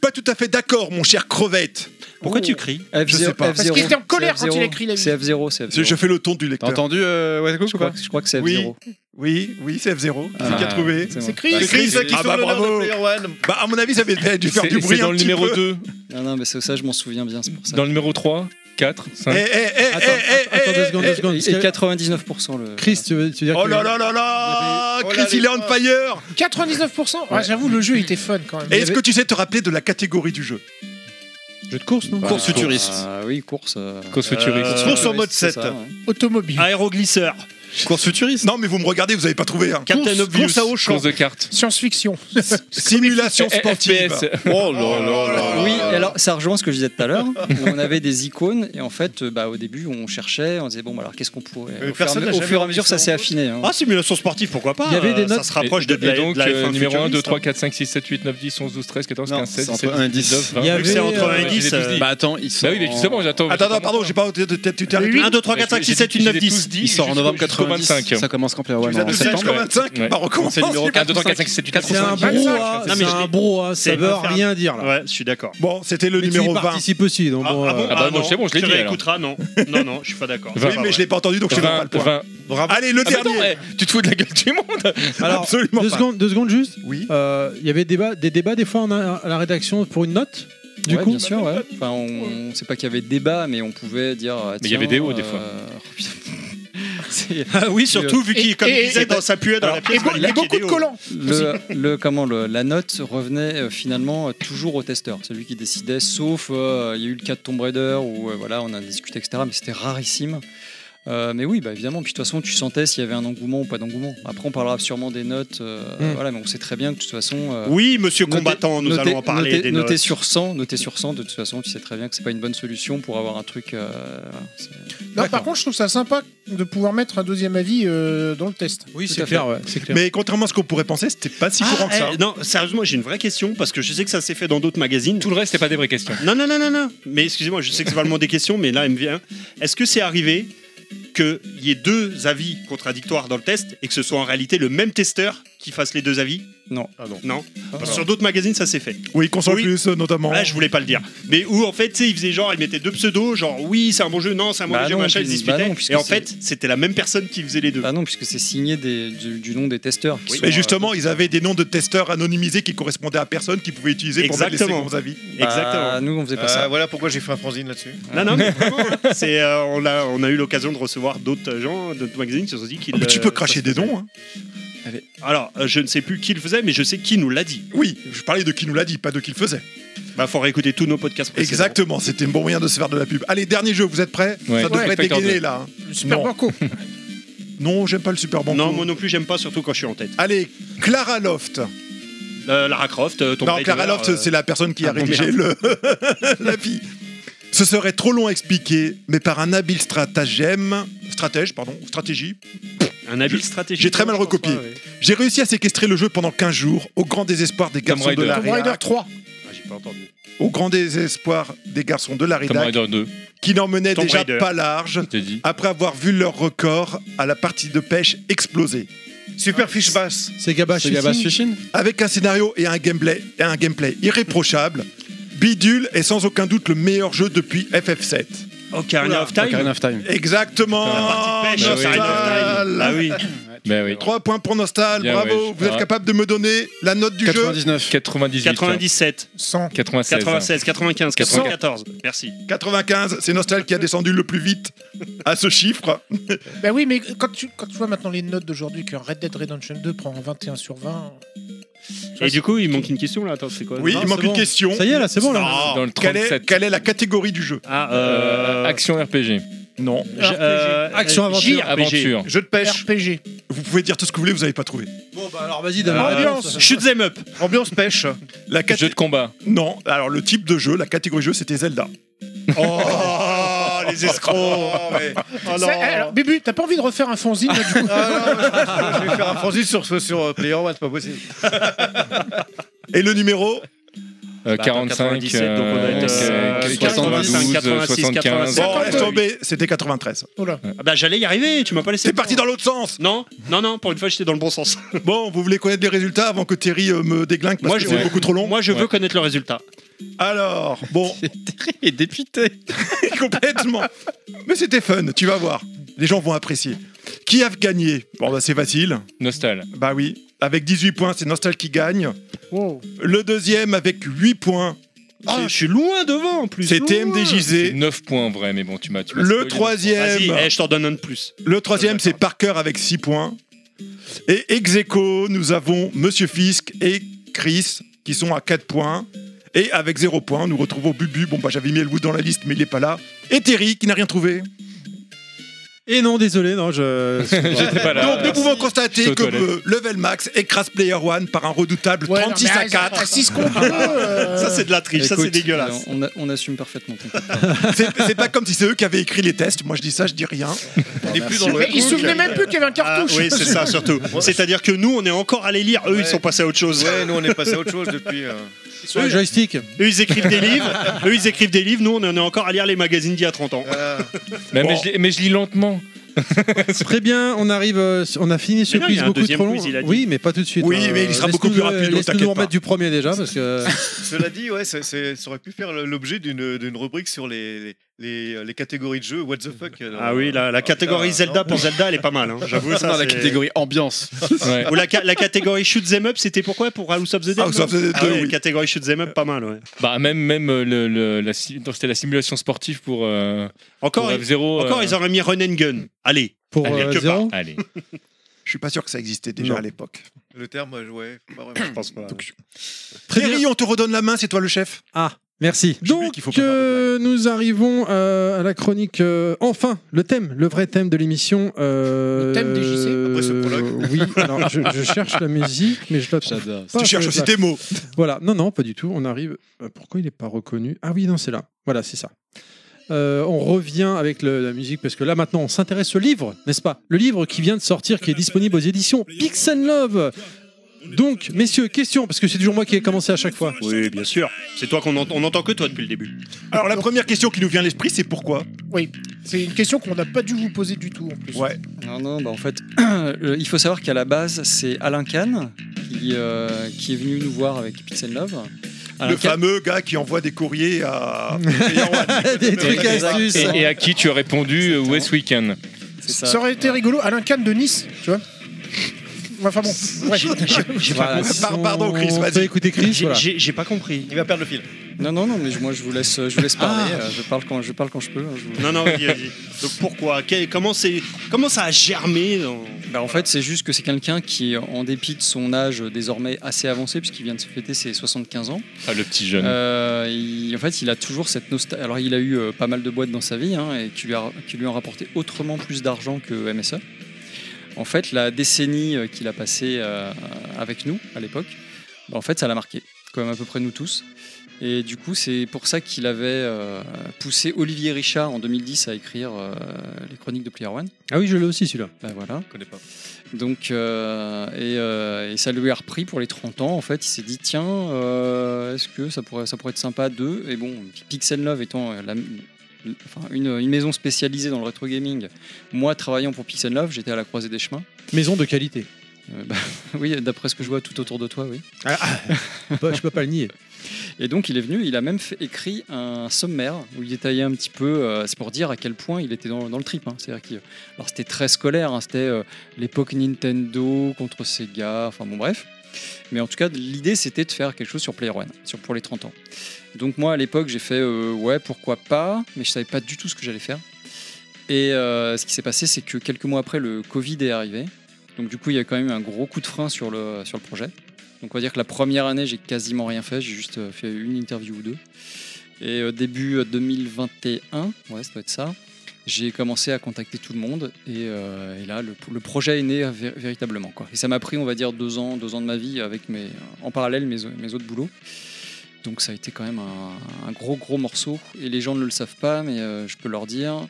pas tout à fait d'accord, mon cher crevette. Pourquoi tu cries F0, Je sais pas. F0, Oh. Parce qu'il était en colère quand il a F0, écrit la vie. C'est F0, c'est Je F0. fais le ton du T'as lecteur. entendu euh, Wataku ou Je crois, pas que- je crois que c'est Oui, F0. oui, oui, c'est F0. C'est qui a Ah, trouvé C'est C'est bon. Chris. Bah, C'est Chris ça, qui Ah sont bah, l'honneur bravo. de Player One. Bah, à mon avis, ça avait dû faire C'est du c'est bruit. dans un le petit numéro peu. 2, Ah Non, non, mais c'est ça, je m'en souviens bien, c'est pour ça. dans le numéro 3, 4, Eh, 5. eh, eh, eh, Attends, eh, attends eh, deux secondes, eh, deux Et, secondes. parce que- 99% le. Chris, tu veux, tu veux dire Oh que- là là là là Oh là, Chris, il est les on gars. fire 99%. Ah, J'avoue, le jeu il était fun quand même. Et Est-ce que tu sais te rappeler de la catégorie du jeu Jeu de course, non Course futuriste. Ah oui, course. euh, Cause futuriste. Euh, Course en mode c'est 7. ça, ouais. Automobile. Aéroglisseur. Course futuriste. Non, mais vous me regardez, vous avez pas trouvé. hein. Captain Course- Obvious. course à haut champ. Course de cartes. Science-fiction. Simulation Eh, sportive. FPS. Oh là là là. Oui, alors ça rejoint ce que je disais tout à l'heure, où on avait des icônes, et en fait, euh, bah, au début, on cherchait, on disait, bon, bah, alors qu'est-ce qu'on pourrait. Mais Euh, Euh, Au fur, et à personne me- n'a au jamais fur et à dit mesure, ça ça en s'est course. affiné. hein. Ah, simulation sportive, pourquoi pas Il y avait des euh, Ça notes. se rapproche Et- de, la, et donc, de la euh, F1 numéro 1, 2, futuriste, 3, hein. 4, 5, 6, 7, 8, 9, 10, 11, 12, 13, 14, Non, 15, c'est 16, entre 17, 1 et 10. 19, 20. Il y Vu que c'est avait, entre 1 et euh, 10. il est tous euh, dit. Bah attends, ils sont. Bah oui, mais justement, j'attends. Attends, attends, pardon, j'ai pas. t'es- t'es- t'es Le arrêté. huit. 1, 2, 3, 4, 5, 6, 7, 8, 9, 10. Il sort en novembre 90. 25. Ça commence quand Player Tu One nous as en donné septembre. jusqu'à ouais. 25 Ouais. Bah, recommence. C'est le numéro 1, 2, 3, 4, 5, 6, 7, 8, 9, 10. C'est un 25. brouhaha, hein. Non, mais c'est je un l'ai- brouhaha, ça c'est veut pas faire- rien dire là. Ouais, je suis d'accord. Bon, c'était le Mais tu y numéro 20. participes aussi, donc bon, euh, Ah bah bon, non, c'est bon, je l'ai tu dit, réécouteras, non. Non, non, je suis pas d'accord. Oui, mais je l'ai pas entendu, donc je sais même pas le point. 20, 20. Bravo. Allez, le Ah bah non, dernier. eh, tu te fous de la gueule du monde Alors, Absolument deux pas. secondes, deux secondes juste. Oui. Euh, Il y avait débat, des débats des fois en a- à la rédaction pour une note. Du Ouais, coup, bien sûr, ouais. Enfin, on, on sait pas qu'il y avait débat, mais on pouvait dire. ah, Mais il y avait tiens, des hauts, des fois. euh, C'est- Ah oui, surtout vu qu'il, Et- comme et- il disait, et- dans sa puée dans la Et pièce. be- il y a et beaucoup des de hauts. collants. le, le- comment le- la note revenait euh, finalement euh, toujours au testeur, celui qui décidait. Sauf euh, il y a eu le cas de Tomb Raider où euh, voilà on a discuté etc. Mais c'était rarissime. Euh, mais oui, bah, évidemment. Puis de toute façon, tu sentais s'il y avait un engouement ou pas d'engouement. Après, on parlera sûrement des notes. euh, Mm. Voilà, mais on sait très bien que de toute façon. euh, Hmm. Oui, monsieur noter- combattant, nous noter- allons en parler noter- des noter notes. sur 100, noter sur 100, de toute façon, tu sais très bien que c'est pas une bonne solution pour avoir un truc. euh, voilà, c'est- Non, par contre, je trouve ça sympa de pouvoir mettre un deuxième avis euh, dans le test. oui, Tout c'est à clair, ouais, c'est clair. Mais contrairement à ce qu'on pourrait penser, c'était pas si Ah, courant que ça. eh, non, sérieusement, j'ai une vraie question parce que je sais que ça s'est fait dans d'autres magazines. Tout le reste, c'est pas des vraies questions. Non, non, non, non, non. Mais excusez-moi, je sais que c'est pas le moment des questions, mais là, elle me vient. Est-ce que c'est arrivé qu'il y ait deux avis contradictoires dans le test et que ce soit en réalité le même testeur qui fasse les deux avis Non. Ah non. Non. Parce que sur d'autres magazines, ça s'est fait. Oui, Console Oui. Plus, euh, notamment. Là, je voulais pas le dire. Mais où, en fait, tu sais, ils faisaient genre, ils mettaient deux pseudos, genre oui, c'est un bon jeu, non, c'est un mauvais Bah jeu, non, machin, ils puis- disputaient. bah non, puisque et en c'est- fait, c'était la même personne qui faisait les deux. Bah non, puisque c'est signé des- du, du nom des testeurs. qui sont, Mais euh, justement, ils avaient des noms de testeurs anonymisés qui correspondaient à personne qui pouvaient utiliser pour mettre les Exactement. seconds avis. bah, Exactement. Nous, on faisait pas Euh, ça. voilà pourquoi j'ai fait un franzine là-dessus. Non, non, mais vraiment, hein. c'est, euh, on, a, on a eu l'occasion de recevoir d'autres gens, d'autres magazines qui se sont dit qu'ils. Ah, mais tu euh, peux ça cracher se des faisait. noms. hein. Alors, euh, je ne sais plus qui le faisait, mais je sais qui nous l'a dit. Oui, je parlais de qui nous l'a dit, pas de qui le faisait. Bah, faut réécouter tous nos podcasts précédents. Exactement, c'était un bon moyen de se faire de la pub. Allez, dernier jeu, vous êtes prêts Ouais. Ça devrait Ouais. dégainer là. hein. Super Non. banco. Non, j'aime pas le Super Banco. Non, moi non plus, j'aime pas, surtout quand je suis en tête. Allez, Clara Loft. Euh, Lara Croft, euh, Tomb non, Raider, Clara Loft, euh, c'est la personne qui a ah bon, rédigé le... la fille. Ce serait trop long à expliquer, mais par un habile stratagème, stratège, pardon, stratégie, un habile stratégique. j'ai très mal recopié. Ouais, ouais. j'ai réussi à séquestrer le jeu pendant 15 jours, au grand désespoir des Tomb garçons de Raider. la Tomb Raider rédac, 3. Ah, j'ai pas entendu. au grand désespoir des garçons de la Tomb rédac, Raider 2, qui n'en menaient Tomb déjà Raider. pas large, je t'ai dit. après avoir vu leur record à la partie de pêche exploser. Super fiche basse. C'est Gabache. C'est Gabas Fishing. Fishing Avec un scénario et un gameplay, et un gameplay irréprochable, Bidule est sans aucun doute le meilleur jeu depuis FF7. Ocarina of Time Ocarina of Time. Exactement. La partie pêche, Ocarina of Time. Nostal. Ah oui. Ben oui. 3 points pour Nostal, Bien, bravo. ouais, je- Vous êtes ah. capable de me donner la note du jeu 98. 97. 100. 96. 96, 95, 94. 94. Merci. 95, c'est Nostal qui a descendu le plus vite à ce chiffre. Bah oui, mais quand tu, quand tu vois maintenant les notes d'aujourd'hui que Red Dead Redemption 2 prend en 21 sur 20. Et du coup, il manque une question là. Attends, c'est quoi Oui, Non, il manque c'est une bon. question. Non. Dans le quelle, est, 37. quelle est la catégorie du jeu Ah, Euh, action RPG. Non. J- euh, Action, aventure. JRPG. aventure. Jeu de pêche. RPG. Vous pouvez dire tout ce que vous voulez, vous n'avez pas trouvé. Bon, bah alors vas-y, donne-moi la Ambiance. réponse. Shoot them up. Ambiance pêche. La Jeu de combat. Non, alors le type de jeu, la catégorie jeu, c'était Zelda. Oh, les escrocs Oh, Ah Oh, Ça, alors, Bébu, t'as pas envie de refaire un fanzine là, du coup Ah, Je vais faire un franzis sur, sur, sur euh, Player One, c'est pas possible. Et le numéro Euh, Bah, 45, 97, donc on doit euh, être, euh, 92, 86, 75. Bon, laisse 58. tomber, c'était 93. Ah bah j'allais y arriver, tu m'as pas laissé. T'es parti dans l'autre sens Non, non, non, pour une fois j'étais dans le bon sens. Bon, vous voulez connaître les résultats avant que Terry euh, me déglingue parce Moi, que je- c'est ouais. beaucoup trop long Moi je veux connaître le résultat. Alors, bon. Terry est dépité. Complètement. Mais c'était fun, tu vas voir. Les gens vont apprécier. Qui a gagné Bon, bah c'est facile. Nostal. Bah oui. Avec 18 points, c'est Nostal qui gagne. Le deuxième avec 8 points. Ah, je suis loin devant en plus. C'était loin. C'est MDJZ. 9 points en vrai, mais bon, tu m'as. tu m'as spoilé. Le troisième. Vas-y, eh, je t'en donne un de plus. Le troisième, c'est Parker avec 6 points. Et ex aequo, nous avons Monsieur Fisk et Chris qui sont à 4 points. Et avec 0 points, nous retrouvons Bubu. Bon, bah j'avais mis Elwood dans la liste, mais il n'est pas là. Et Terry qui n'a rien trouvé. Et non, désolé, non, Euh, je. J'étais pas là. Donc nous pouvons J'étais constater aux que toilettes. euh, Level Max écrase Player One par un redoutable Ouais, non, 36 mais à 4. À 6 contre euh. 2. Ça c'est de la triche, ça c'est Écoute, euh, dégueulasse. On, a- on assume parfaitement. t'inquiète. C'est c'est pas comme si c'est eux qui avaient écrit les tests. Moi je dis ça, je dis rien. On n'est plus dans bah, Mais le. il se souvenait même plus qu'il y avait un Ah, cartouche. oui, c'est ça surtout. C'est-à-dire que nous on est encore allés lire, eux Ouais. ils sont passés à autre chose. Ouais, nous on est passé à autre chose depuis. euh, Sur le joystick. Eux ils écrivent des livres, eux ils écrivent des livres, nous on en est encore à lire les magazines d'il y a 30 ans. euh, Mais, mais Bon. je, lis- mais je lis lentement. Très bien, on arrive, euh, on a fini ce Mais non, il y quiz a un beaucoup deuxième trop long. quiz, il a dit. oui, mais pas tout de suite. Oui, mais il sera laisse-nous beaucoup plus le- rapide, donc Laisse-nous t'inquiète nous pas. remettre du premier déjà parce euh, que. Cela dit, ouais, c'est- c'est- ça aurait pu faire l'objet d'une d'une rubrique sur les, les, les- les catégories de jeux. What the fuck euh, Ah oui, la, la putain, catégorie non. Zelda pour Zelda elle est pas mal, hein. j'avoue. ça, Dans la c'est- catégorie ambiance. Ouais. Ou la, ca- la catégorie Shoot Them Up, c'était pourquoi Pour House of the Dead House non of the Dead, Ah ouais, oui. catégorie Shoot Them Up, pas mal, ouais. Bah, même, même euh, le, le- la, si- non, c'était la simulation sportive pour, euh, Encore, pour ils- F0. encore euh, ils auraient mis Run and Gun. Allez, Pour Allez, euh, quelque part. zéro Allez. Je suis pas sûr que ça existait déjà Non. à l'époque. Le terme, euh, ouais, pas vraiment. je pense pas. Donc, Très Terry, on te redonne la main, c'est toi le chef. Ah, merci. J'ai vu Donc, qu'il faut pas faire de euh, nous arrivons euh, à la chronique. euh, enfin, le thème, le vrai thème de l'émission. euh, Le thème des JC, après ce prologue. Oui, alors je, je cherche la musique, mais je la trouve J'adore. pas. tu cherches Je aussi la- tes mots. Voilà, non, non, pas du tout. On arrive. euh, Pourquoi il n'est pas reconnu Ah oui, non, c'est là. Voilà, c'est ça. Euh, on revient avec le- la musique parce que là maintenant on s'intéresse au livre, n'est-ce pas Le livre qui vient de sortir, qui est disponible aux éditions Pix and Love. Donc, messieurs, question, parce que c'est toujours moi qui ai commencé à chaque fois. Oui, Eh, bien sûr. C'est toi qu'on ent- on entend que toi depuis le début. Alors la première question qui nous vient à l'esprit, c'est pourquoi Oui, c'est une question qu'on n'a pas dû vous poser du tout en plus. Ouais. Non, non, bah en fait, euh, il faut savoir qu'à la base, c'est Alain Kahn qui, euh, qui est venu nous voir avec Pixel Love. Alain Ah, Le Kahn- fameux gars qui envoie des courriers à. Des trucs Exact. astuces. Et, et à qui tu as répondu euh, West Weekend c'est ça. Ça aurait été rigolo, Alain Kahn de Nice, tu vois. Enfin bon, ouais. Voilà, compris. si Par- pardon, Chris, on vas-y. peut écouter Chris, J'ai voilà. j'ai- j'ai pas compris. Il va perdre le fil. Non, non, non, mais je- moi je vous laisse, je vous laisse parler. euh, Je, parle quand, je parle quand je peux. hein, je vous- Non, non, vas-y, vas-y. Donc pourquoi Quel- comment, c'est- comment ça a germé dans- Bah, en fait, c'est juste que c'est quelqu'un qui, en dépit de son âge euh, désormais assez avancé, puisqu'il vient de se fêter ses 75 ans, Ah, le petit jeune. Euh, il- en fait, il a toujours cette nostalgie. Alors, il a eu euh, pas mal de boîtes dans sa vie hein, et qui lui, a- qui lui ont rapporté autrement plus d'argent que MSE. En fait, la décennie euh, qu'il a passée euh, avec nous à l'époque, bah, en fait, ça l'a marqué, comme à peu près nous tous. Et du coup, c'est pour ça qu'il avait euh, poussé Olivier Richard en 2010 à écrire euh, les Chroniques de Player One. Ah oui, je l'ai aussi celui-là. Bah, voilà. Je connais pas. Donc, euh, et, euh, et ça lui a repris pour les 30 ans. En fait, il s'est dit tiens, euh, est-ce que ça pourrait, ça pourrait être sympa d'eux Et bon, Pixel Love étant euh, la- enfin, une, une maison spécialisée dans le rétro gaming, moi travaillant pour Pixel Love, j'étais à la croisée des chemins. Maison de qualité. Bah, Ah, Euh, bah, oui, d'après ce que je vois tout autour de toi, oui. Bah, je peux pas le nier. Et donc il est venu, il a même fait- écrit un sommaire où il détaillait un petit peu, euh, c'est pour dire à quel point il était dans, dans le trip. hein. C'est-à-dire qu'il- alors c'était très scolaire, hein, c'était euh, l'époque Nintendo contre Sega, enfin bon bref. Mais en tout cas, l'idée c'était de faire quelque chose sur Player One, sur, pour les 30 ans. Donc moi à l'époque j'ai fait euh, ouais pourquoi pas, mais je savais pas du tout ce que j'allais faire. Et euh, ce qui s'est passé, c'est que quelques mois après, le Covid est arrivé. Donc du coup, il y a quand même eu un gros coup de frein sur le, sur le projet. Donc on va dire que la première année, j'ai quasiment rien fait. J'ai juste euh, fait une interview ou deux. Et euh, début euh, 2021, ouais, ça doit être ça, j'ai commencé à contacter tout le monde. Et, euh, et là, le, le projet est né euh, vé- véritablement. Quoi. Et ça m'a pris, on va dire, deux ans, deux ans de ma vie avec mes, en parallèle mes, au- mes autres boulots. Donc ça a été quand même un, un gros gros morceau et les gens ne le savent pas mais euh, je peux leur dire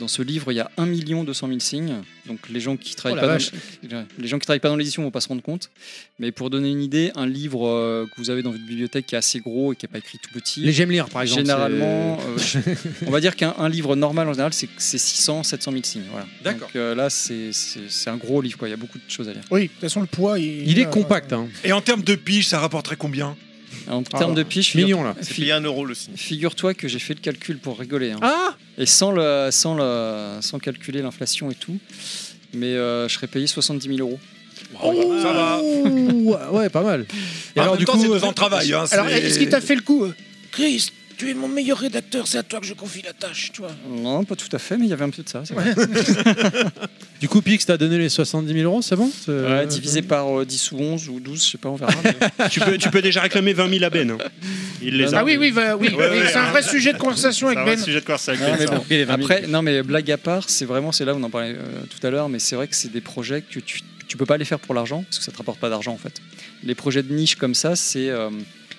dans ce livre il y a 1 million 200 000 signes donc les gens qui travaillent Oh la pas vache. dans, les gens qui travaillent pas dans l'édition vont pas se rendre compte mais pour donner une idée un livre euh, que vous avez dans votre bibliothèque qui est assez gros et qui n'est pas écrit tout petit Les J'aime lire, par exemple, généralement c'est- euh, on va dire qu'un un livre normal en général c'est c'est 600 700 000 signes voilà D'accord. donc euh, là c'est c'est- c'est un gros livre quoi il y a beaucoup de choses à lire Oui, de toute façon, le poids. Il, euh, Il est compact, hein. Et en termes de piges, ça rapporterait combien En Ah termes bah, de piche, mignon, figure- là. C'est payé un euro le signe. Figure-toi que j'ai fait le calcul pour rigoler. hein. Ah Et sans, le, sans, le, sans calculer l'inflation et tout. Mais euh, je serais payé 70 000 euros. ça va. ouais, pas mal. Oh, En même temps, c'est deux ans euh, de travail, hein, Alors, c'est- est-ce qu'il t'a fait le coup euh, Chris, tu es mon meilleur rédacteur, c'est à toi que je confie la tâche, tu vois. Non, pas tout à fait, mais il y avait un peu de ça. c'est vrai. Du coup, Pix, t'as donné les 70 000 euros, c'est bon C'est- Ouais, divisé par euh, 10 ou 11 ou 12, je sais pas, on verra. tu, peux, tu peux déjà réclamer 20 000 à Ben. hein. Il les a. Ah oui, oui, va- oui, Ouais, oui, ouais, c'est un vrai sujet de conversation avec C'est un Ben. vrai sujet de conversation Non, avec mais Ben. bon, Après, non, mais blague à part, c'est vraiment, c'est là, on en parlait euh, tout à l'heure, mais c'est vrai que c'est des projets que tu, tu peux pas les faire pour l'argent, parce que ça te rapporte pas d'argent en fait. Les projets de niche comme ça, c'est euh,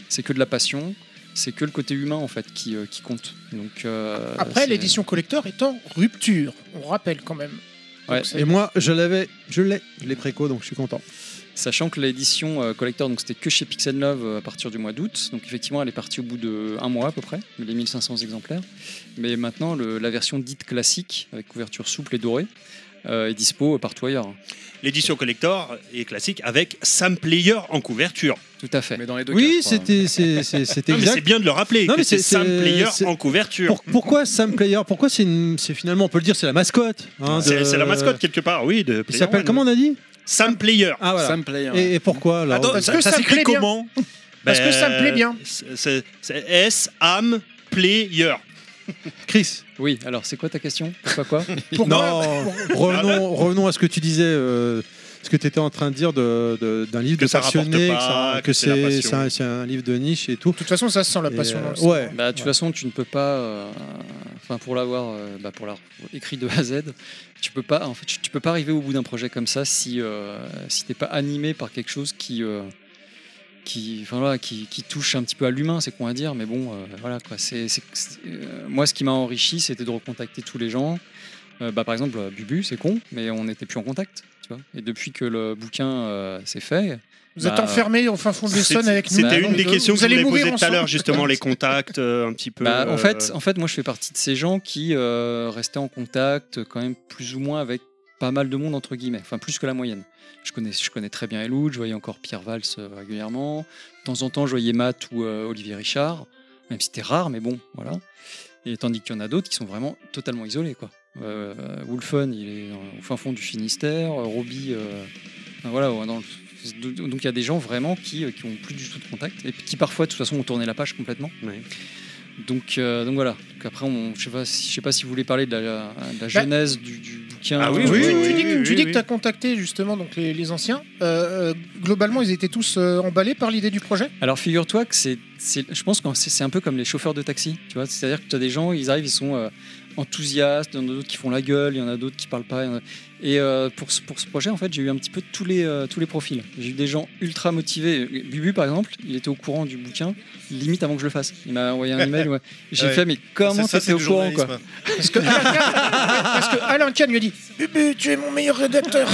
c'est que de la passion, c'est que le côté humain en fait qui, euh, qui compte. Donc, euh, Après, c'est- Ben. l'édition collector est en rupture, on rappelle quand même. Ouais. Et moi, je l'avais, je l'ai, je l'ai préco, donc je suis content. Sachant que l'édition euh, collector, donc c'était que chez Pixel Love euh, à partir du mois d'août. Donc effectivement, elle est partie au bout de un mois à peu près, les 1500 exemplaires. Mais maintenant, le- la version dite classique, avec couverture souple et dorée, euh, est dispo euh, partout ailleurs. L'édition collector est classique avec Sam Player en couverture. Tout à fait. Mais dans les Oui, c'était, c'est, c'est, c'est Non, mais exact. c'est bien de le rappeler. Non, que mais c'est c'est- Sam c'est- Player c'est- en couverture. Pour- pourquoi Sam Player Pourquoi c'est, une- c'est finalement, on peut le dire, c'est la mascotte. hein, Ah, c'est de- c'est la mascotte quelque part, oui. De Il Player s'appelle One. comment on a dit Sam Player. Ah voilà. Et, et pourquoi alors Bah, Attends, ça- ça s'écrit comment Bah, Parce que ça me plaît bien. Ben, c'est- C'est c'est S Am Player. Chris. Oui, alors c'est quoi ta question Pourquoi quoi non, revenons, revenons à ce que tu disais, euh, ce que tu étais en train de dire de- de- d'un livre Que de ça passionné, rapporte que, pas, ça- que c'est la c'est, passion. c'est un, c'est un livre de niche et euh, tout. De toute façon, ça sent la passion dans le sang. ouais. Bah, de toute façon, tu ne peux pas. euh, Enfin, pour l'avoir, euh, bah, pour l'avoir écrit de A à Z, tu peux pas. En fait, tu, tu peux pas arriver au bout d'un projet comme ça si euh, si t'es pas animé par quelque chose qui euh, qui, enfin, voilà, qui qui touche un petit peu à l'humain, c'est qu'on va dire. Mais bon, euh, voilà quoi. C'est c'est- c'est- euh, moi ce qui m'a enrichi, c'était de recontacter tous les gens. Euh, bah, par exemple, euh, Bubu, c'est con, mais on n'était plus en contact. Tu vois et depuis que le bouquin euh, s'est fait, Vous bah, êtes enfermés au fin fond de l'Essonne C'était avec nous. c'était une Nous des deux. questions que Vous je allez voulais mourir poser tout à ensemble. l'heur, justement, les contacts, euh, un petit peu. Bah, euh, en, fait, en fait, moi, je fais partie de ces gens qui euh, restaient en contact euh, quand même plus ou moins avec pas mal de monde, entre guillemets, enfin plus que la moyenne. Je connais, je connais très bien Eloud, je voyais encore Pierre Valls euh, régulièrement. De temps en temps, je voyais Matt ou euh, Olivier Richard, même si c'était rare, mais bon, voilà. Et tandis qu'il y en a d'autres qui sont vraiment totalement isolés, quoi. Euh, Wolfen, il est euh, au fin fond du Finistère, euh, Roby, euh, enfin, voilà, ouais, dans le- donc il y a des gens vraiment qui, euh, qui ont plus du tout de contact et qui parfois de toute façon ont tourné la page complètement. Donc, euh, donc voilà. Donc après, on, je sais pas, si- je sais pas si vous voulez parler de la, de la genèse du, du bouquin. Bah Ah oui, Tu- oui, tu, tu dis, oui, oui, que oui. tu as contacté justement donc, les, les anciens. Euh, euh, globalement, ils étaient tous euh, emballés par l'idée du projet Alors figure-toi que c'est, c'est- je pense que c'est c'est un peu comme les chauffeurs de taxi, tu vois. C'est-à-dire que tu as des gens, ils arrivent, ils sont euh, enthousiastes, il y en a d'autres qui font la gueule, il y en a d'autres qui parlent pas. il y en a- Et euh, pour, ce, pour ce projet, en fait, j'ai eu un petit peu tous les, euh, tous les profils. J'ai eu des gens ultra motivés. Bubu, par exemple, il était au courant du bouquin, limite avant que je le fasse. Il m'a envoyé un email, ouais. j'ai Ouais. fait, mais comment C'est ça, t'étais c'est au du courant, quoi journalisme. Parce que Alain Kahn, parce que Alain Kahn lui a dit Bubu, tu es mon meilleur rédacteur.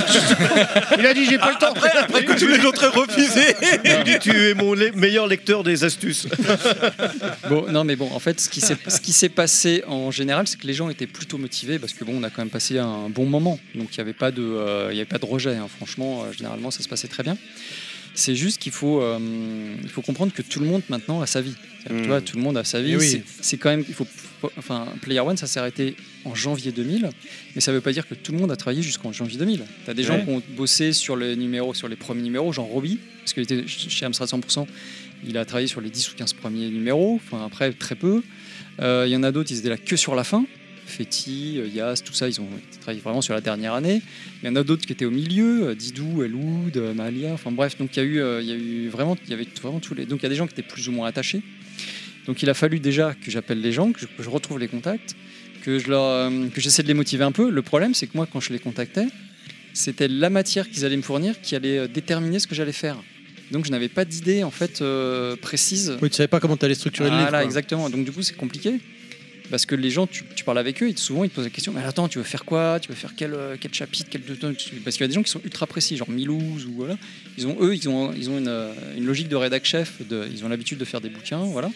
Il a dit J'ai pas le temps. Après, que tu les autres refusé. tu es mon le- meilleur lecteur des astuces. Bon, non, mais bon, en fait, ce qui s'est ce qui s'est passé en général, c'est que les gens étaient plutôt motivés parce que bon, on a quand même passé un bon moment, donc il n'y avait pas de, euh, il y avait pas de rejet. hein. Franchement, euh, généralement, ça se passait très bien. C'est juste qu'il faut, euh, il faut comprendre que tout le monde maintenant a sa vie. C'est-à-dire que, Tu vois, tout le monde a sa vie. Hmm. Eh oui. C'est- C'est quand même, il faut, faut- enfin, Player One, ça s'est arrêté en janvier 2000, mais ça veut pas dire que tout le monde a travaillé jusqu'en janvier 2000. T'as des gens Ouais. qui ont bossé sur les numéros, sur les premiers numéros, genre Robbie, parce qu'il était ch- chez Amstrad 100%, il a travaillé sur les 10 ou 15 premiers numéros, enfin après très peu. Euh, Il y en a d'autres, ils étaient là que sur la fin. Fetty, euh, Yas, tout ça, ils ont travaillé vraiment sur la dernière année. Il y en a d'autres qui étaient au milieu, euh, Didou, Elwood, euh, Malia, enfin bref, donc il y a eu, euh, il y a eu vraiment, il y avait vraiment tous les. Donc il y a des gens qui étaient plus ou moins attachés. Donc il a fallu déjà que j'appelle les gens, que je, que je retrouve les contacts, que je leur, euh, que j'essaie de les motiver un peu. Le problème, c'est que moi, quand je les contactais, c'était la matière qu'ils allaient me fournir qui allait euh, déterminer ce que j'allais faire. Donc je n'avais pas d'idée en fait euh, précise. Oui, tu savais pas comment t'allais structurer le livre. Voilà, quoi. exactement. Donc du coup, c'est compliqué. Parce que les gens, tu, tu parles avec eux, ils, souvent ils te posent la question Mais attends, tu veux faire quoi Tu veux faire quel, euh, quel chapitre quel... Parce qu'il y a des gens qui sont ultra précis, genre Milouz ou voilà. Ils ont, eux, ils ont, ils ont une, euh, une logique de rédac chef, de- ils ont l'habitude de faire des bouquins, voilà.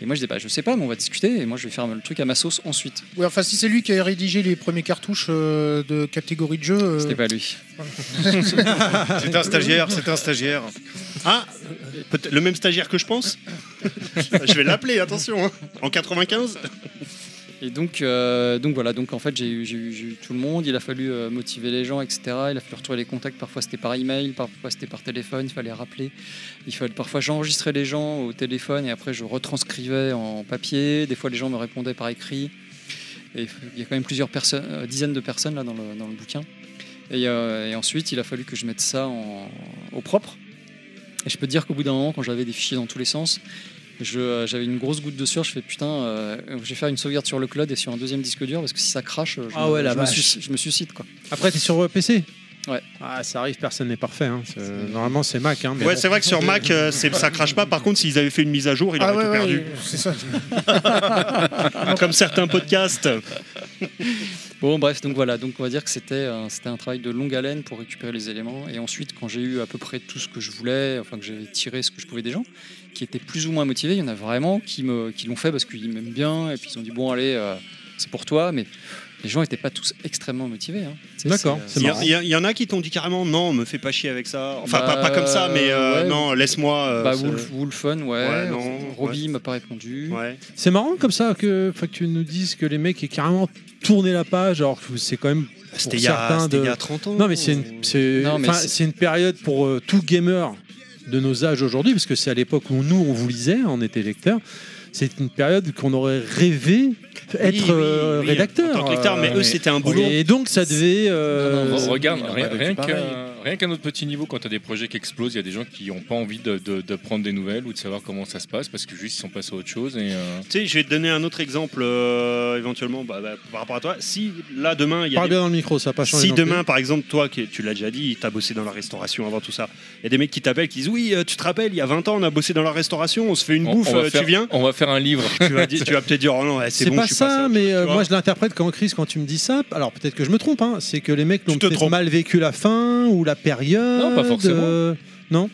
Et moi je dis Bah, Je sais pas, mais on va discuter et moi je vais faire le truc à ma sauce ensuite. Ouais, enfin, si c'est lui qui a rédigé les premiers cartouches euh, de catégorie de jeu. euh, C'était pas lui. C'était un stagiaire, c'était un stagiaire. Ah, peut-être le même stagiaire que je pense Je vais l'appeler, attention. hein. En 95 Et donc, euh, donc voilà, donc en fait j'ai eu, j'ai eu- j'ai eu tout le monde, il a fallu euh, motiver les gens, etc. Il a fallu retrouver les contacts, parfois c'était par email, parfois c'était par téléphone, il fallait rappeler. Il fallait, parfois j'enregistrais les gens au téléphone et après je retranscrivais en papier, des fois les gens me répondaient par écrit. Et il y a quand même plusieurs personnes, euh, dizaines de personnes là dans le, dans le bouquin. Et, euh, et ensuite il a fallu que je mette ça en- au propre. Et je peux te dire qu'au bout d'un moment, quand j'avais des fichiers dans tous les sens, je, euh, j'avais une grosse goutte de sueur. Je fais putain, euh, je vais faire une sauvegarde sur le cloud et sur un deuxième disque dur parce que si ça crache, je, Ah me- ouais, la je, me, vache. suici- je me suicide quoi. Après, t'es sur euh, PC Ouais. Ah, ça arrive, personne n'est parfait. hein. C'est- Normalement, c'est Mac. hein, mais Ouais, bon. Euh, c'est vrai que sur Mac, euh, c'est- ça crache pas. Par contre, s'ils avaient fait une mise à jour, il Ah aurait ouais, tout ouais, perdu. c'est ça. Comme certains podcasts. Bon, bref, donc voilà. Donc on va dire que c'était un, c'était un travail de longue haleine pour récupérer les éléments. Et ensuite, quand j'ai eu à peu près tout ce que je voulais, enfin que j'avais tiré ce que je pouvais des gens, qui étaient plus ou moins motivés, il y en a vraiment qui, me, qui l'ont fait parce qu'ils m'aiment bien et puis ils ont dit bon, allez, euh, c'est pour toi. Mais les gens n'étaient pas tous extrêmement motivés. hein. Tu sais, Il y a- il y, a- il y en a qui t'ont dit carrément non, me fais pas chier avec ça. Enfin, Bah, pas, pas comme ça, mais euh, ouais. non, laisse-moi. euh, Bah, ce- Wolf, Wolfen, ouais. Ouais, non, Robbie ouais. m'a pas répondu. C'est marrant comme ça que, enfin, que tu nous dises que les mecs aient carrément tourné la page alors que c'est quand même pour C'était il y a- certains c'était de... il y a 30 ans, Non mais c'est une, c'est- Non, mais enfin, c'est- c'est une période pour euh, tout gamer de nos âges aujourd'hui parce que c'est à l'époque où nous on vous lisait, on était lecteur. C'est une période qu'on aurait rêvé être euh, oui, rédacteur. euh, en tant que lecteur, mais eux, c'était un boulot. Bah, Et donc ça devait. euh, Re- regarde, c'est- rien, ouais, rien c'est qu'un- pareil. euh, rien qu'à notre petit niveau, quand tu as des projets qui explosent, il y a des gens qui n'ont pas envie de, de- de prendre des nouvelles ou de savoir comment ça se passe parce que juste ils sont passés à autre chose. Et, euh, Tu sais, je vais te donner un autre exemple euh, éventuellement bah, bah, par rapport à toi. Si là demain il y a Parle des- bien dans le micro, ça n'a pas changé. si non plus. demain, par exemple, toi, qui- tu l'as déjà dit, tu as bossé dans la restauration avant tout ça, il y a des mecs qui t'appellent, qui disent Oui, euh, tu te rappelles, il y a 20 ans, on a bossé dans la restauration, on se fait une on- bouffe, on va euh, faire- tu viens On va faire un livre. tu vas, dire- tu vas peut-être dire Oh non, ouais, c'est C'est bon, pas je suis ça, passé à autre mais euh, tu vois. moi je l'interprète qu'en crise quand tu me dis ça. Alors peut-être que je me trompe, hein, c'est que les mecs l'ont peut-être mal vécu la fin ou la période. Non, pas forcément. euh, non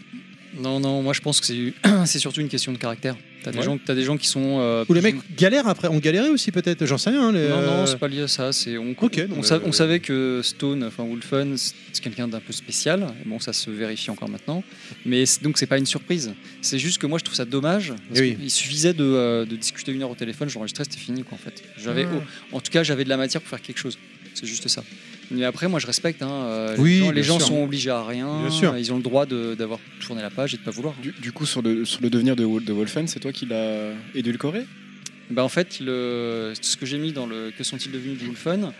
Non, non, moi je pense que c'est, c'est surtout une question de caractère. T'as des, Ouais. gens- t'as des gens qui sont. euh, Ou les mecs galèrent après, ont galéré aussi peut-être, j'en sais rien. hein, les- Non, euh, non, c'est pas lié à ça. C'est on, non, on, mais- sa- on savait que Stone, enfin Wolfen, c'est quelqu'un d'un peu spécial. Et Bon, ça se vérifie encore maintenant. Mais c'est- donc c'est pas une surprise. C'est juste que moi je trouve ça dommage. parce Oui. que Il suffisait de, euh, de discuter une heure au téléphone, j'enregistrais, c'était fini quoi en fait. J'avais, Ah. oh, en tout cas, j'avais de la matière pour faire quelque chose. C'est juste ça. Mais après, moi je respecte. hein, euh, Oui, les gens, les bien gens sûr. sont obligés à rien. Bien sûr. Mmh. Ils ont le droit de- d'avoir tourné la page et de pas vouloir. Du, du coup, sur le, sur le devenir de, Wol- de Wolfen, c'est toi qui l'as édulcoré Bah, en fait, le, ce que j'ai mis dans le Que sont-ils devenus de Wolfen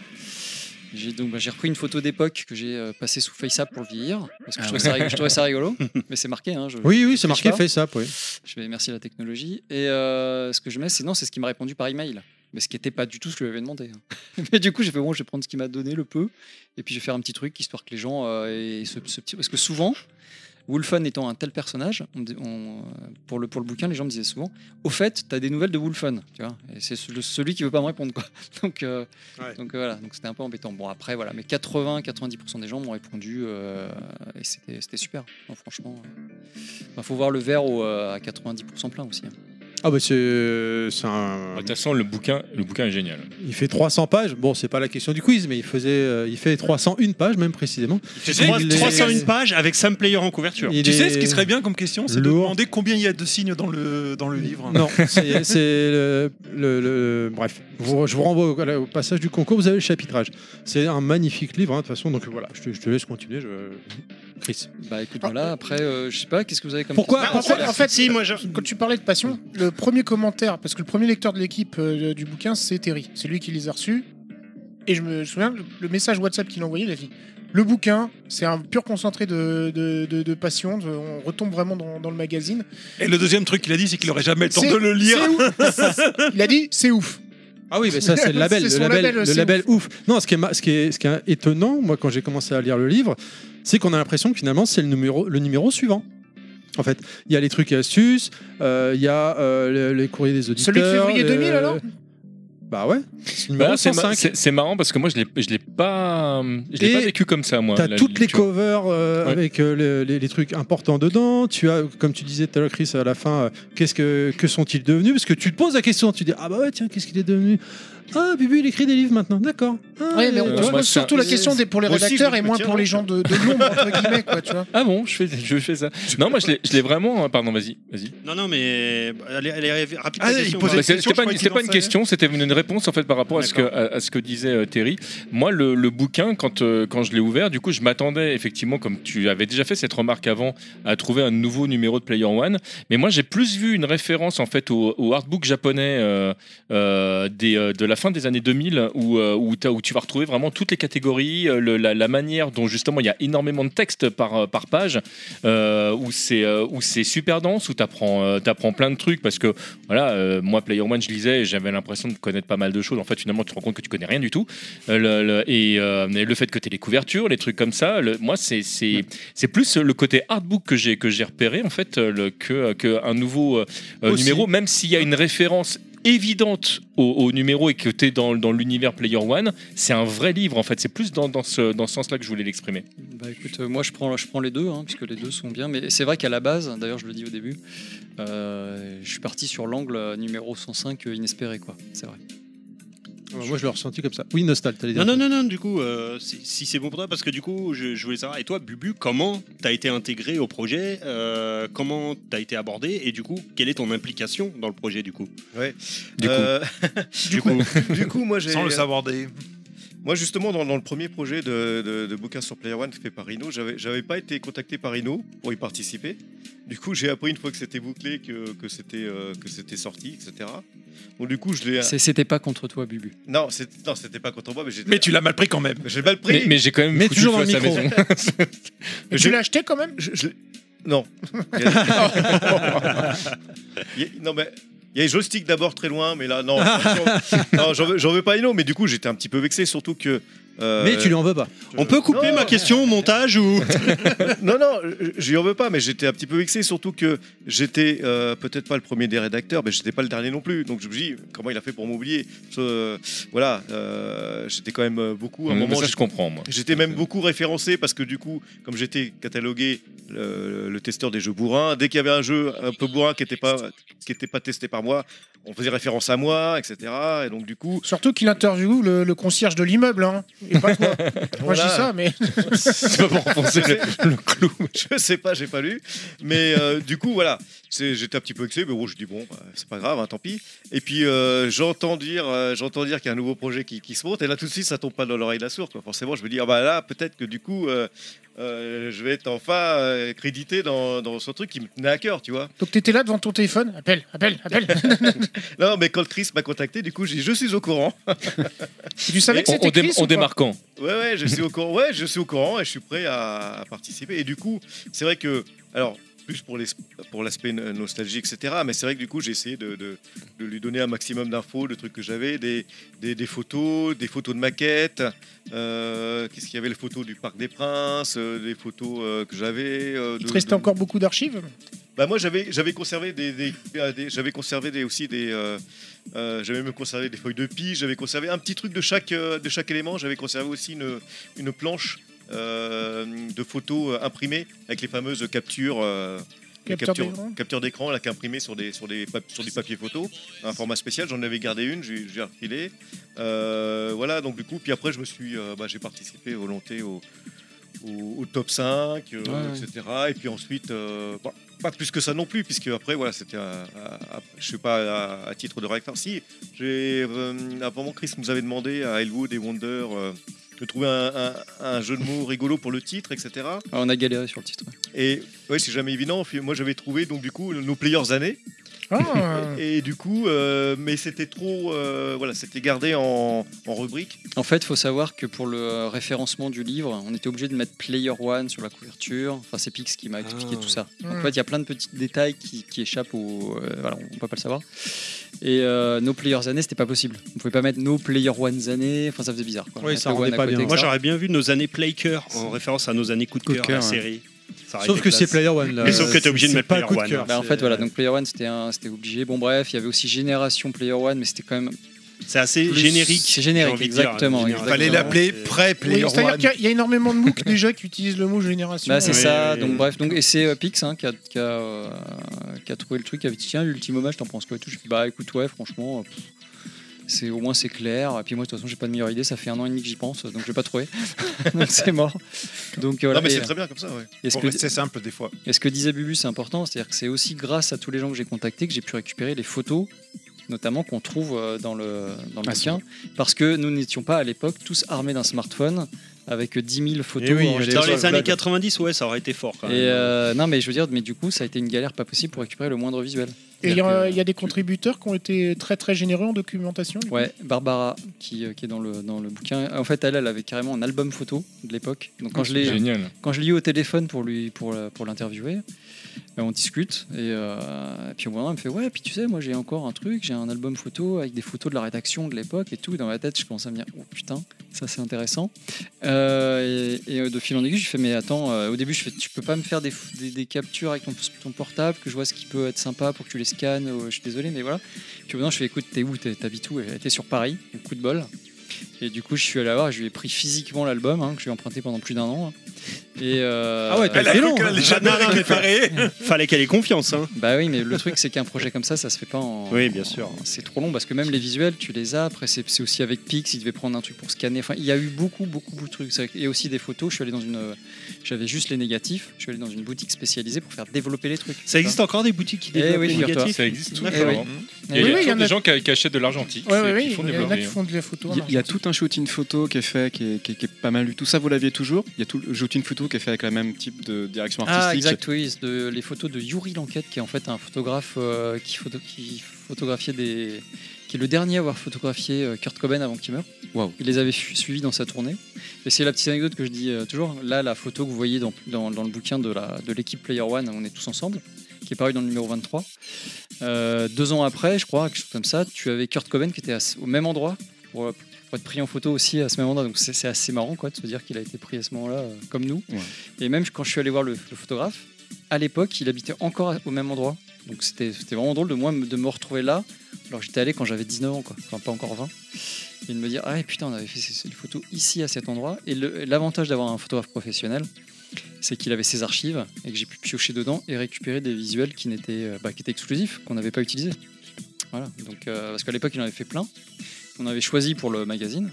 j'ai donc bah, j'ai repris une photo d'époque que j'ai euh, passée sous FaceApp pour le vieillir parce Ah que je, trouvais ouais. ça, rig- je trouvais ça rigolo mais c'est marqué hein, je- euh, Oui, oui, je c'est triche marqué pas. FaceApp, oui. je vais merci à la technologie et euh, ce que je mets c'est non c'est ce qu'il m'a répondu par email mais ce qui n'était pas du tout ce que je lui avais demandé hein. mais du coup j'ai fait bon je vais prendre ce qu'il m'a donné le peu et puis je vais faire un petit truc histoire que les gens euh, aient ce, ce petit parce que souvent Wolfen étant un tel personnage, on me dit- on, euh, pour, le, pour le bouquin, les gens me disaient souvent Au fait, t'as des nouvelles de Wolfen tu vois Et c'est ce- le- celui qui veut pas me répondre. Quoi. Donc, euh, donc euh, voilà, donc c'était un peu embêtant. Bon, après, voilà, mais 80-90% des gens m'ont répondu euh, et Bah, euh, c'était c'était super. Non, franchement, il faut voir le verre au, euh, à 90% plein aussi. hein. Ah bah c'est c'est un. De toute façon, le bouquin, le bouquin est génial. Il fait 300 pages. Bon, c'est pas la question du quiz, mais il faisait, euh, il fait 301 pages même précisément. Tu sais, Il est- 301 pages avec Sam Player en couverture. Il tu sais est- ce qui serait bien comme question C'est de Lourd. demander combien il y a de signes dans le, dans le livre. Non, c'est c'est le, le- le- bref. Vous- je vous renvoie au, au passage du concours. Vous avez le chapitrage. C'est un magnifique livre hein, de toute façon. Donc voilà, je te, je te laisse continuer. Je... Chris. Bah écoute, voilà, après, euh, je sais pas, qu'est-ce que vous avez comme Pourquoi- question En fait, en fait, quand tu parlais de passion, le premier commentaire, parce que le premier lecteur de l'équipe euh, du bouquin, c'est Terry. C'est lui qui les a reçus. Et je me souviens, le, le message WhatsApp qu'il a envoyé, il a dit Le bouquin, c'est un pur concentré de, de, de- de passion. de- on retombe vraiment dans, dans le magazine. Et le deuxième truc qu'il a dit, c'est qu'il aurait jamais le temps C'est- de le lire. c'est ouf. il a dit C'est ouf. Ah oui, mais ça c'est le label, le son label, le c'est label ouf. ouf. Non, ce qui est, ma- ce qui est, ce qui est étonnant, moi quand j'ai commencé à lire le livre, c'est qu'on a l'impression que finalement c'est le numéro, le numéro suivant. En fait, il y a les trucs et astuces, euh, il y a euh, le- les courriers des auditeurs. Celui de février le- 2000 alors Bah ouais. C'est le Bah numéro là, c'est, ma- 105. c'est- c'est marrant parce que moi je l'ai, je l'ai pas, je l'ai Et pas vécu comme ça moi. T'as la toutes les lecture. covers euh, Ouais. avec euh, le- les, les trucs importants dedans. Tu as, comme tu disais tout à l'heure, Chris, à la fin, euh, qu'est-ce que, que sont-ils devenus Parce que tu te poses la question, tu dis Ah bah ouais, tiens, qu'est-ce qu'il est devenu Ah, Bubu, il écrit des livres maintenant, d'accord. Ah, Ouais, mais on tu se vois pose surtout la question des, pour les Moi aussi, je rédacteurs me et moins tiens, pour les gens de, de l'ombre, entre guillemets, quoi, tu vois. Ah bon, je fais, je fais ça. Non, moi je l'ai, je l'ai vraiment. hein, Pardon, vas-y, vas-y. Non, non, mais euh, allez, allez, rapide. Ah, ta question, il voilà. posait- C'était pas, une- c'était pas une question, c'était une réponse en fait par rapport à ce que, à, à ce que disait euh, Terry. Moi, le, le bouquin, quand, euh, quand je l'ai ouvert, du coup, je m'attendais effectivement, comme tu avais déjà fait cette remarque avant, à trouver un nouveau numéro de Player One. Mais moi, j'ai plus vu une référence en fait au, au artbook japonais euh, euh, des, euh, de la fin des années 2000 où, euh, où, t'as- où tu vas retrouver vraiment toutes les catégories, euh, le- la, la manière dont justement il y a énormément de texte par, euh, par page, euh, où c'est euh, où c'est super dense, où tu apprends, plein de trucs parce que voilà, euh, moi Player One je lisais et j'avais l'impression de connaître pas mal de choses. En fait, finalement, tu te rends compte que tu connais rien du tout. Euh, le- le- et, euh, et le fait que tu aies les couvertures, les trucs comme ça, le- moi c'est c'est c'est plus le côté artbook que j'ai que j'ai repéré en fait euh, le, que que un nouveau euh, euh, Aussi. numéro, même s'il y a une référence évidente au, au numéro et que tu es dans, dans l'univers Player One, c'est un vrai livre en fait. C'est plus dans, dans ce, dans ce sens-là que je voulais l'exprimer. Bah écoute, euh, moi je prends, je prends les deux, hein, puisque les deux sont bien. Mais c'est vrai qu'à la base, d'ailleurs je le dis au début, euh, je suis parti sur l'angle euh, numéro 105 euh, inespéré, quoi. C'est vrai. Ah, Moi, je l'ai ressenti comme ça. Oui, Nostal, t'allais dire. Non, non, non, non, du coup, euh, si, si c'est bon pour toi, parce que du coup, je, je voulais savoir, et toi, Bubu, comment t'as été intégré au projet euh, Comment t'as été abordé Et du coup, quelle est ton implication dans le projet, du coup Ouais. Euh, Du coup. Euh, du, coup. du coup, moi j'ai. Sans le savoir des. Moi, justement, dans, dans le premier projet de, de, de bouquin sur Player One fait par Rhino, j'avais j'avais pas été contacté par Rhino pour y participer. Du coup, j'ai appris une fois que c'était bouclé, que, que c'était euh, que c'était sorti, etc. Bon, du coup, je l'ai. euh, C'est- C'était pas contre toi, Bubu. Non, c'est- non, c'était pas contre moi, mais j'étais- Mais tu l'as mal pris quand même. J'ai mal pris. Mais- mais j'ai quand même Mais foutu toujours le feu dans le à sa micro. maison. Mais Je- tu l'as acheté quand même je- Non. Il y a- non, mais. Il y a les joysticks d'abord très loin, mais là, non. franchement, non, j'en veux, j'en veux pas énorme, mais du coup, j'étais un petit peu vexé, surtout que. euh, Mais tu lui en veux pas. On peut couper ma question au montage ou non, non, je- je lui en veux pas, mais j'étais un petit peu vexé, surtout que j'étais euh, peut-être pas le premier des rédacteurs, mais j'étais pas le dernier non plus. Donc je me dis, comment il a fait pour m'oublier Je- euh, Voilà, euh, j'étais quand même euh, beaucoup. À un Mmh, Mais moment, ça, je j'étais- comprends, moi. J'étais même beaucoup référencé parce que du coup, comme j'étais catalogué euh, le testeur des jeux bourrins, dès qu'il y avait un jeu un peu bourrin qui n'était pas, qui était pas testé par moi, on faisait référence à moi, etc. Et donc du coup, Surtout qu'il interviewe le, le concierge de l'immeuble, hein, et pas toi. Moi, je dis Voilà. ça, mais. C'est pas pour enfoncer le- clou. Je sais pas, j'ai pas lu. Mais euh, du coup, voilà, c'est- j'étais un petit peu vexé, mais bon, je dis bon, bah, c'est pas grave, hein, tant pis. Et puis euh, j'entends dire, euh, j'entends dire qu'il y a un nouveau projet qui, qui se monte, et là tout de suite, ça tombe pas dans l'oreille de la sourde. quoi. Forcément, je me dis ah bah là, peut-être que du coup, euh, euh, je vais être enfin euh, crédité dans, dans ce truc qui me tenait à cœur, tu vois. Donc, t'étais là devant ton téléphone Appelle, appelle, appelle. Non, mais quand Chris m'a contacté, du coup, j'ai dit je suis au courant. tu savais que On- on c'était dé- Chris on ou pas démarre quand Ouais, ouais, je suis au courant. Ouais, je suis au courant et je suis prêt à, à participer. Et du coup, c'est vrai que, alors, plus pour les, pour l'aspect no- nostalgie, etc. Mais c'est vrai que du coup, j'ai essayé de, de- de lui donner un maximum d'infos, de trucs que j'avais, des, des, des photos, des photos de maquettes. euh, Qu'est-ce qu'il y avait Les photos du Parc des Princes, euh, des photos euh, que j'avais. euh, Il de- te restait de- encore beaucoup d'archives bah moi j'avais j'avais conservé des, des- euh, des- j'avais conservé des aussi des euh, euh, j'avais même conservé des feuilles de pie j'avais conservé un petit truc de chaque euh, de chaque élément j'avais conservé aussi une une planche euh, de photos euh, imprimées avec les fameuses captures euh, la Capteur capture- d'écran. capture d'écran, elle a imprimé sur, des, sur, des pap- sur du papier photo, un format spécial. J'en avais gardé une, j'ai j'ai refilé. Euh, voilà, donc du coup, puis après, je me suis, euh, bah, j'ai participé volonté au, au, au top 5, euh, Ouais, ouais. etc. Et puis ensuite, euh, bah, pas plus que ça non plus, puisque après, voilà, c'était, à- à- à- je sais pas, à, à titre de réacteur. Si, j'ai, euh, à un moment, Chris nous avait demandé à Elwood et Wonder euh, de trouver un, un- un jeu de mots rigolo pour le titre, etc. Ah, on a galéré sur le titre. Et ouais, c'est jamais évident. Puis Moi, j'avais trouvé donc du coup nos players années. Et, et du coup, euh, mais c'était trop, euh, voilà, c'était gardé en, en rubrique. En fait, il faut savoir que pour le euh, référencement du livre, on était obligé de mettre Player One sur la couverture. Enfin, c'est Pix qui m'a expliqué Ah. tout ça. Donc, en Mm. fait, il y a plein de petits détails qui, qui échappent au. euh, voilà, on peut pas le savoir. Et euh, nos Players années, c'était pas possible. On pouvait pas mettre nos Player Ones années. Enfin, ça faisait bizarre. Quoi. Oui, Mettre ça le rendait One à pas côté, bien. Moi, etc. j'aurais bien vu nos années play cœur en référence à nos années coup de Coup de cœur, cœur, hein. la ouais. série. Ça aurait Sauf été que c'est classe. Player One, là. Mais sauf que t'es obligé de C'est mettre pas Player coup de One. cœur. Bah, en fait, voilà, donc Player One, c'était un- c'était obligé. Bon, bref, il y avait aussi Génération Player One, mais c'était quand même. C'est assez générique, C'est j'ai générique, envie de dire, hein, exactement. générique. Fallait exactement. l'appeler Player Oui, C'est-à-dire One. qu'il y a- il y a énormément de MOOC déjà qui utilisent le mot génération. Bah, c'est ça, donc bref, donc, et c'est euh, Pix hein, qui, a, qui a, euh, qui a trouvé le truc, qui avait dit tiens, l'ultime hommage, t'en penses quoi et tout. Je dis bah écoute, ouais, franchement, euh, pff, c'est, au moins c'est clair. Et puis moi, de toute façon, j'ai pas de meilleure idée, ça fait un an et demi que j'y pense, donc j'ai pas trouvé. donc c'est mort. Donc, euh, voilà, Non, mais et- c'est très bien comme ça, ouais. et ce Pour que- rester simple, des fois. et ce que disait Bubu, c'est important, c'est-à-dire que c'est aussi grâce à tous les gens que j'ai contactés que j'ai pu récupérer les photos, notamment qu'on trouve euh, dans le, dans le Ah, bouquin, parce que nous n'étions pas à l'époque tous armés d'un smartphone avec 10 000 photos. Eh oui, enregistrées dans sur les le années cloud. 90, ouais, ça aurait été fort quand même. hein. Et euh, non, mais je veux dire, mais du coup, ça a été une galère pas possible pour récupérer le moindre visuel. Et il y, C'est-à-dire a- il y a des contributeurs qui ont été très très généreux en documentation. du que- coup. Ouais, Barbara, qui, euh, qui est dans le, dans le bouquin. En fait, elle, elle avait carrément un album photo de l'époque. Donc quand je l'ai Génial. quand je l'ai eu au téléphone pour lui pour la- pour l'interviewer, euh, on discute et, euh, et puis au bout d'un moment, elle me fait ouais, puis tu sais, moi j'ai encore un truc, j'ai un album photo avec des photos de la rédaction de l'époque et tout. Et dans ma tête, je commence à me dire oh putain, ça c'est intéressant. Euh, et, et, euh, de fil en aiguille, je fais mais attends, euh, au début je fais tu peux pas me faire des, f- des- des captures avec ton, ton portable que je vois ce qui peut être sympa pour que tu les scannes. euh, je suis désolé, mais voilà. Puis au bout d'un moment, je fais écoute, t'es où, t'es- t'habites où Elle était sur Paris, donc coup de bol. Et du coup, je suis allé la voir, et je lui ai pris physiquement l'album hein, que je lui ai emprunté pendant plus d'un an. Et euh, Ah ouais, t'as Elle a été cru long, qu'elle hein. allait jamais non, non, mais fa- récupérer. Fallait qu'elle ait confiance. Hein. Bah oui, mais le truc, c'est qu'un projet comme ça, ça se fait pas en. Oui, bien sûr. en- C'est trop long parce que même les visuels, tu les as. Après, c'est c'est aussi avec Pix, il devait prendre un truc pour scanner. Enfin, il y a eu beaucoup, beaucoup, beaucoup de trucs. C'est vrai que- Et aussi des photos. Je suis allé dans une. euh, J'avais juste les négatifs. Je suis allé dans une boutique spécialisée pour faire développer les trucs. Ça existe encore des boutiques qui Eh développent oui, les figure-toi. négatifs Ça existe D'accord. toujours, Mhm. Et il hein. Oui, y a oui, toujours il y en des a- gens qui, qui achètent de l'argentique. Ouais, qui- ouais, qui ouais, font il y en a développer. qui font de la photo. hein. en Il y a- il y, a argentique. tout un shooting photo qui est fait, qui est, qui est- qui est pas mal du tout. Ça, vous l'aviez toujours. Il y a tout le shooting photo qui est fait avec la même type de direction artistique. Ah, exact, oui, c'est de, les photos de Yuri Lanquette, qui est en fait un photographe euh, qui, photo, qui photographiait des. qui est le dernier à avoir photographié euh, Kurt Cobain avant qu'il meure. Waouh. Il les avait fu- suivis dans sa tournée. Et c'est la petite anecdote que je dis euh, toujours. Là, la photo que vous voyez dans, dans, dans le bouquin de la- de l'équipe de Player One, on est tous ensemble, qui est paru dans le numéro 23. Euh, deux ans après, je crois, quelque chose comme ça, tu avais Kurt Cobain qui était à ce- au même endroit pour, pour être pris en photo aussi à ce même endroit. Donc c'est c'est assez marrant quoi, de se dire qu'il a été pris à ce moment-là, euh, comme nous. Ouais. Et même quand je suis allé voir le, le photographe, à l'époque, il habitait encore au même endroit. Donc c'était c'était vraiment drôle de moi de me retrouver là. Alors que j'étais allé quand j'avais 19 ans, quoi. enfin pas encore 20. Et de me dire, ah et putain, on avait fait ces- une photo ici à cet endroit. Et le- l'avantage d'avoir un photographe professionnel, c'est qu'il avait ses archives et que j'ai pu piocher dedans et récupérer des visuels qui, n'étaient, euh, bah, qui étaient exclusifs, qu'on n'avait pas utilisés. Voilà, donc, euh, parce qu'à l'époque, il en avait fait plein. On avait choisi pour le magazine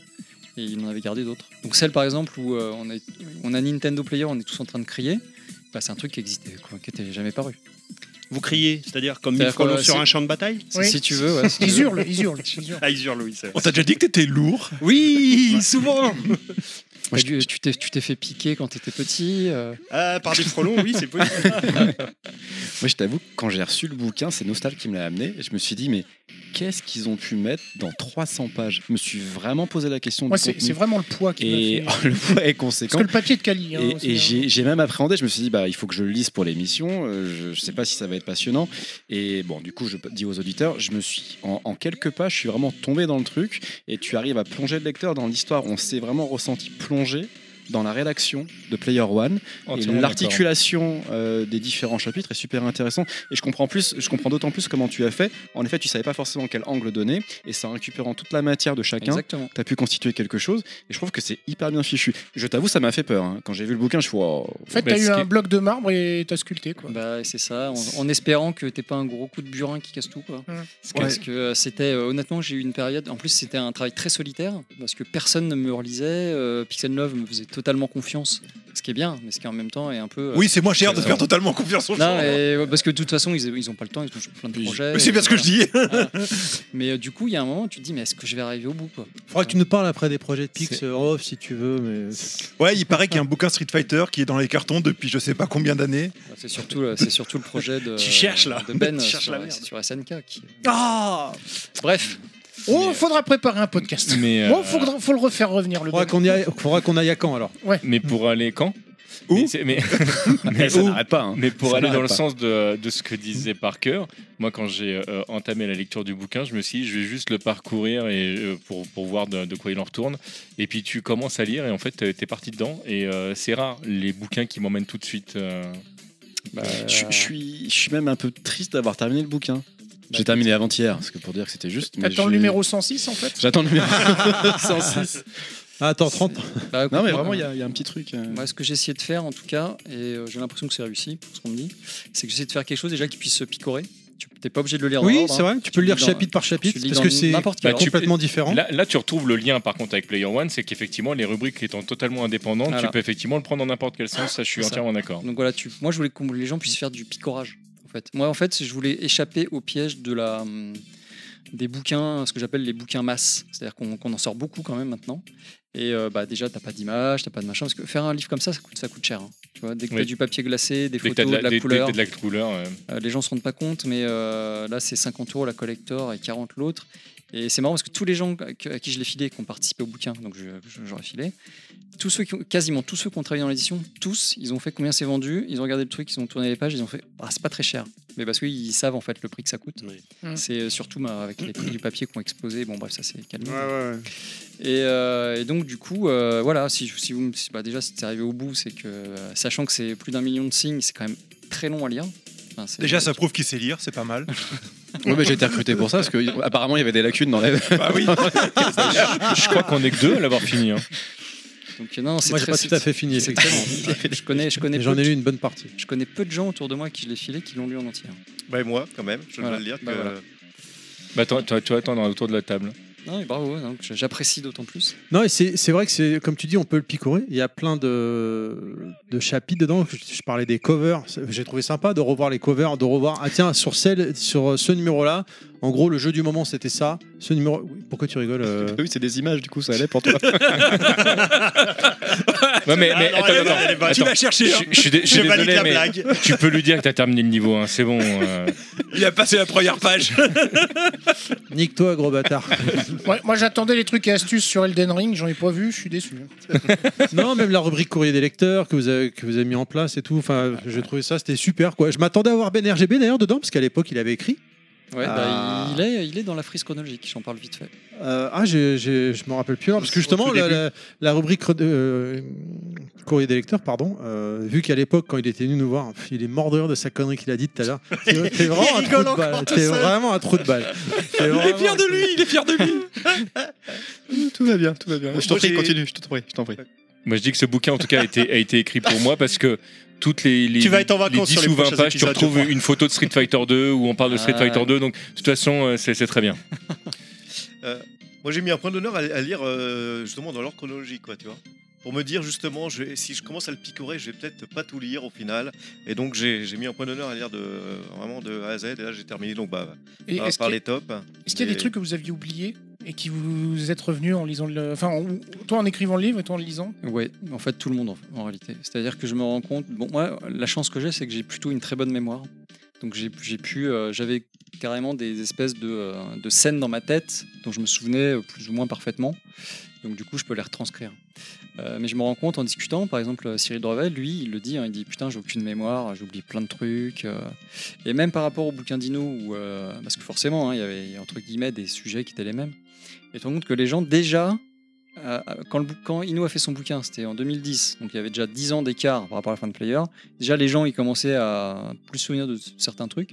et il en avait gardé d'autres. Donc, celle par exemple où euh, on, est, on a Nintendo Player, on est tous en train de crier, bah, c'est un truc qui existait, quoi, qui n'était jamais paru. Vous criez, c'est-à-dire comme mille C'est-à-dire frelons que, sur si- un champ de bataille si- si tu veux, ouais, si tu Ils veux. hurlent, ils hurlent, ils hurlent. Ah, ils hurlent, oui, c'est vrai. On t'a déjà dit que t'étais lourd Oui, souvent T'as dû- Tu t'es tu t'es fait piquer quand t'étais petit euh. Ah, par des frelons, oui, c'est possible. Moi, je t'avoue, que quand j'ai reçu le bouquin, c'est Nostal qui me l'a amené. Et je me suis dit, mais qu'est-ce qu'ils ont pu mettre dans 300 pages Je me suis vraiment posé la question. du Moi, c'est contenu. c'est vraiment le poids qui Et m'a fait- le poids est Parce conséquent. que le papier de Cali. hein, Et- c'est Et, un- j'ai j'ai même appréhendé, je me suis dit, bah, il faut que je le lise pour l'émission, euh, je, je sais pas si ça va être passionnant. Et bon, du coup, je dis aux auditeurs, je me suis, en, en quelques pas, je suis vraiment tombé dans le truc, et tu arrives à plonger le lecteur dans l'histoire, on s'est vraiment ressenti plongé dans la rédaction de Player One. Oh, Et Entièrement L'articulation euh, des différents chapitres est super intéressante. Et je comprends plus, je comprends d'autant plus comment tu as fait. En effet, tu savais pas forcément quel angle donner, et c'est en récupérant toute la matière de chacun, Exactement. tu as pu constituer quelque chose. Et je trouve que c'est hyper bien fichu. Je t'avoue, ça m'a fait peur hein. quand j'ai vu le bouquin. Je suis. wow. En fait, Bah, t'as eu ce qui un est- bloc de marbre et t'as sculpté, quoi. Bah, c'est ça, en, en espérant que t'aies pas un gros coup de burin qui casse tout. Quoi. Hum. Parce Ouais. que euh, c'était, euh, honnêtement, j'ai eu une période, en plus c'était un travail très solitaire, parce que personne ne me relisait, euh, Pixel Love me faisait totalement confiance, ce qui est bien, mais ce qui en même temps est un peu... euh, Oui, c'est moins cher de euh, faire totalement confiance aux gens. Non, mais, ouais, parce que de toute façon, ils n'ont pas le temps, ils ont plein de projets. Mais c'est et bien ce que je dis. Voilà. Mais euh, du coup, il y a un moment, tu te dis, mais est-ce que je vais arriver au bout quoi Faudra que tu nous parles après des projets de Pix euh, off si tu veux, mais. Ouais, il paraît qu'il y a un bouquin Street Fighter qui est dans les cartons depuis je sais pas combien d'années. C'est surtout, euh, c'est surtout le projet de, Tu cherches, là. de Ben Tu euh, cherches sur, la euh, merde. sur SNK. Qui... Ah Bref. euh, Oh, faudra préparer un podcast. Mais, euh, Bon, faudra, faut le refaire revenir le. Faudra qu'on y aille, faudra qu'on aille à Caen alors. Mais pour aller quand mais, c'est- mais- mais- ça n'arrête pas, hein. mais pour Ça aller dans n'arrête le pas. sens de, de ce que disait Parker, moi quand j'ai euh, entamé la lecture du bouquin, je me suis dit je vais juste le parcourir et, euh, pour, pour voir de, de quoi il en retourne. Et puis tu commences à lire et en fait t'es t'es parti dedans. Et euh, c'est rare les bouquins qui m'emmènent tout de suite. euh, bah, Je, je suis, je suis même un peu triste d'avoir terminé le bouquin. Bah, J'ai terminé avant-hier, parce que pour dire que c'était juste. mais T'attends je- le numéro 106 en fait J'attends le numéro 106. Ah, Attends, 30. Bah, non, mais vraiment, il y, a- il y a un petit truc. euh. Moi, ce que j'ai essayé de faire, en tout cas, et euh, j'ai l'impression que c'est réussi, pour ce qu'on me dit, c'est que j'essaie de faire quelque chose déjà qui puisse se picorer. Tu n'es pas obligé de le lire. dans Oui, l'ordre, c'est hein. vrai, tu peux le lire lis dans- chapitre par chapitre, tu lis parce dans que c'est n'importe quel bah, ordre. complètement différent. Là, là, tu retrouves le lien par contre avec Player One, c'est qu'effectivement les rubriques étant totalement indépendantes, Voilà. tu peux effectivement le prendre dans n'importe quel sens. Ça, je suis C'est ça. entièrement d'accord. Donc voilà, tu, moi je voulais que les gens puissent faire du picorage. En fait. Moi en fait, je voulais échapper au piège de la, hum, des bouquins, ce que j'appelle les bouquins masse. C'est-à-dire qu'on qu'on en sort beaucoup quand même maintenant. Et euh, bah, déjà, t'as pas d'image, t'as pas de machin. Parce que faire un livre comme ça, ça coûte, ça coûte cher. hein. Tu vois, dès que Oui. t'as du papier glacé, des Dès que t'as photos, de dès- la, dès que couleur. t'as de la couleur, ouais. Euh, les gens se rendent pas compte, mais euh, là c'est 50 euros la collector et 40 l'autre. Et c'est marrant parce que tous les gens que- à qui je l'ai filé, qui ont participé au bouquin, donc je- je- j'aurais filé, tous ceux qui ont, quasiment tous ceux qui ont travaillé dans l'édition, tous, ils ont fait combien c'est vendu, ils ont regardé le truc, ils ont tourné les pages, ils ont fait ah c'est pas très cher. Mais parce qu'ils savent en fait le prix que ça coûte. Mm. C'est euh, surtout bah, avec les prix du papier qui ont explosé. Bon bref ça c'est calmé. Ouais, ouais, ouais. Et, euh, et donc du coup, euh, voilà, si, si vous, me- si- bah, déjà si t'es arrivé au bout, c'est que euh, sachant que c'est plus d'un million de signes, c'est quand même très long à lire. Enfin, c'est- Déjà, ça prouve qu'il sait lire, c'est pas mal. Ouais, mais j'ai été recruté pour ça, parce que apparemment il y avait des lacunes dans la. Bah oui. Je crois qu'on est que deux à l'avoir fini. hein. Donc, euh, non, c'est Moi, j'ai très- pas c'est- tout à fait fini, c'est- effectivement. je connais, je connais. Mais j'en peu ai de- lu une bonne partie. Je connais peu de gens autour de moi qui je l'ai filé, qui l'ont lu en entier. Bah, et moi, quand même, je Voilà. dois le dire que. Bah, voilà. Bah, attends, tu vas tu vas attendre autour de la table. Non, et bravo, hein, donc je- j'apprécie d'autant plus. Non, et c'est c'est vrai que c'est comme tu dis, on peut le picorer. Il y a plein de, de chapitres dedans. Je, je parlais des covers. C'est- J'ai trouvé sympa de revoir les covers, de revoir. Ah tiens, sur celle, sur euh, ce numéro-là, en gros, le jeu du moment c'était ça. Ce numéro. Oui, Pourquoi tu rigoles euh Oui, c'est des images, du coup, ça allait pour toi. Ah, Ouais, mais, mais Alors, attends, elle est- attends, elle est bonne. Tu attends. l'as cherché, hein. Je, je suis dé- je suis Je valide désolé, la mais blague. tu peux lui dire que t'as terminé le niveau. hein, c'est bon. euh. Il a passé la première page. Nique-toi, gros bâtard. Ouais, moi j'attendais les trucs et astuces sur Elden Ring, j'en ai pas vu, je suis déçu. non, même la rubrique courrier des lecteurs que vous avez, que vous avez mis en place et tout. Enfin, j'ai trouvé ça, c'était super quoi. Je m'attendais à voir Ben RGB d'ailleurs dedans, parce qu'à l'époque il avait écrit. Ouais, Ah. bah, il, est, il est dans la frise chronologique, j'en parle vite fait. Euh, ah, j'ai- j'ai- je me rappelle plus. alors, parce que justement, tout la, début. la- la rubrique euh, courrier des lecteurs, pardon, euh, vu qu'à l'époque, quand il était venu nous voir, pff, il est mort de reur de sa connerie qu'il a dite tout à l'heure. T'es t'es vraiment, un Il trou rigole de balle. encore tout T'es seul. vraiment un trou de balle. T'es vraiment- fier de lui, il est fier de lui. tout va bien, tout va bien. Je t'en Moi, prie, j'ai- continue, je t'en prie, je t'en prie. Moi, je dis que ce bouquin, en tout cas, a été, a été écrit pour moi parce que toutes les, les, Tu vas être en les vacances 10 sur les ou 20 prochains pages, tu épisodes, je retrouves crois. une photo de Street Fighter 2 où on parle de Street Ah. Fighter 2. Donc, de toute façon, euh, c'est c'est très bien. Euh, moi, j'ai mis un point d'honneur à, à lire euh, justement dans l'ordre chronologique, quoi, tu vois. Pour me dire justement, je vais- si je commence à le picorer, je vais peut-être pas tout lire au final. Et donc, j'ai j'ai mis un point d'honneur à lire de, vraiment de A à Z. Et là, j'ai terminé donc bah, Et par, est-ce par qu'il y a- les tops. Est-ce qu'il y a Et- des trucs que vous aviez oubliés et qui vous êtes revenus en lisant le. Enfin, en- toi en écrivant le livre et toi en le lisant Ouais, en fait tout le monde en, en réalité. C'est-à-dire que je me rends compte. Bon, moi, la chance que j'ai, c'est que j'ai plutôt une très bonne mémoire. Donc j'ai j'ai pu, euh, j'avais carrément des espèces de, euh, de scènes dans ma tête dont je me souvenais euh, plus ou moins parfaitement. Donc du coup, je peux les retranscrire. Euh, mais je me rends compte en discutant, par exemple, euh, Cyril Drevel, lui, il le dit, hein, il dit putain, j'ai aucune mémoire, j'oublie plein de trucs. euh. Et même par rapport au bouquin Dino, où, euh, parce que forcément, hein, il y avait entre guillemets des sujets qui étaient les mêmes. Et tu te rends compte que les gens déjà euh, quand, le bou- quand Inoue a fait son bouquin, c'était en 2010, donc il y avait déjà 10 ans d'écart par rapport à la fin de Player. Déjà, les gens, ils commençaient à plus se souvenir de s- certains trucs.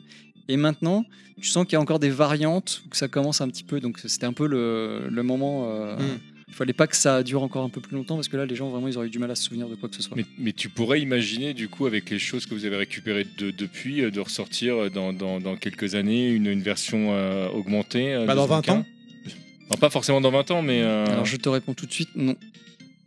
Et maintenant, tu sens qu'il y a encore des variantes, où que ça commence un petit peu. Donc, c'était un peu le, le moment. euh, Hmm. Mm. Il fallait pas que ça dure encore un peu plus longtemps, parce que là, les gens, vraiment, ils auraient eu du mal à se souvenir de quoi que ce soit. Mais, mais tu pourrais imaginer, du coup, avec les choses que vous avez récupérées de- depuis, euh, de ressortir euh, dans, dans- dans quelques années une, une version euh, augmentée euh, Bah, de dans ce 20 bouquin ans. Non, pas forcément dans 20 ans, mais. euh, Alors, je te réponds tout de suite, non.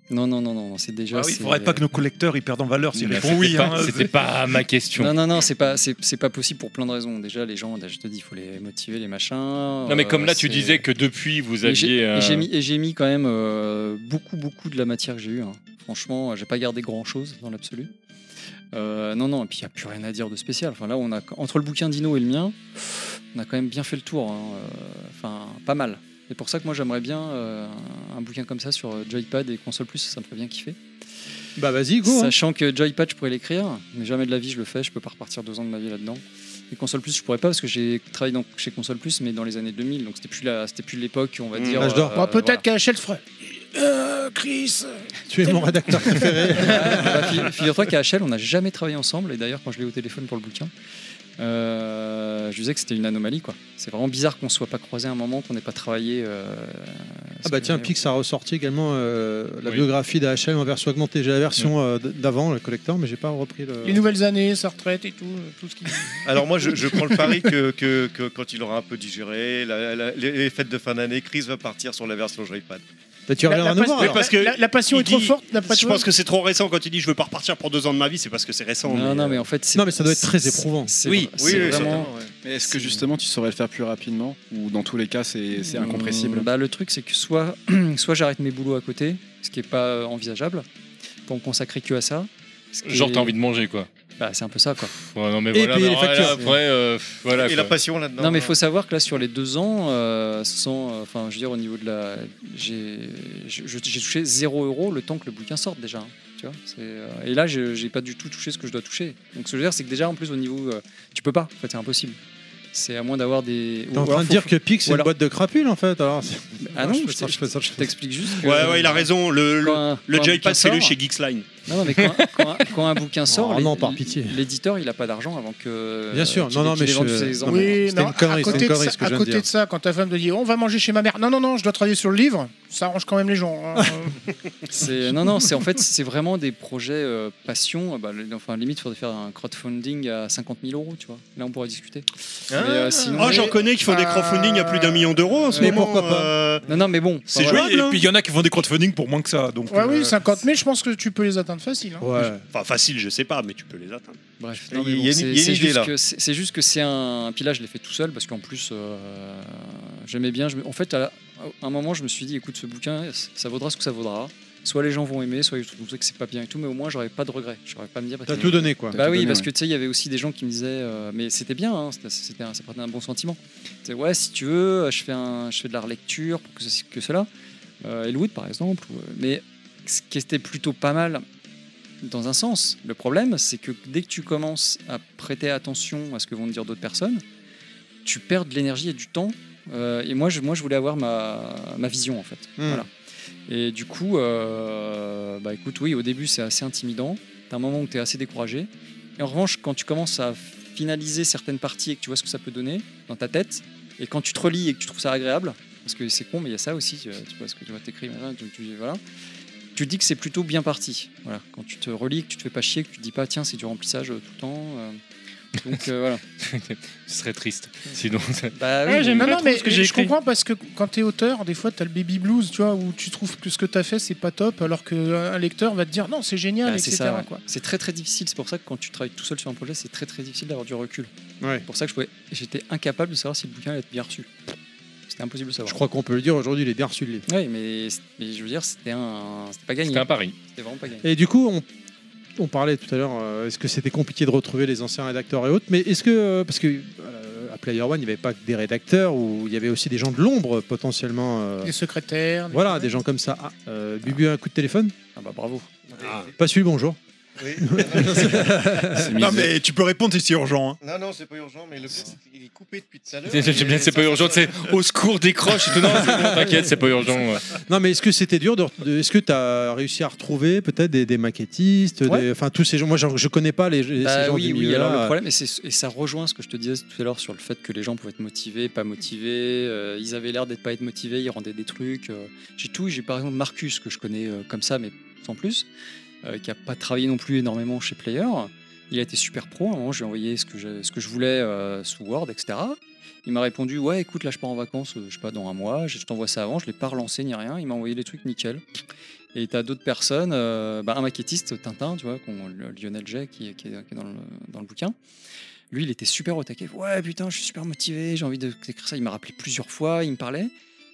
Non, non, non, non, non, c'est déjà. Ah oui, c'est- faudrait pas que nos collecteurs ils perdent en valeur s'ils Bah, répondent c'était oui, pas- hein. c'était pas ma question. Non, non, non, c'est pas, c'est, c'est pas possible pour plein de raisons. Déjà, les gens, je te dis, il faut les motiver, les machins. Euh, Non, mais comme là, tu disais que depuis, vous aviez. euh, Et j'ai, mis, et j'ai mis quand même euh, beaucoup, beaucoup de la matière que j'ai eue. hein. Franchement, j'ai pas gardé grand chose dans l'absolu. Euh, non, non, et puis il n'y a plus rien à dire de spécial. Enfin, là, on a, entre le bouquin d'Ino et le mien, on a quand même bien fait le tour. hein. Euh, Enfin, pas mal. C'est pour ça que moi, j'aimerais bien euh, un bouquin comme ça sur euh, Joypad et console plus, ça me ferait bien kiffer. Bah vas-y, go. hein. Sachant que Joypad, je pourrais l'écrire, mais jamais de la vie je le fais, je peux pas repartir deux ans de ma vie là-dedans. Et Console Plus, je pourrais pas parce que j'ai travaillé dans- chez Console Plus, mais dans les années 2000, donc c'était plus la, c'était plus l'époque, on va dire. L'âge d'or. euh, Bon, Bah, Peut-être voilà. qu'à Shell ferait. Euh, Chris. Tu es mon rédacteur préféré. Bah, fi- Figure-toi qu'à HL, on n'a jamais travaillé ensemble, et d'ailleurs, quand je l'ai eu au téléphone pour le bouquin, euh, je disais que c'était une anomalie, quoi. C'est vraiment bizarre qu'on soit pas croisé à un moment, qu'on n'ait pas travaillé. euh, Ah bah tiens, parce que- Pix a ressorti également euh, la Oui. biographie d'AHL en version augmentée. J'ai la version euh, d- d'avant, le collector, mais j'ai pas repris le. Les nouvelles années, sa retraite et tout, euh, tout ce qui. Alors moi, je, je prends le pari que, que- que quand il aura un peu digéré, la- la- les les fêtes de fin d'année, Chris va partir sur la version Joypad. Bah, tu reviendras nous voir. Oui, alors. parce que la- la passion il est trop forte, la Je passion- pense que c'est trop récent quand il dit je veux pas repartir pour deux ans de ma vie, c'est parce que c'est récent. euh, Non, non, mais en fait, c'est- Non, mais ça doit être très éprouvant. c'est- Oui, c'est oui, oui, vraiment. certainement, ouais. Mais est-ce que justement tu saurais le faire plus rapidement Ou dans tous les cas, c'est c'est incompressible Hum, bah, Le truc, c'est que soit, soit j'arrête mes boulots à côté, ce qui n'est pas euh, envisageable, pour me consacrer que à ça. ce qui Genre, est- t'as envie de manger, quoi. Bah, c'est un peu ça, quoi. Ouais, non, mais voilà, mais voilà, après, euh, pff, voilà, quoi. Non, mais il faut savoir que là, sur les deux ans, euh, sans, euh, enfin, je veux dire, au niveau de la, j'ai, je- je- j'ai touché 0 euros le temps que le bouquin sorte déjà. hein, tu vois, c'est, euh, et là, je- j'ai pas du tout touché ce que je dois toucher. Donc, ce que je veux dire, c'est que déjà, en plus, au niveau, euh, tu peux pas. En fait, c'est impossible. C'est à moins d'avoir des. T'es en ou alors train de faut- dire que Pix c'est ou une alors- boîte de crapules en fait. Alors, c'est- Ah non, je fais ça, je fais ça, je fais ça. t'explique juste. que- Ouais, ouais, il a raison. Le, le, Quand un- le quand un Joypad, bouquin fais-le sort- chez Geeksline. Non, non, mais quand, quand un- quand un bouquin sort, Oh l'é- non, par pitié. l'éditeur, il a pas d'argent avant que. euh, Bien sûr, qu'il- non, non, qu'il mais ait vendu je- ses non, exemplaires. mais Oui, C'était mais à une connerie, c'était une côté, de, connerie, ça, ce que à je viens de côté dire. de ça, quand ta femme te dit on va manger chez ma mère, non, non, non, je dois travailler sur le livre, ça arrange quand même les gens. hein. C'est- non, non, c'est en fait, c'est vraiment des projets euh, passion. Euh, bah, le- enfin, limite, il faudrait faire un crowdfunding à 50 000 euros, tu vois. Là, on pourrait discuter. euh, Ah. Oh, j'en connais qui font des crowdfunding à plus d'un million d'euros en ce Mais moment, pourquoi pas euh, hein. Non, non, mais bon. C'est enfin, jouable. hein. voilà. Et puis il y en a qui font des crowdfunding pour moins que ça. Donc, ouais, euh, oui, 50 000, je pense que tu peux les atteindre facile. hein. Enfin, facile, je sais pas, mais tu peux les atteindre. Bref, non, mais bon, c'est- c'est juste que C'est c'est juste que c'est un. Puis là, je l'ai fait tout seul parce qu'en plus, euh, j'aimais bien. je me- En fait, à, la- à un moment, je me suis dit, écoute, ce bouquin, ça vaudra ce que ça vaudra. Soit les gens vont aimer, soit ils trouveront que c'est pas bien et tout, mais au moins, j'aurais pas de regrets. J'aurais pas à me dire. bah, T'as tiens, tout donné, quoi. T'as Bah tout oui, donné, parce ouais. que tu sais, il y avait aussi des gens qui me disaient, euh, mais c'était bien, hein, c'était- c'était un- ça prenait un bon sentiment. Tu sais, ouais, si tu veux, je fais, un, je fais de la relecture pour que ceci, que cela. Euh, Elwood, par exemple. ou, euh, mais ce qui était plutôt pas mal, dans un sens. Le problème, c'est que dès que tu commences à prêter attention à ce que vont te dire d'autres personnes, tu perds de l'énergie et du temps. Euh, et moi je, moi, je voulais avoir ma, ma vision, en fait. Hmm. Voilà. Et du coup, euh, bah écoute, oui, au début, c'est assez intimidant. T'as un moment où t'es assez découragé. Et en revanche, quand tu commences à finaliser certaines parties et que tu vois ce que ça peut donner dans ta tête, et quand tu te relis et que tu trouves ça agréable, parce que c'est con, mais il y a ça aussi, tu tu vois ce que tu vois, t'écris, voilà, tu, tu- voilà tu te dis que c'est plutôt bien parti. Voilà. Quand tu te relis, que tu te fais pas chier, que tu te dis pas tiens c'est du remplissage euh, tout le temps. euh. Donc euh, voilà. Ce serait triste. Sinon, ça- Bah oui, Ouais, mais- Ah non, non, mais je comprends parce que quand t'es auteur, des fois t'as le baby blues, tu vois, où tu trouves que ce que t'as fait c'est pas top, alors qu'un lecteur va te dire non, c'est génial, Bah, c'est etc. ça. ouais. quoi. C'est très très difficile. C'est pour ça que quand tu travailles tout seul sur un projet, c'est très très difficile d'avoir du recul. Ouais. C'est pour ça que je pouvais- j'étais incapable de savoir si le bouquin allait être bien reçu. C'était impossible de savoir. Je crois qu'on peut le dire aujourd'hui, il est bien reçu le livre. Oui, mais, mais je veux dire, c'était un, c'était pas gagné. C'était un pari. C'était vraiment pas gagné. Et du coup, on, on parlait tout à l'heure, euh, est-ce que c'était compliqué de retrouver les anciens rédacteurs et autres, mais est-ce que, euh, parce que euh, à Player One, il n'y avait pas que des rédacteurs, ou il y avait aussi des gens de l'ombre potentiellement. euh, Des secrétaires. voilà, des gens comme ça. Ah, euh, Bubu a un coup de téléphone Ah bah bravo. Pas celui, bonjour. non, mais tu peux répondre si c'est urgent. hein. Non, non, c'est pas urgent, mais le pire, c'est qu'il est coupé depuis tout à l'heure. C'est- c'est- c'est- c'est pas urgent, c'est au secours, décroche. Non, c'est bon, t'inquiète, c'est pas urgent. ouais. Non, mais est-ce que c'était dur de, de- Est-ce que tu as réussi à retrouver peut-être des, des maquettistes, des- Ouais. enfin tous ces gens Moi, je, je connais pas les, ces Bah gens oui, du oui. milieu-là. Alors le problème, et, c'est- et ça rejoint ce que je te disais tout à l'heure sur le fait que les gens pouvaient être motivés, pas motivés. euh, ils avaient l'air d'être pas être motivés, ils rendaient des trucs. euh. j'ai tout. J'ai par exemple Marcus que je connais euh, comme ça, mais sans plus, euh, qui a pas travaillé non plus énormément chez Player. Il a été super pro. À un moment, j'ai envoyé ce que je, ce que je voulais euh, sous Word, etc. Il m'a répondu ouais, écoute, là je pars en vacances, euh, je sais pas dans un mois. Je t'envoie ça avant. Je l'ai pas relancé ni rien. Il m'a envoyé des trucs nickel. Et t'as d'autres personnes, euh, bah, un maquettiste, Tintin, tu vois, qu'on- le- Lionel Jay, qui, est- qui est, qui est dans, le, dans le bouquin. Lui, il était super au taquet. Ouais, putain, je suis super motivé, j'ai envie de- d'écrire ça. Il m'a rappelé plusieurs fois, il me parlait.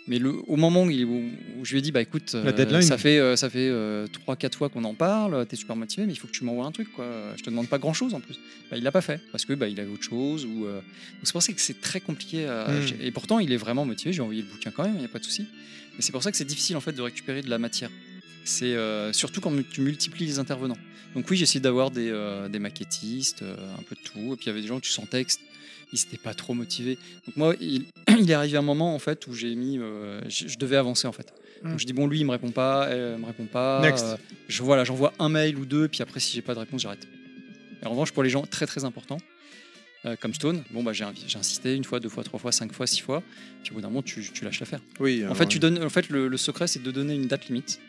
Mais le, au moment où, il- où- où je lui ai dit, bah écoute, La deadline. ça fait, euh, ça fait 3-4 fois qu'on en parle, t'es super motivé, mais il faut que tu m'envoies un truc, quoi. Je te demande pas grand chose en plus. Bah, il l'a pas fait, parce que bah, il avait autre chose. Ou, euh, donc c'est pour ça que c'est très compliqué. à- Mm. j'ai- Et pourtant, il est vraiment motivé, j'ai envoyé le bouquin quand même, il n'y a pas de souci. Mais c'est pour ça que c'est difficile en fait de récupérer de la matière. C'est euh, surtout quand tu multiplies les intervenants. Donc oui, j'ai essayé d'avoir des, euh, des maquettistes, euh, un peu de tout. Et puis il y avait des gens que tu sentais que ils n'étaient pas trop motivés. Donc moi, il, il est arrivé un moment en fait où j'ai mis, euh, je, je devais avancer en fait. Mm. Donc je dis bon, lui il me répond pas, elle elle me répond pas. Next. Euh, je voilà, j'envoie un mail ou deux, puis après si j'ai pas de réponse, j'arrête. Et en revanche pour les gens très très importants, euh, comme Stone, bon bah j'ai invi- j'ai insisté une fois, deux fois, trois fois, cinq fois, six fois. Puis au bout d'un moment, tu, tu lâches l'affaire. Oui, En euh, fait, ouais. tu donnes, en fait, le, le secret, c'est de donner une date limite.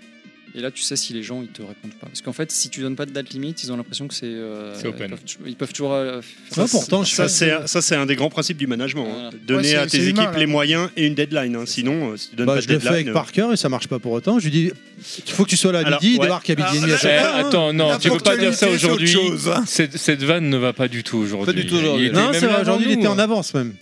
Et là, tu sais si les gens ils te répondent pas. Parce qu'en fait, si tu donnes pas de date limite, ils ont l'impression que c'est. euh, C'est open. Ils peuvent, tou- ils peuvent toujours. euh, faire Ça, ça. c'est- ça, c'est ça c'est un des grands principes du management. hein. Voilà. Donner Ouais, c'est- à tes c'est équipes humain, là. les moyens et une deadline. hein. Sinon, euh, si tu donnes Bah, pas de je le fais deadline, avec euh, Parker et ça marche pas pour autant. Je lui dis, il faut que tu sois là à Alors, midi, il ouais. Ah, débarque Ah, à midi et demi à Eh, chaque fois, hein. attends, non, tu peux pas dire ça aujourd'hui. hein. Cette, cette vanne ne va pas du tout aujourd'hui. Il était Non, même c'est vrai, là avant aujourd'hui, il nous, était en hein. avance même.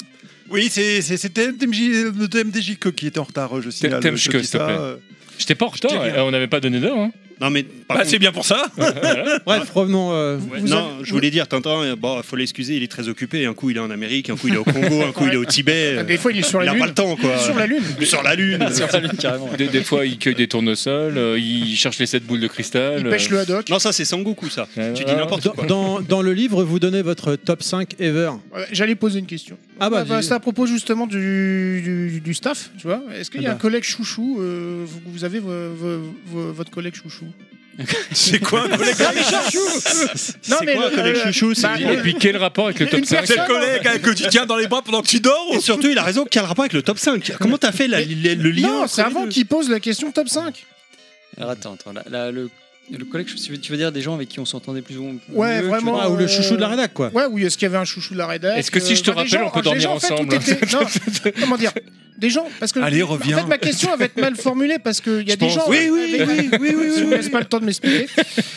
Oui, c'est- c'est- c'était MDJ, le MDJ que qui était en retard, je T'aimes signale. t'aimes ceux que, qui s'il te ça, plaît. euh, J'étais pas en retard, rien. euh, on n'avait pas donné d'heure. hein. Non, mais. par Bah, contre- c'est bien pour ça. Bref, revenons. euh, Ouais, non, je voulais dire, Tintin, euh, bon, faut l'excuser, il est très occupé. Un coup, il est en Amérique, un coup, il est au Congo, un coup, il est au Tibet. Ah, euh, bah, Des fois, il est sur la Il a Lune. pas le temps, quoi. Sur la Lune. Sur la Lune. Des, des fois, il cueille des tournesols, euh, il cherche les sept boules de cristal. euh. haddock. Non, ça, c'est Sangoku, ça. Tu dis n'importe dans, quoi. Dans, dans le livre, vous donnez votre top 5 ever. Ouais, J'allais poser une question. Ah bah, dis- c'est à propos justement du, du, du staff, tu vois. Est-ce qu'il y a Ah un bah. collègue chouchou euh, vous, vous avez vo- vo- vo- votre collègue chouchou C'est quoi un collègue chouchou Non mais le- le- bah, Et puis, quel rapport avec le top 5 C'est le collègue hein, que tu tiens dans les bras pendant que tu dors Et surtout, il a raison, quel rapport avec le top 5 Comment t'as fait la- le le lien Non, entre c'est les avant deux qu'il pose la question top 5. Alors attends, attends, là, là, le, le collègue, je- tu veux- tu veux dire des gens avec qui on s'entendait plus ou moins Ouais, mieux, tu vraiment. vois euh, rédac, quoi. Ouais, oui, est-ce qu'il y avait un chouchou de la rédac Est-ce que si euh, je te enfin, des rappelle, gens- on peut alors, des dormir gens, en fait, ensemble tout était- non, Comment dire Des gens, parce que Allez, reviens. en fait, ma question avait été mal formulée parce qu'il y a Je des pense. gens. Oui, oui, avec- oui, oui, oui, oui, Si vous oui. me laissez pas le temps de m'expliquer.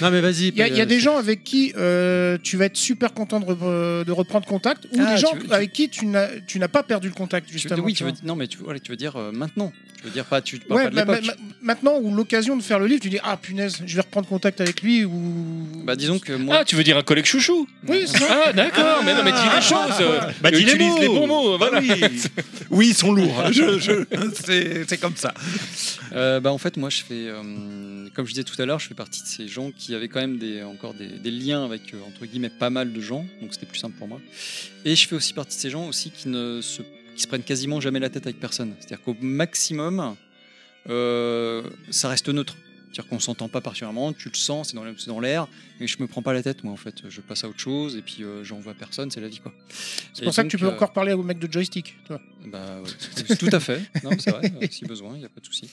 Non, mais vas-y. Il y a, il y a euh, des gens avec qui euh, tu vas être super content de, re- de reprendre contact ou Ah, des gens tu veux- avec qui tu n'as tu n'as pas perdu le contact Tu- justement. oui, tu tu veux, vois. non mais tu, voilà, tu veux dire euh, maintenant. Tu veux dire pas, tu, pas, Ouais, pas de ma- ma- l'époque. ma- maintenant ou l'occasion de faire le livre, tu dis ah punaise, je vais reprendre contact avec lui ou. Bah disons que moi. Ah, tu veux dire un collègue chouchou Oui, c'est ça. Ah. Ah, d'accord, mais non, mais dis les choses. euh, Bah, dis les utilise mots. les bons mots. Bah Voilà. oui. Oui, ils sont lourds. hein, Je- je- c'est- C'est comme ça. Euh, bah, en fait, moi, je fais, euh, comme je disais tout à l'heure, je fais partie de ces gens qui avaient quand même des, encore des, des liens avec, euh, entre guillemets, pas mal de gens, donc c'était plus simple pour moi. Et je fais aussi partie de ces gens aussi qui ne se, qui se prennent quasiment jamais la tête avec personne. C'est-à-dire qu'au maximum, euh, ça reste neutre. C'est-à-dire qu'on s'entend pas particulièrement, tu le sens, c'est dans l'air- c'est dans l'air, mais je me prends pas la tête, moi, en fait. Je passe à autre chose, et puis euh, j'en vois personne, c'est la vie, quoi. C'est pour ça que tu peux encore parler au mec de joystick. Toi. euh, bah, ouais, tout à fait. Non, c'est vrai, euh, si besoin, il n'y a pas de souci.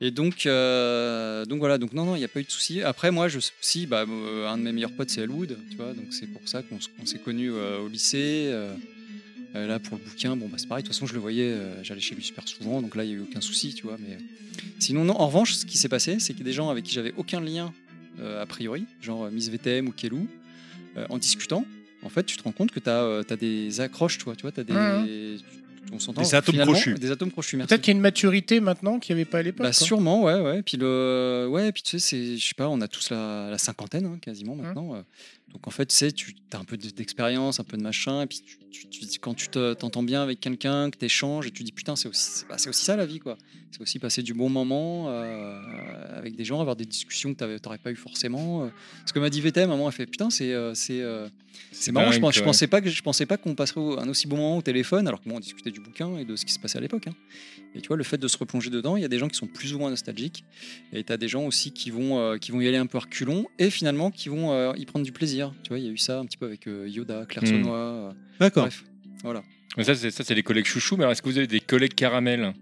Et donc, euh, donc voilà, donc non, non, il n'y a pas eu de souci. Après, moi, je, si, bah, euh, un de mes meilleurs potes, c'est Elwood, tu vois, donc c'est pour ça qu'on s- qu'on s'est connus euh, au lycée. euh, euh, là, pour le bouquin, bon, bah, c'est pareil. De toute façon, je le voyais, euh, j'allais chez lui super souvent, donc là, il n'y a eu aucun souci, tu vois. Mais euh, sinon, non. En revanche, ce qui s'est passé, c'est que des gens avec qui j'avais aucun lien euh, a priori, genre euh, Miss VTM ou Kelou, euh, en discutant, en fait, tu te rends compte que tu as, des accroches, toi, tu vois, as des. Ouais. On s'entend. Des atomes finalement, crochus. Des atomes crochus, merci. Peut-être qu'il y a une maturité maintenant qu'il n'y avait pas à l'époque. Bah, quoi. sûrement, ouais, ouais. Puis le, ouais, puis tu sais, c'est, je sais pas, on a tous la, la cinquantaine hein, quasiment maintenant. euh. Donc en fait, tu sais, tu as un peu d'expérience, un peu de machin, et puis tu, tu- tu dis- quand tu te- t'entends bien avec quelqu'un, que tu échanges, et tu dis putain, c'est aussi, c'est- bah, c'est aussi ça la vie, quoi. C'est aussi passer du bon moment euh, avec des gens, avoir des discussions que tu n'aurais pas eu forcément. euh. Ce que m'a dit VTM, maman, elle fait putain, c'est euh, c'est euh, c'est marrant, je, dingue, pense- je ouais. pensais pas que je pensais pas qu'on passerait au- un aussi bon moment au téléphone, alors que moi on discutait du bouquin et de ce qui se passait à l'époque. hein. Et tu vois, le fait de se replonger dedans, il y a des gens qui sont plus ou moins nostalgiques, et tu as des gens aussi qui vont, euh, qui vont y aller un peu à reculons, et finalement qui vont euh, y prendre du plaisir. Tu vois, il y a eu ça un petit peu avec euh, Yoda, Claire Hmm. Sonois. euh, D'accord. Bref, voilà. Mais ça, c'est ça, c'est les collègues chouchou. Mais alors, est-ce que vous avez des collègues caramel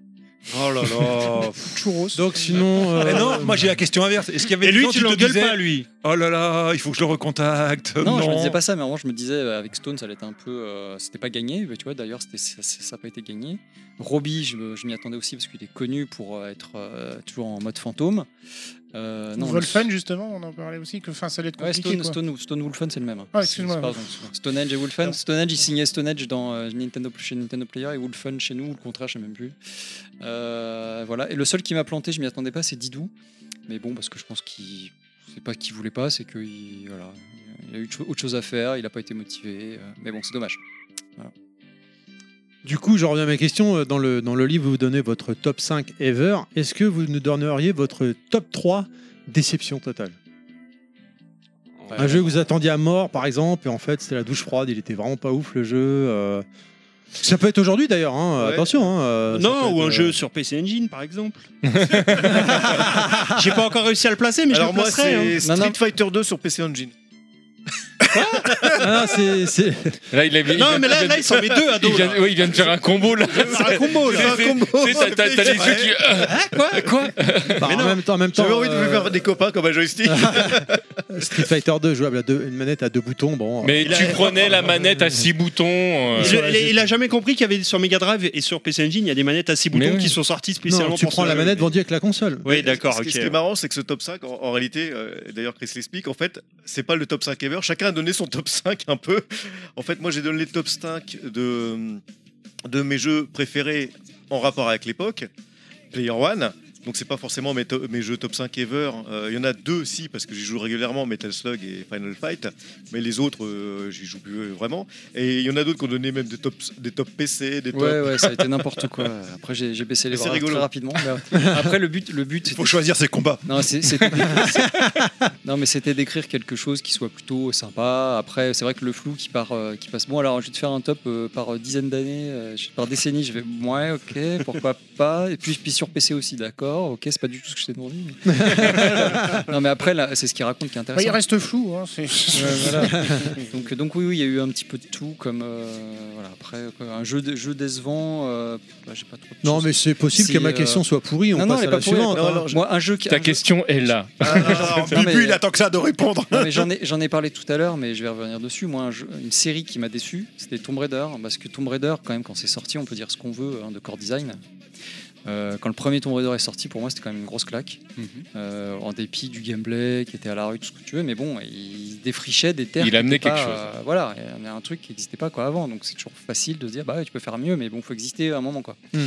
Oh là là. Churros. Donc sinon. euh, Mais non, moi j'ai la question inverse. Est-ce qu'il y avait Et des lui, gens tu qui te l'engueules disaient, pas, lui. Oh là là, il faut que je le recontacte. Non, Non, je me disais pas ça, mais avant je me disais euh, avec Stone ça allait être un peu, euh, c'était pas gagné, mais tu vois d'ailleurs c'était- ça- ça n'a pas été gagné. Robbie, je, me- je m'y attendais aussi parce qu'il est connu pour euh, être euh, toujours en mode fantôme. Euh, non, Wolfen, le- justement, on en parlait aussi, que enfin, ça allait être Ouais, compliqué. Stone, quoi. Stone, Stone Wolfen, c'est le même. Ah, excuse-moi. C'est- pardon, excuse-moi. Stone Edge et Wolfen. Stone Edge, il signait Stone Edge dans, euh, Nintendo, chez Nintendo Player et Wolfen chez nous, ou le contraire, je sais même plus. Euh, voilà. Et le seul qui m'a planté, je m'y attendais pas, c'est Didou. Mais bon, parce que je pense qu'il. C'est pas qu'il voulait pas, c'est qu'il voilà, il a eu cho- autre chose à faire, il a pas été motivé. euh, mais bon, c'est dommage. Voilà. Du coup, je reviens à ma question. euh, Dans le, dans le livre, vous donnez votre top 5 ever. Est-ce que vous nous donneriez votre top 3 déception totale Un jeu que vous attendiez à mort, par exemple, et en fait, c'était la douche froide, il était vraiment pas ouf le jeu. euh. Ça peut être aujourd'hui d'ailleurs, hein, Ouais. attention. hein, euh, ça non, peut ou être, un euh, jeu sur PC Engine par exemple. J'ai pas encore réussi à le placer, mais Alors je le moi, placerai. c'est hein. Street Fighter 2 sur PC Engine. Ah, c'est- c'est- Là, il a, il Non, vient- mais là- il vient- là, ils s'en met deux à dos, Il vient, là. oui, il vient de faire un combo là. faire un combo, là. Hein, C'est- c'est- T'as t'as- t'as les yeux qui. quoi Quoi Bah, en même temps, en même temps, J'avais envie de me euh, faire des copains comme un joystick. Street Fighter 2 jouable à deux, une manette à deux boutons. Bon, Mais euh, tu prenais la manette à 6 boutons. euh, Il, il- il a jamais compris qu'il y avait sur Mega Drive et sur PC Engine, il y a des manettes à 6 boutons oui. qui sont sorties spécialement non, tu pour prends ce la jeu. manette vendue avec la console. Oui, d'accord, Ce qui- ok. Ce qui est marrant, c'est que ce top 5, en, en réalité, euh, et d'ailleurs Chris l'explique, en fait, c'est pas le top 5 ever. Chacun a donné son top 5 un peu. En fait, moi j'ai donné le top 5 de, de mes jeux préférés en rapport avec l'époque, Player One. Donc c'est pas forcément mes, to- mes jeux top 5 ever. Euh, Il y en a deux si parce que j'y joue régulièrement, Metal Slug et Final Fight. Mais les autres, euh, j'y joue plus euh, vraiment. Et il y en a d'autres qui ont donné même des tops, des top PC, des top. Ouais, ouais, ça a été n'importe quoi. Après, j'ai j'ai baissé les Mais c'est bras rigolo. très rapidement. mais, euh, Après, le but, le but, faut choisir ses combats. Non, c'est- c'était d'écrire- c'est- non, mais c'était d'écrire quelque chose qui soit plutôt sympa. Après, c'est vrai que le flou qui part, euh, qui passe. Bon, alors je vais te faire un top euh, par euh, dizaine d'années, euh, je- par décennie. Je vais ouais, ok, pourquoi pas. Et puis, puis sur PC aussi, d'accord. Ok, c'est pas du tout ce que je t'ai demandé. mais- non, mais après, là, c'est ce qu'il raconte qui est Bah, intéressant. il reste flou. hein, c'est- Ouais, voilà. donc, donc oui, oui, il y a eu un petit peu de tout, comme euh, voilà, après euh, un jeu, dé- jeu décevant. euh, bah, j'ai pas trop de Non, choses. mais c'est possible Si, que ma euh, question soit pourrie. On non, non, passe elle est à pas la pourrie, elle est suivante. pas- hein. non, non, moi, un jeu qui- Ta un jeu- Ah, question est là. Non, mais- que ça de répondre. Non, mais j'en ai, j'en ai parlé tout à l'heure, mais je vais revenir dessus. Moi, un jeu- une série qui m'a déçu, c'était Tomb Raider. Parce que Tomb Raider, quand même, quand c'est sorti, on peut dire ce qu'on veut hein, de core design. Euh, quand le premier Tomb Raider est sorti, pour moi, c'était quand même une grosse claque. Mhm. Euh, en dépit du gameplay qui était à la rue, tout ce que tu veux, mais bon, il défrichait des terres. Il qui amenait étaient pas, quelque chose. euh, voilà, il y en a un truc qui n'existait pas quoi avant, donc c'est toujours facile de se dire bah ouais, tu peux faire mieux, mais bon, faut exister à un moment quoi. Hmm.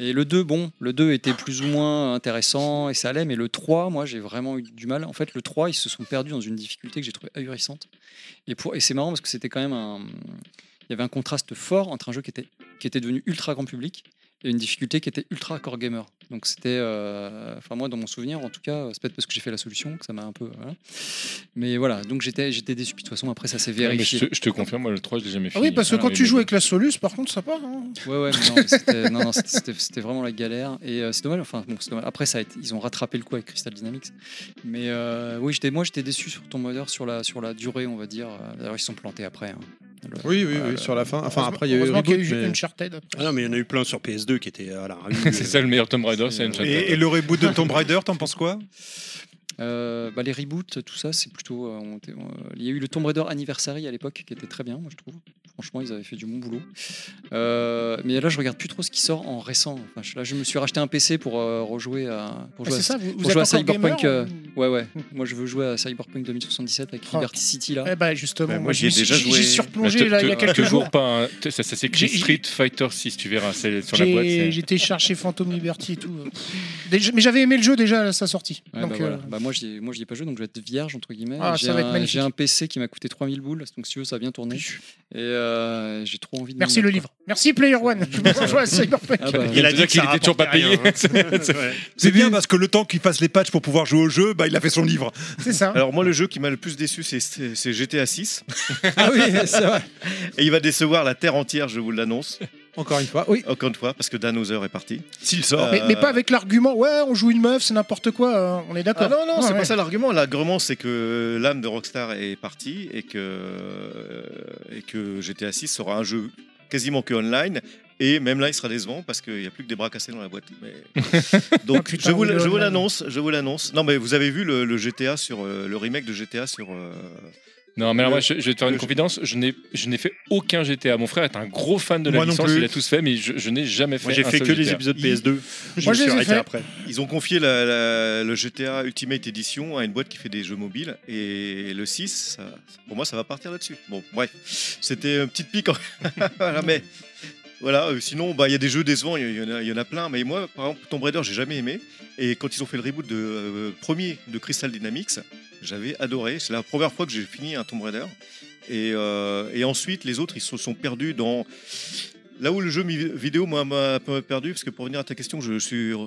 Et le 2, bon, le 2 était plus ou moins intéressant et ça allait, mais le 3, moi j'ai vraiment eu du mal. En fait, le 3, ils se sont perdus dans une difficulté que j'ai trouvée ahurissante. Et, pour, et c'est marrant parce que c'était quand même un. Il y avait un contraste fort entre un jeu qui était, qui était devenu ultra grand public et une difficulté qui était ultra core gamer. Donc c'était. euh, Enfin, moi dans mon souvenir en tout cas, c'est peut-être parce que j'ai fait la solution que ça m'a un peu. voilà. Mais voilà, donc j'étais j'étais déçu. Puis de toute façon, après ça s'est Ouais, mais je, vérifié. te, je te confirme, moi le 3, je l'ai jamais Ah fini. oui, parce que Ah, quand mais tu bon. joues avec la Solus, par contre, ça part. hein. Ouais, ouais, mais non, mais c'était- non, non, c'était- c'était c'était vraiment la galère. Et euh, c'est dommage. Enfin, bon, c'est dommage. Après, ça a été- ils ont rattrapé le coup avec Crystal Dynamics. Mais euh, oui, j'étais, moi, j'étais déçu sur ton modeur, sur la, sur la durée, on va dire. Euh, D'ailleurs, ils se sont plantés après. hein. Le- Oui, oui, voilà, oui, le- sur la fin. Enfin, Heureusement- après, il y a eu heureusement qu'il y a Reboot, eu mais- Uncharted. Ah non, mais il y en a eu plein sur PS2 qui étaient euh, à la rue. C'est ça le meilleur Tomb Raider, euh, c'est Uncharted. Et, et le reboot de Tomb Raider, t'en penses quoi Euh, bah, les euh, reboots, tout ça, c'est plutôt. euh, on était- on- il y a eu le Tomb Raider Anniversary à l'époque qui était très bien, moi je trouve. Franchement, ils avaient fait du bon boulot. Euh, mais là, je regarde plus trop ce qui sort en récent. Enfin, je- là, je me suis racheté un PC pour euh, rejouer à, pour Ah, jouer, c'est à, ça, vous- pour vous êtes jouer à encore Cyberpunk. gamer, euh, Ouais, ouais. Moi, je veux jouer à Cyberpunk 2077 avec Liberty City là. Eh ben, justement, moi, moi, j'y ai j'y suis- déjà j'y- joué. J'y suis replongé Bah, te- là, il y a te- quelques te jours. gourre pas, hein. Te- Ça, ça s'écrit Street Fighter 6, tu verras, c'est sur la boîte. J'ai c'est- j'ai téléchargé Phantom Liberty et tout. euh. Déjà- Mais j'avais aimé le jeu déjà à sa sortie. Ouais, donc, bah euh, voilà. Bah, moi, j'y ai- moi, j'y ai pas joué, donc je vais être vierge entre guillemets. Ah, J'ai ça va être un- magnifique. J'ai un PC qui m'a coûté 3000 boules, donc si tu veux, ça a bien tourné. Et euh, j'ai trop envie de. Merci le livre. Merci Player One. Je vais jouer à Cyberpunk. Ah bah, Il a dit qu'il était toujours pas payé. hein. C'est bien parce que le temps qu'il fasse les patchs pour pouvoir jouer au jeu, bah, il a fait son livre. C'est ça. Alors moi, le jeu qui m'a le plus déçu, c'est- c'est c'est GTA 6. Ah oui, c'est vrai. Et il va décevoir la Terre entière, je vous l'annonce. Encore une fois, oui. Encore une fois, parce que Dan Hauser est parti. S'il Oh, Mais, mais pas avec l'argument, ouais, on joue une meuf, c'est n'importe quoi, euh, on est Ah d'accord. non, non, Ouais, c'est ouais. pas ça l'argument. L'argument, c'est que l'âme de Rockstar est partie et que, euh, et que GTA 6 sera un jeu quasiment que online. Et même là, il sera décevant parce qu'il n'y a plus que des bras cassés dans la boîte. Mais- Donc, putain, je vous, oui, le je vous online. l'annonce, je vous l'annonce. Non, mais vous avez vu le, le GTA sur euh, le remake de GTA sur. euh, Non, mais alors, le- moi, je, je vais te faire une confidence. Je n'ai, je n'ai fait aucun GTA. Mon frère est un gros fan de la Moi non licence. plus. Il a tous fait, mais je, je n'ai jamais fait. Moi, j'ai un fait seul que les GTA. épisodes Il- PS2. Moi, je les ai fait. Ils ont confié la- la- le GTA Ultimate Edition à une boîte qui fait des jeux mobiles et le 6, ça- pour moi, ça va partir là-dessus. Bon, bref, c'était une petite pique. en- voilà, mais voilà, euh, sinon, bah, il y a des jeux décevants, il y, en a- il y en a plein. Mais moi, par exemple, Tomb Raider, j'ai jamais aimé. Et quand ils ont fait le reboot de euh, premier de Crystal Dynamics, j'avais adoré. C'est la première fois que j'ai fini un Tomb Raider. Et, euh, et ensuite, les autres, ils se sont perdus dans Là où le jeu mi- vidéo moi, m'a un peu perdu, parce que pour revenir à ta question, je suis euh,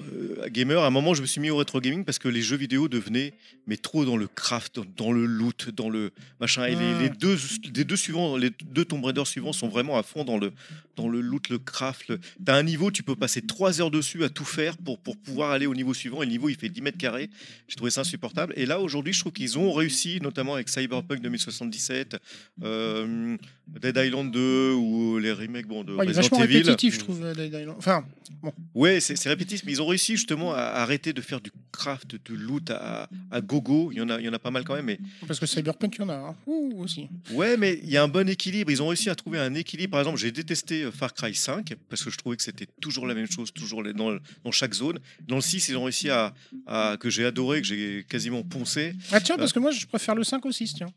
gamer. À un moment, je me suis mis au rétro gaming parce que les jeux vidéo devenaient mais trop dans le craft, dans- dans le loot, dans le machin. Et les, les deux, les deux suivants, les deux Tomb Raider suivants sont vraiment à fond dans le dans le loot, le craft. le- T'as un niveau, tu peux passer trois heures dessus à tout faire pour pour pouvoir aller au niveau suivant. Et le niveau, il fait 10 mètres carrés. J'ai trouvé ça insupportable. Et là, aujourd'hui, je trouve qu'ils ont réussi, notamment avec Cyberpunk 2077, euh, Dead Island 2 ou les remakes bon de Ouais, il Euh, est Resident vachement Evil. répétitif, je trouve. euh, Dead Island. Enfin, bon. Ouais, c'est c'est répétitif, mais ils ont réussi justement à arrêter de faire du craft, du loot à, à gogo. Il y en a, il y en a pas mal quand même, mais Parce que Cyberpunk, il y en a. hein. Ouh, aussi. Ouais, mais il y a un bon équilibre. Ils ont réussi à trouver un équilibre. Par exemple, j'ai détesté euh, Far Cry 5 parce que je trouvais que c'était toujours la même chose, toujours les- dans, le- dans chaque zone. Dans le 6, ils ont réussi à, à- que j'ai adoré, que j'ai quasiment poncé. Ah tiens, parce Euh, que moi, je préfère le 5 au 6, tiens.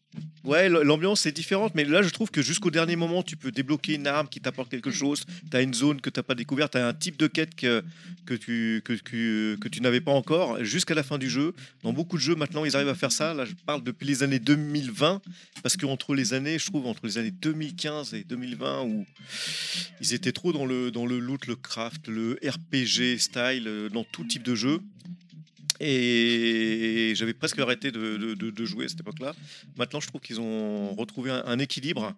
Ouais, l- l'ambiance est différente, mais là je trouve que jusqu'au dernier moment, tu peux débloquer une arme qui t'apporte quelque chose. Tu as une zone que tu pas découverte, tu as un type de quête que, que tu, que, que- que tu n'avais pas encore jusqu'à la fin du jeu. Dans beaucoup de jeux maintenant, ils arrivent à faire ça. Là, je parle depuis les années 2020, parce que entre les années, je trouve, entre les années 2015 et 2020, où ils étaient trop dans le, dans le loot, le craft, le RPG style, euh, dans tout type de jeu. Et j'avais presque arrêté de, de- de- de jouer à cette époque-là. Maintenant, je trouve qu'ils ont retrouvé un, un équilibre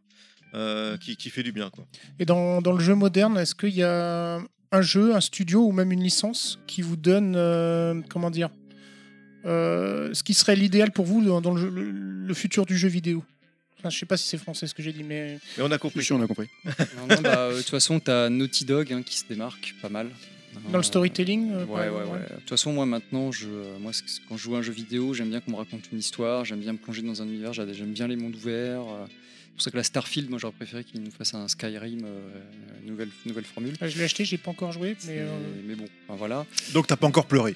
euh, qui, qui fait du bien. Quoi. Et dans, dans le jeu moderne, est-ce qu'il y a un jeu, un studio ou même une licence qui vous donne, euh, comment dire, euh, ce qui serait l'idéal pour vous dans, dans le, jeu- le- le futur du jeu vidéo Enfin, Je sais pas si c'est français ce que j'ai dit, mais Et on a compris. on a compris. Non, non, bah, euh, de toute façon, t'as Naughty Dog hein, qui se démarque pas mal. dans le storytelling. euh, par Ouais, ouais, exemple, ouais. De toute façon, moi maintenant, je, euh, moi, c'est- quand je joue à un jeu vidéo, j'aime bien qu'on me raconte une histoire, j'aime bien me plonger dans un univers, j'a- j'aime bien les mondes ouverts. euh. C'est pour ça que la Starfield, moi j'aurais préféré qu'ils nous fassent un Skyrim, euh, nouvelle, nouvelle formule. Ah, Je l'ai acheté, j'ai pas encore joué, mais Mais, euh, mais bon, enfin, voilà. Donc t'as pas encore pleuré.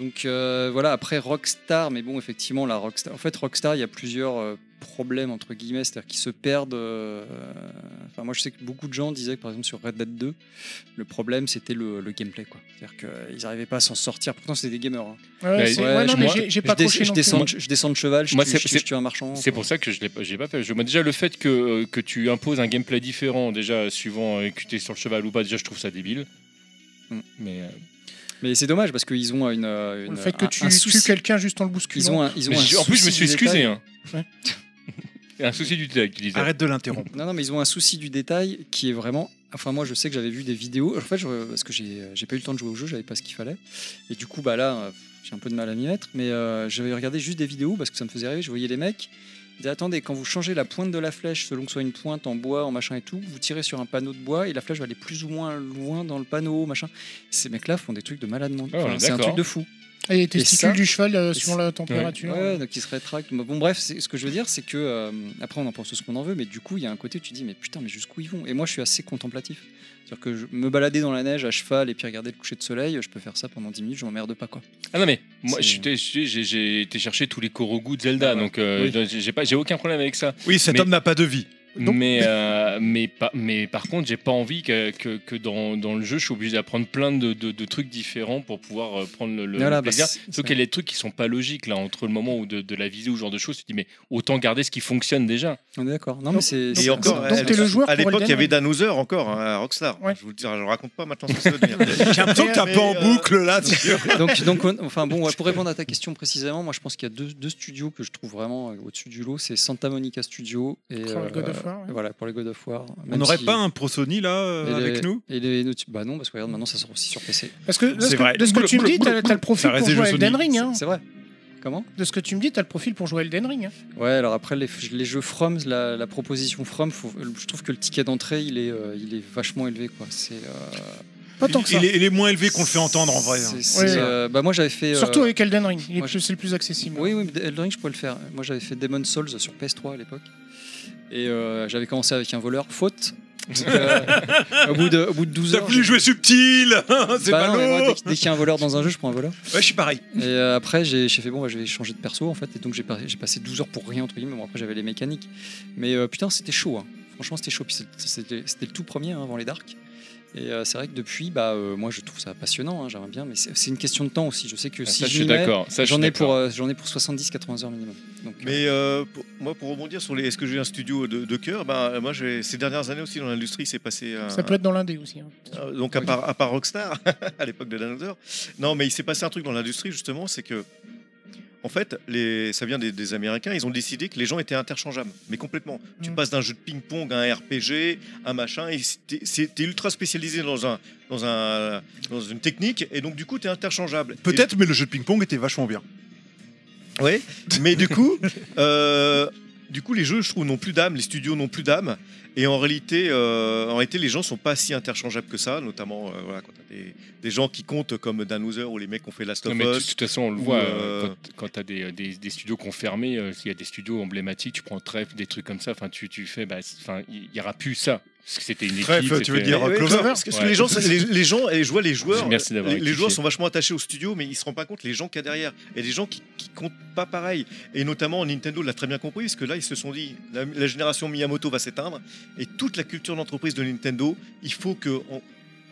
Donc euh, voilà, après Rockstar, mais bon, effectivement, la Rockstar. En fait, Rockstar, il y a plusieurs euh, problèmes, entre guillemets, c'est-à-dire qu'ils se perdent. euh, Enfin, moi, je sais que beaucoup de gens disaient que, par exemple, sur Red Dead 2, le problème, c'était le, le gameplay, quoi. C'est-à-dire qu'ils n'arrivaient pas à s'en sortir. Pourtant, c'était des gamers. hein. Ouais, Ouais, c'est- ouais, non, je- mais moi, j'ai- j'ai je pas dé- accroché je non plus. descends, je, je descends de cheval, je, Moi, tue, c'est- je- je c'est- tue un marchand. C'est pour enfin. ça que je l'ai pas- j'ai pas fait. Je- moi, déjà, le fait que, euh, que tu imposes un gameplay différent, déjà, suivant euh, que tu es sur le cheval ou pas, déjà, je trouve ça débile. Mais. euh, Mais c'est dommage parce qu'ils ont une, euh, une- le fait que un- tu un tues souci- quelqu'un juste en le bousculant. Ils ont un- ils ont mais un j'ai- en plus, je me souci suis du excusé. détail. hein. Il y a un souci du détail qui disait. Arrête de l'interrompre. Non, non, mais ils ont un souci du détail qui est vraiment. Enfin, moi, je sais que j'avais vu des vidéos. En fait, je- parce que j'ai j'ai pas eu le temps de jouer au jeu, j'avais pas ce qu'il fallait. Et du coup, bah là, euh, j'ai un peu de mal à m'y mettre. Mais euh, j'avais regardé juste des vidéos parce que ça me faisait rêver. Je voyais les mecs. Ils disaient Attendez, quand vous changez la pointe de la flèche, selon que ce soit une pointe en bois, en machin et tout, vous tirez sur un panneau de bois et la flèche va aller plus ou moins loin dans le panneau, machin. Ces mecs-là font des trucs de malade mental. Ah, on est Enfin, c'est un d'accord. truc de fou. Et les ça- testicules du cheval euh, et suivant c'est- la température. Ouais, ouais, donc il se rétracte. Mais Bon, bref, c'est- ce que je veux dire, c'est que euh, après, on en pense ce qu'on en veut, mais du coup, il y a un côté où tu te dis, mais putain, mais jusqu'où ils vont Et moi, je suis assez contemplatif. C'est-à-dire que je, me balader dans la neige à cheval et puis regarder le coucher de soleil, je peux faire ça pendant 10 minutes, je m'emmerde pas, quoi. Ah non mais moi C'est- Ah je suis- je suis- j'ai j'ai été chercher tous les Korogu de Zelda donc euh, j'ai pas j'ai aucun problème avec ça. Oui, cet Mais- homme n'a pas de vie. Mais, euh, mais, pas- mais par contre, j'ai pas envie que, que, que dans, dans le jeu, je suis obligé d'apprendre plein de, de- de trucs différents pour pouvoir euh, prendre le, le Voilà, bah, plaisir. c'est- Sauf qu'il y a des trucs qui sont pas logiques là, entre le moment où de, de la visée ou ce genre de choses, tu te dis, mais autant garder ce qui fonctionne déjà. On est d'accord. Non, mais c'est. Et encore, à l'époque- à l'époque, il y avait Dan Hooser encore hein, à Rockstar. Je vous le dis, je le raconte pas maintenant ce que ça veut dire. J'ai l'impression que t'es un peu en boucle là. euh, euh, donc, donc, on- enfin bon, ouais, pour répondre à ta question précisément, moi je pense qu'il y a deux, deux studios que je trouve vraiment euh, au-dessus du lot, c'est Santa Monica Studio et euh, Pour les God of War, ouais. voilà pour les God of War. On Même n'aurait si- pas un pro Sony là euh, et les- avec nous et les notes- Bah non, parce que regarde, maintenant ça sort aussi sur PC. Parce que de ce que, de ce que tu me dis, t'as t'as le profil pour jouer à Elden Ring. hein. C'est vrai. Comment De ce que tu me dis, t'as le profil pour jouer à Elden Ring. hein. Ouais, alors après, les, les jeux From, la, la proposition From, faut- je trouve que le ticket d'entrée, il, est, euh, il est vachement élevé. Quoi. C'est, euh, Pas tant que ça. Il est, il est moins élevé qu'on le fait entendre en vrai. hein. c'est- c'est, euh, bah, moi, j'avais fait. euh, Surtout avec Elden Ring, il est moi, plus- c'est le plus accessible. Oui, oui, mais Elden Ring, je pourrais le faire. Moi, j'avais fait Demon Souls sur PS3 à l'époque. Et euh, j'avais commencé avec un voleur, faute. Donc, euh, au, bout de, au bout de 12 T'as heures. voulu jouer subtil C'est Bah pas non, mais moi, l'eau dès qu'il- dès qu'il y a un voleur dans un jeu, je prends un voleur. Ouais, je suis pareil. Et euh, après, j'ai j'ai fait bon, bah, je vais changer de perso en fait. Et donc, j'ai par- j'ai passé 12 heures pour rien, entre guillemets. Bon, après, j'avais les mécaniques. Mais euh, putain, c'était chaud. hein. Franchement, c'était chaud. Puis c'était- c'était c'était le tout premier hein, avant les Dark. Et euh, c'est vrai que depuis, bah, euh, moi, je trouve ça passionnant. hein, J'aimerais bien. Mais c'est c'est une question de temps aussi. Je sais que Ah, si ça, je je suis m'y mets, d'accord. Ça, je j'en suis ai, pour, euh, j'en ai pour 70-80 heures minimum. Donc, Mais euh, pour- moi, pour rebondir sur les, est-ce que j'ai un studio de, de cœur ben, moi, j'ai- ces dernières années aussi dans l'industrie, c'est passé. euh, Ça peut être dans l'indé aussi. hein. Euh, donc à part, à part Rockstar, à l'époque de Dan Hauser. Non, mais il s'est passé un truc dans l'industrie justement, c'est que, en fait, les, ça vient des, des Américains, ils ont décidé que les gens étaient interchangeables, mais complètement. Tu passes d'un jeu de ping-pong à un RPG, un machin, et c'était- c'était ultra spécialisé dans, un, dans, un, dans une technique, et donc du coup, tu es interchangeable. Peut-être, mais le jeu de ping-pong était vachement bien. Oui, mais du coup, euh, du coup, les jeux, je trouve, n'ont plus d'âme, les studios n'ont plus d'âme. Et en réalité, euh, en réalité, les gens sont pas si interchangeables que ça, notamment euh, voilà, quand t'as des, des gens qui comptent comme Dan Hooser ou les mecs qui ont fait Last of Non, mais de Us. toute façon, on le ou, voit euh, euh, quand, quand tu as des, des, des studios confirmés, euh, s'il y a des studios emblématiques, tu prends Trèfle, des trucs comme ça, enfin tu, tu fais, bah, c'est- enfin, il n'y aura plus ça. Parce que c'était une équipe. Trèfle, tu veux c'était- dire, Oui, oui, Clover Clover, parce que les gens- les- les gens- et je vois les joueurs, Merci d'avoir les, les joueurs rectifié. sont vachement attachés au studio, mais ils se rendent pas compte les gens qu'il y a derrière. Et des gens qui, qui comptent pas pareil. Et notamment Nintendo l'a très bien compris, parce que là ils se sont dit la, la génération Miyamoto va s'éteindre et toute la culture d'entreprise de Nintendo, il faut que on,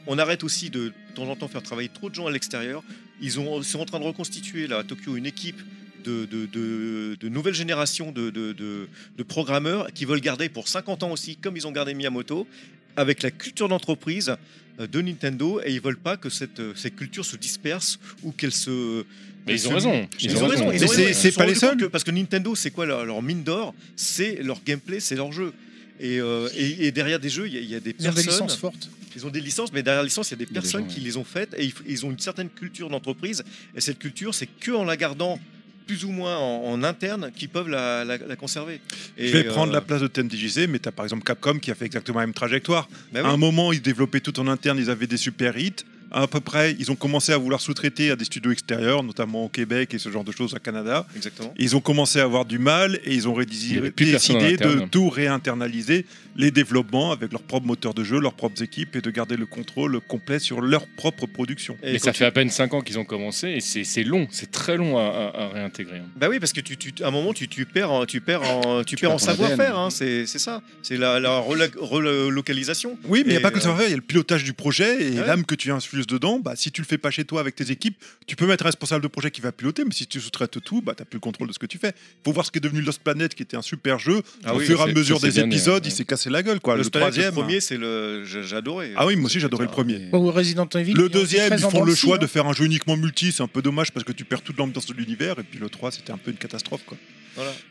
on arrête aussi de, de temps en temps faire travailler trop de gens à l'extérieur. Ils ont, sont en train de reconstituer là à Tokyo une équipe. De, de, de, de nouvelles générations de, de, de- de programmeurs qui veulent garder pour 50 ans aussi, comme ils ont gardé Miyamoto, avec la culture d'entreprise euh, de Nintendo et ils veulent pas que cette, euh, cette culture se disperse ou qu'elle se. Mais qu'elle ils ont se- raison, ils ont raison. ils Mais ont c'est- raison. Ils c'est se pas sont les rendus compte que- parce que Nintendo, c'est quoi leur, leur mine d'or C'est leur gameplay, c'est leur jeu. Et, euh, et- et derrière des jeux, il y a- il y, a des Ils ont des personnes. licences fortes. Ils ont des licences, mais derrière les licences, il y a des y a des personnes gens, qui les ont faites et ils, ils ont une certaine culture d'entreprise. Et cette culture, c'est que en la gardant plus ou moins en, en interne qu'ils peuvent la, la- la conserver. Et, je vais prendre euh, la place de TMDJC, mais tu as par exemple Capcom qui a fait exactement la même trajectoire. Bah oui. À un moment, ils développaient tout en interne, ils avaient des super hits. À peu près, ils ont commencé à vouloir sous-traiter à des studios extérieurs, notamment au Québec et ce genre de choses, à Canada. Exactement. Ils ont commencé à avoir du mal et ils ont Il y avait rédisi- plus personne en décidé de interne. tout réinternaliser, les développements avec leurs propres moteurs de jeu, leurs propres équipes et de garder le contrôle complet sur leur propre production. Mais ça fait à peine 5 ans qu'ils ont commencé et c'est c'est long, c'est très long à, à- à réintégrer. hein. Bah oui, parce que tu, tu- à un moment, tu, tu perds, en- tu perds en, tu perds perds en ton savoir-faire. ADN. hein, c'est c'est ça. C'est la, la rela- relocalisation. Oui, mais il n'y a Et, pas que le euh, savoir-faire, il y a le pilotage du projet et Ouais. l'âme que tu infuses dedans. Bah, si tu le fais pas chez toi avec tes équipes, tu peux mettre un responsable de projet qui va piloter, mais si tu sous-traites tout, bah, tu n'as plus le contrôle de ce que tu fais. Il faut voir ce qui est devenu Lost Planet, qui était un super jeu. Ah Au oui, fur et à c'est- mesure ça, c'est des bien, épisodes, ouais. il s'est cassé la gueule. Quoi. Le, Lost Planet, troisième. Le hein. premier, c'est le. je- J'adorais. Ah oui, moi aussi j'adorais le premier. Ou Resident Evil. Le qui est deuxième, très ils en font dents le scie, choix hein. de faire un jeu uniquement multi, c'est un peu dommage parce que tu perds toute l'ambiance de l'univers. Et puis le 3, c'était un peu une catastrophe. Quoi.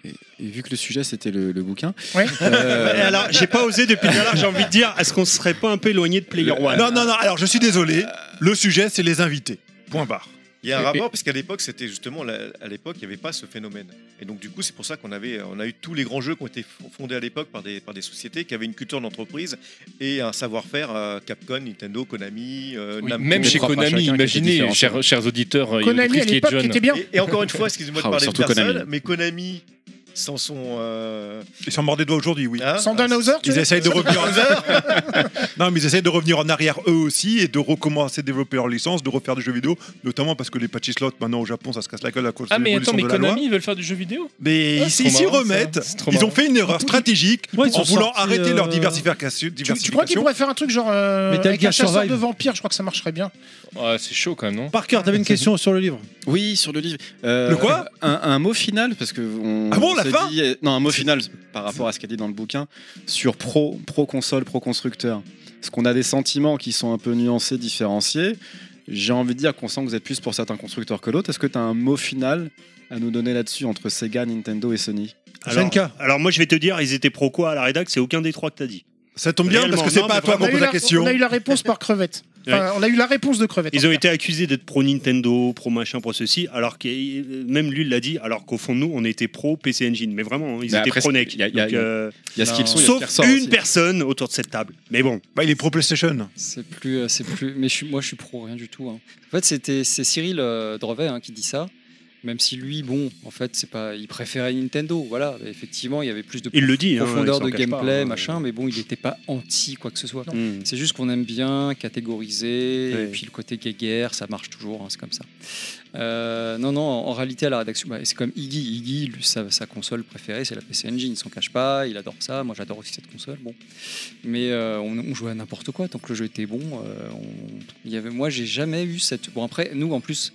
Et vu que le sujet Euh, c'était le, le bouquin. Et alors, j'ai pas osé depuis tout à l'heure, j'ai envie de dire, est-ce qu'on serait pas un peu éloigné de Player One Non, non, non, alors je suis désolé. Le sujet, c'est les invités. Point barre. Il y a un Et- rapport parce qu'à l'époque c'était justement la- à l'époque il n'y avait pas ce phénomène et donc du coup c'est pour ça qu'on avait on a eu tous les grands jeux qui ont été f- fondés à l'époque par des par des sociétés qui avaient une culture d'entreprise et un savoir-faire euh, Capcom, Nintendo, Konami, euh, Oui, Namco. même chez Konami, imaginez, euh, chers, chers auditeurs, et Konami, auditrices à qui est l'époque, jeune. était bien. Et- et encore une fois, excusez-moi de Ah ouais, parler de surtout personne, Konami. mais Konami sans son euh, Ils sont morts des doigts aujourd'hui, oui. Hein Sans Ah, Danhauser, tu Ils veux essayent de Sans revenir en arrière. non, mais ils essayent de revenir en arrière eux aussi et de recommencer à développer leur licence, de refaire des jeux vidéo, notamment parce que les patchy slots maintenant au Japon, ça se casse la gueule à cause Ah, de mais l'évolution attends, mais de la loi. Konami, ils veulent faire du jeu vidéo Mais Ah, ils c'est ils trop s'y marrant, ça. remettent. C'est trop Ils ont marrant. fait une erreur stratégique Ouais, ils en sont voulant sortis, arrêter leur euh, diversification. Tu crois qu'ils pourraient faire un truc genre euh, Metal avec Gear un chasseur Survive. de vampires Je crois que ça marcherait bien. Ouais, c'est chaud quand même, non Parker, t'avais une question sur le livre Oui, sur le livre. Euh, Le quoi un, un mot final, parce que. On, Ah bon, la s'est fin dit- euh, Non, un mot final par rapport à ce qu'il y a dit dans le bouquin sur pro, pro console, pro constructeur. Parce qu'on a des sentiments qui sont un peu nuancés, différenciés. J'ai envie de dire qu'on sent que vous êtes plus pour certains constructeurs que l'autre. Est-ce que tu as un mot final à nous donner là-dessus entre Sega, Nintendo et Sony Alors, alors moi je vais te dire, ils étaient pro quoi à la rédac C'est aucun des trois que t'as dit. Ça tombe bien, parce que c'est pas à toi On a, eu la, on a eu la réponse par crevette. Enfin, Ouais. on a eu la réponse de crevette. Ils ont été accusés d'être pro Nintendo, pro machin, pro ceci, alors que même lui l'a dit, alors qu'au fond de nous on était pro PC Engine, mais vraiment hein, ils Mais étaient après, pro NEC. il y a- il y a- Donc, euh, il y a ce qu'ils sont, il y a ce sauf qui ressort une aussi. personne autour de cette table. Mais bon, Bah, il est pro PlayStation. C'est plus, euh, c'est plus. Mais je suis, moi, je suis pro rien du tout. hein. En fait, c'était c'est Cyril euh, Drevet hein, qui dit ça. Même si lui, bon, en fait, c'est pas, il préférait Nintendo. Voilà, effectivement, il y avait plus de Il le dit, hein, profondeur il s'en de cache pas, gameplay, hein. machin. Mais bon, il n'était pas anti quoi que ce soit. Non. Hmm. Mm. C'est juste qu'on aime bien catégoriser. Ouais. Et puis le côté guéguerre, ça marche toujours. hein, c'est comme ça. Euh, non, non. En réalité, à la rédaction, bah, c'est comme Iggy. Iggy, lui, sa, sa console préférée, c'est la PC Engine. Il s'en cache pas. Il adore ça. Moi, j'adore aussi cette console. Bon mais euh, on, on jouait à n'importe quoi tant que le jeu était bon euh, on- il y avait moi j'ai jamais eu cette bon après nous en plus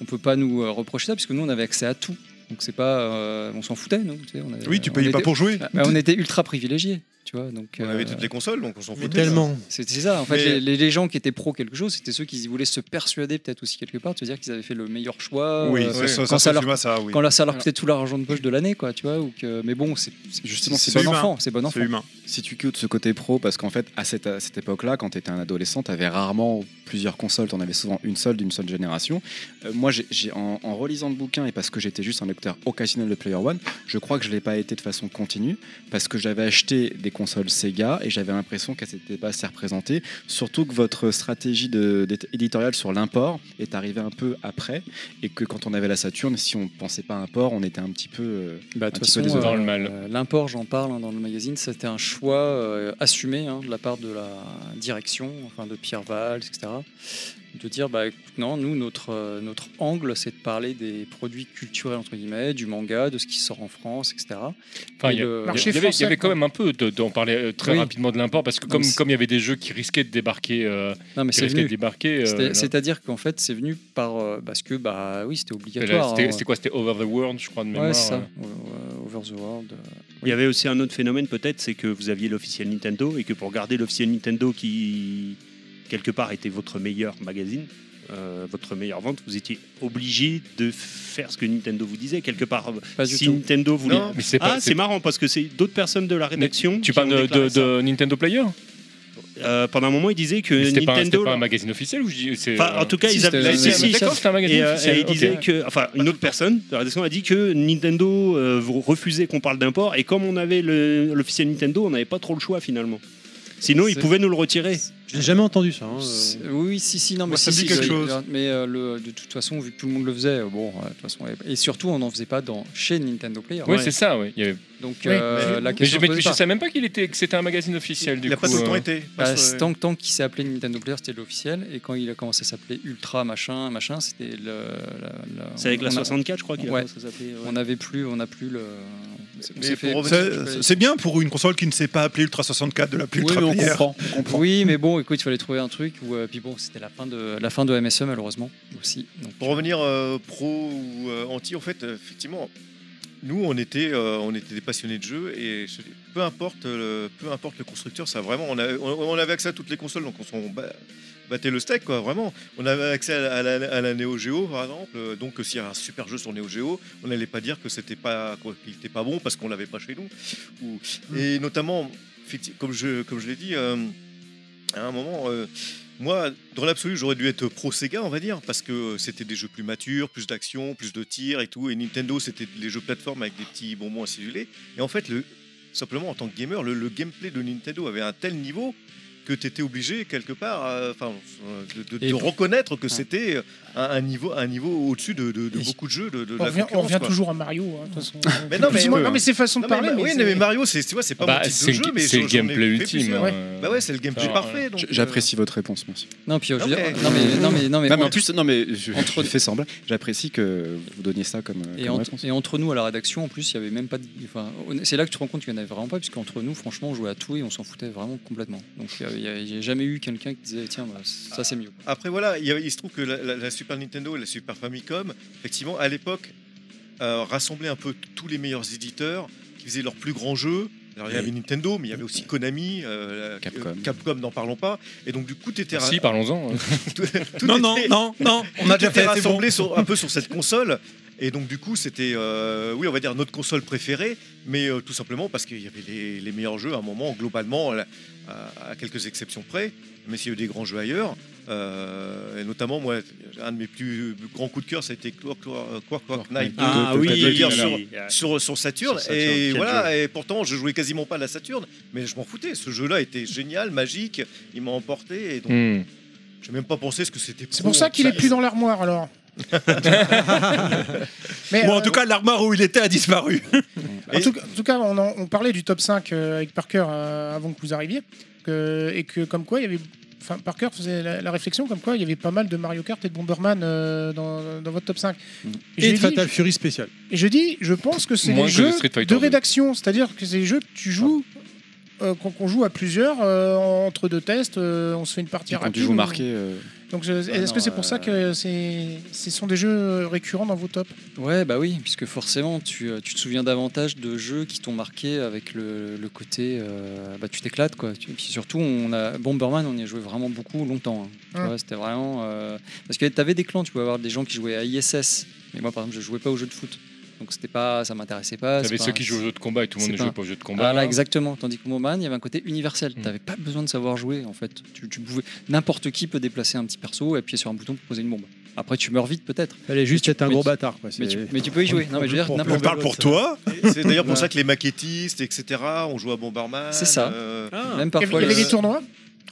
on peut pas nous euh, reprocher ça puisque nous on avait accès à tout donc c'est pas euh, on s'en foutait nous tu sais, on avait- Oui, tu Euh, on payais pas était- pour jouer. Bah, on était ultra privilégiés tu vois donc euh, On avait toutes les consoles, donc on s'en foutait. hein. c'est c'est ça en fait Mais- les, les- les gens qui étaient pro quelque chose c'était ceux qui voulaient se persuader peut-être aussi quelque part de se dire qu'ils avaient fait le meilleur choix Oui, euh, ça- ça- quand ça ça leur, s'assume à ça, oui. quand là, ça leur coûtait tout l'argent de poche de l'année quoi tu vois ou que mais bon c'est c'est- Justement, c'est bon enfant c'est bon enfant Si tu quittes ce côté pro, parce qu'en fait, à cette, à cette époque-là, quand tu étais un adolescent, tu avais rarement plusieurs consoles, tu en avais souvent une seule d'une seule génération. Euh, moi, j'ai, j'ai- en, en relisant le bouquin et parce que j'étais juste un lecteur occasionnel de Player One, je crois que je ne l'ai pas été de façon continue, parce que j'avais acheté des consoles Sega et j'avais l'impression qu'elles n'étaient pas assez représentées, surtout que votre stratégie de- d'é- éditoriale sur l'import est arrivée un peu après, et que quand on avait la Saturn, si on ne pensait pas à import, on était un petit peu... euh, Bah, un de toute petit peu façon, désolé. euh, euh, l'import, j'en parle hein, dans le magazine, c'était un choix euh, assumé hein, de la part de la direction, enfin de Pierre Valls, etc. De dire, bah, écoute, non, nous, notre, euh, notre angle, c'est de parler des produits culturels, entre guillemets, du manga, de ce qui sort en France, etc. Enfin, Et il y, a- le- il y avait, il y avait quand même un peu de- d'en parler euh, très Oui. rapidement de l'import parce que comme mais c'est- comme il y avait des jeux qui risquaient de débarquer, euh, Non, mais qui c'est risquaient venu. de débarquer. euh, C'était- là. C'est-à-dire qu'en fait, c'est venu par, euh, parce que, bah oui, c'était C'était- obligatoire. c'était- hein. C'était quoi C'était Over the World, je crois de mémoire. Ouais, c'est ça. euh. O- Over the World. euh, Il y avait aussi un autre phénomène peut-être, c'est que vous aviez l'officiel Nintendo et que pour garder l'officiel Nintendo qui quelque part était votre meilleur magazine, euh, votre meilleure vente, vous étiez obligé de faire ce que Nintendo vous disait quelque part. Pas du si tout. Nintendo voulait. Non, mais c'est ah, pas- c'est- c'est marrant parce que c'est d'autres personnes de la rédaction. Tu parles de, de- de Nintendo Player Euh, Pendant un moment, il disait que Mais c'était pas un- Nintendo- C'était pas un magazine officiel ou je dis- c'est, Enfin, en euh, tout cas, si, ils c'était avaient. un- si, si, D'accord, si. c'était un magazine Et, euh, officiel. et ils ok. disaient que. Enfin, une autre personne de la rédaction a dit que Nintendo euh, refusait qu'on parle d'import. Et comme on avait le- l'officiel Nintendo, on n'avait pas trop le choix finalement. Sinon, ils C'est- pouvaient nous le retirer. Je l'ai jamais entendu ça. hein. C'est- Oui, si, si, non, Moi, mais ça si, me dit si, quelque je- chose. Mais euh, le- de toute façon, vu que tout le monde le faisait, euh, bon, euh, de toute façon, et- et surtout, on n'en faisait pas dans chez Nintendo Player. Oui, c'est ça. Oui. Il y avait- Donc euh, la Mais question. je, se mais posait je pas. savais même pas qu'il était que c'était un magazine officiel. du a coup, euh. Bah, c'est tant, tant qu'il s'est appelé Nintendo Player, c'était l'officiel. Et quand il a commencé à s'appeler Ultra, machin, machin, c'était le. la- la- C'est avec la on a- 64, je crois, qu'il a Ouais. commencé à s'appeler, ouais. On n'avait plus, on n'a plus le. on s'est- on s'est fait- C'est- C'est bien pour une console qui ne s'est pas appelée Ultra 64 de la plus Ultra Player. Oui, mais bon, écoute, il fallait trouver un truc où. euh, puis bon, c'était la fin de la fin de MSE malheureusement aussi. Donc, Pour revenir euh, pro ou euh, anti, en fait, euh, effectivement, nous, on était, euh, on était des passionnés de jeux et je- peu importe, euh, peu importe le constructeur, ça vraiment, on, a- on- on avait accès à toutes les consoles, donc on s'en ba- battait le steak, quoi, vraiment. On avait accès à la, à la- à la Neo Geo, par exemple, euh, donc s'il y a un super jeu sur Neo Geo, on n'allait pas dire que c'était pas, quoi, qu'il était pas bon parce qu'on l'avait pas chez nous. Ou- et notamment, effecti- comme je, comme je l'ai dit. euh, à un moment, euh, Moi, dans l'absolu, j'aurais dû être pro Sega, on va dire, parce que euh, c'était des jeux plus matures, plus d'action, plus de tirs et tout. Et Nintendo, c'était les jeux plateforme avec des petits bonbons à cellulés. Et en fait, le, simplement en tant que gamer, le, le gameplay de Nintendo avait un tel niveau que tu étais obligé quelque part euh, enfin, euh, de, de- Et de pour- reconnaître que c'était un, un niveau, un niveau au-dessus de, de- de beaucoup de jeux. De, de On la revient, on concurrence, revient quoi. toujours à Mario. hein, de toute façon. Mais non, mais, euh, Excuse-moi, non, mais c'est façon de Non, parler. mais- oui, c'est- mais Mario, c'est tu vois, c'est pas Bah, mon type c'est de le- jeu, mais c'est le j'en- j'en ai gameplay fait ultime, plusieurs. hein. Ouais. Bah ouais, c'est le gameplay Enfin, parfait. donc, J- euh, J'apprécie votre réponse, merci. Non, puis, euh, je veux Ok. dire- non, mais, non, mais, non, mais, Non, mais en entre- plus, non, mais je, entre- je fais semblant. J'apprécie que vous donniez ça comme, euh, Et, comme entre- réponse. et entre nous à la rédaction, en plus, il y avait même pas. de- enfin, on- c'est là que tu te rends compte qu'il y en avait vraiment pas, puisque entre nous, franchement, on jouait à tout et on s'en foutait vraiment complètement. Donc, il y avait- il y avait- j'ai jamais eu quelqu'un qui disait tiens, bah, ça c'est mieux. Après, voilà, il, y a- il se trouve que la, la- la Super Nintendo et la Super Famicom, effectivement, à l'époque, euh, rassemblaient un peu tous les meilleurs éditeurs qui faisaient leurs plus grands jeux. Alors, il y avait Nintendo, mais il y avait aussi Konami, euh, la- euh, Capcom, n'en parlons pas. Et donc, du coup, tu étais. Ah, Si, parlons-en. euh. non, non, non, non, on a déjà fait, c'est rassemblé bon. sur, un peu sur cette console. Et donc, du coup, c'était, euh, oui, on va dire notre console préférée, mais euh, tout simplement parce qu'il y avait les, les meilleurs jeux à un moment, globalement, à, à- à quelques exceptions près, mais s'il y a eu des grands jeux ailleurs. euh, et notamment, moi, un de mes plus grands coups de cœur, ça a été Clock- Clock- Clockwork Knight Ah de- de- de- oui, de- de- oui, sur, oui. sur, sur Saturn. Sur Saturn, et quel voilà, jeu. et pourtant, je jouais quasiment pas à la Saturn, mais je m'en foutais. Ce jeu-là était génial, magique, il m'a emporté. Et donc, j'ai même pas pensé ce que c'était. C'est pour ça qu'il est plus dans l'armoire alors. Mais, Bon, en euh, tout cas, l'armoire où il était a disparu. En tout, en tout cas, on, en- on parlait du top 5 euh, avec Parker euh, avant que vous arriviez, que- et que comme quoi il y avait. Enfin, Parker faisait la, la réflexion comme quoi il y avait pas mal de Mario Kart et de Bomberman euh, dans, dans votre top 5. Et de je Fatal dis, Fury spécial. et je dis, je pense que c'est Moins les que le jeux Street Fighter de deux. rédaction, c'est-à-dire que c'est les jeux que tu joues, Ah. euh, qu'on qu'on joue à plusieurs euh, entre deux tests, euh, on se fait une partie Quand rapide. tu joues ou- marqué. euh, Donc, je- Ah est-ce non, que c'est pour ça euh, que c'est- ce sont des jeux récurrents dans vos tops Ouais, bah oui, puisque forcément, tu, euh, tu te souviens davantage de jeux qui t'ont marqué avec le, le côté. euh, bah, tu t'éclates, quoi. Tu- Puis surtout, on a, Bomberman, on y a joué vraiment beaucoup, longtemps. hein. Tu Mm. vois, c'était vraiment. euh, parce que t'avais des clans, tu pouvais avoir des gens qui jouaient à ISS. Mais moi, par exemple, je jouais pas aux jeux de foot. Donc, c'était pas, ça m'intéressait pas. T'avais c'est pas- ceux qui jouaient aux jeux de combat et tout le monde c'est ne jouait pas aux jeux de combat. Mm. Voilà, exactement. Tandis que Bomberman, il y avait un côté universel. T'avais pas besoin de savoir jouer, en fait. Tu, tu pouvais... N'importe qui peut déplacer un petit perso et appuyer sur un bouton pour poser une bombe. Après, tu meurs vite, peut-être. Fallait juste être un mais gros tu- bâtard. quoi, mais c'est- tu- mais tu peux y jouer. Non, mais je veux dire, n'importe- Et C'est d'ailleurs pour ça que les maquettistes, etc., ont joué à Bomberman. C'est ça. euh, Même parfois, Il y avait les- des tournois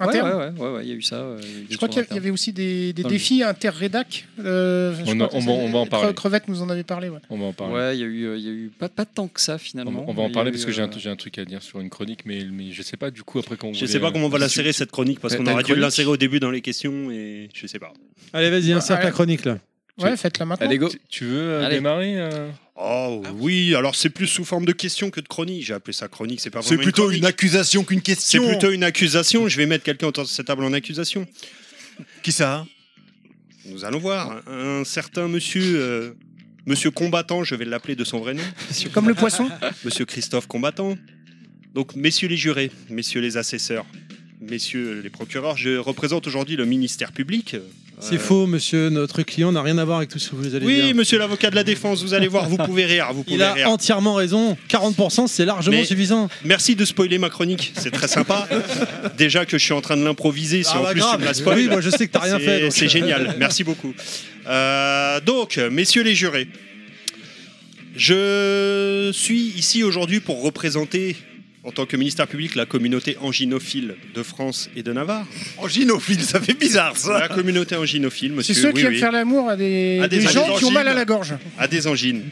Ouais, internes ouais, ouais, ouais, ouais, il y a eu ça. euh, il y a eu des Je crois qu'il y tournois a- il y avait aussi des, des Dans le défis inter-rédac. euh, je On crois en- que on va- c'est- on va en Cre- parler. Crevette nous en avait parlé. Ouais. On va en parler. Ouais, il y a eu, euh, il y a eu pas, pas tant que ça On, finalement. on va en Il y a parler eu, parce que j'ai un, euh, j'ai un truc à dire sur une chronique, mais, mais je sais pas du coup après quand. euh, Je sais pas comment on va l'insérer cette chronique parce qu'on aurait dû l'insérer au début dans les questions et je sais pas. Allez, vas-y, insère Ouais. ta chronique là. Ouais, faites-la maintenant. Tu- Tu veux euh, Allez. démarrer Oh oui, alors c'est plus sous forme de question que de chronique. J'ai appelé ça chronique, c'est pas C'est vraiment plutôt chronique. une accusation qu'une C'est question. plutôt une accusation. Je vais mettre quelqu'un autour de cette table en accusation. Qui ça Nous allons voir. Un certain monsieur. euh, Monsieur Combattant, je vais l'appeler de son vrai nom. Comme le poisson Monsieur Christophe Combattant. Donc, messieurs les jurés, messieurs les assesseurs, messieurs les procureurs, je représente aujourd'hui le ministère public. C'est Euh, faux, monsieur. Notre client n'a rien à voir avec tout ce que vous allez Oui, dire. monsieur l'avocat de la défense, vous allez voir, vous pouvez rire, vous pouvez Il a rire. entièrement raison. 40%, c'est largement Mais- suffisant. Merci de spoiler ma chronique, c'est très sympa. Déjà que je suis en train de l'improviser, si Ah en bah plus grave. tu me la spoil, Oui, moi, je sais que t'as rien c'est- fait, donc. C'est génial, merci beaucoup. Euh, donc, messieurs les jurés, je suis ici aujourd'hui pour représenter, en tant que ministère public, la communauté anginophile de France et de Navarre. Anginophile, ça fait bizarre ça La communauté anginophile, C'est monsieur. ceux qui oui, aiment oui. faire l'amour à des, À Ah, des des gens qui ont angines. mal à la gorge. À des angines.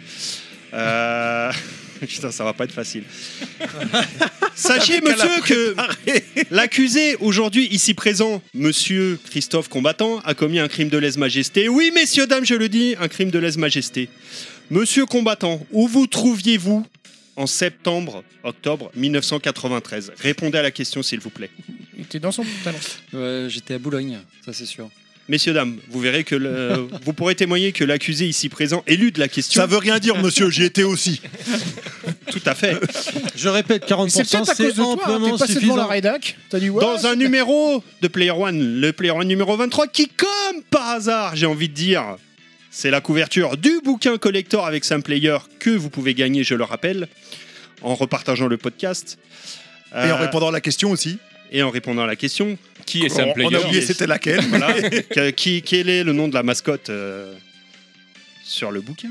Euh, Putain, ça va pas être facile. Sachez, T'avais qu'à la monsieur, que l'accusé aujourd'hui ici présent, monsieur Christophe Combattant, a commis un crime de lèse-majesté. Oui, messieurs, dames, je le dis, un crime de lèse-majesté. Monsieur Combattant, où vous trouviez-vous en septembre, octobre 1993 Répondez à la question, s'il vous plaît. Il était dans son pantalon. Ouais, J'étais à Boulogne, ça c'est sûr. Messieurs, dames, vous verrez que le- vous pourrez témoigner que l'accusé ici présent élude la question. Ça veut rien dire, monsieur, j'y étais aussi. Tout à fait. Je répète, 40%, C'est peut-être à cause de toi, hein, t'es passé devant la rédac, t'as dit ouais. dans un numéro de Player One, le Player One numéro 23, qui, comme par hasard, j'ai envie de dire, c'est la couverture du bouquin collector avec Sam Player que vous pouvez gagner, je le rappelle, en repartageant le podcast. Et en Euh, répondant à la question aussi. et en répondant à la question, Qui est Sam On- on a Player oublié c'était laquelle. Voilà. Que- qui, quel est le nom de la mascotte euh, sur le bouquin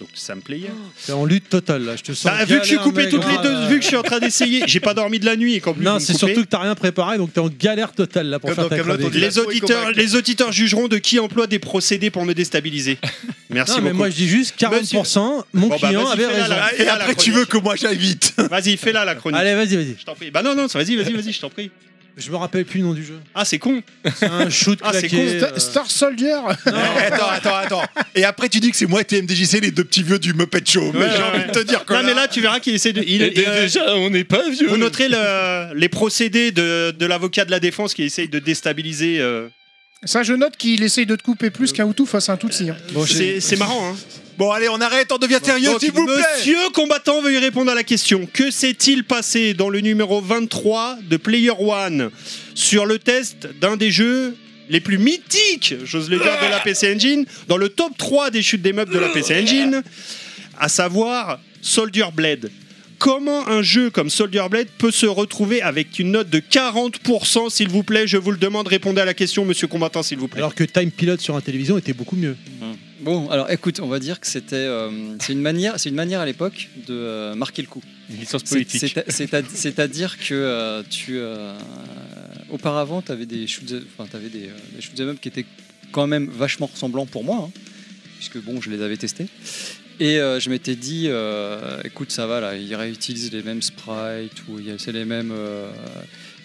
Donc Sam Player. Oh. T'es en lutte totale là, je te sens. Bah, vu que je suis galère, coupé mec. toutes les Ah, deux, ouais. vu que je suis en train d'essayer, j'ai pas dormi de la nuit et qu'en plus vous Non, me c'est coupez. surtout que t'as rien préparé, donc t'es en galère totale là pour Comme faire dans ta Kaamelott, chronique. les auditeurs, les auditeurs jugeront de qui emploie des procédés pour me déstabiliser. Merci Non, beaucoup. mais moi je dis juste 40%, Bon, mon bah, client vas-y, avait fais-la, raison. la- fais-la, la chronique. que moi j'aille vite Vas-y, fais-la la chronique. Allez, vas-y, vas-y. Je t'en prie. Bah non, non, vas-y, vas-y, vas-y, je t'en prie. Je me rappelle plus le nom du jeu. Ah, c'est con. C'est un shoot Ah, c'est claqué. con. euh, Star Soldier attends, attends, attends. Et après, tu dis que c'est moi et TMDJC, les deux petits vieux du Muppet Show. mais Ouais, j'ai ouais, envie ouais. de te dire que Non, là- mais là, tu verras qu'il essaie de. il- Et dé- euh, déjà, on n'est pas vieux. Vous noterez le- les procédés de, de l'avocat de la défense qui essaye de déstabiliser. euh, Ça, je note qu'il essaye de te couper plus qu'un Hutu face à un Tutsi. hein. c'est c'est marrant, hein. Bon, allez, on arrête, on devient sérieux, Donc, s'il vous plaît. Monsieur combattant, veuillez répondre à la question. Que s'est-il passé dans le numéro 23 de Player One sur le test d'un des jeux les plus mythiques, j'ose le dire, de la PC Engine, dans le top 3 des chutes des meubles de la PC Engine, à savoir Soldier Blade. Comment un jeu comme Soldier Blade peut se retrouver avec une note de 40%, s'il vous plaît Je vous le demande, répondez à la question, monsieur combattant, s'il vous plaît. Alors que Time Pilot sur la télévision était beaucoup mieux. Mm. Bon, alors écoute, on va dire que c'était, euh, c'est une manière, c'est une manière à l'époque de euh, marquer le coup. Une licence C'est- politique. c'est à- c'est à- C'est-à-dire que euh, tu, euh, auparavant, tu avais des shoots, enfin, t'avais des, euh, des shoot'em up qui étaient quand même vachement ressemblants pour moi, hein, puisque bon, je les avais testés. Et euh, je m'étais dit, euh, écoute, ça va là, ils réutilisent les mêmes sprites ou il y a- c'est les mêmes. euh,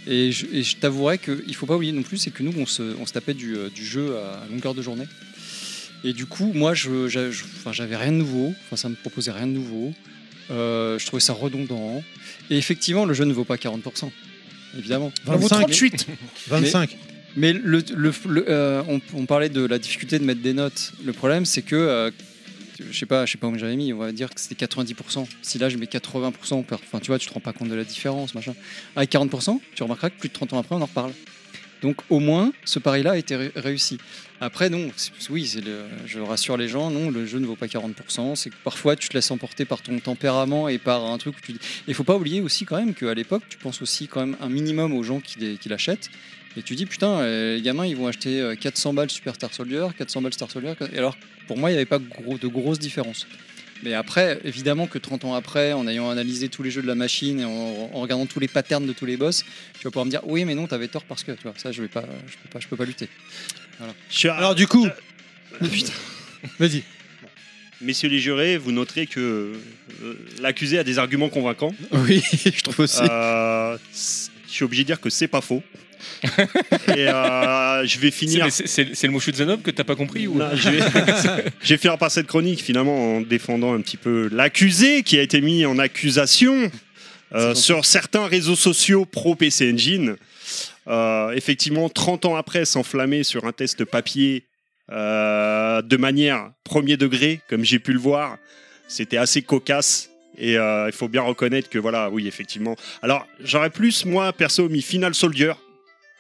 et je, et je t'avouerais qu'il faut pas oublier non plus, c'est que nous, on se, on se tapait du, euh, du jeu à longueur de journée. Et du coup, moi, je, j'a- je- enfin, j'avais rien de nouveau. Enfin, ça me proposait rien de nouveau. Euh, je trouvais ça redondant. Et effectivement, le jeu ne vaut pas 40%. Évidemment. Il vaut 38. 25. Mais, mais le, le- le- euh, on, on parlait de la difficulté de mettre des notes. Le problème, c'est que. euh, je sais pas, je sais pas où j'avais mis, on va dire que c'était 90%. Si là je mets 80%, on perd- enfin tu vois, tu te rends pas compte de la différence, machin. Avec 40%, tu remarqueras que plus de 30 ans après, on en reparle. Donc au moins, ce pari-là a été ré- réussi. Après, non, c'est- oui, c'est le- je rassure les gens, non, le jeu ne vaut pas 40%. C'est que parfois, tu te laisses emporter par ton tempérament et par un truc. où tu dis- Il faut pas oublier aussi quand même qu'à l'époque, tu penses aussi quand même un minimum aux gens qui, les- qui l'achètent. Et tu dis, putain, euh, les gamins, ils vont acheter euh, 400 balles Super Star Soldier, 400 balles Star Soldier. Et alors, pour moi, il n'y avait pas gros- de grosses différences. Mais après, évidemment que 30 ans après, en ayant analysé tous les jeux de la machine et en, en regardant tous les patterns de tous les boss, tu vas pouvoir me dire oui, mais non, t'avais tort parce que tu vois, ça, je vais pas, je peux pas, je peux pas lutter. Voilà. Alors du coup, vas-y. Messieurs les jurés, vous noterez que euh, l'accusé a des arguments convaincants. Oui, je trouve aussi. Euh, c- je suis obligé de dire que c'est pas faux. Et euh, je vais finir. C'est- mais C'est c'est le mot shoot the knob que t'as pas compris ou Non, je vais, je vais finir par cette chronique finalement en défendant un petit peu l'accusé qui a été mis en accusation euh, sur certains réseaux sociaux pro PC Engine. Euh, effectivement, 30 ans après, s'enflammer sur un test papier euh, de manière premier degré, comme j'ai pu le voir, c'était assez cocasse. Et euh, il faut bien reconnaître que voilà, oui, effectivement. Alors, j'aurais plus, moi, perso, mis Final Soldier,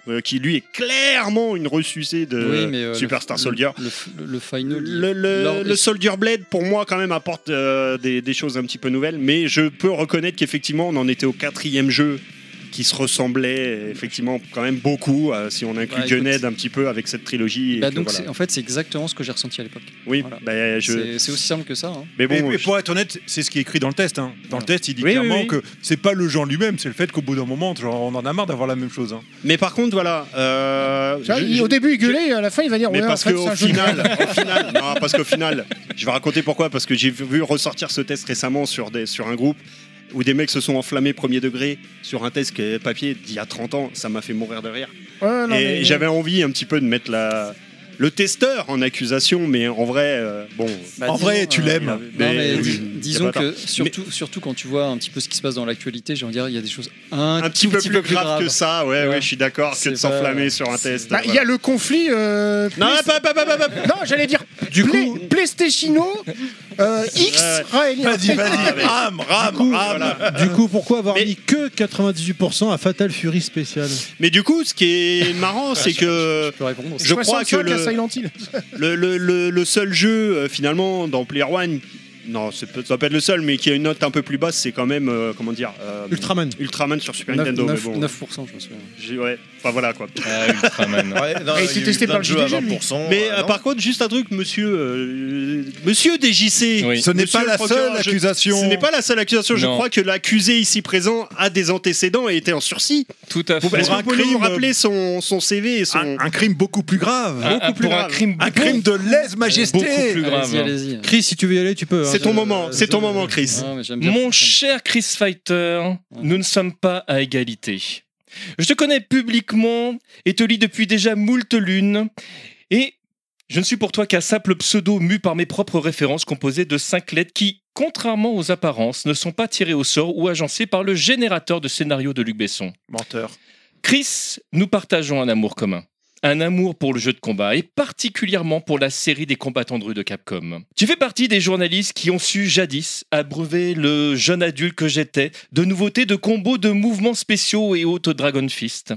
euh, qui lui est clairement une ressucée de Oui, mais, euh, le- Superstar le- Soldier. Le, le, le final. il- Le, le- l'ordre- le Soldier Blade, pour moi, quand même, apporte euh, des, des choses un petit peu nouvelles, mais je peux reconnaître qu'effectivement, on en était au quatrième jeu qui se ressemblait effectivement quand même beaucoup, euh, si on inclut Bah, écoute. Gunhead un petit peu avec cette trilogie. et Bah, que donc, voilà. c'est- en fait, c'est exactement ce que j'ai ressenti à l'époque. Oui, Voilà. bah, je- C'est- C'est aussi simple que ça. hein. Mais bon, Et- et je- pour être honnête, c'est ce qui est écrit dans le test. hein. Dans le test, il dit Oui, clairement oui, oui. que c'est pas le genre lui-même, c'est le fait qu'au bout d'un moment, genre, on en a marre d'avoir la même chose. hein. Mais par contre, voilà. euh, Tu vois, je- il- je- au début, il gueulait, et à la fin, il va dire Mais ouais, parce en fait, que c'est au un jeu de final, au final- non, parce qu'au final, je vais raconter pourquoi, parce que j'ai vu ressortir ce test récemment sur, des, sur un groupe où des mecs se sont enflammés premier degré sur un test qui est papier d'il y a 30 ans, ça m'a fait mourir de rire. Ouais, non, et mais- j'avais envie un petit peu de mettre la, le testeur en accusation, mais en vrai, euh, bon. Bah, disons, euh, non, mais dis- disons que surtout surtout, surtout quand tu vois un petit peu ce qui se passe dans l'actualité, j'ai envie de dire, il y a des choses un, un, petit tout peu plus grave, que ça, ouais, ouais, je suis d'accord, que de pas- s'enflammer sur un test. Bah, Il y a le conflit. euh, Non, Play- pas- pas- pas- pas- pas- Non, j'allais dire du coup, PlayStation euh, X Ah, Raël. rame, rame, Ah, rame. Du coup, pourquoi avoir mis que 98% à Fatal Fury spécial Mais du coup, ce qui est marrant, Ah, c'est que je crois que 65 à le, Silent Hill. le, le- le- le seul jeu euh, finalement dans Player One, non, c'est peut- ça peut être le seul, mais qui a une note un peu plus basse, c'est quand même euh, comment dire euh, Ultraman. Ultraman sur Super Neuf- Nintendo. mais neuf- bon. 9%, je me souviens. J'ai- ouais. Enfin voilà quoi. Ah, Ouais, non, il y a eu plein de jeux à 20%, Mais euh, euh, non. par contre, juste un truc, monsieur, euh, monsieur DJC. Oui. Ce n'est monsieur pas le la procureur, seule je- accusation. Ce n'est pas la seule accusation. Je Non. crois que l'accusé ici présent a des antécédents et était en sursis. Tout à Vous, fait. est-ce que Un vous pouvez nous crime, rappeler son, son CV et son. Un, crime beaucoup plus grave. Beaucoup plus grave. Un crime de lèse-majesté. Chris, si tu veux y aller, tu peux. hein. C'est ton moment, c'est ton moment, Chris. bien Mon cher Chris Fighter, nous ne sommes pas à égalité. Je te connais publiquement et te lis depuis déjà moult lunes. Et je ne suis pour toi qu'un simple pseudo mu par mes propres références composées de cinq lettres qui, contrairement aux apparences, ne sont pas tirées au sort ou agencées par le générateur de scénario de Luc Besson. Menteur. Chris, nous partageons un amour commun. Un amour pour le jeu de combat et particulièrement pour la série des combattants de rue de Capcom. Tu fais partie des journalistes qui ont su jadis abreuver le jeune adulte que j'étais de nouveautés, de combos, de mouvements spéciaux et hautes Dragon Fist.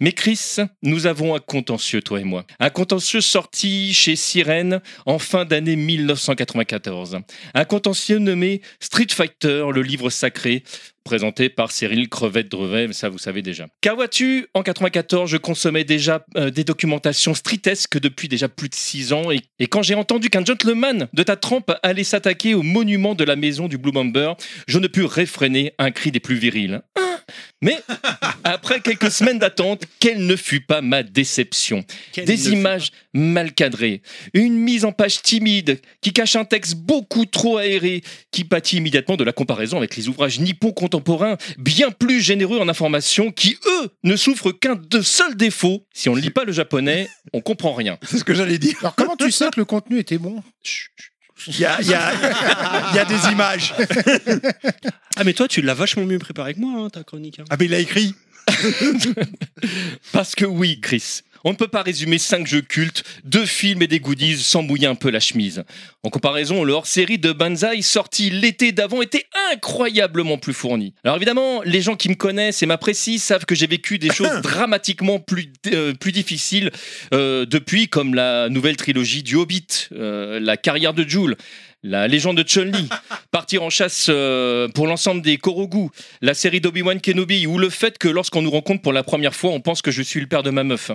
Mais Chris, nous avons un contentieux, toi et moi. Un contentieux sorti chez Sirène en fin d'année 1994. Un contentieux nommé Street Fighter, le livre sacré, présenté par Cyril Crevette Drevet, mais ça vous savez déjà. Car vois-tu, en 94, je consommais déjà euh, des documentations streetesques depuis déjà plus de 6 ans, et, et quand j'ai entendu qu'un gentleman de ta trempe allait s'attaquer au monument de la maison du Blue Bomber, je ne pus réfréner un cri des plus virils. Ah Mais après quelques semaines d'attente, quelle ne fut pas ma déception Quelle ne Des fut images mal cadrées, une mise en page timide qui cache un texte beaucoup trop aéré, qui pâtit immédiatement de la comparaison avec les ouvrages nippons contemporains, bien plus généreux en information, qui eux ne souffrent qu'un de seul défaut si on ne lit pas le japonais, on comprend rien. C'est ce que j'allais dire. Alors comment tu sais que le contenu était bon Il y a, il y a- il y a des images. Ah, mais toi, tu l'as vachement mieux préparé que moi, hein, ta chronique. hein. Ah, mais il a écrit. Parce que oui, Chris, on ne peut pas résumer cinq jeux cultes, deux films et des goodies sans mouiller un peu la chemise. En comparaison, le hors-série de Banzai sorti l'été d'avant était incroyablement plus fourni. Alors évidemment, les gens qui me connaissent et m'apprécient savent que j'ai vécu des choses dramatiquement plus, euh, plus difficiles euh, depuis, comme la nouvelle trilogie du Hobbit, euh, la carrière de Jules. La légende de Chun-Li, partir en chasse euh, pour l'ensemble des Korogu, la série d'Obi-Wan Kenobi, ou le fait que lorsqu'on nous rencontre pour la première fois, on pense que je suis le père de ma meuf.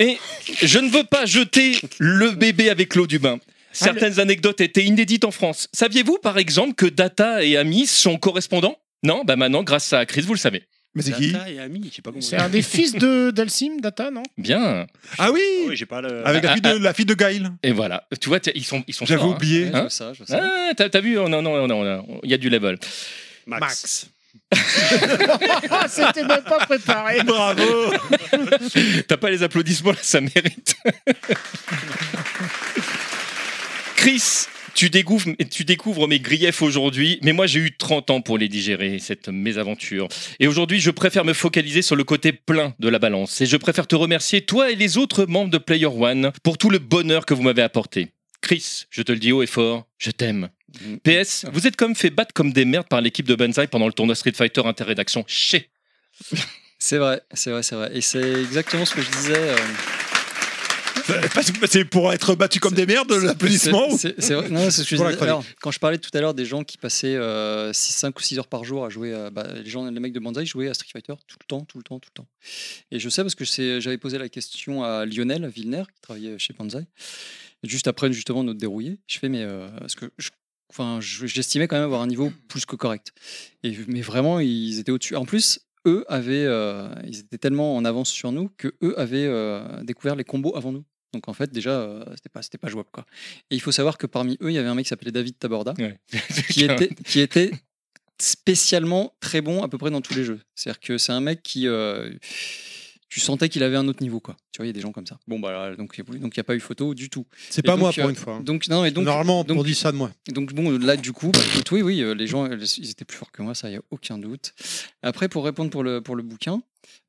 Et je ne veux pas jeter le bébé avec l'eau Ah, du bain. Certaines anecdotes étaient inédites en France. Saviez-vous, par exemple, que Data et Ami sont correspondants Non Bah maintenant, grâce à Chris, vous le savez. Mais Data et Ami, j'ai pas compris. C'est un des fils de d'Alcim, Data, non Bien. Ah oui Oui, j'ai pas le. Avec la fille de, Ah, ah. la fille de Gail. Et voilà, tu vois, t'es- ils sont, ils sont J'avais forts, hein. oublié. Hein Ouais, je vois ça, je vois ça. Ah, t'as, t'as vu Non, non, non, non, non, il y a du level. Max. C'était même pas préparé. Bravo T'as pas les applaudissements, là, ça mérite. Chris, tu découvres, tu découvres mes griefs aujourd'hui, mais moi j'ai eu 30 ans pour les digérer, cette mésaventure. Et aujourd'hui, je préfère me focaliser sur le côté plein de la balance. Et je préfère te remercier, toi et les autres membres de Player One, pour tout le bonheur que vous m'avez apporté. Chris, je te le dis haut et fort, je t'aime. PS, vous êtes comme fait battre comme des merdes par l'équipe de Banzai pendant le tournoi Street Fighter Interrédaction. Chez C'est vrai, c'est vrai, c'est vrai. Et c'est exactement ce que je disais. euh, Euh, C'est pour être battu comme des merdes, l'applaudissement C'est c'est- c'est vrai. Non, c'est ce que je Pour la disais. chronique. Alors, quand je parlais tout à l'heure des gens qui passaient 5 ou 6 heures par jour à jouer, à, bah, les, gens, les mecs de Banzai jouaient à Street Fighter tout le temps, tout le temps, tout le temps. Et je sais parce que c'est- j'avais posé la question à Lionel Villeneuve, qui travaillait chez Banzai, juste après justement notre dérouillé. Je fais, mais euh, parce que je- Enfin, je- j'estimais quand même avoir un niveau plus que correct. Et, mais vraiment, ils étaient au-dessus. En plus, eux avaient, euh, ils étaient tellement en avance sur nous que eux avaient euh, découvert les combos avant nous. Donc en fait, déjà, euh, c'était pas, c'était pas jouable quoi. Et il faut savoir que parmi eux, il y avait un mec qui s'appelait David Taborda, qui était, qui était spécialement très bon à peu près dans tous les jeux. C'est-à-dire que c'est un mec qui euh, tu sentais qu'il avait un autre niveau quoi. Tu vois, il y a des gens comme ça. Bon bah alors, donc il n'y a pas eu photo du tout. C'est Et pas moi donc, pour euh, une fois. hein. Donc non et donc Normalement, on dit ça de moi. et Donc bon, là du coup, bah, écoute, oui, oui, euh, les gens, euh, ils étaient plus forts que moi, ça, il n'y a aucun doute. Après, pour répondre pour le, pour le bouquin,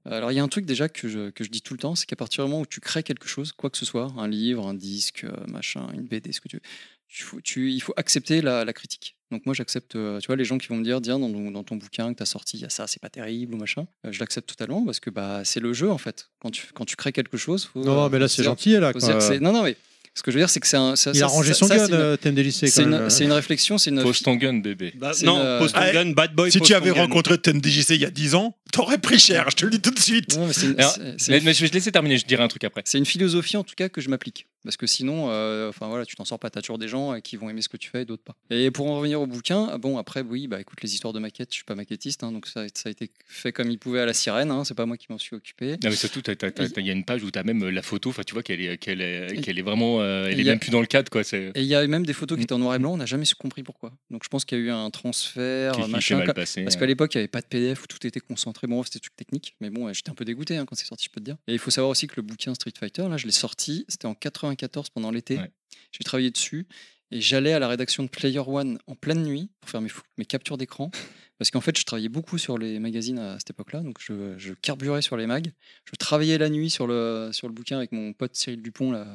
euh, alors il y a un truc déjà que je, que je dis tout le temps, c'est qu'à partir du moment où tu crées quelque chose, quoi que ce soit, un livre, un disque, euh, machin, une BD, ce que tu veux, tu faut- tu- il faut accepter la, la critique. Donc moi, j'accepte, euh, tu vois, les gens qui vont me dire, tiens, dans, ton- dans ton bouquin que tu as sorti, il y a ça, c'est pas terrible ou machin, Euh, je l'accepte totalement parce que bah, c'est le jeu en fait. Quand tu, quand tu crées quelque chose, faut, Non, non, mais là, c'est dire- gentil, là, faut quoi. dire que c'est- Non, non, mais Ce que je veux dire, c'est que c'est un. ça- Il ça- a rangé ça- son ça, gun, c'est une- euh, Thème des lycées. C'est une, c'est une réflexion, c'est une. Pose ton gun, bébé. c'est non, une- pose ton Ah, gun, bad boy. Si tu avais rencontré Ten DJC il y a 10 ans, t'aurais pris cher, je te le dis tout de suite. Alors, mais- mais je vais te laisser terminer, je dirai un truc après. C'est une philosophie en tout cas que je m'applique. Parce que sinon, euh, enfin voilà, tu t'en sors pas. T'as toujours des gens euh, qui vont aimer ce que tu fais et d'autres pas. Et pour en revenir au bouquin, bon après, oui, bah écoute, les histoires de maquettes, je suis pas maquettiste, hein, donc ça, ça a été fait comme il pouvait à la sirène. hein, c'est pas moi qui m'en suis occupé. Non, mais surtout, t'as- t'as- t'as- il y a une page où tu as même euh, la photo, enfin, tu vois qu'elle est, qu'elle est, qu'elle est vraiment. euh, elle Il est y a- même plus dans le cadre, quoi. C'est... Et il y a même des photos Mm. qui étaient en noir et blanc, on n'a jamais compris pourquoi. Donc je pense qu'il y a eu un transfert, Qui- qui machin. s'est mal quoi. passé, parce ouais. qu'à l'époque, il n'y avait pas de PDF où tout était concentré. Bon, c'était des trucs techniques, mais bon, euh, j'étais un peu dégoûté hein, quand c'est sorti, je peux te dire. Et il faut savoir aussi que le bouquin Street Fighter, là, je l'ai sorti, c'était en 94 pendant l'été. J'ai travaillé dessus et j'allais à la rédaction de Player One en pleine nuit pour faire mes, fou- mes captures d'écran. Parce qu'en fait, je travaillais beaucoup sur les magazines à cette époque-là, donc je, je carburais sur les mags. Je travaillais la nuit sur le, sur le bouquin avec mon pote Cyril Dupont, là,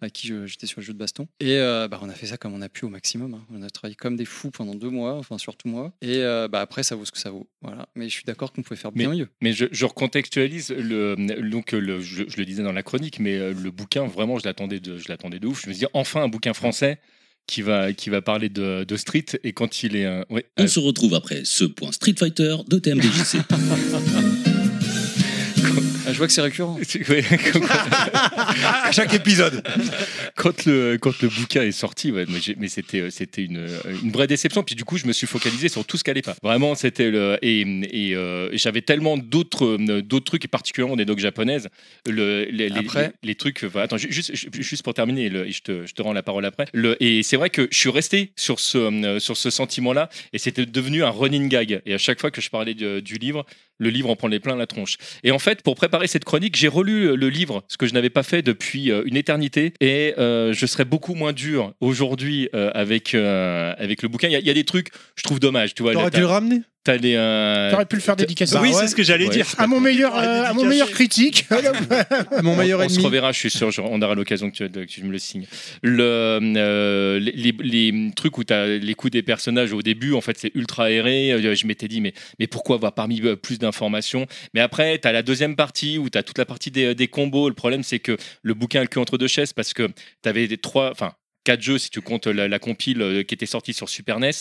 à qui je- j'étais sur le jeu de baston. Et euh, bah, on a fait ça comme on a pu au maximum. hein. On a travaillé comme des fous pendant deux mois, enfin surtout moi. Et euh, bah, après, ça vaut ce que ça vaut. Voilà. Mais je suis d'accord qu'on pouvait faire Mais, bien mieux. mais je, je recontextualise le, euh, donc le, je, je le disais dans la chronique, mais euh, le bouquin vraiment je l'attendais de je l'attendais de ouf. Je me disais enfin un bouquin français qui va qui va parler de, de street et quand il est euh, ouais, On se retrouve après ce point Street Fighter de TMDJC. Ah, je vois que c'est récurrent. à chaque épisode. Quand le, quand le bouquin est sorti, ouais, mais, j'ai- mais c'était, euh, c'était une, euh, une vraie déception. Puis du coup, je me suis focalisé sur tout ce qui allait pas. Vraiment, c'était le. Et, et, euh, et j'avais tellement d'autres, euh, d'autres trucs, et particulièrement des docs japonaises. Le, les, les- Après les, les trucs. enfin, attends, ju- juste, ju- juste pour terminer, et le- et je, te, je te rends la parole après. Le, et c'est vrai que je suis resté sur ce, euh, sur ce sentiment-là, et c'était devenu un running gag. Et à chaque fois que je parlais de- du livre, le livre en prenait plein la tronche. Et en fait, pour préparer cette chronique, j'ai relu euh, le livre, ce que je n'avais pas fait depuis euh, une éternité, et euh, je serais beaucoup moins dur aujourd'hui euh, avec, euh, avec le bouquin. Il y, a- il y a des trucs, je trouve dommage. Tu vois, T'aurais là, dû t'as- le ramener T'as les. euh, T'aurais pu le faire t'as- dédicacer. Bah ouais. Ouais, À mon meilleur, euh, à mon meilleur critique. on, on se reverra, je suis sûr, je- on aura l'occasion que, tu- de- que tu me le signes. Le, euh, les, les- les trucs où tu as les coups des personnages au début, en fait, c'est ultra aéré. Euh, Je m'étais dit, mais, mais pourquoi avoir parmi euh, plus d'informations Mais après, tu as la deuxième partie où tu as toute la partie des, euh, des combos. Le problème, c'est que le bouquin a le cul entre deux chaises parce que tu avais des trois. Enfin, quatre jeux si tu comptes la, la compile euh, qui était sortie sur Super NES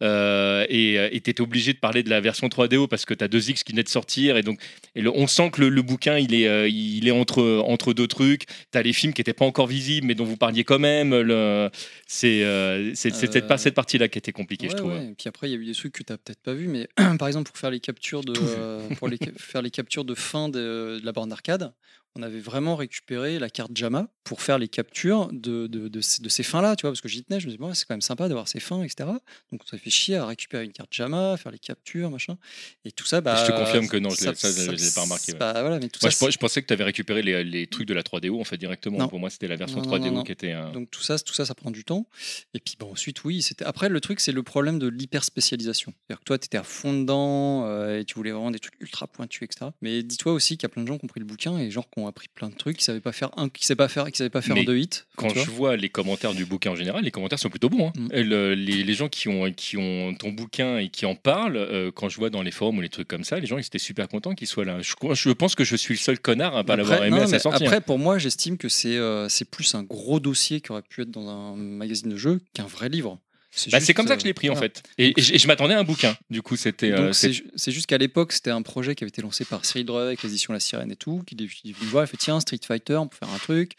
euh, et euh, et t'étais obligé de parler de la version 3DO parce que t'as 2X qui venait de sortir et donc et le- on sent que le, le bouquin il est, euh, il est entre, entre deux trucs t'as les films qui n'étaient pas encore visibles mais dont vous parliez quand même le, c'est euh, c'est- c'est Euh, peut-être pas cette partie là qui était compliquée je Ouais, trouve ouais. Et puis après, il y a eu des trucs que tu n'as peut-être pas vu, mais par exemple, pour faire les captures de, euh, pour les ca- faire les captures de fin de, de la borne d'arcade, on avait vraiment récupéré la carte JAMA pour faire les captures de, de, de ces- de ces fins-là, tu vois, parce que j'y tenais, je me disais, bon, c'est quand même sympa d'avoir ces fins, etc. Donc on s'est fait chier à récupérer une carte JAMA, faire les captures, machin. Et tout ça, bah. je te confirme que non, je ça- l'ai- ça, je ça- l'ai pas remarqué. ouais. bah, voilà, mais tout Moi, ça, je, je pensais que tu avais récupéré les, les trucs de la 3DO en fait directement. Non. Pour moi, c'était la version Non, non, 3DO non, non. qui était. euh, un Donc tout ça, tout ça, ça prend du temps. Et puis bon, ensuite, oui, c'était. Après, le truc, c'est le problème de l'hyper ah, spécialisation. C'est-à-dire que toi, tu étais à fond dedans euh, et tu voulais vraiment des trucs ultra pointus, etc. Mais dis-toi aussi qu'il y a plein de gens qui ont pris le bouquin et genre qui ont appris plein de trucs, qui savaient pas faire un, qui savaient pas faire, qui savaient pas faire Mais en deux hits. Quand tu vois. Mm. je vois les commentaires du bouquin en général, les commentaires sont plutôt bons. hein. Et le- les, les gens qui ont, qui ont ton bouquin et qui en parlent, euh, quand je vois dans les forums ou les trucs comme ça, les gens ils étaient super contents qu'ils soient là. Je, crois- je pense que je suis le seul connard à pas Après- l'avoir aimé non, à sa mais sortie. Après, hein. pour moi, j'estime que c'est euh, c'est plus un gros dossier qui aurait pu être dans un magazine de jeu qu'un vrai livre. Bah, c'est juste, comme ça que je l'ai euh, pris en voilà. fait. Et, et je, et je m'attendais à un bouquin. Du coup, c'était. euh, Donc, c'est c'est- ju- c'est juste qu'à l'époque, c'était un projet qui avait été lancé par Cyril Drevet avec les éditions La Sirène et tout, qui est venu me voir, il fait tiens, Street Fighter, on peut faire un truc.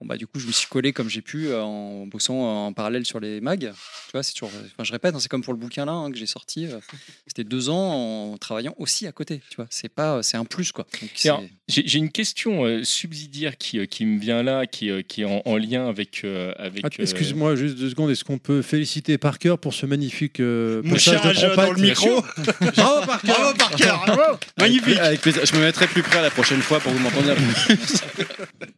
Bon, bah, du coup, je me suis collé comme j'ai pu euh, en bossant en parallèle sur les mags. Tu vois, c'est toujours. Enfin, je répète, hein, c'est comme pour le bouquin là hein, que j'ai sorti. euh, C'était deux ans en travaillant aussi à côté. Tu vois, c'est pas, euh, c'est un plus quoi. Donc, c'est- Alors, J'ai j'ai une question euh, subsidiaire qui, euh, qui me vient là, qui, euh, qui est en, en lien avec. euh, Ah, avec Att- euh, Ah, Excuse-moi juste deux secondes. Est-ce qu'on peut féliciter Parker pour ce magnifique euh, Mon passage cher de Aja trompette dans le micro. Bravo Parker. Bravo, Parker. Magnifique. Avec plaisir. Je me mettrai plus près la prochaine fois pour que vous m'entendiez. un peu plus.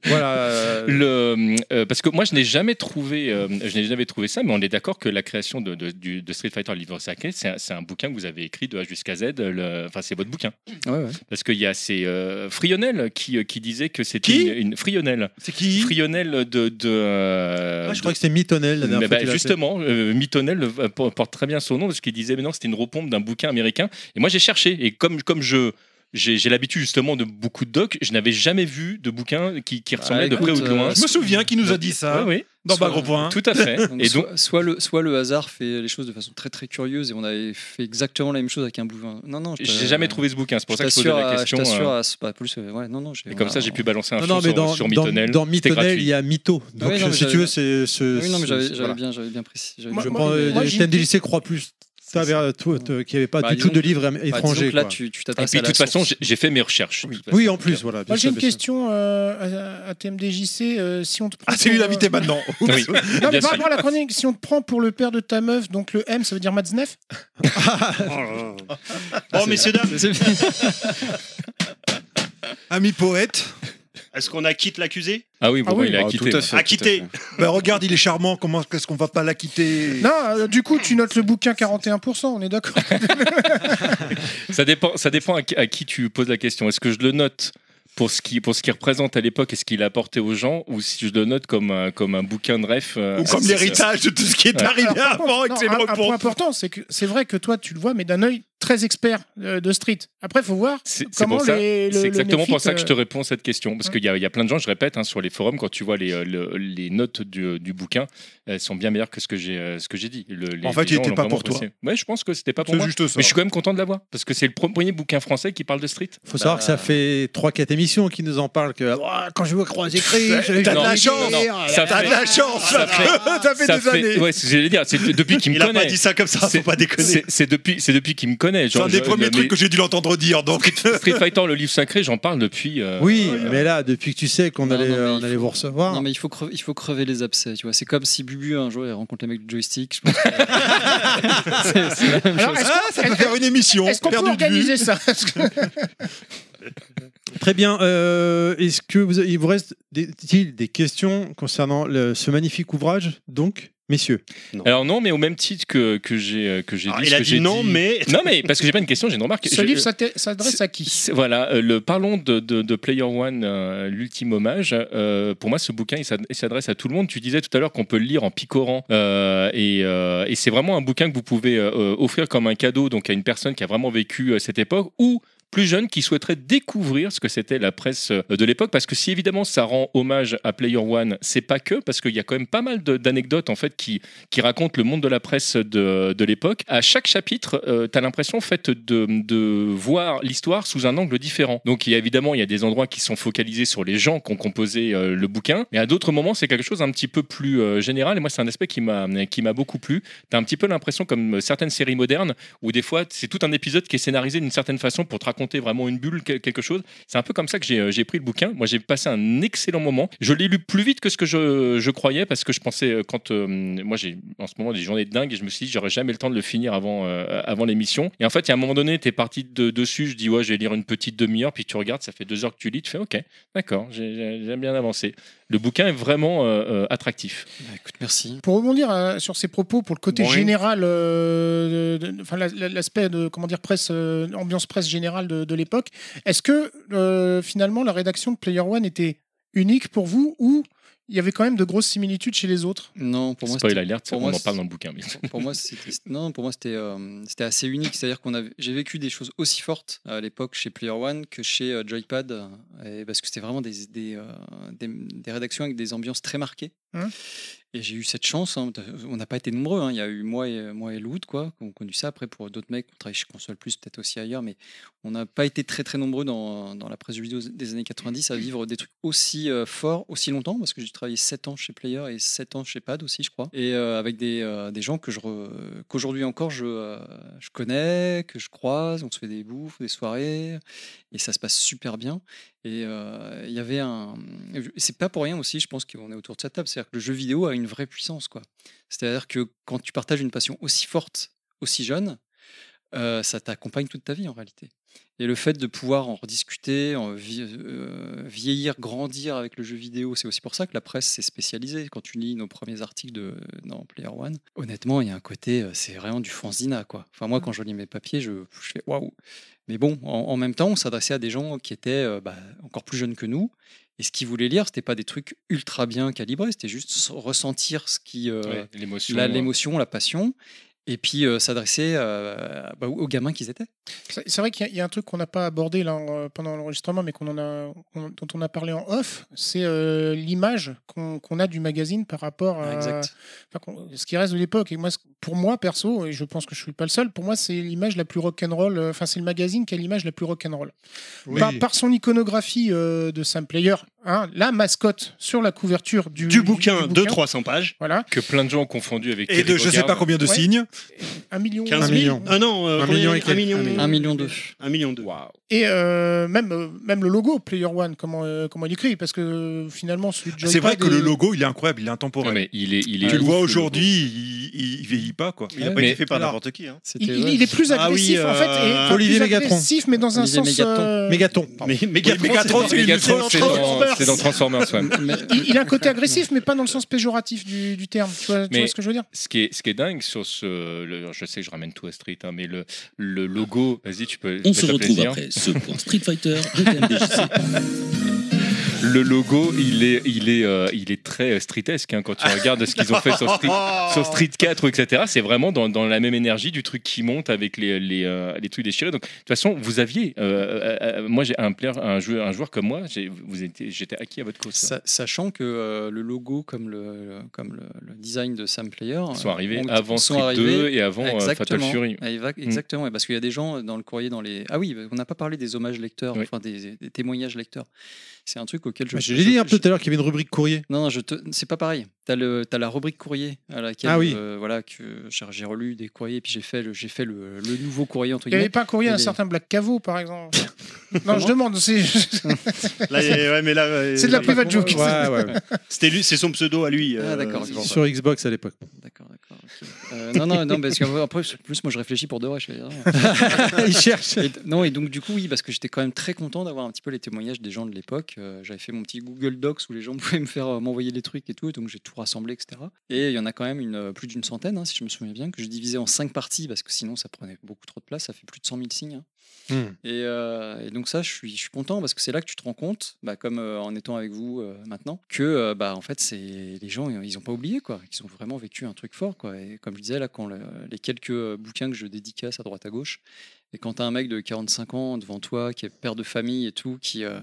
voilà. Le, euh, parce que moi, je n'ai jamais trouvé, euh, je n'ai jamais trouvé ça, mais on est d'accord que la création de, de- du- de Street Fighter Libre Sake, c'est un, c'est un bouquin que vous avez écrit de A jusqu'à Z. le- Enfin, c'est votre bouquin. Ouais, ouais. Parce qu'il y a ces euh, Frionel qui, euh, qui disait que c'était une, une Frionel. C'est qui Frionel de. de euh, Ah, je de- crois que c'était Mitonnel la dernière mais fois bah, qu'il l'a fait. justement, euh, Mitonnel euh, por- porte très bien son nom parce qu'il disait mais non c'était une repompe d'un bouquin américain. Et moi j'ai cherché et comme comme je j'ai j'ai l'habitude justement de beaucoup de docs. Je n'avais jamais vu de bouquin qui, Bah, qui ressemblait de près ou de loin. euh, euh, Je me souviens qu'il nous a dit ça Ouais, ouais. dans Soit- Bagro Point. Tout à fait. Et Et donc, donc- soit, soit le, soit le hasard fait les choses de façon très très curieuse et on avait fait exactement la même chose avec un bouquin. Non, non, je- J'ai jamais trouvé ce bouquin, c'est pour je ça que je posais t'assure la à- question, Je t'assure euh. à ce- bah, plus, euh, ouais, non, non, j'ai- Et comme on ça, a- j'ai pu balancer un Non, film non, mais sur, dans, sur dans, Mythonel. dans C'était Mythonel, gratuit. il y a Mytho. Ah Donc, euh, oui, non, mais si tu j'avais- veux, c'est ce. Oui, non, mais j'avais ce- j'avais voilà. bien, j'avais bien précis. j'avais Je bien- prends euh, les TMDJC croit plus ça vers toi, toi, qui n'avait pas Bah, du tout disons de que- livres bah, am- disons que étrangers. là, quoi. tu- tu Et puis, de toute façon, j'ai- j'ai fait mes recherches. de toute façon. Oui, en plus, voilà. Moi, bien j'ai sûr, une bien sûr. question euh, à, à TMDJC. euh, si on te prend Ah, c'est lui pour, euh, l'invité maintenant. Oui. Non, mais Bien par sûr. rapport à la chronique, si on te prend pour le père de ta meuf, donc le M, ça veut dire Matzneff Oh, Ah, Bon, messieurs, dames, Ami poète. est-ce qu'on acquitte l'accusé Ah oui, bon, Ah oui. il a Ah, quitté. tout à fait, Acquitté. Ben, regarde, il est charmant. Comment est-ce qu'on va pas l'acquitter Non, euh, du coup, tu notes le bouquin 41%, on est d'accord Ça dépend, ça dépend à, qui- à qui tu poses la question. Est-ce que je le note pour ce qui pour ce qu'il représente à l'époque et ce qu'il a apporté aux gens, ou si je le note comme un, comme un bouquin de ref euh, Ou comme c'est- l'héritage de tout ce qui est Ouais. arrivé Alors, par contre, avant. non, Ah, excellent un, un point. point important, c'est que c'est vrai que toi, tu le vois, mais d'un œil très expert euh, de street. Après, il faut voir C'est c'est comment pour ça- les. le- c'est le exactement pour néophyte, ça que je te euh, réponds à cette question. Parce qu'il y, a- il y a plein de gens, je répète, hein, sur les forums, quand tu vois les, euh, le- les notes du, euh, du bouquin, elles sont bien meilleures que ce que j'ai euh, ce que j'ai dit. Le- les- En fait, les il gens était l'ont pas vraiment pour toi. apprécié. Ouais, je pense que c'était pas pour C'est moi. juste ça. Mais je suis quand même content de l'avoir. Parce que c'est le premier bouquin français qui parle de street. Bah, Faut savoir que ça fait 3-4 émissions qui nous en parlent que Ouah, quand je vois croiser Chris, T'as de la chance, ça fait- ça fait- Ça fait Ça des années. Ouais, c'est- j'allais dire, c'est de- depuis qu'il me Il a connaît. pas dit ça comme ça, faut C'est- pas déconner. c'est- C'est depuis, c'est depuis qu'il me connaît. C'est Genre, un des je- premiers mais- trucs que j'ai dû l'entendre dire. Donc. Street Fighter, le livre sacré, j'en parle depuis. euh, Oui, mais là, depuis que tu sais qu'on allait, euh, on allait vous recevoir. Non, mais il faut, crever, il faut crever les abcès, tu vois. C'est comme si Bubu, un jour, il rencontre les mecs du joystick. Je pense que- c'est, c'est la même Alors, chose. est-ce qu'on- Ça peut faire une émission. Est-ce qu'on peut perdu de vue. organiser ça Parce que- Très bien. euh, Est-ce que vous, il vous reste des, il des questions concernant le- ce magnifique ouvrage, donc, messieurs Alors non, mais au même titre que, que j'ai euh, que j'ai Ah, dit. il ce a que dit j'ai non, mais- non, mais parce que j'ai pas une question, j'ai une remarque. Ce Je- livre s'atte- s'adresse à qui C'est- Voilà, euh, le, parlons de, de- de Player One, euh, l'ultime hommage. Euh, pour moi, ce bouquin, il s'ad- il s'adresse à tout le monde. Tu disais tout à l'heure qu'on peut le lire en picorant. Euh, et euh, et c'est vraiment un bouquin que vous pouvez euh, euh, offrir comme un cadeau donc à une personne qui a vraiment vécu euh, cette époque ou plus jeune qui souhaiterait découvrir ce que c'était la presse euh, de l'époque parce que si évidemment ça rend hommage à Player One c'est pas que parce qu'il y a quand même pas mal de- d'anecdotes en fait qui, qui racontent le monde de la presse de, de l'époque à chaque chapitre euh, t'as l'impression en fait de, de voir l'histoire sous un angle différent donc il y a évidemment il y a des endroits qui sont focalisés sur les gens qui ont composé euh, le bouquin mais à d'autres moments c'est quelque chose un petit peu plus euh, général et moi c'est un aspect qui m'a qui m'a beaucoup plu t'as un petit peu l'impression comme certaines séries modernes où des fois c'est tout un épisode qui est scénarisé d'une certaine façon pour te raconter vraiment une bulle, quel- quelque chose. C'est un peu comme ça que j'ai euh, j'ai pris le bouquin. Moi j'ai passé un excellent moment. Je l'ai lu plus vite que ce que je, je croyais parce que je pensais euh, quand euh, moi j'ai en ce moment des journées de dingue et je me suis dit j'aurais jamais le temps de le finir avant, euh, avant l'émission. Et en fait, il y a un moment donné, t'es parti de, dessus, je dis ouais, je vais lire une petite demi-heure, puis tu regardes, ça fait deux heures que tu lis, tu fais ok, d'accord, j'ai- j'ai- j'aime bien avancer. Le bouquin est vraiment euh, euh, attractif. écoute, merci. Pour rebondir euh, sur ses propos, pour le côté Oui. général, euh, de- de- enfin la- la- l'aspect de comment dire presse, euh, ambiance presse générale de, de l'époque, est-ce que euh, finalement la rédaction de Player One était unique pour vous ou il y avait quand même de grosses similitudes chez les autres Non, pour moi. Spoil c'était- alert, pour on moi, en parle c'est- dans le bouquin, mais- Pour, pour moi, c'était non, pour moi, c'était euh, c'était assez unique. C'est-à-dire qu'on avait, j'ai vécu des choses aussi fortes euh, à l'époque chez Player One que chez euh, Joypad, euh, et parce que c'était vraiment des des, euh, des des rédactions avec des ambiances très marquées. Hein Et j'ai eu cette chance. hein, de- on n'a pas été nombreux. hein. Il y a eu moi et moi et Loud, quoi, qui ont connu ça. Après, pour d'autres mecs, on travaille chez Console Plus, peut-être aussi ailleurs, mais on n'a pas été très très nombreux dans, dans la presse du vidéo des années 90 à vivre des trucs aussi euh, forts, aussi longtemps, parce que j'ai travaillé 7 ans chez Player et 7 ans chez Pad aussi, je crois. Et euh, avec des, euh, des gens que je re- qu'aujourd'hui encore je, euh, je connais, que je croise, on se fait des bouffes, des soirées, et ça se passe super bien. Et euh, il y avait un. C'est pas pour rien aussi, je pense qu'on est autour de cette table, c'est-à-dire que le jeu vidéo a une vraie puissance, quoi. C'est-à-dire que quand tu partages une passion aussi forte, aussi jeune, euh, ça t'accompagne toute ta vie en réalité. Et le fait de pouvoir en rediscuter, en vie- euh, vieillir, grandir avec le jeu vidéo, c'est aussi pour ça que la presse s'est spécialisée. Quand tu lis nos premiers articles de, dans Player One, honnêtement, il y a un côté, euh, c'est vraiment du fanzina. Quoi. Enfin, Mmh. moi, quand je lis mes papiers, je, je fais waouh. Mais bon, en, en même temps, on s'adressait à des gens qui étaient euh, bah, encore plus jeunes que nous. Et ce qu'ils voulaient lire, c'était pas des trucs ultra bien calibrés, c'était juste s- ressentir ce qui, euh, Ouais, l'émotion, la- ouais. l'émotion, la passion. et puis euh, s'adresser euh, bah, aux gamins qu'ils étaient. C'est c'est vrai qu'il y, a- il y a un truc qu'on n'a pas abordé là en- euh, pendant l'enregistrement, mais qu'on en a, on- dont on a parlé en off, c'est euh, l'image qu'on qu'on a du magazine par rapport à Ah, exact. enfin, qu'on- ce qui reste de l'époque. Et moi, ce- pour moi perso, et je pense que je suis pas le seul, pour moi c'est l'image la plus rock'n'roll. euh, Enfin, c'est le magazine qui a l'image la plus rock'n'roll. Oui. Par, par son iconographie euh, de Sam Player, hein, la mascotte sur la couverture du, Du bouquin de 300 pages. Voilà. Que plein de gens ont confondu avec Terry je ne Bogard. Ouais. Un million. 15 000. Ah non, euh, Un combien- million et un quelques. million. Un million. Un million deux. Un million deux. Et euh, même, euh, même le logo Player One, comment, euh, comment il écrit, parce que euh, finalement, celui de Joypad C'est vrai que est- le logo, il est incroyable, il est intemporel. mais il est, il est tu le ouf, vois le aujourd'hui, il, il, il vieillit pas quoi. Il a pas été fait par n'importe qui. Hein. Il, il- il est plus Ah oui, agressif en fait. et- euh, plus Olivier Mégatron. agressif, mais dans un Olivier sens. Mégaton. euh, Mégaton. Mais Mégatron, Mégatron, c'est- c'est- Mégatron, c'est c'est dans dans, Transformers. c'est dans Transformers. ouais. il, il a un côté agressif, mais pas dans le sens péjoratif du, du terme. Tu vois, tu Mais vois ce que je veux dire Ce qui est, ce qui est dingue sur ce, le- je sais que je ramène tout à Street, hein, mais le, le logo, vas-y, tu peux. On fais se toi retrouve plaisir. après ce point Street Fighter de TMDJC. Le logo, il est, il est, euh, il est très euh, streetesque hein, quand tu regardes ce qu'ils ont fait sur Street, sur Street 4, etc. C'est vraiment dans, dans la même énergie du truc qui monte avec les, les, euh, les trucs déchirés. Donc, de toute façon, vous aviez, euh, euh, euh, moi j'ai un player, un joueur, un joueur comme moi, j'ai- vous étiez- j'étais acquis à votre cause. Sa- sachant que euh, le logo comme le, le- comme le, le design de Sam Player Sont arrivés ont- avant Street 2 et avant, euh, Fatal Exactement. Fury. Et va- Mm. Exactement, et parce qu'il y a des gens euh, dans le courrier dans les ah oui, on n'a pas parlé des hommages lecteurs, enfin des, des témoignages lecteurs. C'est un truc auquel je. Bah, Je l'ai dit un je- peu tout à l'heure qu'il y avait une rubrique courrier. non, non, je te... c'est pas pareil. T'as le, t'as la rubrique courrier à laquelle, Ah oui. euh, voilà, que j'ai j'ai relu des courriers, puis j'ai fait le, j'ai fait le, le nouveau courrier entre Il n'y guillemets. avait pas un courrier à Et un les- certain Black Caveau, par exemple. non, Comment je demande. C'est Là, il y a- ouais, mais là, ouais, C'est de la il y a- private joke. C'était lui, c'est son pseudo à lui. euh, Ah, d'accord, c'est pour ça. Sur Xbox à l'époque. Euh, non, non, non, parce qu'après, plus moi je réfléchis pour de vrai. Je fais, Il cherche. non, et donc du coup, oui, parce que j'étais quand même très content d'avoir un petit peu les témoignages des gens de l'époque. Euh, J'avais fait mon petit Google Docs où les gens pouvaient me faire euh, m'envoyer des trucs et tout, et donc j'ai tout rassemblé, etc. Et il y en a quand même une, euh, plus d'une centaine, hein, si je me souviens bien, que j'ai divisé en cinq parties parce que sinon ça prenait beaucoup trop de place. Ça fait plus de 100 000 signes. hein. Hmm. Et, euh, et donc ça, je suis, je suis content parce que c'est là que tu te rends compte, bah, comme euh, en étant avec vous euh, maintenant, que euh, bah, en fait, c'est les gens, ils n'ont pas oublié quoi, qu'ils ont vraiment vécu un truc fort quoi. Et comme je disais là, quand le- les quelques euh, bouquins que je dédicace à droite à gauche, et quand t'as un mec de 45 ans devant toi, qui est père de famille et tout, qui, euh,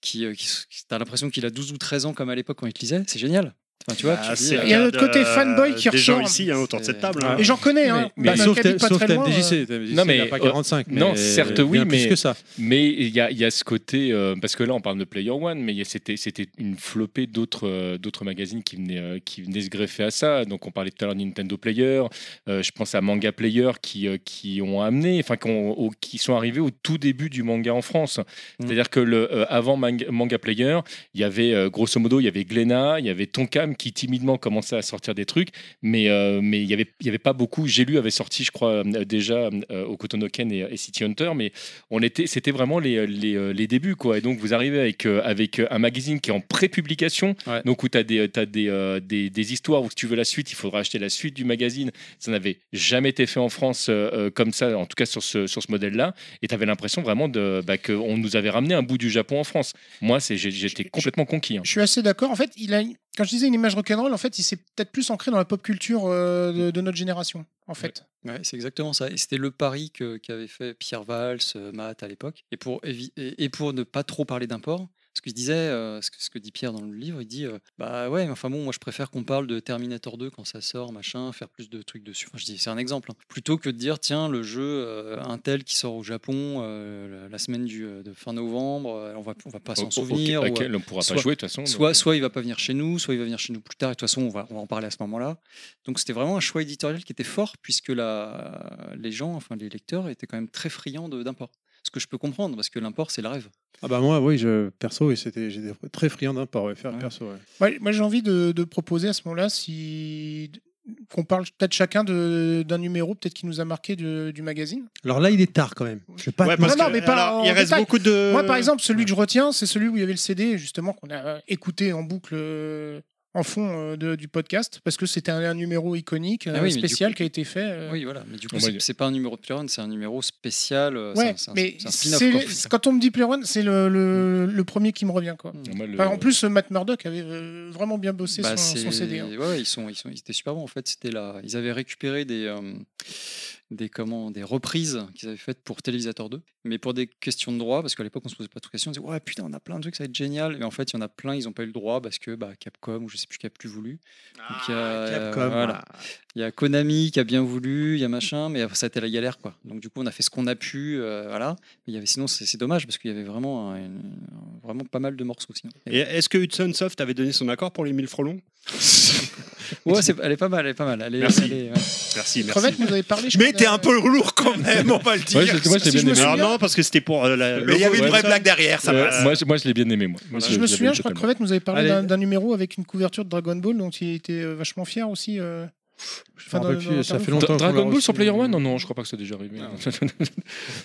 qui, euh, qui s- qui- t'as l'impression qu'il a 12 ou 13 ans comme à l'époque quand il te lisait, c'est génial. Enfin, tu vois, Ah, tu te dis, c'est euh, Il y a le côté fanboy qui des gens ressort. ici hein, autour de cette table. hein. Et j'en connais, hein. Mais- Bah, mais- sauf t'habites pas très loin, euh. Non, mais, pas euh, 45. non, mais certes bien oui, plus mais que ça. mais il y a, il y a ce côté euh, parce que là on parle de Player One, mais il y a- c'était c'était une flopée d'autres euh, d'autres magazines qui venaient euh, qui venaient se greffer à ça. Donc on parlait tout à l'heure de Nintendo Player, euh, je pense à Manga Player qui euh, qui ont amené, enfin qui, ont- au- qui sont arrivés au tout début du manga en France. C'est-à-dire que le euh, avant Mang- Manga Player, il y avait euh, grosso modo il y avait Glénat, il y avait Tonkam qui timidement commençait à sortir des trucs, mais euh, mais il y avait il y avait pas beaucoup. J'ai lu avait sorti je crois euh, déjà euh, au Kotonoken et, et City Hunter, mais on était c'était vraiment les, les, euh, les débuts quoi. Et donc vous arrivez avec euh, avec euh, un magazine qui est en pré-publication, donc où tu as des t'as des, euh, des des histoires où si tu veux la suite, il faudra acheter la suite du magazine. Ça n'avait jamais été fait en France euh, euh, comme ça, en tout cas sur ce sur ce modèle-là. Et tu avais l'impression vraiment de bah, que on nous avait ramené un bout du Japon en France. Moi c'est j'ai- j'étais complètement conquis. hein. Je suis assez d'accord. En fait, il a, une- quand je disais une image rock'n'roll, en fait, il s'est peut-être plus ancré dans la pop culture euh, de, de notre génération, en fait. Ouais, c'est exactement ça. Et c'était le pari que- qu'avait fait Pierre Valls, euh, Matt à l'époque. Et pour, évi- et, et pour ne pas trop parler d'import, ce que je disais, euh, ce, que, ce que dit Pierre dans le livre, il dit euh, Bah ouais, mais enfin bon, moi je préfère qu'on parle de Terminator 2 quand ça sort, machin, faire plus de trucs dessus. Enfin, je dis, c'est un exemple. hein. Plutôt que de dire Tiens, le jeu, euh, un tel qui sort au Japon euh, la- la semaine du, euh, de fin novembre, euh, on va, on va pas Au- s'en au- souvenir. auquel- ou, euh, auquel on pourra pas soit- jouer, de toute façon, donc, Soit, euh. soit il va pas venir chez nous, soit il va venir chez nous plus tard, et de toute façon, on va, on va en parler à ce moment-là. Donc c'était vraiment un choix éditorial qui était fort, puisque la, les gens, enfin les lecteurs, étaient quand même très friands de- d'import. Ce que je peux comprendre, parce que l'import, c'est la rêve. Ah bah moi, oui, je, perso, oui, c'était, j'étais très friand d'import. Ouais, faire perso, ouais. Moi, moi, j'ai envie de, de proposer à ce moment-là si qu'on parle peut-être chacun de- d'un numéro peut-être qui nous a marqué de- du magazine. Alors là, il est tard quand même. Je vais pas. te non, mentir. non, mais pas en il reste détail. beaucoup de- Moi, par exemple, celui que je retiens, c'est celui où il y avait le CD, justement, qu'on a écouté en boucle euh, en fond euh, de- du podcast parce que c'était un, un numéro iconique euh, Ah oui, mais du spécial coup- qui a été fait. euh. Oui, voilà. Mais du coup, Ouais, c'est c'est pas un numéro de Pléron, c'est un numéro spécial. euh, Ouais, c'est un- c'est un- mais c'est Mm. un spin-off, c'est quoi. c'est- quand on me dit Pléron, c'est le, le- le premier qui me revient quoi. moi, le- Enfin, en plus, euh, Matt Murdock avait euh, vraiment bien bossé Bah, son, c'est- son CD. hein. ouais, ouais, ils, sont, ils, sont, ils étaient super bons en fait. C'était là, ils avaient récupéré des, euh, des, comment, des reprises qu'ils avaient faites pour Télévisateur 2, mais pour des questions de droit, parce qu'à l'époque on se posait pas trop de questions. On disait ouais putain on a plein de trucs ça va être génial, mais en fait il y en a plein ils n'ont pas eu le droit parce que bah, Capcom ou je sais plus qui a plus voulu. Donc, il y a, euh, Capcom, voilà. Il y a Konami qui a bien voulu, il y a machin, mais ça a été la galère quoi. Donc du coup on a fait ce qu'on a pu, euh, voilà. Mais il y avait sinon c'est c'est dommage parce qu'il y avait vraiment un- une- vraiment pas mal de morceaux hein. sinon. Et est-ce que Hudson Soft avait donné son accord pour les 1000 frelons Ouais, c'est- elle est pas mal, elle est pas mal. Elle est- Merci. elle est- ouais. Merci, merci. Crevette, vous avez parlé. je Mais crois, euh, t'es d'un- un peu lourd quand même, on va le Ouais, dire. je- moi, je l'ai bien me aimé. souviens- Ah non, parce que c'était pour euh, la. Mais il y avait une vraie blague derrière, Ouais, moi, je- moi, je l'ai bien aimé, moi. Si je me souviens, je crois que totalement. Crevette nous avait parlé Allez. d'un- d'un numéro avec une couverture de Dragon Ball dont il était euh, vachement fier aussi. euh. Enfin, dans- dans l'interview. Dra- Dragon Ball sur Player One Non, non, je crois pas que ça soit déjà arrivé.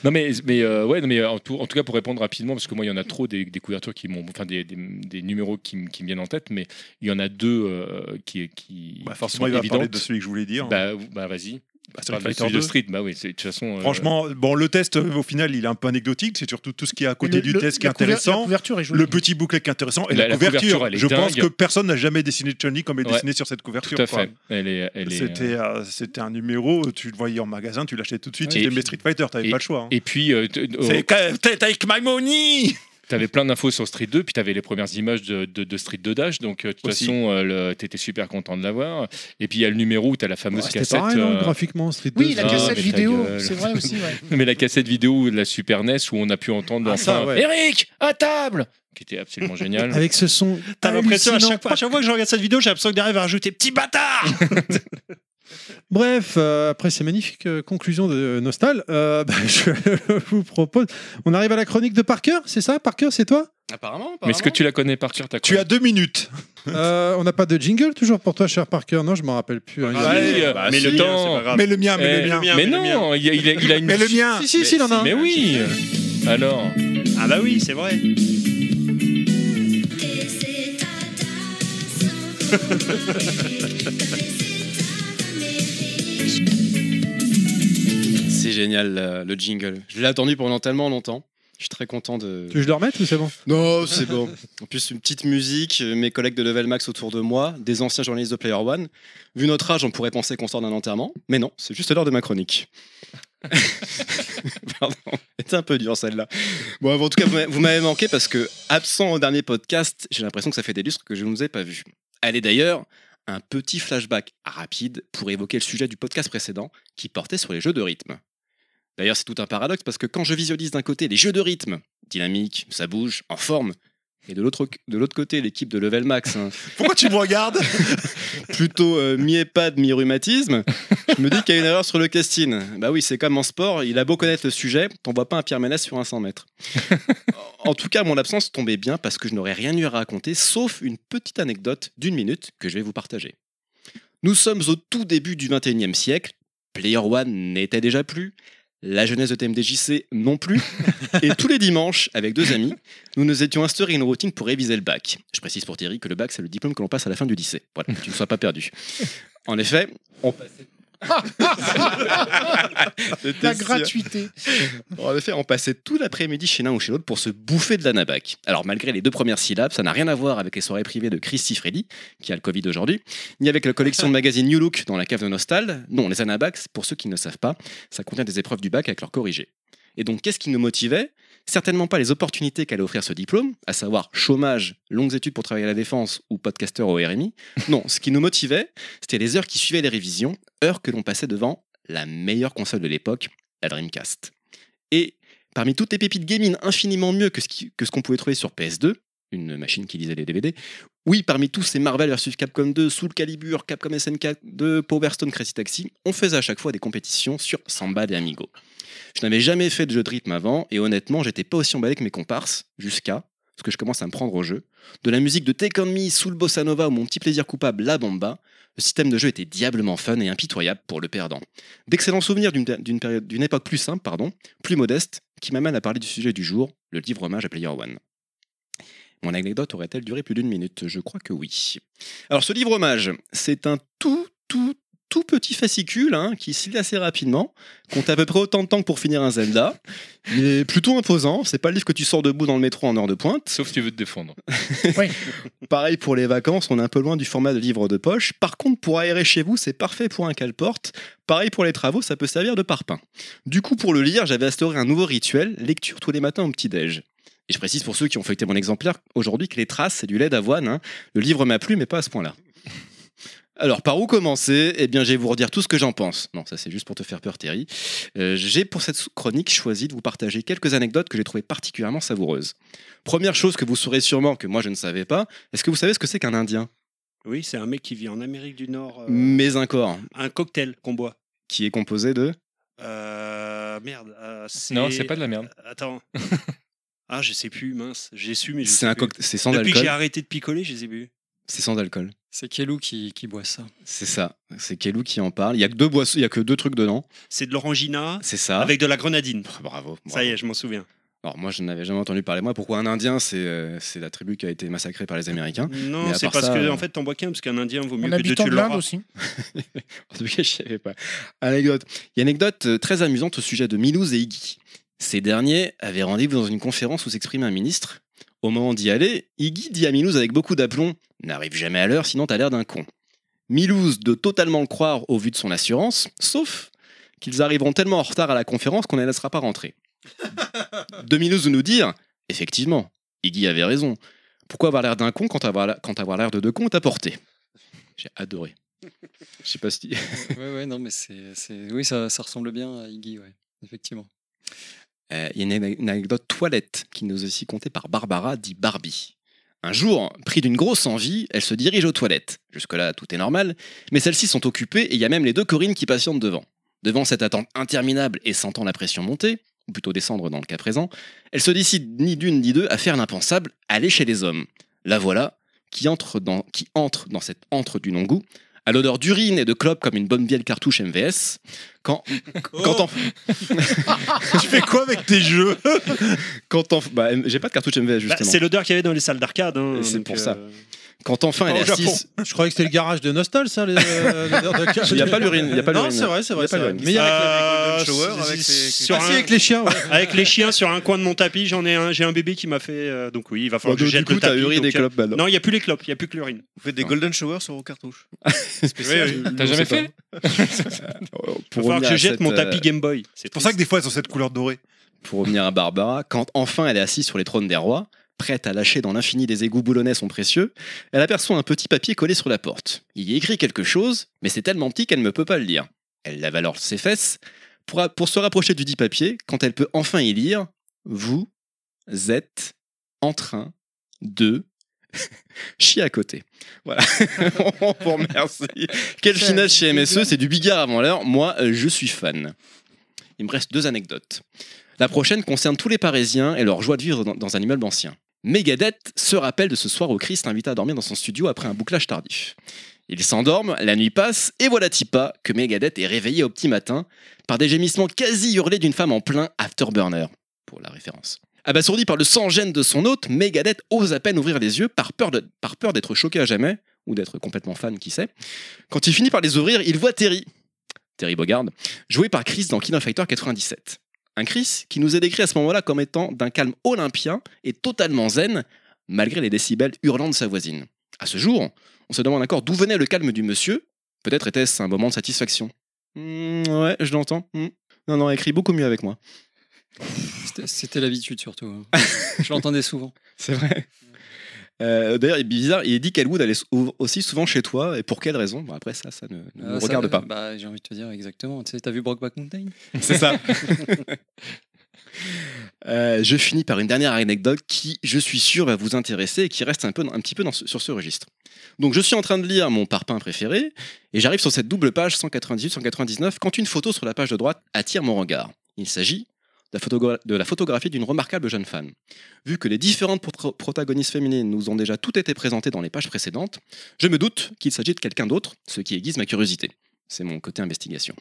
non, mais, mais, euh, ouais, non, mais en tout, en tout cas, pour répondre rapidement, parce que moi, il y en a trop des, des couvertures qui m'ont. Enfin, des, des, des numéros qui, me- qui me viennent en tête, mais il y en a deux euh, qui, qui Bah, forcément, il va parler de celui que je voulais dire. Bah, bah vas-y. Bah, celui de Fighter Fighter 2. Street, bah oui, c'est- de toute façon. euh, Franchement, bon, le test euh, au final, il est un peu anecdotique. C'est surtout tout ce qui est à côté Le- du le- test qui est la couver- intéressant. la couverture est jolie. le petit bouclet qui est intéressant et La- la, la couverture. couverture, elle est je pense dingue. que personne n'a jamais dessiné Chun-Li comme elle est Ouais. dessinée sur cette couverture. Tout à quoi. fait. Elle est, elle est, C'était euh, c'était un numéro, tu le voyais en magasin, tu l'achetais tout de suite. Et C'était puis- mes Street Fighter, t'avais pas le choix. hein. Et puis. euh, t- C'est euh, ca- tête avec my money T'avais plein d'infos sur Street 2, puis t'avais les premières images de, de- de Street 2 Dash, donc euh, de toute Aussi. façon, euh, le- t'étais super content de l'avoir. Et puis il y a le numéro où t'as la fameuse Bah, C'était cassette. pareil, non, euh, graphiquement, Street 2. Oui, la Ah, cassette mais ta vidéo, gueule. c'est vrai aussi. ouais. mais la cassette vidéo de la Super NES où on a pu entendre Ah, enfin ça, ouais. Eric à table, qui était absolument génial. Avec ce son. Ah, T'as l'impression à hallucinant. chaque, fois, à chaque fois que je regarde cette vidéo, j'ai l'impression que derrière il va rajouter petit bâtard Bref, euh, après ces magnifiques euh, conclusions de Nostal, euh, bah, je vous propose. On arrive à la chronique de Parker, c'est ça Parker, c'est toi Apparemment, Mais est-ce que tu la connais par cœur Tu as deux minutes. Euh, On n'a pas de jingle toujours pour toi, cher Parker Non, je m'en rappelle plus. hein. Ah, Ah, euh, bah mais le temps. Mais le mien, mais Eh, le mien. Mais non, il, a- il a- il a une. Mais le mien. Si, si, si, il en a un. Mais oui. Alors. Ah bah oui, c'est vrai. C'est génial euh, le jingle. Je l'ai attendu pendant tellement longtemps. Je suis très content de. Tu veux que je le remette ou c'est bon Non, Oh, c'est bon. En plus, une petite musique, euh, mes collègues de Level Max autour de moi, des anciens journalistes de Player One. Vu notre âge, on pourrait penser qu'on sort d'un enterrement, mais non, c'est juste l'heure de ma chronique. Pardon, c'était un peu dur celle-là. Bon, en tout cas, vous m'avez- vous m'avez manqué parce que, absent au dernier podcast, j'ai l'impression que ça fait des lustres que je ne vous ai pas vu. Allez d'ailleurs, un petit flashback rapide pour évoquer le sujet du podcast précédent qui portait sur les jeux de rythme. D'ailleurs, c'est tout un paradoxe parce que quand je visualise d'un côté les jeux de rythme, dynamique, ça bouge, en forme, et de l'autre de l'autre côté l'équipe de Level Max, hein, Pourquoi tu me regardes plutôt euh, mi-EHPAD, mi-rhumatisme, je me dis qu'il y a une erreur sur le casting. Bah oui, c'est comme en sport, il a beau connaître le sujet, t'en vois pas un Pierre Ménès sur un 100 mètres. En tout cas, mon absence tombait bien parce que je n'aurais rien eu à raconter sauf une petite anecdote d'une minute que je vais vous partager. Nous sommes au tout début du 21e siècle, Player One n'était déjà plus, la jeunesse de TMDJC non plus, et tous les dimanches, avec deux amis, nous nous étions instaurés une routine pour réviser le bac. Je précise pour Thierry que le bac, c'est le diplôme que l'on passe à la fin du lycée. Voilà, que tu ne sois pas perdu. En effet, on passait. La J'étais sûr. gratuité. En effet, on passait tout l'après-midi chez l'un ou chez l'autre pour se bouffer de la nabac. Alors, malgré les deux premières syllabes, ça n'a rien à voir avec les soirées privées de Christy Freddy, qui a le Covid aujourd'hui, ni avec la collection de magazines New Look dans la cave de Nostal. Non, les anabacs, pour ceux qui ne le savent pas, ça contient des épreuves du bac avec leurs corrigés. Et donc, qu'est-ce qui nous motivait Certainement pas les opportunités qu'allait offrir ce diplôme, à savoir chômage, longues études pour travailler à la défense ou podcasteur au RMI. Non, ce qui nous motivait, c'était les heures qui suivaient les révisions, heures que l'on passait devant la meilleure console de l'époque, la Dreamcast. Et parmi toutes les pépites gaming infiniment mieux que ce qui- que ce qu'on pouvait trouver sur PS2, une machine qui lisait les DVD, oui, parmi tous ces Marvel vs Capcom 2, Soul Calibur, Capcom SNK 2, Power Stone Crazy Taxi, on faisait à chaque fois des compétitions sur Samba et Amigo. Je n'avais jamais fait de jeu de rythme avant et honnêtement, j'étais pas aussi emballé que mes comparses jusqu'à ce que je commence à me prendre au jeu. De la musique de Take On Me, Soul Bossa Nova ou mon petit plaisir coupable La Bomba, le système de jeu était diablement fun et impitoyable pour le perdant. D'excellents souvenirs d'une d'une période- d'une époque plus simple, pardon, plus modeste, qui m'amène à parler du sujet du jour, le livre hommage à Player One. Mon anecdote aurait-elle duré plus d'une minute Je crois que oui. Alors ce livre hommage, c'est un tout, tout, tout petit fascicule hein, qui se lit assez rapidement, compte à peu près autant de temps que pour finir un Zelda. Il est plutôt imposant, c'est pas le livre que tu sors debout dans le métro en heure de pointe. Sauf si tu veux te défendre. Pareil pour les vacances, on est un peu loin du format de livre de poche. Par contre, pour aérer chez vous, c'est parfait pour un cale-porte. Pareil pour les travaux, ça peut servir de parpaing. Du coup, pour le lire, j'avais instauré un nouveau rituel, lecture tous les matins au petit-déj. Et je précise pour ceux qui ont feuilleté mon exemplaire aujourd'hui que les traces, c'est du lait d'avoine. hein. Le livre m'a plu, mais pas à ce point-là. Alors, par où commencer Eh bien, je vais vous redire tout ce que j'en pense. Non, ça c'est juste pour te faire peur, Terry. Euh, j'ai pour cette chronique choisi de vous partager quelques anecdotes que j'ai trouvées particulièrement savoureuses. Première chose que vous saurez sûrement, que moi je ne savais pas, est-ce que vous savez ce que c'est qu'un Indien Oui, c'est un mec qui vit en Amérique du Nord. euh, Mais un corps Un cocktail qu'on boit. qui est composé de... Euh, merde. euh, Non, c'est pas de la merde. Attends. ah, je sais plus, mince. J'ai su, mais je C'est sais un plus. cocktail- c'est sans Depuis que alcool. j'ai arrêté de picoler, je les ai bu. C'est sans alcool. C'est Kelou qui, qui boit ça. C'est ça. C'est Kelou qui en parle. Il y a que deux boissons, il y a que deux trucs dedans. C'est de l'orangina C'est ça. avec de la grenadine. Bravo. Ça y est, je m'en souviens. Alors moi, je n'avais jamais entendu parler. Moi, pourquoi un Indien C'est euh, c'est la tribu qui a été massacrée par les Américains. Mais Non, à c'est part parce ça, que euh, en fait, t'en bois qu'un, parce qu'un indien vaut mieux En que de habitant tuer de l'Europe. l'Inde aussi. En tout cas, je savais pas. Anecdote. Il y a une anecdote euh, très amusante au sujet de Milouz et Iggy. Ces derniers avaient rendez-vous dans une conférence où s'exprime un ministre. Au moment d'y aller, Iggy dit à Milouz avec beaucoup d'aplomb N'arrive jamais à l'heure, sinon t'as l'air d'un con. Milouz de totalement le croire au vu de son assurance, sauf qu'ils arriveront tellement en retard à la conférence qu'on ne les laissera pas rentrer. De Milouz de nous dire Effectivement, Iggy avait raison. Pourquoi avoir l'air d'un con quand avoir la- quand avoir l'air de deux cons est à portée J'ai adoré. Je sais pas si. ouais, ouais, non, mais c'est, c'est- oui, ça, ça ressemble bien à Iggy, ouais, effectivement. Euh, Il y a une, une anecdote toilette qui nous est aussi contée par Barbara, dit Barbie. Un jour, pris d'une grosse envie, elle se dirige aux toilettes. Jusque-là, tout est normal, mais celles-ci sont occupées et il y a même les deux Corinne qui patientent devant. Devant cette attente interminable et sentant la pression monter, ou plutôt descendre dans le cas présent, elle se décide ni d'une ni deux à faire l'impensable, aller chez les hommes. La voilà, qui entre dans, qui entre dans cette entre du non-goût, à l'odeur d'urine et de clope comme une bonne vieille cartouche MVS, quand, quand, en- tu fais quoi avec tes jeux Quand enfin, bah, j'ai pas de cartouche MVS Bah, justement. c'est l'odeur qu'il y avait dans les salles d'arcade. hein, Et c'est donc, pour euh, ça. Quand enfin elle est assise, Je croyais que c'était le garage de Nostal, ça. les- Il y a pas l'urine, il y a pas Non, l'urine. c'est vrai, c'est Il y vrai. a pas c'est vrai. l'urine. Mais il y a euh, shower, avec si- les- sur Ah, si, un- avec les chiens, ouais. Avec les chiens sur un coin de mon tapis, j'en ai un. J'ai un bébé qui m'a fait. euh, donc oui, il va falloir Bah, que je donc, jette du coup, le t'as tapis. hurlé donc, des il y a- clopes, bah, alors. non, il n'y a plus les clopes, il n'y a plus que l'urine. Vous faites des Non. golden showers sur vos cartouches. T'as jamais fait Il va falloir que revenir je à jette cette, mon euh, tapis Game Boy. C'est pour ça que des fois, elles ont cette couleur dorée. pour revenir à Barbara, quand enfin elle est assise sur les trônes des rois, prête à lâcher dans l'infini des égouts boulonnais son précieux, elle aperçoit un petit papier collé sur la porte. Il y est écrit quelque chose, mais c'est tellement petit qu'elle ne peut pas le lire. Elle lave alors ses fesses pour, pour se rapprocher du dit papier quand elle peut enfin y lire Vous êtes en train de chier à côté. Voilà. On vous remercie. Quel C'est final chez MSE, dégueulasse. c'est du bigard avant l'heure. Moi, euh, je suis fan. Il me reste deux anecdotes. La prochaine concerne tous les Parisiens et leur joie de vivre dans, dans un immeuble ancien. Megadeth se rappelle de ce soir où Christ l'invita à dormir dans son studio après un bouclage tardif. Ils s'endorment, la nuit passe, et voilà Tipa que Megadeth est réveillée au petit matin par des gémissements quasi hurlés d'une femme en plein afterburner, pour la référence. Abasourdi par le sang-gêne de son hôte, Megadeth ose à peine ouvrir les yeux par peur de- par peur d'être choqué à jamais, ou d'être complètement fan, qui sait. Quand il finit par les ouvrir, il voit Terry, Terry Bogard, joué par Chris dans King of Fighter 97. Un Chris qui nous est décrit à ce moment-là comme étant d'un calme olympien et totalement zen, malgré les décibels hurlants de sa voisine. À ce jour, on se demande encore d'où venait le calme du monsieur. Peut-être était-ce un moment de satisfaction. Hmm, ouais, je l'entends. Hmm. Non, non, elle écrit beaucoup mieux avec moi. C'était, c'était l'habitude surtout. hein. Je l'entendais souvent. C'est vrai. Euh, D'ailleurs, il est bizarre, il est dit qu'Elwood allait sou- aussi souvent chez toi, et pour quelle raison Bon, Après, ça, ça ne, ne Ah, nous ça, regarde euh, pas. Bah, j'ai envie de te dire exactement. Tu sais, t'as vu Brockback Mountain C'est ça. Euh, je finis par une dernière anecdote qui, je suis sûr, va vous intéresser et qui reste un, peu, un petit peu dans ce- sur ce registre. Donc, je suis en train de lire mon parpaing préféré et j'arrive sur cette double page 198-199 quand une photo sur la page de droite attire mon regard. Il s'agit de la, photogra- de la photographie d'une remarquable jeune femme. Vu que les différentes pro- protagonistes féminines nous ont déjà toutes été présentées dans les pages précédentes, je me doute qu'il s'agit de quelqu'un d'autre, ce qui aiguise ma curiosité. C'est mon côté investigation.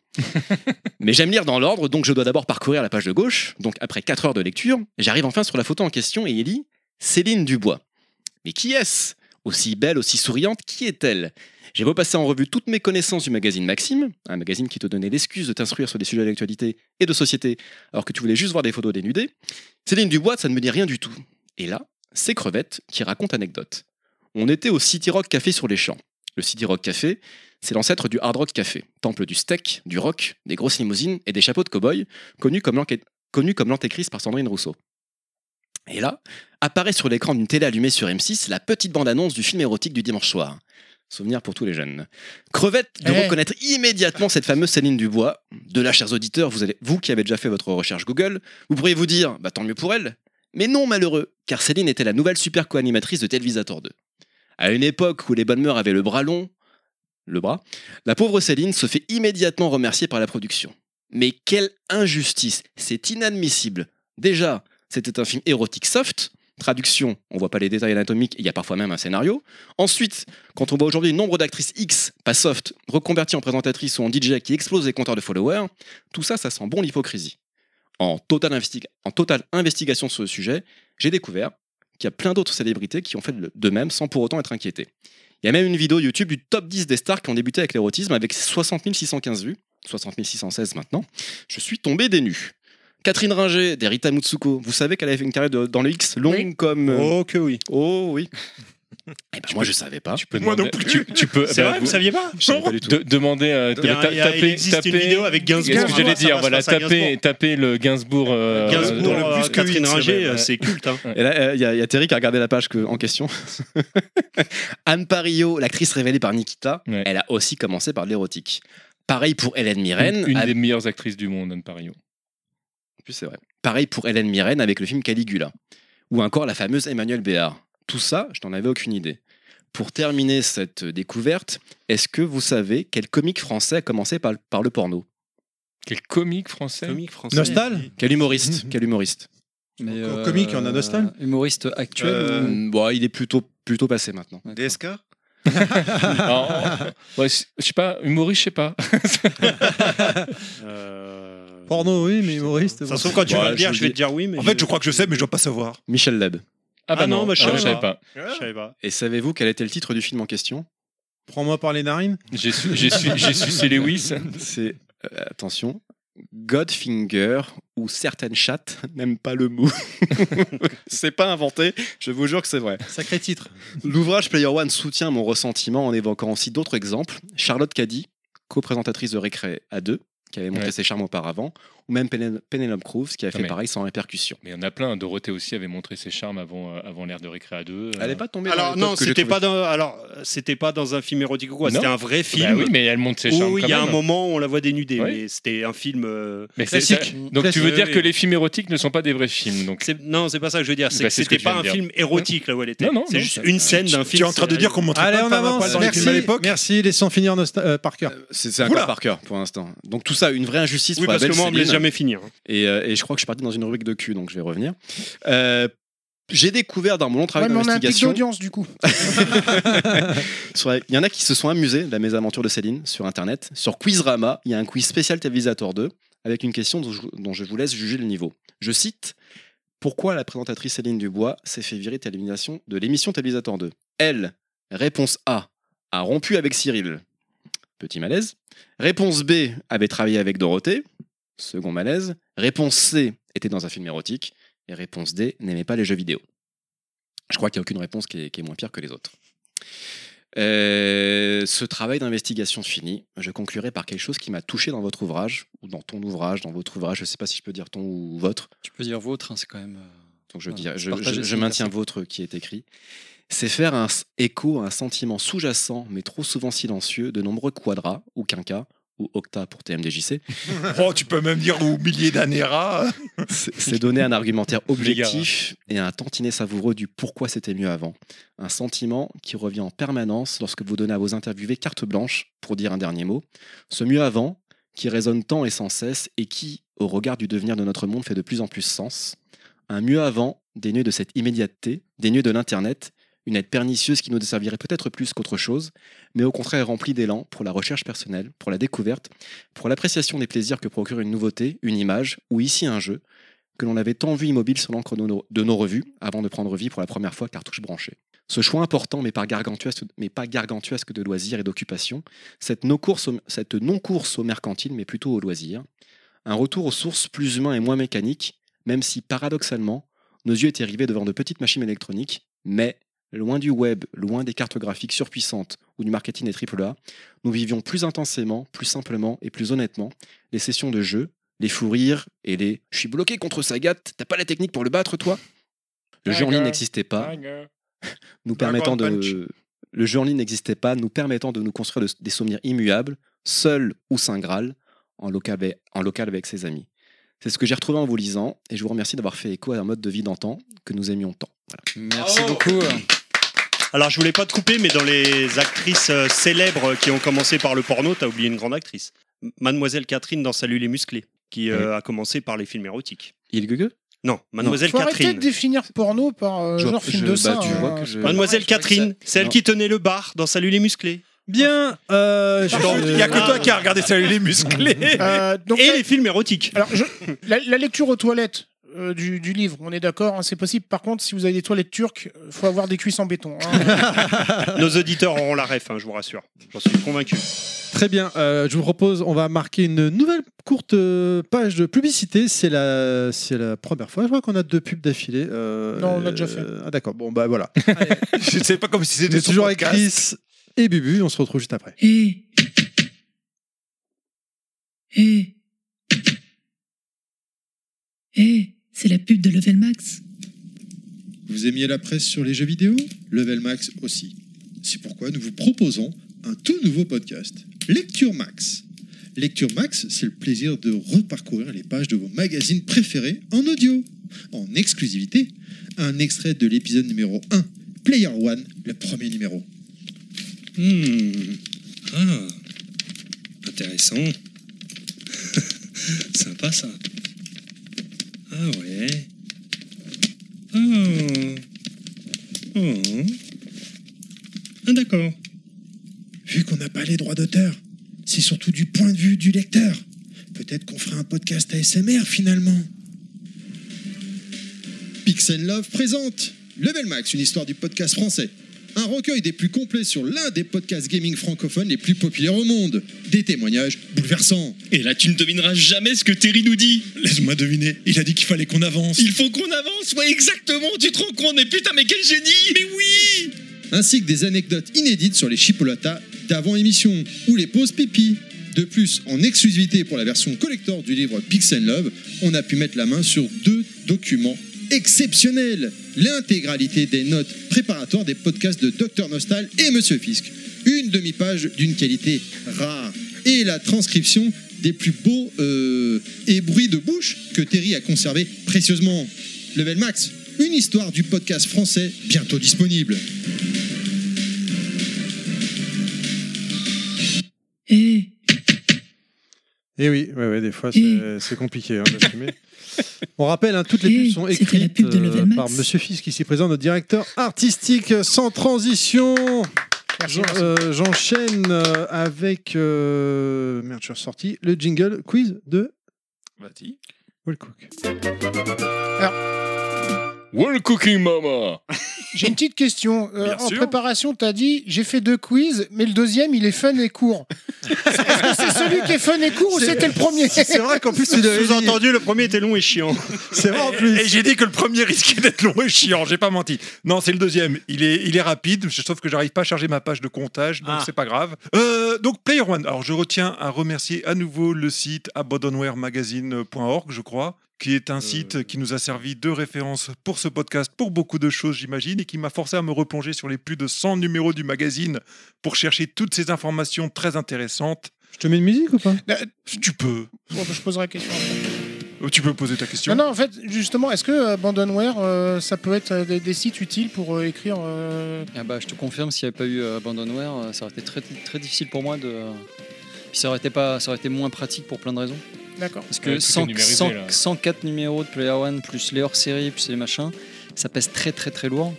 Mais j'aime lire dans l'ordre, donc je dois d'abord parcourir la page de gauche. Donc après 4 heures de lecture, j'arrive enfin sur la photo en question et il y lit Céline Dubois. Mais qui est-ce Aussi belle, aussi souriante, qui est-elle J'ai beau passer en revue toutes mes connaissances du magazine Maxime, un magazine qui te donnait l'excuse de t'instruire sur des sujets d'actualité et de société, alors que tu voulais juste voir des photos dénudées. Céline Dubois, ça ne me dit rien du tout. Et là, c'est Crevette qui raconte anecdote. On était au City Rock Café sur les champs. Le City Rock Café, c'est l'ancêtre du Hard Rock Café, temple du steak, du rock, des grosses limousines et des chapeaux de cow-boy, connu comme l'enquête- connu comme l'antéchrist par Sandrine Rousseau. Et là, apparaît sur l'écran d'une télé allumée sur M6 la petite bande-annonce du film érotique du dimanche soir. Souvenir pour tous les jeunes. Crevette de Eh. reconnaître immédiatement cette fameuse Céline Dubois. De là, chers auditeurs, vous, allez, vous qui avez déjà fait votre recherche Google, vous pourriez vous dire, bah tant mieux pour elle. Mais non, malheureux, car Céline était la nouvelle super co-animatrice de Télévisator 2. À une époque où les bonnes mœurs avaient le bras long, le bras, la pauvre Céline se fait immédiatement remercier par la production. Mais quelle injustice C'est inadmissible Déjà, c'était un film érotique soft. Traduction, on voit pas les détails anatomiques, il y a parfois même un scénario. Ensuite, quand on voit aujourd'hui le nombre d'actrices X, pas soft, reconverties en présentatrices ou en DJ qui explosent les compteurs de followers, tout ça, ça sent bon l'hypocrisie. En totale, investi- en totale investigation sur le sujet, j'ai découvert qu'il y a plein d'autres célébrités qui ont fait le- de même sans pour autant être inquiétées. Il y a même une vidéo YouTube du top 10 des stars qui ont débuté avec l'érotisme avec 60 615 vues, 60 616 maintenant. Je suis tombé des nues. Catherine Ringer, des Rita Mutsuko, vous savez qu'elle avait fait une carrière de- dans le X longue comme. euh, Oh que oui. Oh oui. Eh ben, moi je savais pas. Moi demander- non plus. Tu, tu peux. C'est vrai, bah, vous saviez pas Je savais du tout. De- demander. euh, Il y a- ta- il y a- il taper- existe une taper- vidéo avec Gainsbourg. Qu'est-ce que j'allais Ah, ça dire va, Voilà, ça va, taper, Gainsbourg. taper le Gainsbourg. euh, Gainsbourg, dans le- euh, Catherine Ringer, euh, c'est culte. hein. Et là, euh, il y, a- y a Terry qui a regardé la page que- en question. Anne Parillo, l'actrice révélée par Nikita, elle a aussi commencé par de l'érotique. Pareil pour Hélène Mirren. Une- une des meilleures actrices du monde, Anne Parillo. Puis c'est vrai. Pareil pour Hélène Mirren avec le film Caligula. Ou encore la fameuse Emmanuelle Béard. Tout ça, je n'en avais aucune idée. Pour terminer cette découverte, est-ce que vous savez quel comique français a commencé par, par le porno Quel comique français Comique français. Nostal Quel humoriste Quel humoriste Mais, Encore comique, hein. il y en a Nostal Humoriste actuel Euh, ou- bon, il est plutôt plutôt passé maintenant. DSK Alors, ouais, je je sais pas, humoriste, je sais pas. Porno, oui, mais humoriste. Ça se trouve, quand tu vas le dire, je vais te dire oui. Mais en fait, je Ah crois que je sais, mais je dois pas savoir. Michel Leb. Ah bah non, moi, je ah, savais savais pas. Je savais pas. Et savez-vous quel était le titre du film en question Prends-moi par les narines. J'ai su- j'ai su- j'ai sucé Lewis. C'est euh, attention, Godfinger ou certaines chattes n'aiment pas le mot. c'est pas inventé, je vous jure que c'est vrai. Sacré titre. L'ouvrage Player One soutient mon ressentiment en évoquant aussi d'autres exemples. Charlotte Caddy, coprésentatrice de Récré à deux, qui avait montré Ouais. ses charmes auparavant, ou même Penel- Penelope Cruz, qui a Non, fait mais- pareil sans répercussion. Mais il y en a plein. Dorothée aussi avait montré ses charmes avant, euh, avant l'ère de Récréa 2. Elle est pas tombée Alors non, c'était pas dans alors c'était pas dans un film érotique ou quoi, Non. c'était un vrai Bah film. oui, mais elle monte ses où charmes Il quand y a même. un moment où on la voit dénudée, Ouais. mais c'était un film euh, Mais c'est- classique. ça- donc tu veux dire que les films érotiques ne sont pas des vrais films. Donc C'est- Non, c'est pas ça que je veux dire. C'est Bah, que c'est ce c'était que tu pas viens un de dire. film érotique là où elle était. Non, non, c'est non, juste ça- une scène d'un film. Allez, on avance. Merci. Merci, laissons finir Nostal euh, Parker. C'est c'est un cas par cœur pour l'instant. Donc tout ça, une vraie injustice Oui, pour la parce que belle moi, on me laisse Céline. jamais finir. hein. Et, euh, et je crois que je suis parti dans une rubrique de cul, donc je vais revenir. Euh, j'ai découvert dans mon long Ah, travail Ouais, mais on a un pic d'investigation. d'audience du coup. sur- Il y en a qui se sont amusés de la mésaventure de Céline sur Internet. Sur Quizrama, il y a un quiz spécial Télévisator 2 avec une question dont je, dont je vous laisse juger le niveau. Je cite Pourquoi la présentatrice Céline Dubois s'est fait virer de l'émission- de l'émission Télévisator 2 Elle, réponse A, a rompu avec Cyril. Petit malaise. Réponse B, avait travaillé avec Dorothée. Second malaise. Réponse C, était dans un film érotique. Et réponse D, n'aimait pas les jeux vidéo. Je crois qu'il n'y a aucune réponse qui est, qui est moins pire que les autres. Euh, ce travail d'investigation fini, je conclurai par quelque chose qui m'a touché dans votre ouvrage, ou dans ton ouvrage, dans votre ouvrage, je ne sais pas si je peux dire ton ou votre. Tu peux dire vôtre, hein, c'est quand même. euh, Donc je, voilà, dirais- c'est je, partagé, je- je c'est une maintiens votre qui est écrit. C'est faire un s- écho à un sentiment sous-jacent, mais trop souvent silencieux, de nombreux quadras ou quinquas ou octa pour TMDJC. Oh, tu peux même dire ou milliers d'années rats. C'est c'est donner un argumentaire objectif et un tantinet savoureux du pourquoi c'était mieux avant. Un sentiment qui revient en permanence lorsque vous donnez à vos interviewés carte blanche pour dire un dernier mot. Ce mieux avant qui résonne tant et sans cesse et qui, au regard du devenir de notre monde, fait de plus en plus sens. Un mieux avant dénué de cette immédiateté, dénué de l'Internet, une aide pernicieuse qui nous desservirait peut-être plus qu'autre chose, mais au contraire remplie d'élan pour la recherche personnelle, pour la découverte, pour l'appréciation des plaisirs que procure une nouveauté, une image ou ici un jeu, que l'on avait tant vu immobile sur l'encre de nos, de nos revues avant de prendre vie pour la première fois cartouche branchée. Ce choix important, mais pas gargantuesque, mais pas gargantuesque de loisirs et d'occupations, cette non-course au, cette non-course au mercantile, mais plutôt au loisir, un retour aux sources plus humain et moins mécanique, même si paradoxalement, nos yeux étaient rivés devant de petites machines électroniques, mais loin du web, loin des cartes graphiques surpuissantes ou du marketing des AAA, nous vivions plus intensément, plus simplement et plus honnêtement les sessions de jeu, les fous rires et les « je suis bloqué contre Sagat, t'as pas la technique pour le battre toi ?» Le jeu en ligne n'existait pas, nous permettant de... Le jeu en ligne n'existait pas, nous permettant de nous construire de- des souvenirs immuables, seuls ou saint Graal, en local, avec- en local avec ses amis. C'est ce que j'ai retrouvé en vous lisant, et je vous remercie d'avoir fait écho à un mode de vie d'antan que nous aimions tant. Voilà. Merci beaucoup. Oh. Alors, je voulais pas te couper, mais dans les actrices euh, célèbres qui ont commencé par le porno, t'as oublié une grande actrice. M- Mademoiselle Catherine dans Salut les musclés, qui euh, a commencé par les films érotiques. Il gueule Non, Mademoiselle Faut arrêter Catherine. de définir porno par euh, Je- genre film je- de bah, ça. tu hein. vois que je- C'est pas normal, Mademoiselle je crois que Catherine, ça- celle Non. qui tenait le bar dans Salut les musclés. Bien, euh, je- il y a que toi qui as regardé Salut les musclés. Ah. Et les films érotiques. Euh, Alors, je- la, la lecture aux toilettes euh, du, du livre, on est d'accord, hein, c'est possible. Par contre, si vous avez des toilettes turques, euh, faut avoir des cuisses en béton. hein. Nos auditeurs auront la ref, hein, je vous rassure. J'en suis convaincu. Très bien, euh, je vous propose, on va marquer une nouvelle courte euh, page de publicité. C'est la, c'est la première fois, je crois qu'on a deux pubs d'affilée. euh, Non, on l'a déjà fait. euh, Ah d'accord, bon bah voilà. Je sais pas comme si On c'était est son toujours avec podcast. Chris et Bubu, on se retrouve juste après. Hé. Hé. Hé, c'est la pub de Level Max. Vous aimiez la presse sur les jeux vidéo Level Max aussi. C'est pourquoi nous vous proposons un tout nouveau podcast, Lecture Max. Lecture Max, c'est le plaisir de reparcourir les pages de vos magazines préférés en audio. En exclusivité, un extrait de l'épisode numéro 1, Player One, le premier numéro. Hmm. Ah. Intéressant. Sympa ça. Ah ouais. Oh. Oh. Hmm. Ah d'accord. Vu qu'on n'a pas les droits d'auteur, c'est surtout du point de vue du lecteur. Peut-être qu'on fera un podcast ASMR finalement. Pixel Love présente Level Max, une histoire du podcast français. Un recueil des plus complets sur l'un des podcasts gaming francophones les plus populaires au monde. Des témoignages bouleversants. Et là, tu ne devineras jamais ce que Terry nous dit. Laisse-moi deviner, il a dit qu'il fallait qu'on avance. Il faut qu'on avance, ouais, exactement, tu te rends compte, mais putain, mais quel génie Mais oui ainsi que des anecdotes inédites sur les chipolatas d'avant-émission ou les pauses pipi. De plus, en exclusivité pour la version collector du livre Pix and Love, on a pu mettre la main sur deux documents exceptionnels. L'intégralité des notes préparatoires des podcasts de Dr Nostal et Monsieur Fisk. Une demi-page d'une qualité rare. Et la transcription des plus beaux euh, et bruits de bouche que Terry a conservé précieusement. Level Max, une histoire du podcast français bientôt disponible. Hé. Et Eh. oui, ouais, ouais, des fois Eh. c'est c'est compliqué hein, d'assumer. On rappelle, hein, toutes les pubs sont c'était la écrites pub de Level euh, Max. par Monsieur Fisk, ici présent, notre directeur artistique euh, sans transition. J'en- euh, J'enchaîne euh, avec. euh, merde, je suis ressorti. Le jingle quiz de Vas-y. Wallcook. World Cooking Mama J'ai une petite question. Euh, Bien en sûr. préparation, t'as dit j'ai fait deux quiz, mais le deuxième il est fun et court. Est-ce que c'est celui qui est fun et court ou c'était le premier Sous-entendu, le premier était long et chiant. C'est vrai, en plus. Et j'ai dit que le premier risquait d'être long et chiant, j'ai pas menti. Non, c'est le deuxième. Il est, il est rapide, je- sauf que j'arrive pas à charger ma page de comptage, donc Ah. c'est pas grave. Euh, donc Player One. Alors je retiens à remercier à nouveau le site abandonwaremagazine.org, je crois, qui est un site qui nous a servi de référence pour ce podcast, pour beaucoup de choses, j'imagine, et qui m'a forcé à me replonger sur les plus de 100 numéros du magazine pour chercher toutes ces informations très intéressantes. Bah, Je te mets une musique ou pas Tu peux. Bon, bah, je poserai la question. Euh, Tu peux poser ta question. Non, non, en fait, justement, est-ce que euh, Abandonware, euh, ça peut être euh, des, des sites utiles pour euh, écrire euh, Ah bah, je te confirme, s'il n'y avait pas eu euh, Abandonware, euh, ça aurait été très, très difficile pour moi de. Puis ça aurait, été pas, ça aurait été moins pratique pour plein de raisons. D'accord. Parce que Ouais, tout est 100 numérisé, 100 là. 104 numéros de Player One, plus les hors-séries, plus les machins, ça pèse très très très lourd.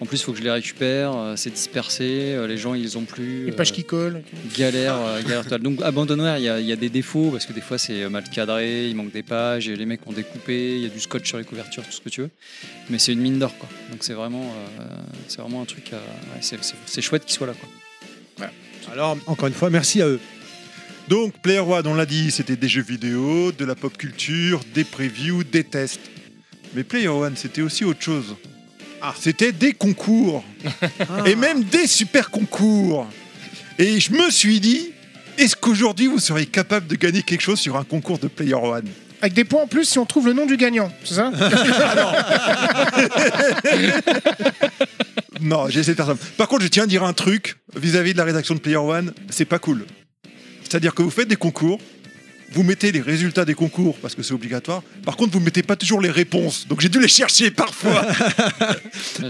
En plus, il faut que je les récupère, euh, c'est dispersé, euh, les gens ils ont plus. Les euh, pages qui collent. Galère, euh, galère totale. Donc Abandonware, il y, a- il y a des défauts parce que des fois c'est euh, mal cadré, il manque des pages, et les mecs ont découpé, il y a du scotch sur les couvertures, tout ce que tu veux. Mais c'est une mine d'or quoi. Donc c'est vraiment, euh, c'est vraiment un truc. à- ouais, c'est- c'est c'est chouette qu'ils soient là quoi. Alors, encore une fois, merci à eux. Donc, Player One, on l'a dit, c'était des jeux vidéo, de la pop culture, des previews, des tests. Mais Player One, c'était aussi autre chose. C'était des concours. Et même des super concours. Et je me suis dit, est-ce qu'aujourd'hui vous seriez capable de gagner quelque chose sur un concours de Player One Avec des points en plus si on trouve le nom du gagnant, c'est ça Ah Non, j'ai essayé de faire ça. Par contre, je tiens à dire un truc vis-à-vis de la rédaction de Player One, c'est pas cool. C'est-à-dire que vous faites des concours, vous mettez les résultats des concours parce que c'est obligatoire. Par contre, vous mettez pas toujours les réponses. Donc j'ai dû les chercher parfois.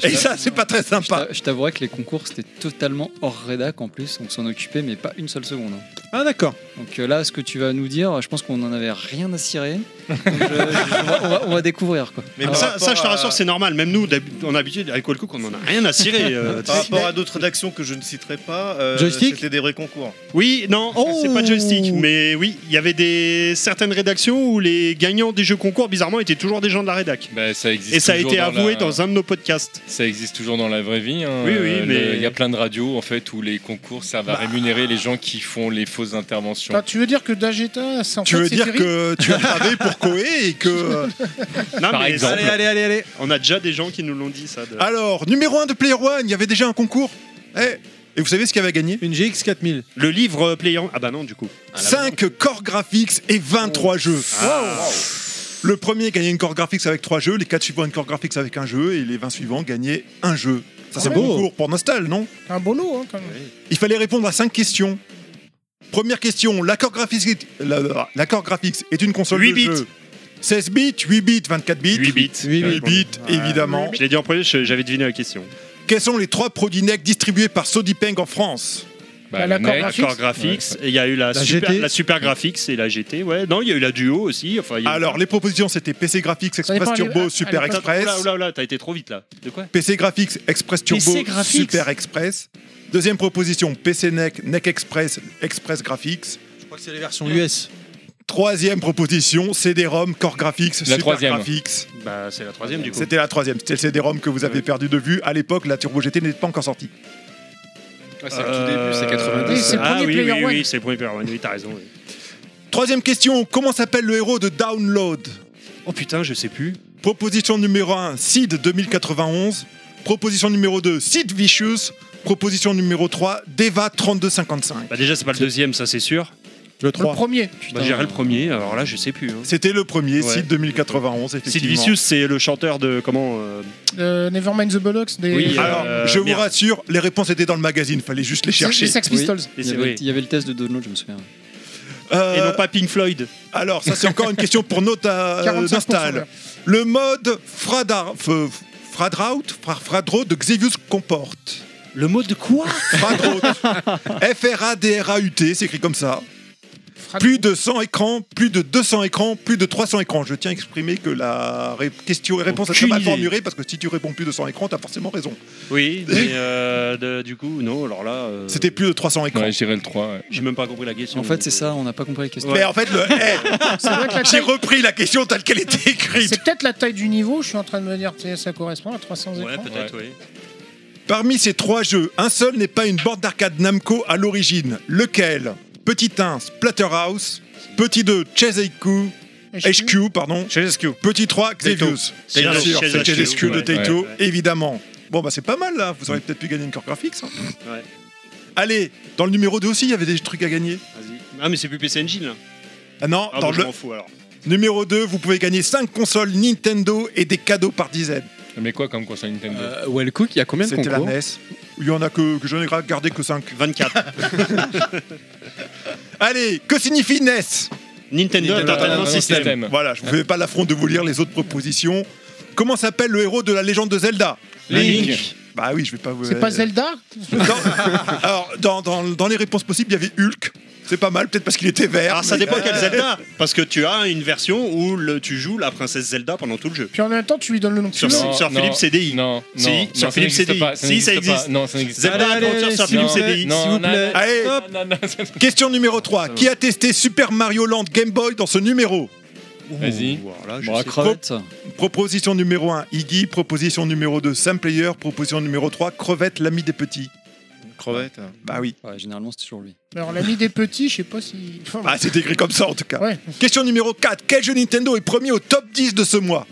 Et ça, c'est pas très sympa. Je t'avouerais que les concours c'était totalement hors rédac en plus, on s'en occupait mais pas une seule seconde. hein. Ah d'accord. Donc euh, là, ce que tu vas nous dire, je pense qu'on en avait rien à cirer. Donc, je- je- on, va, on va- on va découvrir quoi. Mais ça, ça, je te rassure, c'est normal. Même nous, d'hab- on a habitude avec Wallcook, on en a rien à cirer. euh, Par rapport à d'autres rédactions que je ne citerai pas, euh, Joystick c'était des vrais concours. Oui, non, Ah, Oh. c'est pas joystick, mais oui, il y avait des certaines rédactions où les gagnants des jeux concours, bizarrement, étaient toujours des gens de la rédac. Bah, ça existe Et ça a toujours été avoué la- dans un de nos podcasts. Ça existe toujours dans la vraie vie. hein. Oui, oui, Euh, mais- Bah. le- Il y a plein de radios en fait où les concours servent à rémunérer les gens qui font les fausses interventions. Enfin, tu veux dire que Dageta, c'est en Tu fait, veux c'est dire Terry que tu as travaillé pour Koé et que. euh, Non, Par mais exemple. allez, allez, allez, allez. On a déjà des gens qui nous l'ont dit, ça. de- Alors, numéro 1 de Player One, il y avait déjà un concours. Eh, Et vous savez ce qu'il y avait à gagner Une GX 4000. Le livre euh, Player. Ah bah non, du coup. 5 Core Graphics et 23 jeux. Ah. Le premier gagnait une Core Graphics avec 3 jeux, les 4 suivants une Core Graphics avec un jeu et les 20 suivants gagnaient un jeu. Ça c'est Ah un bon concours pour Nostal, non Un beau lot, hein, quand même. Il fallait répondre à 5 questions. Première question, l'accord graphique, est- la- la- l'accord graphique est une console de jeu 16 bits, 8 bits, 24 bits 8 bits, 8 bits évidemment. Je l'ai dit en premier, je- j'avais deviné la question. Quels sont les 3 produits NEC distribués par Sodipeng en France Bah, la NEC, Core Graphics, et il y a eu la, La super, GT. la Super Graphics et la GT, ouais. Non, il y a eu la Duo aussi. Enfin, Alors, les propositions, c'était PC Graphics, Express Ah, Turbo, Super Express. Oula, oula, oula, t'as été trop vite là. De quoi PC Graphics, Express Turbo, PC Graphics. Super Express. Deuxième proposition, PC NEC, NEC Express, Express Graphics. Je crois que c'est les versions US. Troisième proposition, CD-ROM, Core Graphics, Super troisième. Graphics. Bah, c'est la troisième du coup. C'était la troisième, c'était le CD-ROM que vous avez perdu de vue. À l'époque, la Turbo GT n'était pas encore sortie. c'est le tout début, c'est 90. Euh, Oui, c'est le ah premier oui, Player oui, One. oui, c'est le premier Player One, oui, t'as raison. oui. Troisième question, comment s'appelle le héros de Download Oh putain, je sais plus. Proposition numéro 1, Sid 2091. Proposition numéro 2, Sid Vicious. Proposition numéro 3, Deva 3255. Bah, déjà, c'est pas le deuxième, ça c'est sûr. Le trois. Le premier. Bah, je dirais le premier, alors là, je sais plus. hein. C'était le premier, Ouais. Sid 2091, Sid effectivement. Vicious, c'est le chanteur de. Comment euh, Euh, Nevermind the Bollocks des. Oui, Alors, euh, je vous merde. rassure, les réponses étaient dans le magazine, fallait juste les chercher. les Sex Pistols. Et Il y, c'est- avait, oui. il y avait le test de Download, je me souviens. Euh, Et non pas Pink Floyd. Alors, ça c'est encore une question pour Nota 45% d'install. Le mode Fradar, f- Fradraut, Fra- Fradro de Xevious comporte. Le mode quoi Fradraut. F-R-A-D-R-A-U-T, c'est écrit comme ça. Plus de 100 écrans, plus de 200 écrans, plus de 300 écrans. Je tiens à exprimer que la ré- question et réponse est très Aucune mal idée. formulée parce que si tu réponds plus de 100 écrans, t'as forcément raison. Oui, mais euh, de- du coup, non, alors là. euh, C'était plus de 300 écrans. Ouais, j'irais le 3. ouais. J'ai même pas compris la question. En fait, c'est ça, on n'a pas compris la question. Mais en fait, le. hey, C'est vrai que la J'ai taille- repris la question telle qu'elle était écrite. C'est peut-être la taille du niveau, je suis en train de me dire, tu sais, ça correspond à 300 écrans. oui. Parmi ces trois jeux, un seul n'est pas une borne d'arcade Namco à l'origine. Lequel Petit 1, Splatterhouse. Petit 2, Chase HQ. HQ, pardon. Petit 3, Xevious. Taito. Bien sûr, Chase c'est Chase HQ, HQ de ouais. Taito, Ouais. évidemment. Bon, bah c'est pas mal là, vous auriez peut-être pu gagner une core graphique ça. Ouais. Allez, dans le numéro 2 aussi, il y avait des trucs à gagner. Vas-y. Ah, mais c'est plus PC Engine là. Ah non, Ah, dans bah, je le m'en fous alors. numéro 2, vous pouvez gagner 5 consoles Nintendo et des cadeaux par dizaine. Mais quoi comme console Nintendo Wellcook, Euh, il y a combien de C'était la E concours NES. Il y en a que, que j'en ai gardé que 5. 24. Allez, que signifie NES Nintendo, Entertainment System. Voilà, je ne vous fais pas l'affront de vous lire les autres propositions. Comment s'appelle le héros de la légende de Zelda Link. Bah oui, je vais pas vous. C'est pas Zelda Alors, dans, dans- dans les réponses possibles, il y avait Hulk. C'est pas mal, peut-être parce qu'il était vert. Alors ça dépend mais- quel Zelda, parce que tu as une version où le, tu joues la princesse Zelda pendant tout le jeu. Puis en même temps, tu lui donnes le nom que tu Sur, veux. sur Philippe CDI. Non, Si, non, sur non, ça Philippe n'existe CDI. pas, ça si, ça n'existe pas. existe. Non, ça n'existe Zelda pas. Allez, Adventure allez, sur s'il Philippe vous plaît, CDI. s'il vous plaît. Allez, question numéro 3. Qui a testé Super Mario Land Game Boy dans ce numéro Vas-y. Bon, crevette. Proposition numéro 1, Iggy. Proposition numéro 2, Sam Player. Proposition numéro 3, Crevette, l'ami des petits. Crevette. Bah oui. Ouais, généralement, c'est toujours lui. Alors, l'ami des petits, je sais pas si. Enfin, Ah, c'est écrit comme ça en tout cas. Question numéro 4, quel jeu Nintendo est premier au top 10 de ce mois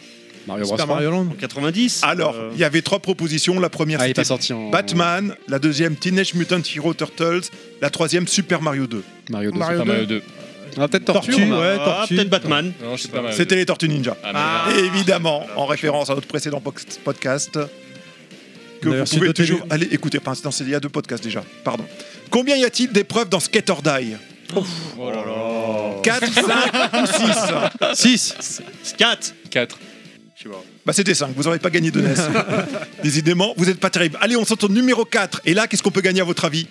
Mario Super Mario Land. 90. Alors, il y avait trois propositions. La première, euh, Ah, il est c'était pas sorti en- Batman. La deuxième, Teenage Mutant Hero Turtles. La troisième, Super Mario 2. Mario 2, Mario Super Mario 2. 2. Ah, peut-être Tortue. Tortue, on a- ouais, Ah, Tortue. peut-être Batman. Non, Super Mario C'était 2. les Tortues Ninja. Ah, Et évidemment, en référence à notre précédent pox- podcast. Que On a vous reçu pouvez deux télé- toujours aller écouter. Enfin, c'est dans- c'est- il y a deux podcasts déjà. Pardon. Combien y a-t-il d'épreuves dans Skate or Die 4, 5 ou 6 6 4 4. Bah c'était 5, vous n'aurez pas gagné de NES. Décidément, vous n'êtes pas terrible. Allez, on s'entend numéro 4. Et là, qu'est-ce qu'on peut gagner à votre avis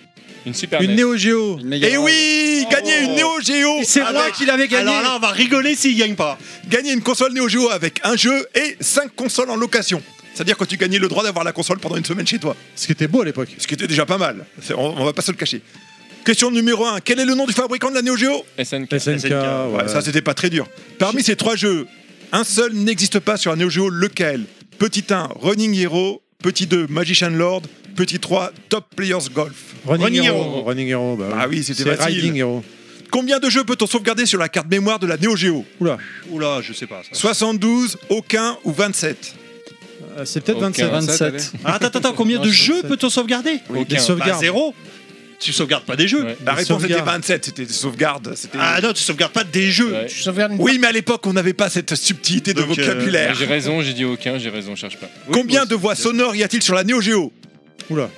Une Super Une NES. Neo Geo. Mega Et Drive. oui, gagner une Neo Geo. Et c'est moi avec- qui l'avais gagné. Alors là, on va rigoler s'il gagne pas. Gagner une console Neo Geo avec un jeu et 5 consoles en location. C'est-à-dire que tu gagnais le droit d'avoir la console pendant une semaine chez toi. Ce qui était beau à l'époque. Ce qui était déjà pas mal. C'est- On, on va pas se le cacher. Question numéro 1. Quel est le nom du fabricant de la Neo Geo SNK. Ouais, Ça, c'était pas très dur. Parmi ces trois jeux, un seul n'existe pas sur la Neo Geo, lequel Petit 1, Running Hero. Petit 2, Magician Lord. Petit 3, Top Players Golf. Running, Hero. Running Hero, bah, Ah oui, c'était C'est facile. Riding Hero. Combien de jeux peut-on sauvegarder sur la carte mémoire de la Neo Geo Oula. Oula, je sais pas. ça. 72, aucun ou 27 Euh, C'est peut-être 27. Ah, Attends, attends, attends, combien de jeux peut-on sauvegarder Oui, Aucun. des sauvegardes. Bah, zéro. Tu sauvegardes pas des jeux. La réponse était 27, c'était des sauvegardes. c'était- Ah non, tu sauvegardes pas des jeux. Ouais. Tu sauvegardes Oui, mais à l'époque, on n'avait pas cette subtilité de Donc, euh, vocabulaire. J'ai raison, j'ai dit aucun, j'ai raison, cherche pas. Combien de voix sonores y a-t-il sur la Neo Geo Oula.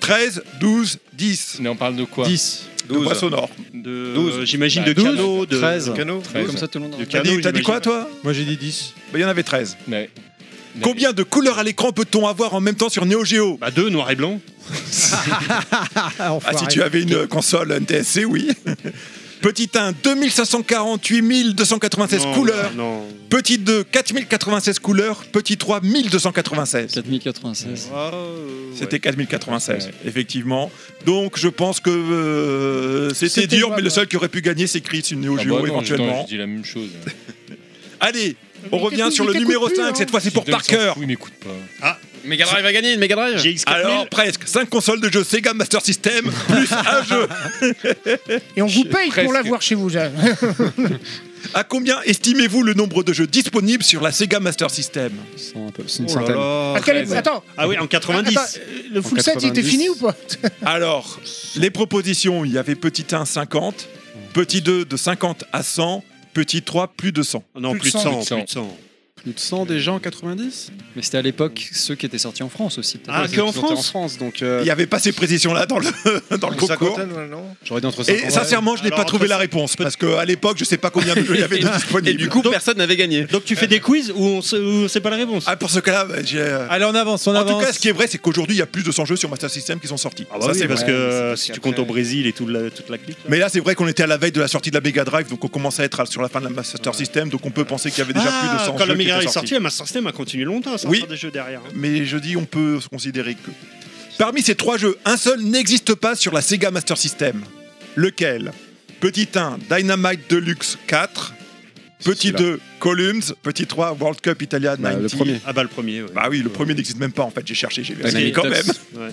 13, 12, 10. Mais on parle de quoi 10. De voix sonores. De, 12. J'imagine Bah, de 12, canaux, de 13. de canaux. Treize. Comme ça, tout le monde De T'as canaux, dit, t'as dit j'imagine. quoi, toi Moi, j'ai dit 10. Bah, Il y en avait 13. Mais- Combien de couleurs à l'écran peut-on avoir en même temps sur Neo Geo Bah, deux, noir et blanc. Ah, si tu avais une euh, console NTSC, oui. Petit 1, 2548 296 Non, couleurs. Non. Petit 2, 4096 couleurs. Petit 3, 1296. 4096. Ah, Ah. C'était 4096, effectivement. Donc je pense que euh, c'était C'était dur, jouable, mais le ouais. seul qui aurait pu gagner, c'est Chris, une Neo Ah bah Geo non, attends, éventuellement. J'ai dit la même chose. Allez, on Mais revient t'écoutes, sur le mais numéro t'écoutes plus, 5, hein. cette fois c'est pour Dis donc, Parker. Oui, m'écoute pas. Ah, Mega Drive a gagné, Mega Drive Alors presque, 5 consoles de jeux Sega Master System, plus un jeu. Et on vous paye pour l'avoir chez vous, là. À combien estimez-vous le nombre de jeux disponibles sur la Sega Master System une Oh là centaine. là. À quelle- Attends. Ah oui, en 90. Attends, euh, le full En set, il était 90. fini ou pas Alors, les propositions, il y avait petit 1 50, petit 2 de 50 à 100, petit 3 plus de 100. Non, Plus de plus de 100, 100, plus de 100. Plus de 100 déjà en 90 Mais c'était à l'époque ceux qui étaient sortis en France aussi. peut-être. Ah, Ils que en étaient sortis France France, donc. euh, Il n'y avait pas ces précisions-là dans le, Ah, dans le concours. J'aurais dit entre 50 Et sincèrement, je n'ai pas trouvé la réponse parce qu'à l'époque, je sais pas combien de jeux il y avait de disponibles. Et du coup, personne n'avait gagné. Donc tu fais des quiz où on sait, où on sait pas la réponse. Ah, pour ce cas-là, bah, j'ai. euh, Allez, on avance, on en avance. tout cas, ce qui est vrai, c'est qu'aujourd'hui, il y a plus de 100 jeux sur Master System qui sont sortis. Ah bah Ça, oui, c'est parce vrai. que euh, si tu comptes au Brésil et toute la, toute la clique. Mais là, c'est vrai qu'on était à la veille de la sortie de la Mega Drive, donc on commençait à être à- sur la fin de la Master System, donc on peut penser qu'il y avait déjà Ah, plus de 100 quand jeux la qui Mega étaient Drive est sortis. sortie, la Master System a continué longtemps à sortir Oui. des jeux derrière. hein. mais je dis on peut se considérer que. Parmi ces trois jeux, un seul n'existe pas sur la Sega Master System. Lequel Petit 1, Dynamite Deluxe 4. Petit celui-là. 2, Columns. Petit 3, World Cup Italia 90. le premier. Ah bah le premier, ouais. Bah oui, le premier n'existe même pas en fait, j'ai cherché, j'ai Dynamite vérifié quand même. Deluxe. Ouais.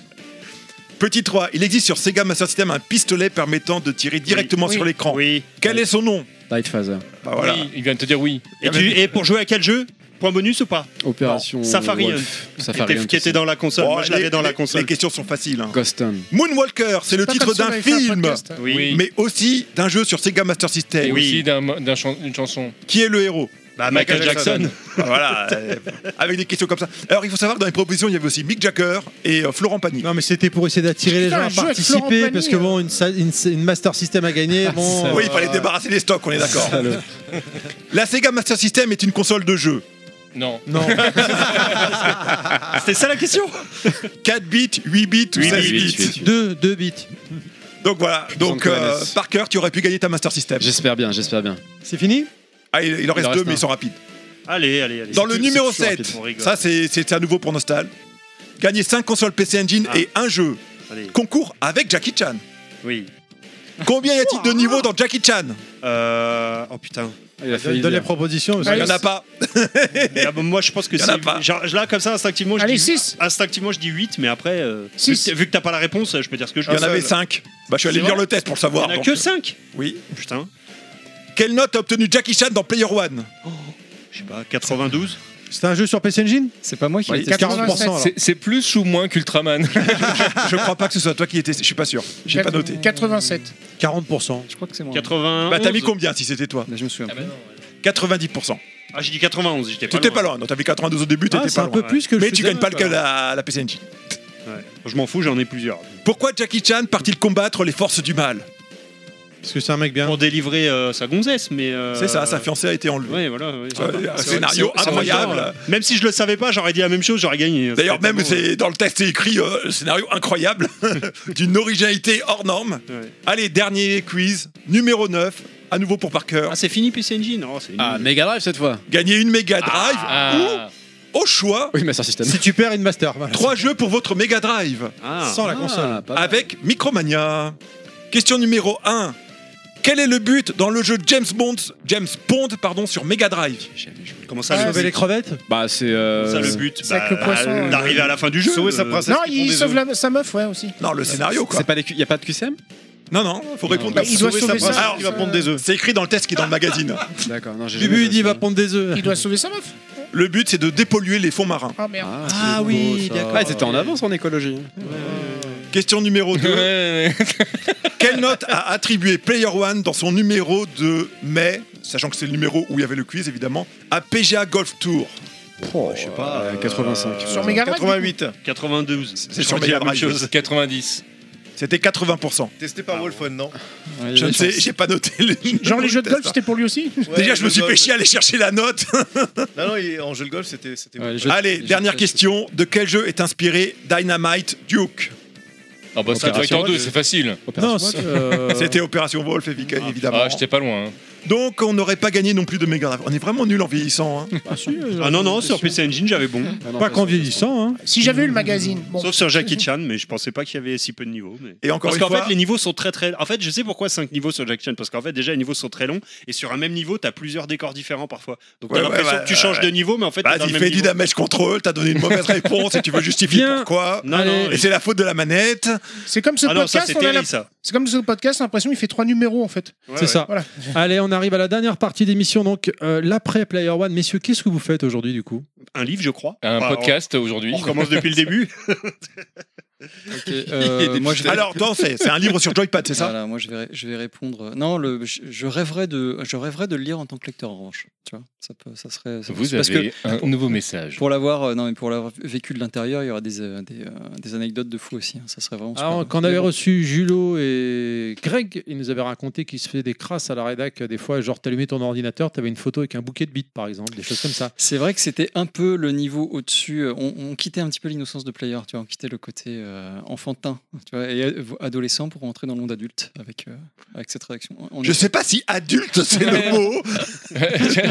Petit 3, il existe sur Sega Master System un pistolet permettant de tirer directement Oui. sur l'écran. Oui. Quel est son nom Light Phaser. Bah voilà. Oui, il vient de te dire oui. Et, tu- et pour jouer à quel jeu Point bonus ou pas Opération. Safari Wolf. Hunt. Safari Qui était- Hunt Qui était aussi. dans la console. Oh, Moi je les- l'avais dans la les- console. Les questions sont faciles. hein. Ghost Town. Moonwalker, c'est le pas titre comme si on d'un avait fait un film, podcast, hein. Oui. mais aussi d'un jeu sur Sega Master System. Et aussi d'un d'un chan- une chanson. Qui est le héros Bah, Michael Jackson. Bah, voilà, euh, avec des questions comme ça. Alors il faut savoir que dans les propositions, il y avait aussi Mick Jagger et euh, Florent Pagny. Non, mais c'était pour essayer d'attirer les Putain, gens un à jeu avec Florent participer Pagny, hein. parce que bon, une, sa- une- une Master System à gagner. Bon, euh, Ah. oui, il fallait débarrasser les stocks, on est d'accord. Salaud. La Sega Master System est une console de jeu. Non. Non. C'était ça la question 4 bits, 8 bits ou 8 16 bits, bits 8 bits. 2 bits. Donc voilà, donc Sans euh, connasse. Parker, tu aurais pu gagner ta Master System. J'espère bien, j'espère bien. C'est fini Ah, il, il en reste en deux, reste mais un. ils sont rapides. Allez, allez, allez. Dans le C'est- numéro c'est toujours 7, rapide, on rigole. ça c'est- c'est à nouveau pour Nostal. Gagner 5 consoles PC Engine Ah. et un jeu. Allez. Concours avec Jackie Chan. Oui. Combien y a-t-il de niveaux dans Jackie Chan Euh... Oh putain. Il a Donne donne les propositions. parce que- Il n'y en a pas. Ah, bah, moi je pense que Y en a c'est. pas. genre, Là, comme ça, instinctivement, je, dis, instinctivement, je dis 8, mais après, euh, vu que- vu que t'as pas la réponse, je peux dire ce que je Il y veux. en avait 5. Bah, je suis allé C'est lire vrai le test pour le savoir. Il y en a donc. euh, que 5 Oui. Putain. Quelle note a obtenu Jackie Chan dans Player One Oh, Je sais pas, 92 C'est un jeu sur PC Engine C'est pas moi qui l'ai testé. 40%. alors. C'est- C'est plus ou moins qu'Ultraman Je crois pas que ce soit toi qui étais. Je suis pas sûr. J'ai pas noté. 87. 40%. Je crois que c'est moi. 91 Bah, t'as mis combien si c'était toi Je me souviens. bah 90%. Ah, j'ai dit 91, j'étais pas. T'étais pas loin. Non, t'avais 92 au début, Ah, t'étais c'est pas un loin. peu plus que je Mais suis tu gagnes dingue, pas le quoi. la, la PC Engine. Ouais. Je m'en fous, j'en ai plusieurs. Pourquoi Jackie Chan part-il combattre les forces du mal Parce que c'est un mec bien. Pour délivrer euh, sa gonzesse, mais. euh, C'est ça, sa fiancée a été enlevée. Ouais, voilà. ouais. Ouais, un C'est- scénario c'est- hein. c'est- incroyable. c'est- c'est- Même si je le savais pas, j'aurais dit la même chose, j'aurais gagné. D'ailleurs, C'était même tellement- c'est dans le texte c'est écrit euh, scénario incroyable, d'une originalité hors norme. Ouais. Allez, dernier quiz, numéro 9, à nouveau pour Parker. Ah, c'est fini PC Engine Oh, c'est Ah, nul. Mega Drive cette fois. Gagnez une Mega Drive Ah. ou, au choix, Oui, Master System. Si tu perds une master. voilà. trois jeux pour votre Mega Drive Ah. Sans la console. avec Micromania. Question numéro 1. Quel est le but dans le jeu James Bond, James Bond pardon, sur Mega Drive Ah, Comment ça, Sauver le les but crevettes Bah, c'est. euh, Ça, le but C'est avec le poisson, ouais. D'arriver à la fin du jeu. Sauver sa euh, princesse. Non, qui prend il des sauve œufs. la- sa meuf, ouais, aussi. Non, le scénario quoi. Euh, C'est pas les Q- y a pas de QCM Non, non, faut répondre. Bah, il doit sauver sa sa princesse meuf. qui va prendre des œufs. C'est écrit dans le test qui est dans le magazine. D'accord, non, j'ai jamais Bubu, joué il à dit, ça. va pondre des œufs. Il doit sauver sa meuf. Le but c'est de dépolluer les fonds marins. Ah merde. Ah, Ah c'est oui, beau, ça. d'accord. Ah, ils étaient en avance en écologie. Question numéro 2. Ouais, ouais. Quelle note a attribué Player One dans son numéro de mai, sachant que c'est le numéro où il y avait le quiz évidemment, à PGA Golf Tour Oh, je sais pas. 85. Sur Mega Drive, 88. 92. C'est Je sur redis Mega la même Drive. chose. 90. C'était 80%. Testé par Wolfon, non Ouais, Je ne la sais, chance. j'ai pas noté les. Genre les jeux de golf, Testa. c'était pour lui aussi Déjà, je me suis fait péché chier à aller chercher la note. Non, non, il- en jeu de golf, c'était. c'était Ouais, Wolfon. je- Allez, je- dernière je- question. De quel jeu est inspiré Dynamite Duke Ah bah ça doit être Opération en deux, euh. Rogue. c'est facile. Non, c'est- euh, C'était Opération Wolf, évi- évidemment. Ah, j'étais pas loin. hein. Donc, on n'aurait pas gagné non plus de Mega Drive. On est vraiment nul en vieillissant. hein. Ah non, non, sur PC Engine, j'avais bon. Ah non, Pas ça, qu'en vieillissant, hein. Si j'avais eu le magazine. Bon. Sauf sur Jackie Chan, mais je pensais pas qu'il y avait si peu de niveaux. mais- Et encore Parce une qu'en fois, fait, les niveaux sont très très. En fait, je sais pourquoi 5 niveaux sur Jackie Chan. Parce qu'en fait, déjà, les niveaux sont très longs. Et sur un même niveau, t'as plusieurs décors différents parfois. Donc t'as Ouais, ouais, l'impression ouais, que tu changes ouais. de niveau, mais en fait, t'es dans vas-y, le fais même du niveau. damage control. T'as donné une mauvaise réponse et tu veux justifier Bien. pourquoi. Non, Allez. non, Et c'est la faute de la manette. C'est comme ce Ah non, ça podcast, c'est on a la- terrible ça. c'est comme ce podcast, on a l'impression qu'il fait trois numéros en fait. Ouais, C'est ouais. ça. Voilà. Allez, on arrive à la dernière partie d'émission, donc euh, l'après Player One. Messieurs, qu'est-ce que vous faites aujourd'hui du coup Un livre, je crois. Un Enfin, on- podcast aujourd'hui. On recommence depuis le début. Ok, euh, moi, je vais- Alors, non, c'est c'est un livre sur Joypad, c'est ça Voilà, moi je vais, ré- je vais répondre. euh, Non, le, je, je rêverais de, je rêverais de le lire en tant que lecteur en revanche. Tu vois, ça, peut, ça serait. ça- Vous parce que avez un nouveau message. pour l'avoir, euh, non, mais pour l'avoir vécu de l'intérieur, il y aura des, euh, des, euh, des anecdotes de fou aussi. hein. Ça serait vraiment. Alors, super. Ah, quand on avait Mais bon. reçu Julo et Greg, ils nous avaient raconté qu'ils se faisaient des crasses à la rédac euh, des fois, genre t'allumais ton ordinateur, t'avais une photo avec un bouquet de bites par exemple, des choses comme ça. C'est vrai que c'était un peu le niveau au-dessus. euh, On, on quittait un petit peu l'innocence de player, tu vois, on quittait le côté euh, enfantin, tu vois, et euh, adolescent pour rentrer dans le monde adulte avec, euh, avec cette rédaction. On- on Je est- sais pas si adulte c'est le mot. J'ai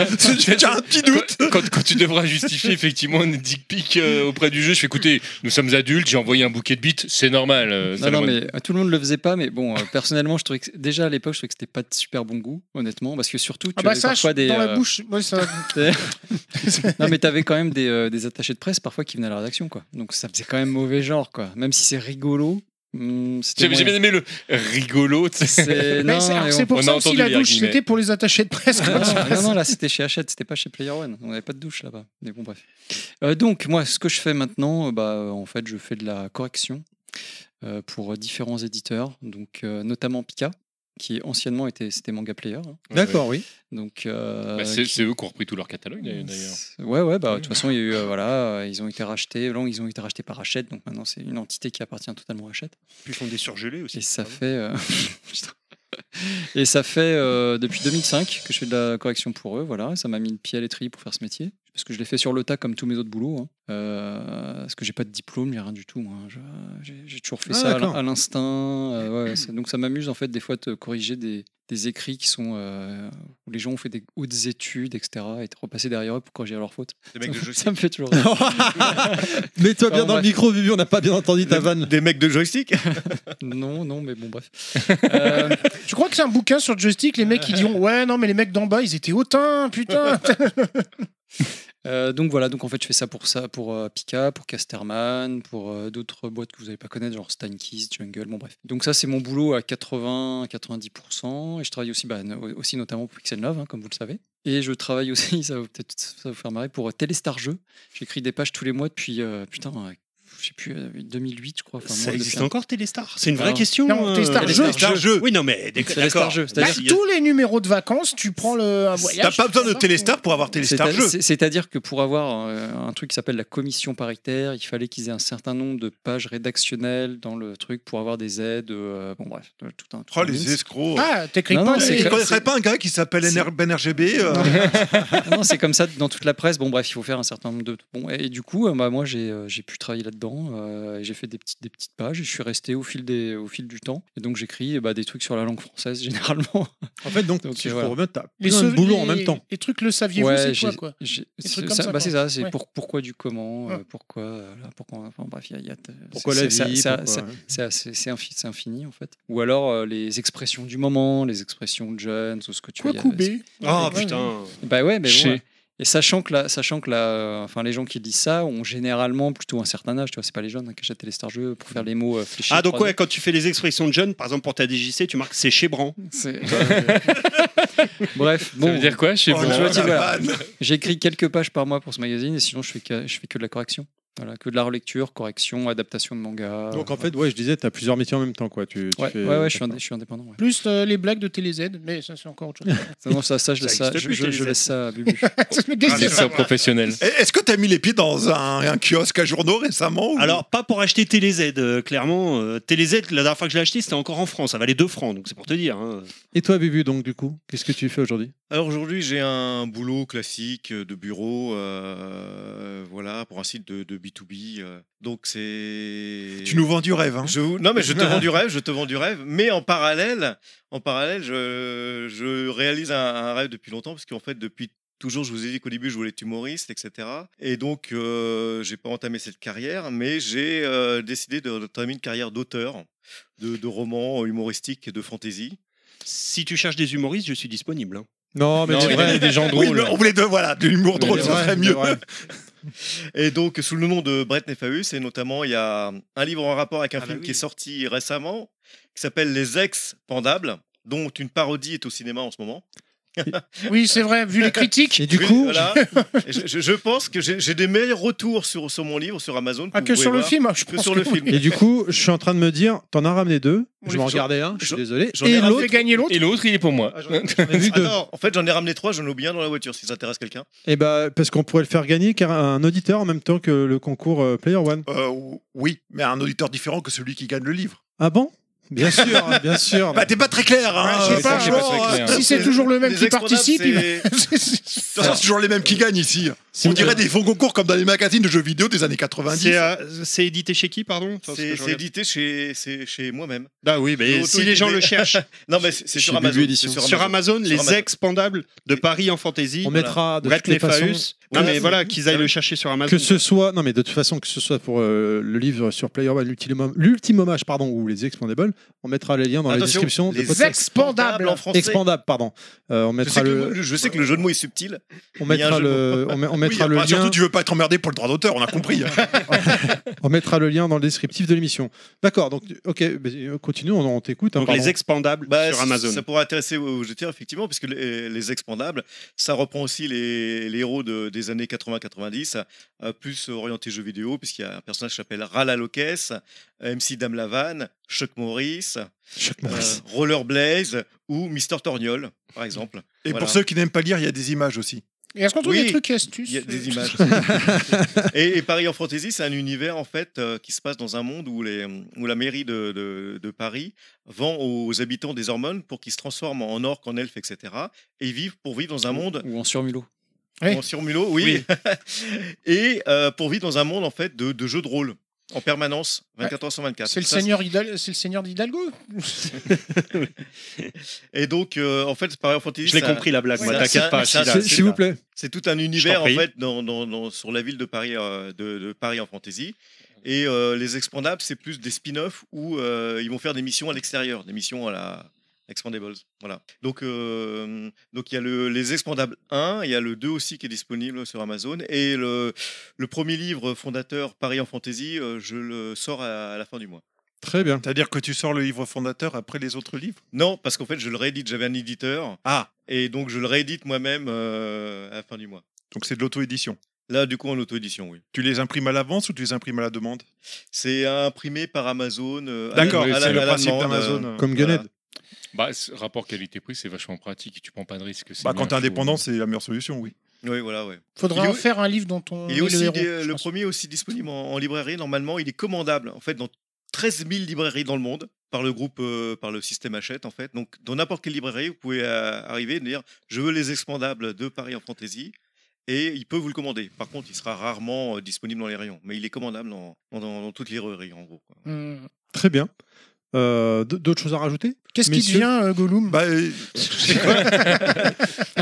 un petit doute. Quand, quand tu devras justifier effectivement une dick pic euh, auprès du jeu, je fais écoutez, nous sommes adultes, j'ai envoyé un bouquet de bites, c'est normal. euh, Non, non, Salomon. mais euh, tout le monde le faisait pas, mais bon, euh, personnellement, je trouvais que déjà à l'époque, je trouvais que c'était pas de super bon goût, honnêtement, parce que surtout, tu Ah bah avais ça, je- parfois dans des. la euh, bouche, moi, ça... non, mais t'avais quand même des, euh, des attachés de presse parfois qui venaient à la rédaction, quoi. Donc ça faisait quand même mauvais genre, quoi. Même si c'est rigolo, hum, c'était. J'ai j'ai bien moyen. aimé le rigolo. tu sais. C'est- Mais non, c'est- alors, mais c'est bon. pour on a ça aussi entendu la les douche, guillemets. c'était pour les attachés de presse. Non, quoi. non, non, là c'était chez Hachette, c'était pas chez Player One. On n'avait pas de douche là-bas. Mais bon, bref. Euh, donc, moi, ce que je fais maintenant, euh, bah, euh, en fait, je fais de la correction euh, pour différents éditeurs, donc euh, notamment Pika, qui anciennement était, c'était Manga Player. hein. D'accord, oui. Donc, euh, Bah, c'est qui- c'est eux qui ont repris tout leur catalogue d'ailleurs. Ouais, ouais, bah, de toute façon, il y a eu, euh, voilà, euh, ils ont été rachetés. Là, ils ont été rachetés par Hachette, donc maintenant, c'est une entité qui appartient totalement à Hachette. Puis ils font des surgelés aussi. Et ça fait. euh, putain. Et ça fait euh, depuis 2005 que je fais de la correction pour eux, voilà. Ça m'a mis le pied à l'étrier pour faire ce métier. parce que je l'ai fait sur le tas comme tous mes autres boulots. hein. Euh, parce que j'ai pas de diplôme, j'ai rien du tout. moi. Je- j'ai- J'ai toujours fait Ah, ça à l'in- d'accord. à l'instinct. euh, ouais, ça- donc ça m'amuse en fait des fois de corriger des, des écrits qui sont euh, où les gens ont fait des hautes études, etc. Et de repasser derrière eux pour corriger leurs fautes. Des mecs de jeux ça me fait toujours. Mets-toi bien dans le micro, Bubu, on n'a pas bien entendu ta vanne. Des mecs de joystick Non, non, mais bon, bref. euh, Je crois que c'est un bouquin sur le joystick, les mecs qui diront Ouais, non, mais les mecs d'en bas, ils étaient hautains, putain Bah, Euh, donc voilà, donc en fait je fais ça pour ça, pour euh, Pika, pour Casterman, pour euh, d'autres boîtes que vous n'allez pas connaître, genre Steinkeys, Jungle, bon bref. Donc ça c'est mon boulot à 80-90% et je travaille aussi, bah, no- aussi notamment pour Pixel Love, hein, comme vous le savez. Et je travaille aussi, ça va peut-être ça va vous faire marrer, pour euh, Téléstar Jeux. J'écris des pages tous les mois depuis, euh, putain, euh, je sais plus, euh, 2008 je crois. Enfin, Ça moi, existe depuis un- encore Téléstar C'est une vraie Alors- question euh, Téléstar Jeux. Oui, non, mais d'accord. Téléstar Jeux, Bah, c'est-à-dire- Tous les numéros de vacances, tu prends le, un voyage. tu pars, pour avoir C'est- c'est- C'est-à-dire que pour avoir euh, un truc qui s'appelle la commission paritaire, il fallait qu'ils aient un certain nombre de pages rédactionnelles dans le truc pour avoir des aides. euh, bon, bref, euh, tout un. tout Oh, un les mix. escrocs. Ah, t'écris Non, pas, non, c'est Il que- connaîtrait c'est- pas un gars qui s'appelle c'est- NR Ben RGB. euh, non, c'est comme ça dans toute la presse. Bon, bref, il faut faire un certain nombre de. Bon, et, et du coup, euh, bah, moi, j'ai euh, j'ai pu travailler là-dedans. euh, et j'ai fait des petites, des petites pages et je suis resté au fil, des, au fil du temps. Et donc, j'écris bah, des trucs sur la langue française généralement. En fait, donc, Donc, si euh, je peux voilà. remettre, t'as Les plein de sauve- boulot en les- même temps. Les trucs, le saviez-vous, Ouais, c'est quoi, j'ai- quoi j'ai- Des c'est trucs comme ça, ça, bah, c'est quoi. ça, c'est Ouais. pour- pourquoi du comment, euh, Ouais. pourquoi, euh, là, pourquoi, enfin bref, il y a, il y a- Pourquoi c'est- la c'est- vie, c'est- pourquoi, c'est- ouais. c'est assez- c'est infi- c'est infini en fait. Ou alors euh, les expressions du moment, les expressions de jeunes, ou ce que tu Quoi veux. il y a- couper Ah, Ouais, putain. ouais. Bah ouais, mais bon. Chez. ouais. Et sachant que, là, sachant que là, euh, enfin, les gens qui disent ça ont généralement plutôt un certain âge, tu vois, c'est pas les jeunes hein, qui achètent les star jeux pour faire les mots euh, fléchis. Ah, donc croisés. ouais, quand tu fais les expressions de jeunes, par exemple pour ta DJC, tu marques c'est chez Bran. Bref, bon. veut dire quoi, chez Donc, Bran je me dis, Oh, la voilà, vanne. J'écris quelques pages par mois pour ce magazine et sinon je fais que, je fais que de la correction. Voilà, que de la relecture, correction, adaptation de manga. Donc en fait, ouais, je disais, t'as plusieurs métiers en même temps, quoi. Tu, tu Ouais, fais- ouais, ouais, je suis, indé- je suis indépendant. ouais. Plus euh, les blagues de TéléZ, mais ça, c'est encore autre chose. Ça, non, ça, ça, je, Ça laisse ça, existe je, plus, je- je TéléZ. laisse ça à Bubu. Qu'est-ce que c'est professionnel. Est-ce que t'as mis les pieds dans un, un kiosque à journaux récemment ou- Alors, pas pour acheter TéléZ, euh, clairement. euh, TéléZ, la dernière fois que je l'ai acheté, c'était encore en France. Ça valait 2 francs, donc c'est pour te dire. hein. Et toi, Bubu, donc du coup, qu'est-ce que tu fais aujourd'hui Alors aujourd'hui, j'ai un boulot classique euh, de bureau, euh, voilà, pour un site de, de B2B. euh. donc c'est. Tu nous vends du rêve, hein. Je vous- Non, mais je te vends du rêve, je te vends du rêve. Mais en parallèle, en parallèle, je, je réalise un, un rêve depuis longtemps, parce qu'en fait, depuis toujours, je vous ai dit qu'au début, je voulais être humoriste, etc. Et donc, euh, j'ai pas entamé cette carrière, mais j'ai euh, décidé de- d'entamer une carrière d'auteur, de, de romans humoristiques et de fantaisie. Si tu cherches des humoristes, je suis disponible. hein. Non, mais Non, des vrais- des gens drôles. Oui, mais on voulait de, voilà, de l'humour drôle, des ça vrais, serait des mieux. vrais. Et donc, sous le nom de Brett Nefaus, et notamment, il y a un livre en rapport Ah bah avec un film qui est sorti récemment, qui s'appelle Les Ex Pendables, dont une parodie est au cinéma en ce moment. Oui, c'est vrai, vu les critiques. Et du Oui, voilà. Et je, je- je pense que j'ai j'ai des meilleurs retours sur, sur mon livre, sur Amazon. Ah, vous que pouvez sur le voir, film, je que pense sur que le oui. film. Et du coup, je suis en train de me dire, t'en as ramené deux. Je vais en j'en- regarder un. Je suis j'en- désolé. j'en ai Et ramené l'autre. gagner l'autre. Et l'autre, il est pour moi. Ah non, en fait, j'en ai ramené trois, j'en ai oublié un dans la voiture, si ça intéresse quelqu'un. Et bah, parce qu'on pourrait le faire gagner car un auditeur en même temps que le concours euh, Player One. Euh, oui, mais un auditeur différent que celui qui gagne le livre. Ah bon Bien sûr, bien sûr. Bah, t'es pas très clair, hein. Ouais, je sais pas, franchement, je sais pas très clair. euh, Si c'est toujours le même les qui exponents, participe, il va- c'est- De toute façon, c'est toujours les mêmes qui gagnent ici. Si On vous- dirait des fonds concours comme dans les magazines de jeux vidéo des années 90. C'est euh, c'est édité chez qui, pardon Enfin, parce que C'est je c'est regarde. édité chez, c'est chez moi-même. Ah oui, mais si les gens le cherchent. non, mais c'est c'est Chez sur, Bubu Amazon, c'est Éditions. Sur Amazon, Sur les Amazon. ex-pendables de Paris en fantasy. On mettra de Brett toutes les Nefaeus. façons- Non, mais Ouais. voilà, qu'ils aillent le chercher sur Bah, Amazon. Que ce soit, non mais de toute façon, que ce soit pour euh, le livre sur Player One, l'ultimum, l'ultimomage, pardon, ou les expandables, on mettra les liens dans la Attention, description. de les podcast. expandables en français. Expandables, pardon. Euh, on Je sais, mettra que le. le... je sais que le jeu de mots est subtil. On mais il y a mettra un jeu de le, mots. on, met- on mettra Enfin, le lien, Surtout, tu veux pas être emmerdé pour le droit d'auteur, on a compris. hein. on mettra le lien dans le descriptif de l'émission. D'accord, donc ok, bah, continue, on, on t'écoute. hein, pardon. expandables Bah, sur ça- Amazon. Ça pourrait intéresser aux aux jeteurs, effectivement, puisque les, les expandables, ça reprend aussi les, les héros de- des années 80-90, euh, plus orientés jeux vidéo, puisqu'il y a un personnage qui s'appelle Rala Locke, MC Dame Lavanne, Chuck Morris, Morris. Roller Blaze ou Mister Torgnol, par exemple. Et Voilà. pour ceux qui n'aiment pas lire, il y a des images aussi. Et est-ce qu'on trouve Oui. des trucs et astuces euh, Il y a des images. et, et Paris en Fantasy, c'est un univers en fait euh, qui se passe dans un monde où, les, où la mairie de, de- de Paris vend aux habitants des hormones pour qu'ils se transforment en orques, en elfes, etc. Et ils vivent pour vivre dans un monde Ou en surmulot. en sur mulot, oui. et euh, pour vivre dans un monde en fait de, de jeux de rôle en permanence, 24 heures sur 24. C'est le, Ça, seigneur Hidal- c'est le seigneur d'Hidalgo Et donc, euh, en fait, c'est pareil, Fantasy. Je l'ai c'est compris, un- la blague, c'est moi, un- t'inquiète c'est un- pas, c'est un- Achille, S'il- c'est s'il un- vous plaît. C'est tout un univers, en fait, dans, dans- dans- sur la ville de Paris, euh, de, de Paris en fantasy. Et euh, les expandables, c'est plus des spin-offs où euh, ils vont faire des missions à l'extérieur, des missions à la Expandables. Voilà. Donc, euh, donc il y a le, les Expandables 1, il y a le 2 aussi qui est disponible sur Amazon. Et le, le premier livre fondateur, Paris en fantasy, euh, je le sors à- à la fin du mois. Très bien. C'est-à-dire que tu sors le livre fondateur après les autres livres Non, parce qu'en fait, je le réédite. J'avais un éditeur. Ah. Et donc, je le réédite moi-même euh, à la fin du mois. Donc c'est de l'auto-édition. Là, du coup, en auto-édition, oui. Tu les imprimes à l'avance ou tu les imprimes à la demande Ah, C'est imprimé par Amazon. euh, à D'accord, la- à la- c'est le à la principe demande, d'Amazon. euh, Comme Gunhead. Bah, ce rapport qualité-prix, c'est vachement pratique. Tu prends pas de risque. c'est Bah, quand bien t'es chaud. indépendant, c'est la meilleure solution, oui. Oui, voilà, oui. Faudra Il est en où- faire un livre dont on Il est aussi des- euh, le premier est aussi disponible en, en librairie. Normalement, il est commandable en fait dans 13 000 librairies dans le monde par le groupe, euh, par le système Hachette en fait. Donc dans n'importe quelle librairie, vous pouvez euh, arriver et dire je veux les expandables de Paris en fantasy et il peut vous le commander. Par contre, il sera rarement euh, disponible dans les rayons, mais il est commandable dans, dans- dans toutes les librairies en gros. quoi. Très bien. Euh, d- D'autres choses à rajouter Qu'est-ce qui Messieurs devient, euh, Gollum bah,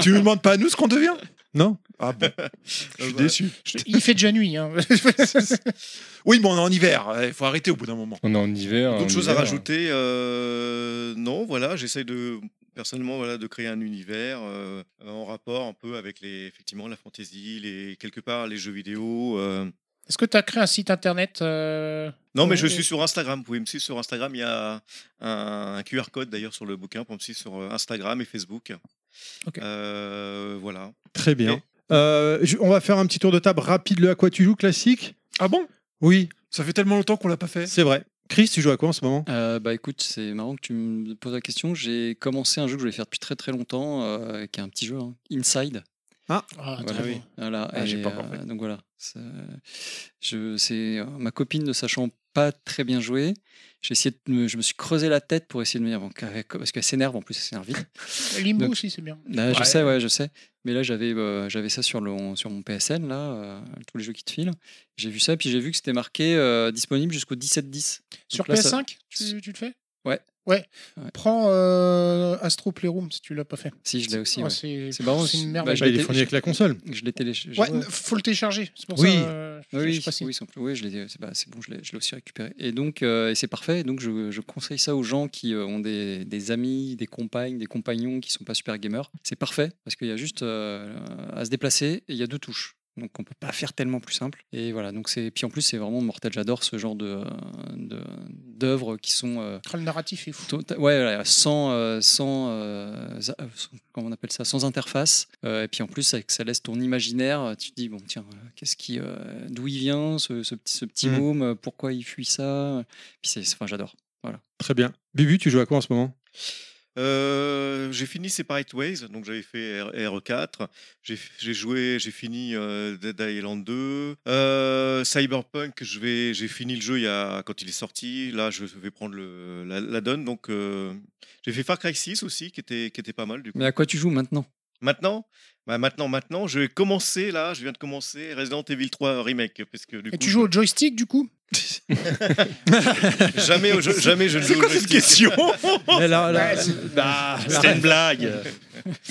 Tu nous demandes pas à nous ce qu'on devient Non. Ah bon Je suis Bah, voilà. déçu. Il fait déjà nuit. hein. Oui, mais on est en hiver. Il faut arrêter au bout d'un moment. On est en hiver. en Oh, D'autres choses à hiver. rajouter euh, Non, voilà, j'essaie de personnellement voilà de créer un univers euh, en rapport un peu avec les effectivement la fantasy, les quelque part les jeux vidéo. euh. Est-ce que tu as créé un site internet euh, Non, mais où- je suis sur Instagram. Vous pouvez me suivre sur Instagram. Il y a un, un QR code d'ailleurs sur le bouquin pour me suivre sur euh, Instagram et Facebook. Euh, voilà. Très bien. Euh, je- on va faire un petit tour de table rapide. Le à quoi tu joues classique Ah bon Oui, Ça fait tellement longtemps qu'on l'a pas fait. c'est vrai. Chris, tu joues à quoi en ce moment Euh, bah écoute, c'est marrant que tu me poses la question. J'ai commencé un jeu que je voulais faire depuis très très longtemps, euh, qui est un petit jeu, hein, Inside. Ah, voilà. oui. Voilà. Ah, j'ai Et, pas encore euh, donc voilà, Ça- je- c'est euh, ma copine ne sachant pas très bien jouer. J'ai essayé de me- je me suis creusé la tête pour essayer de me dire bon, parce qu'elle s'énerve en plus, elle s'énerve vite. euh, Limbo Donc, aussi, c'est bien. Là, Je Ouais. sais, ouais, je sais. Mais là, j'avais euh, j'avais ça sur, le, sur mon PSN, là, euh, tous les jeux qui te filent. J'ai vu ça, puis j'ai vu que c'était marqué euh, disponible jusqu'au 17-10. Sur Donc là, ça- PS5, tu, tu le fais Ouais. Ouais. Prends euh, Astro Playroom si tu l'as pas fait. Si, je l'ai aussi. Ouais, ouais. Ah, c'est- C'est marrant. c'est une je- merde. bah, je Bah, il l'ai est té- fourni je- avec la console. Je l'ai téléchargé. Ouais, faut le télécharger. C'est pour Oui. ça. euh, je- je oui, sais pas si- oui, sans plus. Oui, je l'ai- c'est bah, c'est bon, je l'ai je l'ai aussi récupéré. Et donc, euh, et c'est parfait. Et Donc, je, je conseille ça aux gens qui euh, ont des, des amis, des compagnes, des compagnons qui sont pas super gamers. C'est parfait parce qu'il y a juste euh, à se déplacer et il y a deux touches. Donc, on peut pas faire tellement plus simple. Et voilà. Donc, c'est puis en plus, c'est vraiment mortel. J'adore ce genre de euh, de- d'œuvres qui sont euh, Ah, Le narratif est fou. Tota- ouais, voilà, sans, euh, sans, euh, za- euh, sans- comment on appelle ça, sans interface. Euh, et puis en plus, avec- ça laisse ton imaginaire. euh, Tu te dis bon tiens, euh, qu'est-ce qui, euh, d'où il vient ce, ce petit, ce petit Mmh. Mm. môme euh, Pourquoi il fuit ça Puis c'est, enfin j'adore. Voilà. Très bien. Bibu, tu joues à quoi en ce moment Euh, j'ai fini Separate Ways, donc j'avais fait R- RE4. J'ai j'ai joué, j'ai fini euh, Dead Island 2. Euh, Cyberpunk, je vais- j'ai fini le jeu il y a, quand il est sorti. Là, je vais prendre le, la, la donne. Donc, euh, j'ai fait Far Cry 6 aussi, qui était, qui était pas mal du coup. Mais à quoi tu joues maintenant Maintenant, bah maintenant, maintenant, je vais commencer là. Je viens de commencer Resident Evil 3 remake, parce que du Et coup, tu joues au joystick du coup jamais, au jeu- jamais je ne C'est joue quoi au cette joystick. question Mais là, là, Bah, c'est- bah, C'était là- une blague.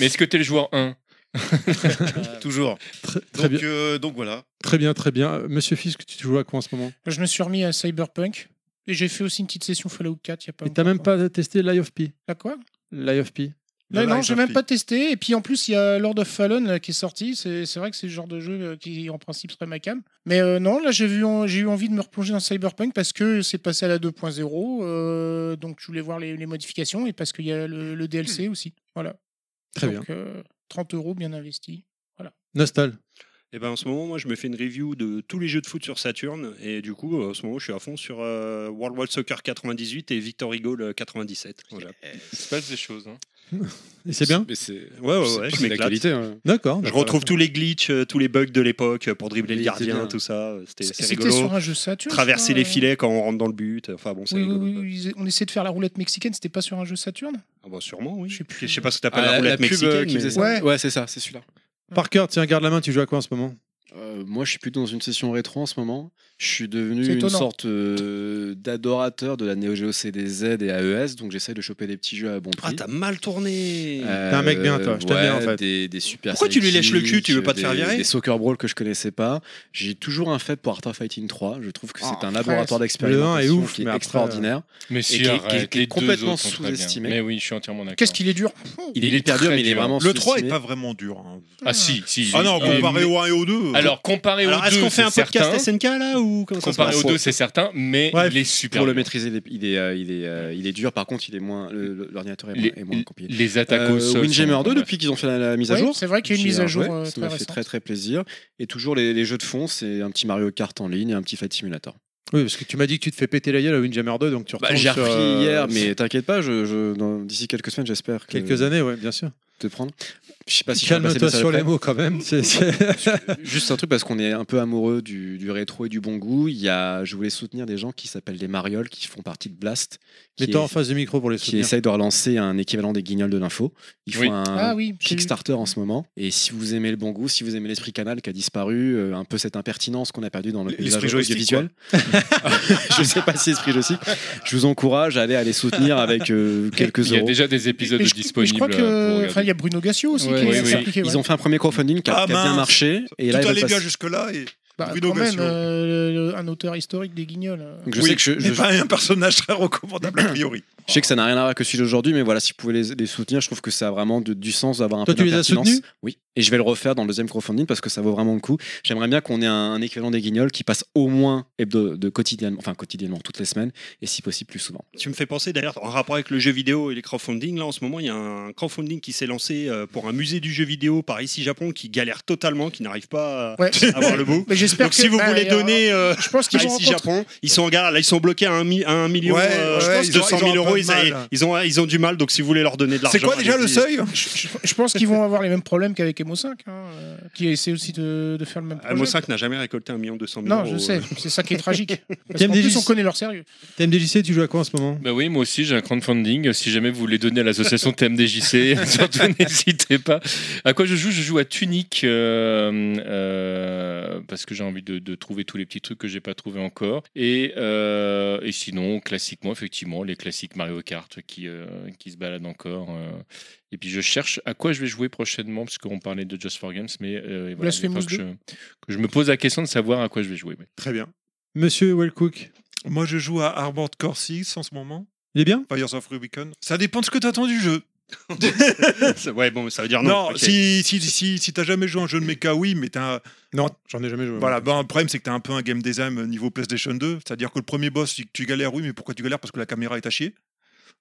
Mais est-ce que t'es le joueur 1 Toujours. très donc, bien. euh, donc voilà. Très bien, très bien. Euh, Monsieur Fisk, tu joues à quoi en ce moment Je me suis remis à Cyberpunk. Et j'ai fait aussi une petite session Fallout 4 il y a pas Et t'as même pas testé l'IFP À quoi L'IFP Non, non, j'ai même pas testé. Et puis en plus, il y a Lord of Fallen euh, qui est sorti. C'est c'est vrai que c'est le genre de jeu euh, qui, en principe, serait ma cam. Mais euh, non, là, j'ai vu en- j'ai eu envie de me replonger dans Cyberpunk parce que c'est passé à la 2.0. euh, donc, je voulais voir les, les modifications et parce qu'il y a le, le DLC aussi. Voilà. Très donc, euh, 30 euros bien investis. Nostal. Et ben en ce moment, moi, je me fais une review de tous les jeux de foot sur Saturn. Et du coup, en ce moment, je suis à fond sur euh, World Wide Soccer 98 et Victor Hugo le 97. Voilà. Il se passe des choses. hein. Et c'est bien Mais c'est- Ouais, ouais, c'est- ouais, c'est je la m'éclate. qualité, hein. D'accord. Je d'accord. retrouve tous les glitches, euh, tous les bugs de l'époque euh, pour dribbler le Oui, c'est bien. gardien, tout ça. euh, C'était c'est C'était rigolo. sur un jeu Saturn. je Traverser crois, les euh. filets quand on rentre dans le but. Enfin bon, c'est Oui, oui, rigolo. oui, oui, on essayait de faire la roulette mexicaine. C'était pas sur un jeu Saturn Ah bah, sûrement, oui. Je sais pas ce que t'appelles Ah, la la- roulette la pub, euh, mexicaine. qui mais- faisait ça Ouais, c'est ça, c'est celui-là. Parker, tiens, garde la main, tu joues à quoi en ce moment Euh, moi, je suis plus dans une session rétro en ce moment. Je suis devenu C'est une étonnant. sorte euh, d'adorateur de la Neo Geo CDZ et AES, donc j'essaie de choper des petits jeux à bon prix. Ah, t'as mal tourné Euh, T'es un mec bien, toi. Je t'aime ouais, bien, en fait. Des, des super Pourquoi tu lui lèches le cul Tu veux pas te des- faire virer Des soccer brawl que je connaissais pas. J'ai toujours un fait pour Art of Fighting 3. Je trouve Ah, que c'est Oh, un frère, laboratoire d'expérimentation le un est ouf, qui est mais euh, après, extraordinaire. Mais si, et qui est- qui est, arrête, qui est les deux complètement autres sont très bien. sous-estimé. Mais oui, je suis entièrement d'accord. Qu'est-ce qu'il est dur Il est hyper dur, très mais il est vraiment Le 3 est sous-estimé. pas vraiment dur. hein. Ah si, si. Ah non, Euh, comparé mais- au 1 et au 2. Alors, comparé Alors, au 2, est-ce qu'on fait un c'est podcast certain. SNK là ou comment ça se Comparé passe Oh, au 2, c'est certain, mais Ouais, il est super. Pour le bien. maîtriser, il est, il est, euh, il est, euh, il est dur. Par contre, il est moins le- le- l'ordinateur est, moins- Les- est moins compliqué. Euh, les attaques au sol Windjammer sont- 2 ouais. depuis qu'ils ont fait la, la mise à Oui, jour. c'est vrai qu'il y a une J'y ai mise à jour, rejoué, euh, Ça très m'a fait récente. très très plaisir. Et toujours les, les jeux de fond, c'est un petit Mario Kart en ligne, et un petit Flight Simulator. Oui, parce que tu m'as dit que tu te fais péter la gueule à Windjammer 2, donc tu Bah, retournes j'ai sur, repris euh, hier, mais t'inquiète pas, je, je- dans- d'ici quelques semaines, j'espère. que- Quelques années, ouais, bien sûr. Te prendre. euh, Je sais pas si je peux passer Calme-toi ça sur les après. mots quand même. c'est- c'est- Juste un truc parce qu'on est un peu amoureux du, du rétro et du bon goût. Il y a, je voulais soutenir des gens qui s'appellent les Marioles, qui font partie de Blast. qui Mets-toi est- en face du micro pour les qui soutenir. essaye de relancer un équivalent des Guignols de l'info. Ils font Oui. un Ah oui, j'ai vu. Kickstarter en ce moment. Et si vous aimez le bon goût, si vous aimez l'esprit canal qui a disparu, euh, un peu cette impertinence qu'on a perdue dans le L'esprit paysage joystick, audiovisuel, je sais pas si esprit joystick, je vous encourage à aller à les soutenir avec euh, quelques Il y a euros. déjà des épisodes Mais je, mais je disponibles. crois euh, pour que. regarder. Enfin, il y a Bruno Gassio aussi Ouais, qui oui, est oui. impliqué, ouais. Ils ont fait un premier crowdfunding qui a, Ah, qui a bien mince. marché. Et là, ils Tout veulent allait bien passer- jusque-là et Bah, Bruno quand même, Gassio. euh, le- un auteur historique des Guignols. euh. Donc je Oui, sais que je- mais je- pas un personnage très recommandable a priori. Je sais que ça n'a rien à voir avec le sujet d'aujourd'hui, mais voilà, si vous pouvez les, les soutenir, je trouve que ça a vraiment de- du sens d'avoir un Toi, peu tu les as d'impertinence. soutenus Oui, et je vais le refaire dans le deuxième crowdfunding parce que ça vaut vraiment le coup. J'aimerais bien qu'on ait un, un équivalent des guignols qui passe au moins hebdo, de quotidiennement, enfin quotidiennement, toutes les semaines, et si possible plus souvent. Tu me fais penser d'ailleurs en rapport avec le jeu vidéo et les crowdfunding. Là en ce moment, il y a un crowdfunding qui s'est lancé euh, pour un musée du jeu vidéo par ici Japon qui galère totalement, qui n'arrive pas à Ouais. à avoir le bout. Mais j'espère Donc si que- vous bah, voulez alors, donner euh, je pense qu'ils à vont ici rencontrer- Japon, ils sont en galère. Là, ils sont bloqués à 1 million, Ouais, euh, je ouais, pense, ils ont- 200 000 ils ont un euros. peu Ils, de mal. ils ont, ils ont du mal. Donc si vous voulez leur donner de l'argent, C'est quoi déjà le allez-y. Euh, seuil Je pense qu'ils vont avoir les mêmes problèmes qu'avec Emo 5, hein, euh, qui essaie aussi de, de faire le même projet. Amo 5 Ah, n'a jamais récolté 1 million 200 000 Non, euros. euh. je sais, c'est ça qui est tragique. Parce qu'en TMDJ, plus, on connaît leur sérieux. TMDJC, tu joues à quoi en ce moment Bah oui, moi aussi j'ai un crowdfunding. Si jamais vous voulez donner à l'association TMDJC, surtout n'hésitez pas. À quoi je joue Je joue à Tunic euh, euh, parce que j'ai envie de, de trouver tous les petits trucs que j'ai pas trouvé encore. Et, euh, et sinon, classiquement, effectivement, les classiques Mario Kart qui, euh, qui se baladent encore. euh. Et puis je cherche à quoi je vais jouer prochainement parce qu'on parlait de Just for Games, mais euh, et voilà, il faut Blasphemous que je, 2. que je me pose la question de savoir à quoi je vais jouer. Très bien. Monsieur Wellcook, Moi, je joue à Armored Core 6 en ce moment. il est bien Fires of Rubicon. Ça dépend de ce que t'attends du jeu. ouais, bon, ça veut dire non. Non, ok. si, si, si, si t'as jamais joué à un jeu de méca, oui, mais t'as un- Non, j'en ai jamais joué. Voilà, ben, le problème, c'est que t'as un peu un game design niveau PlayStation 2. C'est-à-dire que le premier boss, tu- tu galères, oui, mais pourquoi tu galères Parce que la caméra est à chier.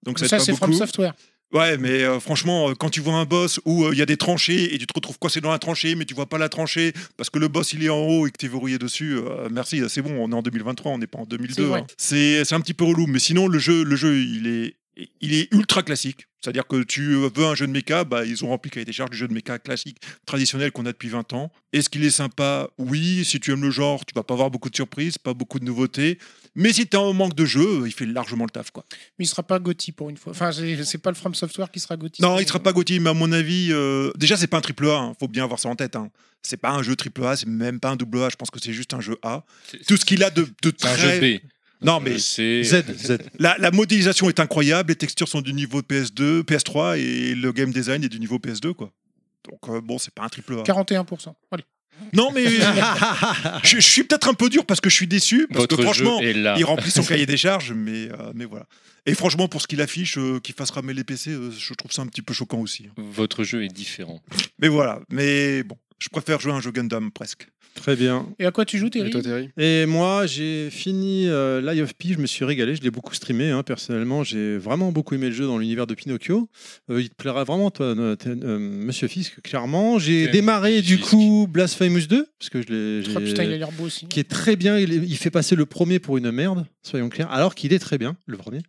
Donc ça, ça, aide pas c'est From beaucoup. Software. Ouais, mais euh, franchement, euh, quand tu vois un boss où euh, il y a des tranchées et tu te retrouves coincé dans la tranchée, mais tu vois pas la tranchée parce que le boss il est en haut et que t'es verrouillé dessus, euh, merci, c'est bon, on est en 2023, on n'est pas en C'est 2002. vrai. hein. C'est c'est un petit peu relou, mais sinon, le jeu, le jeu il est. Il est ultra classique, c'est-à-dire que tu veux un jeu de méca, bah, ils ont rempli le cahier des charges du jeu de méca classique traditionnel qu'on a depuis 20 ans. Est-ce qu'il est sympa Oui, si tu aimes le genre, tu vas pas avoir beaucoup de surprises, pas beaucoup de nouveautés, mais si t'es en manque de jeu, il fait largement le taf quoi. Mais il sera pas Gotti pour une fois. Enfin, c'est c'est pas le From Software qui sera Gotti. Non, il sera pas Gauthier, mais à mon avis, euh, déjà c'est pas un triple A, hein, faut bien avoir ça en tête. Hein. C'est pas un jeu triple A, c'est même pas un double A, je pense que c'est juste un jeu A. Tout ce qu'il a de, de C'est un très- jeu B. Euh, Non mais C'est La, la modélisation est incroyable, les textures sont du niveau PS2, PS3 et le game design est du niveau PS2 quoi. Donc euh, bon, c'est pas un triple A. 41%. Allez. Non mais je, je suis peut-être un peu dur parce que je suis déçu parce Votre que jeu franchement, est là. il remplit son cahier des charges, mais euh, mais voilà. Et franchement, pour ce qu'il affiche, euh, qu'il fasse ramer les PC, euh, je trouve ça un petit peu choquant aussi. hein. Votre jeu est différent. Mais voilà, mais bon, je préfère jouer à un jeu Gundam presque. Très bien. Et à quoi tu joues, Terry Et moi, j'ai fini euh, Lie of P, je me suis régalé, je l'ai beaucoup streamé hein, personnellement, j'ai vraiment beaucoup aimé le jeu dans l'univers de Pinocchio. Euh, il te plaira vraiment, toi, euh, t'es- euh, Monsieur Fisk, clairement. J'ai Ok, démarré du coup Blasphemous 2, parce que je l'ai. Ah, putain, il a j'ai- l'air beau aussi. Qui est très bien, il, est- il fait passer le premier pour une merde, soyons clairs, alors qu'il est très bien, le premier.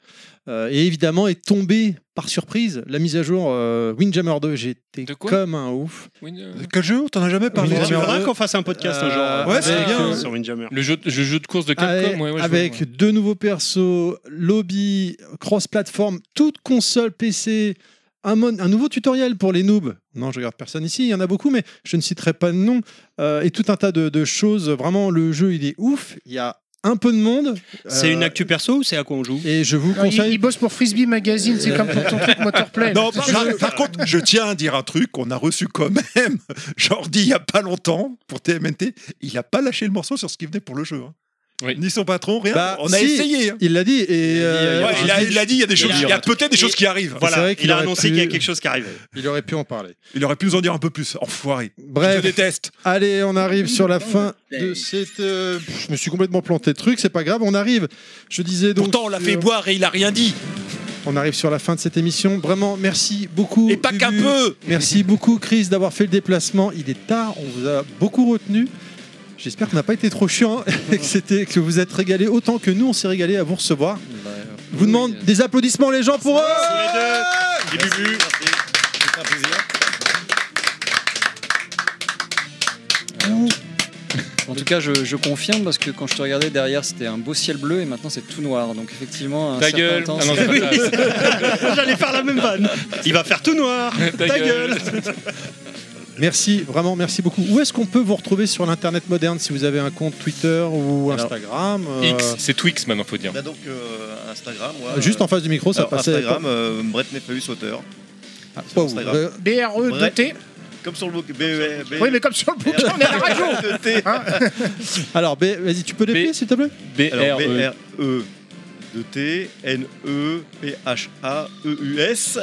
Euh, et évidemment, est tombé par surprise la mise à jour euh, Windjammer 2, j'étais quoi comme un ouf. Quel jeu T'en as jamais parlé Il Windjammer faudra 2. qu'on fasse un podcast un Euh, jour. ouais, c'est avec, bien. euh, Sur Windjammer. Le jeu, le jeu de course de Capcom, avec, ouais, ouais, je avec vois, ouais. deux nouveaux persos, lobby, cross-platform, toute console PC un, mon- un nouveau tutoriel pour les noobs. Non, je regarde personne ici, il y en a beaucoup, mais je ne citerai pas de nom. Euh, et tout un tas de, de choses. Vraiment, le jeu, il est ouf. Il y a un peu de monde. C'est Euh, une actu perso ou c'est à quoi on joue Et je vous Non, il- conseille. il, bosse pour Frisbee Magazine, c'est comme pour ton truc Motorplay. Non, par, par- par contre, je tiens à dire un truc qu'on a reçu quand même. Jordi, il n'y a pas longtemps, pour TMNT, il n'a pas lâché le morceau sur ce qui venait pour le jeu. hein. Ni son patron, rien. Bah, on a si, essayé. hein. Il l'a dit. Et, euh, Ouais, il, a, il a dit, il y a des choses, il y a peut-être des choses qui arrivent. Voilà, C'est vrai qu'il il a aurait annoncé pu- qu'il y a quelque chose qui arrive. Il aurait pu en parler. Il aurait pu nous en dire un peu plus. Enfoiré. Bref. Je te déteste. Allez, on arrive sur la fin de cette. euh, pff, je me suis complètement planté de truc, c'est pas grave, on arrive. Je disais donc. euh, Pourtant, on l'a fait sur- boire et il a rien dit. On arrive sur la fin de cette émission. Vraiment, merci beaucoup. Et pas qu'un peu. Merci beaucoup, Chris, d'avoir fait le déplacement. Il est tard, on vous a beaucoup retenu. J'espère qu'on n'a pas été trop chiant et que, c'était- que vous êtes régalés autant que nous, on s'est régalés à vous recevoir. Je vous demande des applaudissements, les gens, pour eux C'est un plaisir. En tout cas, je, je confirme parce que quand je te regardais derrière, c'était un beau ciel bleu et maintenant c'est tout noir. Donc effectivement, un Ta certain gueule. temps, Ah non, c'est- c'est pas ça. J'allais faire la même vanne. Il va faire tout noir. Ta, Ta gueule. gueule. Merci, vraiment, merci beaucoup. Où est-ce qu'on peut vous retrouver sur l'Internet moderne si vous avez un compte Twitter ou Instagram euh, X, c'est Twix maintenant, faut dire. Bah donc euh, Instagram. ouais, Ah, Juste en face du micro, ça alors, passait- Instagram, euh, Brett Nepheus, auteur. waouh, Instagram. euh, BRE2T. Comme sur le bouquin. B- E B- Oui, mais comme sur le bouquin, on est à la radio. Hein B-R-E-T. Alors, B- vas-y, tu peux l'écrire, s'il te plaît Alors, E. B-R-E. De E T, N, E, P, H, A, E, U, S,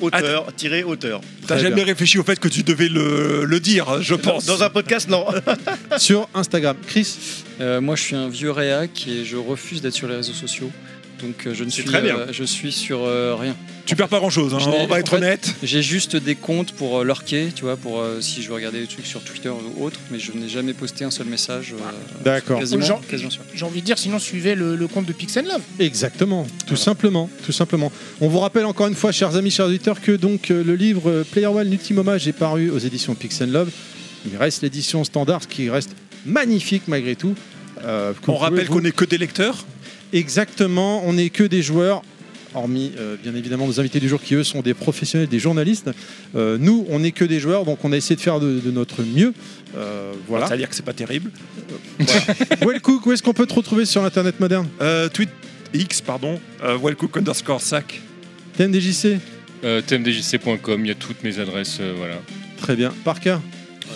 auteur, tiré auteur. T'as jamais réfléchi au fait que tu devais le, le dire, je Dans- pense. Dans un podcast, non. Sur Instagram. Chris Euh, Moi, je suis un vieux réac et je refuse d'être sur les réseaux sociaux. Donc euh, je ne suis très bien. je suis sur euh, rien. Tu perds pas grand chose, Je n'ai- on en va être fait, honnête. J'ai juste des comptes pour euh, lurker, tu vois, pour euh, si je veux regarder des trucs sur Twitter ou autre, mais je n'ai jamais posté un seul message. euh, D'accord. Quasiment, Genre- quasiment sûr. J'ai envie de dire, sinon suivez le, le compte de Pixel Love. Exactement, tout simplement, tout simplement. On vous rappelle encore une fois, chers amis, chers auditeurs, que donc euh, le livre euh, Player One l'ultime hommage est paru aux éditions Pix Love. Il reste l'édition standard, ce qui reste magnifique malgré tout. Euh, que On vous rappelle pouvez vous- qu'on n'est que des lecteurs. Exactement, on n'est que des joueurs, hormis euh, bien évidemment nos invités du jour qui eux sont des professionnels, des journalistes. Euh, nous, on n'est que des joueurs, donc on a essayé de faire de, de notre mieux. Euh, voilà. C'est-à-dire que c'est pas terrible. Wellcook, où est-ce qu'on peut te retrouver sur l'internet moderne Euh, tweet X, pardon, euh, wellcook underscore sac. TMDJC Euh, tmdjc.com, il y a toutes mes adresses, euh, voilà. Très bien. Parker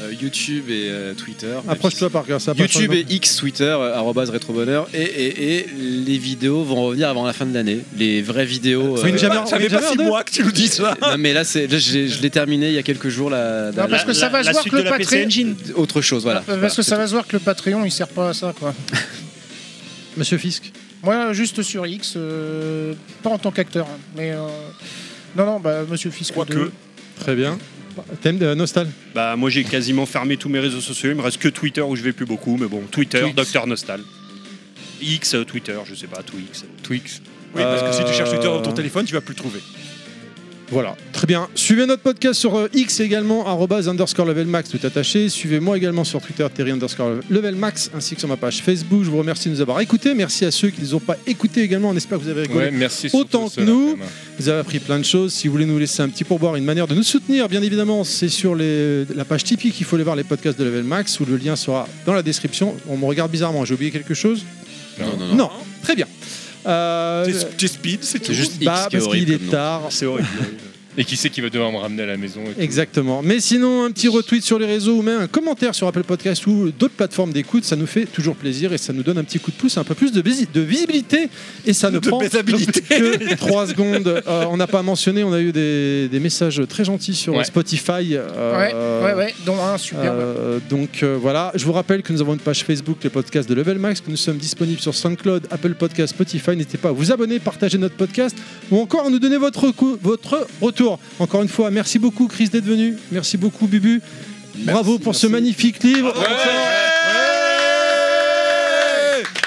Euh, YouTube et euh, Twitter. Approche-toi, Parker, ça passe YouTube maintenant. et X, Twitter, euh, arrobase rétrobonheur. Et, et, et les vidéos vont revenir avant la fin de l'année. Les vraies vidéos. euh, Ça fait jamais- ça fait pas six mois que tu nous dis ça. Non, mais là, c'est- là, je, je l'ai terminé il y a quelques jours. La, la- parce que ça va se voir que le Patreon- Autre chose, voilà. Euh, Parce que ça va se voir que le Patreon il sert pas à ça quoi. Monsieur Fisk Moi juste sur X, euh, pas en tant qu'acteur, hein, mais euh, non non bah Monsieur Fisk. de- Très bien. Thème de Nostal Bah moi j'ai quasiment fermé tous mes réseaux sociaux, il me reste que Twitter où je vais plus beaucoup, mais bon, Twitter, Docteur Nostal. X, euh, Twitter, je sais pas, Twix. Twix. Oui, parce que si tu cherches Twitter dans ton Euh, téléphone, tu vas plus le trouver. Voilà, très bien. Suivez notre podcast sur euh, X également, arrobase underscore level max tout attaché. Suivez-moi également sur Twitter, Terry underscore level max, ainsi que sur ma page Facebook. Je vous remercie de nous avoir écoutés. Merci à ceux qui ne nous ont pas écoutés également. On espère que vous avez rigolé Ouais, merci surtout autant que ceux-là, nous. quand même. Vous avez appris plein de choses. Si vous voulez nous laisser un petit pourboire, une manière de nous soutenir, bien évidemment, c'est sur les- la page Tipeee qu'il faut aller voir les podcasts de level max, où le lien sera dans la description. On me regarde bizarrement, j'ai oublié quelque chose Non, non, non. Non, très bien. Euh, Tu speed, c'est tout. C'est juste Bah, X qui est parce horrible qu'il est comme nom. tard. C'est horrible. Et qui c'est qui va devoir me ramener à la maison et tout. Exactement. Mais sinon, un petit retweet sur les réseaux ou même un commentaire sur Apple Podcast ou d'autres plateformes d'écoute, ça nous fait toujours plaisir et ça nous donne un petit coup de pouce, un peu plus de, visi- de visibilité. Et ça ne De prend baisabilité. que 3 secondes. Euh, on n'a pas mentionné, on a eu des, des messages très gentils sur Ouais. Spotify. euh, Ouais ouais ouais, dont un superbe. euh, donc euh, voilà, je vous rappelle que nous avons une page Facebook, les podcasts de Level Max, que nous sommes disponibles sur SoundCloud, Apple Podcast, Spotify. N'hésitez pas à vous abonner, partager notre podcast ou encore à nous donner votre, recou- votre retour. Encore une fois, merci beaucoup Chris d'être venu, merci beaucoup Bubu, bravo pour ce magnifique livre. Ah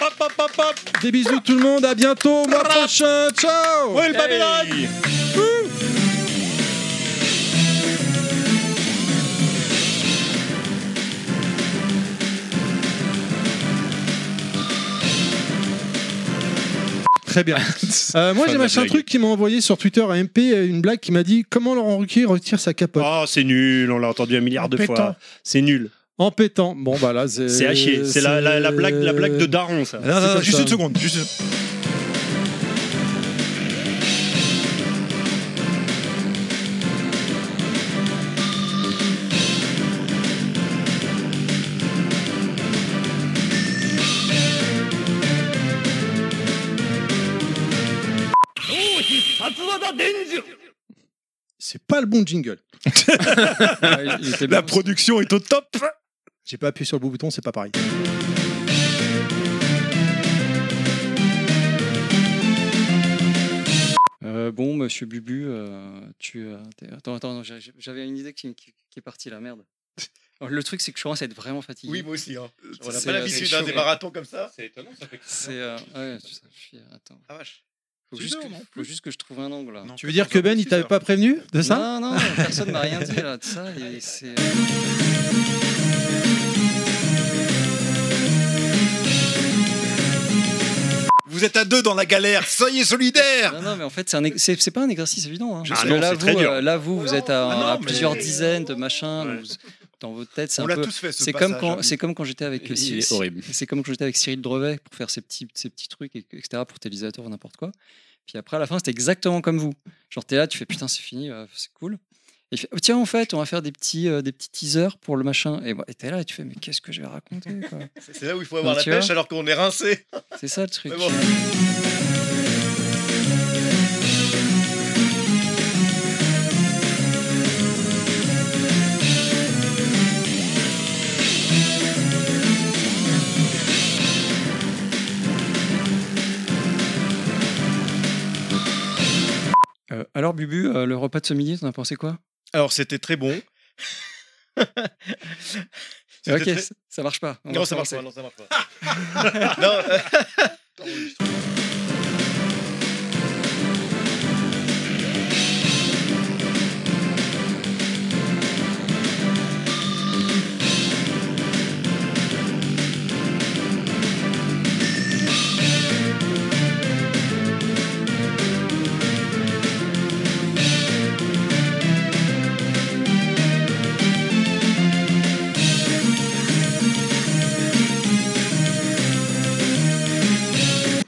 Hop, hop, hop, hop. Des bisous tout le monde, à bientôt, au mois prochain, ciao Ouais, le Babylone. Ouh. Très bien. Euh, moi, Fin j'ai de la machin un blague. truc qui m'a envoyé sur Twitter à MP euh, une blague qui m'a dit comment Laurent Ruquier retire sa capote Oh, c'est nul, on l'a entendu un milliard de pétant. fois. C'est nul. en pétant. Bon, bah là, c'est. C'est à chier. C'est la, la- la blague, la blague de Euh, Daron, ça. Non, non, non, juste une seconde. C'est pas le bon jingle. La production est au top. J'ai pas appuyé sur le bon bouton, c'est pas pareil. Euh, bon, monsieur Bubu, euh, tu. euh, t'es- attends, attends, non, j'ai- j'avais une idée qui, qui- qui est partie là, merde. Alors, le truc, c'est que je commence à être vraiment fatigué. Oui, moi aussi, hein. On n'a C'est- pas l'habitude c'est d'un chaud. des marathons comme ça. C'est étonnant, ça fait C'est. euh, ouais, je je suis. Attends. Ah vache. Faut Tu juste, dors, que, non faut juste que je trouve un angle là. Tu veux dire que Ben, il t'avait pas prévenu de ça Non, non, personne m'a rien dit là de ça. Ah, et c'est- Vous êtes à deux dans la galère, soyez solidaires Non, non, mais en fait, c'est un ex- c'est c'est pas un exercice évident. hein, Je parce sais, que Ah non, là, c'est vous, très dur. euh, là, vous, vous êtes à, Ah non, à mais- plusieurs dizaines de machins. vous- Dans votre tête, c'est On un l'a peu. tous fait, ce c'est comme passage, quand hein. c'est comme quand j'étais avec euh, Il est Cyril- horrible. C'est comme quand j'étais avec Cyril Drevet pour faire ces petits ces petits trucs et- etc pour télévisateur ou n'importe quoi. Puis après à la fin c'était exactement comme vous. Genre t'es là, tu fais putain c'est fini, euh, c'est cool. Et il fait, Oh, tiens en fait on va faire des petits euh, des petits teasers pour le machin. Et moi et t'es là et tu fais mais qu'est-ce que je vais raconter quoi. C'est là où il faut avoir Non, la tu pêche vois alors qu'on est rincé. C'est ça le truc. Euh, alors Bubu, euh, le repas de ce midi, t'en as pensé quoi Alors c'était très bon. Ok, C'était très- ça- ça marche pas. On va Non, ça marche recommencer. pas. Non, ça marche pas. non, euh,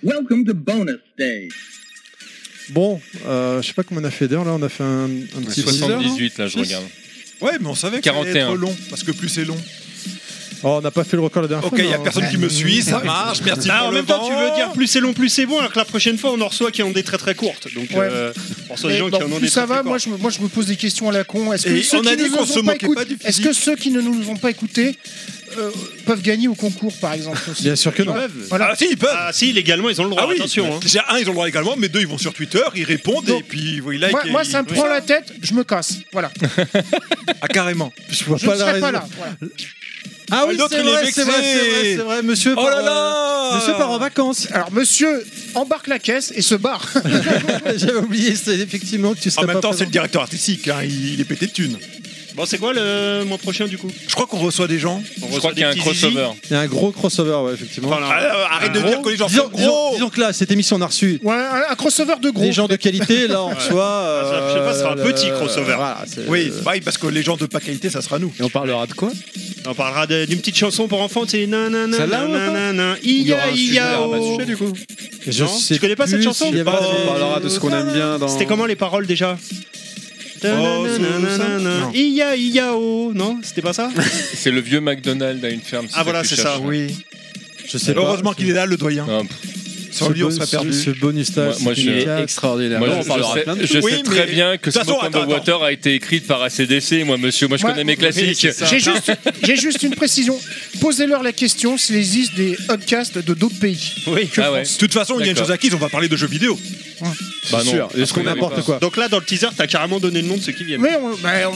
Welcome to bonus day. Bon, euh, je sais pas combien on a fait d'heures là, on a fait un, un petit 78 là, je Six. regarde. Ouais, mais on savait que c'était 41. trop long, parce que plus c'est long. Oh, on n'a pas fait le record la dernière Ok, fois. y a personne qui me suit, ça marche, merci Ah, pour en le même temps, tu vent. veux dire plus c'est long, plus c'est bon, alors que la prochaine fois, on en reçoit qui en ont des très très courtes. Donc, Ouais. euh, on reçoit des Mais gens bon, qui en ont plus des ça très, très va, courtes. moi je, me- moi je me pose des questions à la con. Est-ce que, Et ceux on a qui dit ne qu'on nous se ont pas moquait écout- pas du physique. est-ce que ceux qui ne nous ont pas écoutés euh, peuvent gagner au concours par exemple aussi Bien sûr que non. Voilà. Ah si, ils peuvent. Ah si, légalement, ils ont le droit. Ah oui, attention, hein. Déjà, un, ils ont le droit légalement, mais deux, ils vont sur Twitter, ils répondent et puis ils like. moi, et moi, ils- ça me prend la tête, je me casse. Voilà. Ah carrément. Je vois Je pas ne la serai pas raison. là. voilà. Ah oui, L'autre, c'est il est vrai, vexé. c'est vrai, c'est vrai, c'est vrai, monsieur. Oh là part, là euh, Monsieur part en vacances. Alors monsieur embarque la caisse et se barre. J'avais oublié, c'est effectivement que tu serais En même pas temps, c'est présent. le directeur artistique, hein, il, il est pété de thunes. Bon, c'est quoi le mois prochain du coup Je crois qu'on reçoit des gens. Je crois qu'il y a un crossover. Il y a un gros crossover, ouais, effectivement. Voilà. Ah, arrête de Gros. dire que les gens disons, font disons- disons que là, cette émission, on a reçu Ouais, un, un crossover de gros. des gens de qualité. Là, on Ouais. Ah, reçoit. Ah, Je sais pas, ce sera un euh, petit crossover. voilà, c'est- oui, c'est pareil, parce que les gens de pas qualité, ça sera nous. Et on parlera de quoi On parlera de- d'une petite chanson pour enfants, c'est nanana, Celle-là, ou pas nanana, Il y iya, aura un sujet, iya, on va oh. sujet, du coup. Je Non, sais tu connais pas cette plus chanson Oh, s'il y Oh, avait- On parlera de ce qu'on aime bien dans. C'était comment les paroles déjà Non. Iya, iya, oh. Non, c'était pas ça C'est le vieux McDonald's à une ferme. Ah voilà, c'est ça. Oui. Je sais pas. Heureusement qu'il est là, le doyen. Sans Ce lui, on bon- serait ce- perdu. Ce bonus là, Ah, Moi- moi, je- Il est extraordinaire. Moi, je, je sais, je sais très bien que de toute Smoke façon, on attends, the Water a été écrite par ACDC, moi, monsieur. Moi, je Moi, connais mes oui, classiques. c'est ça. J'ai juste, j'ai juste une précision. Posez-leur la question s'il existe des podcasts de d'autres pays. Oui, Que ah ouais. France. De toute façon, il y a une D'accord. chose acquise, on va parler de jeux vidéo. Bah non, sûr, après, est-ce qu'on il y avait n'importe pas. quoi. Donc là, dans le teaser, t'as carrément donné le nom de ceux qui viennent. Mais on, bah, on-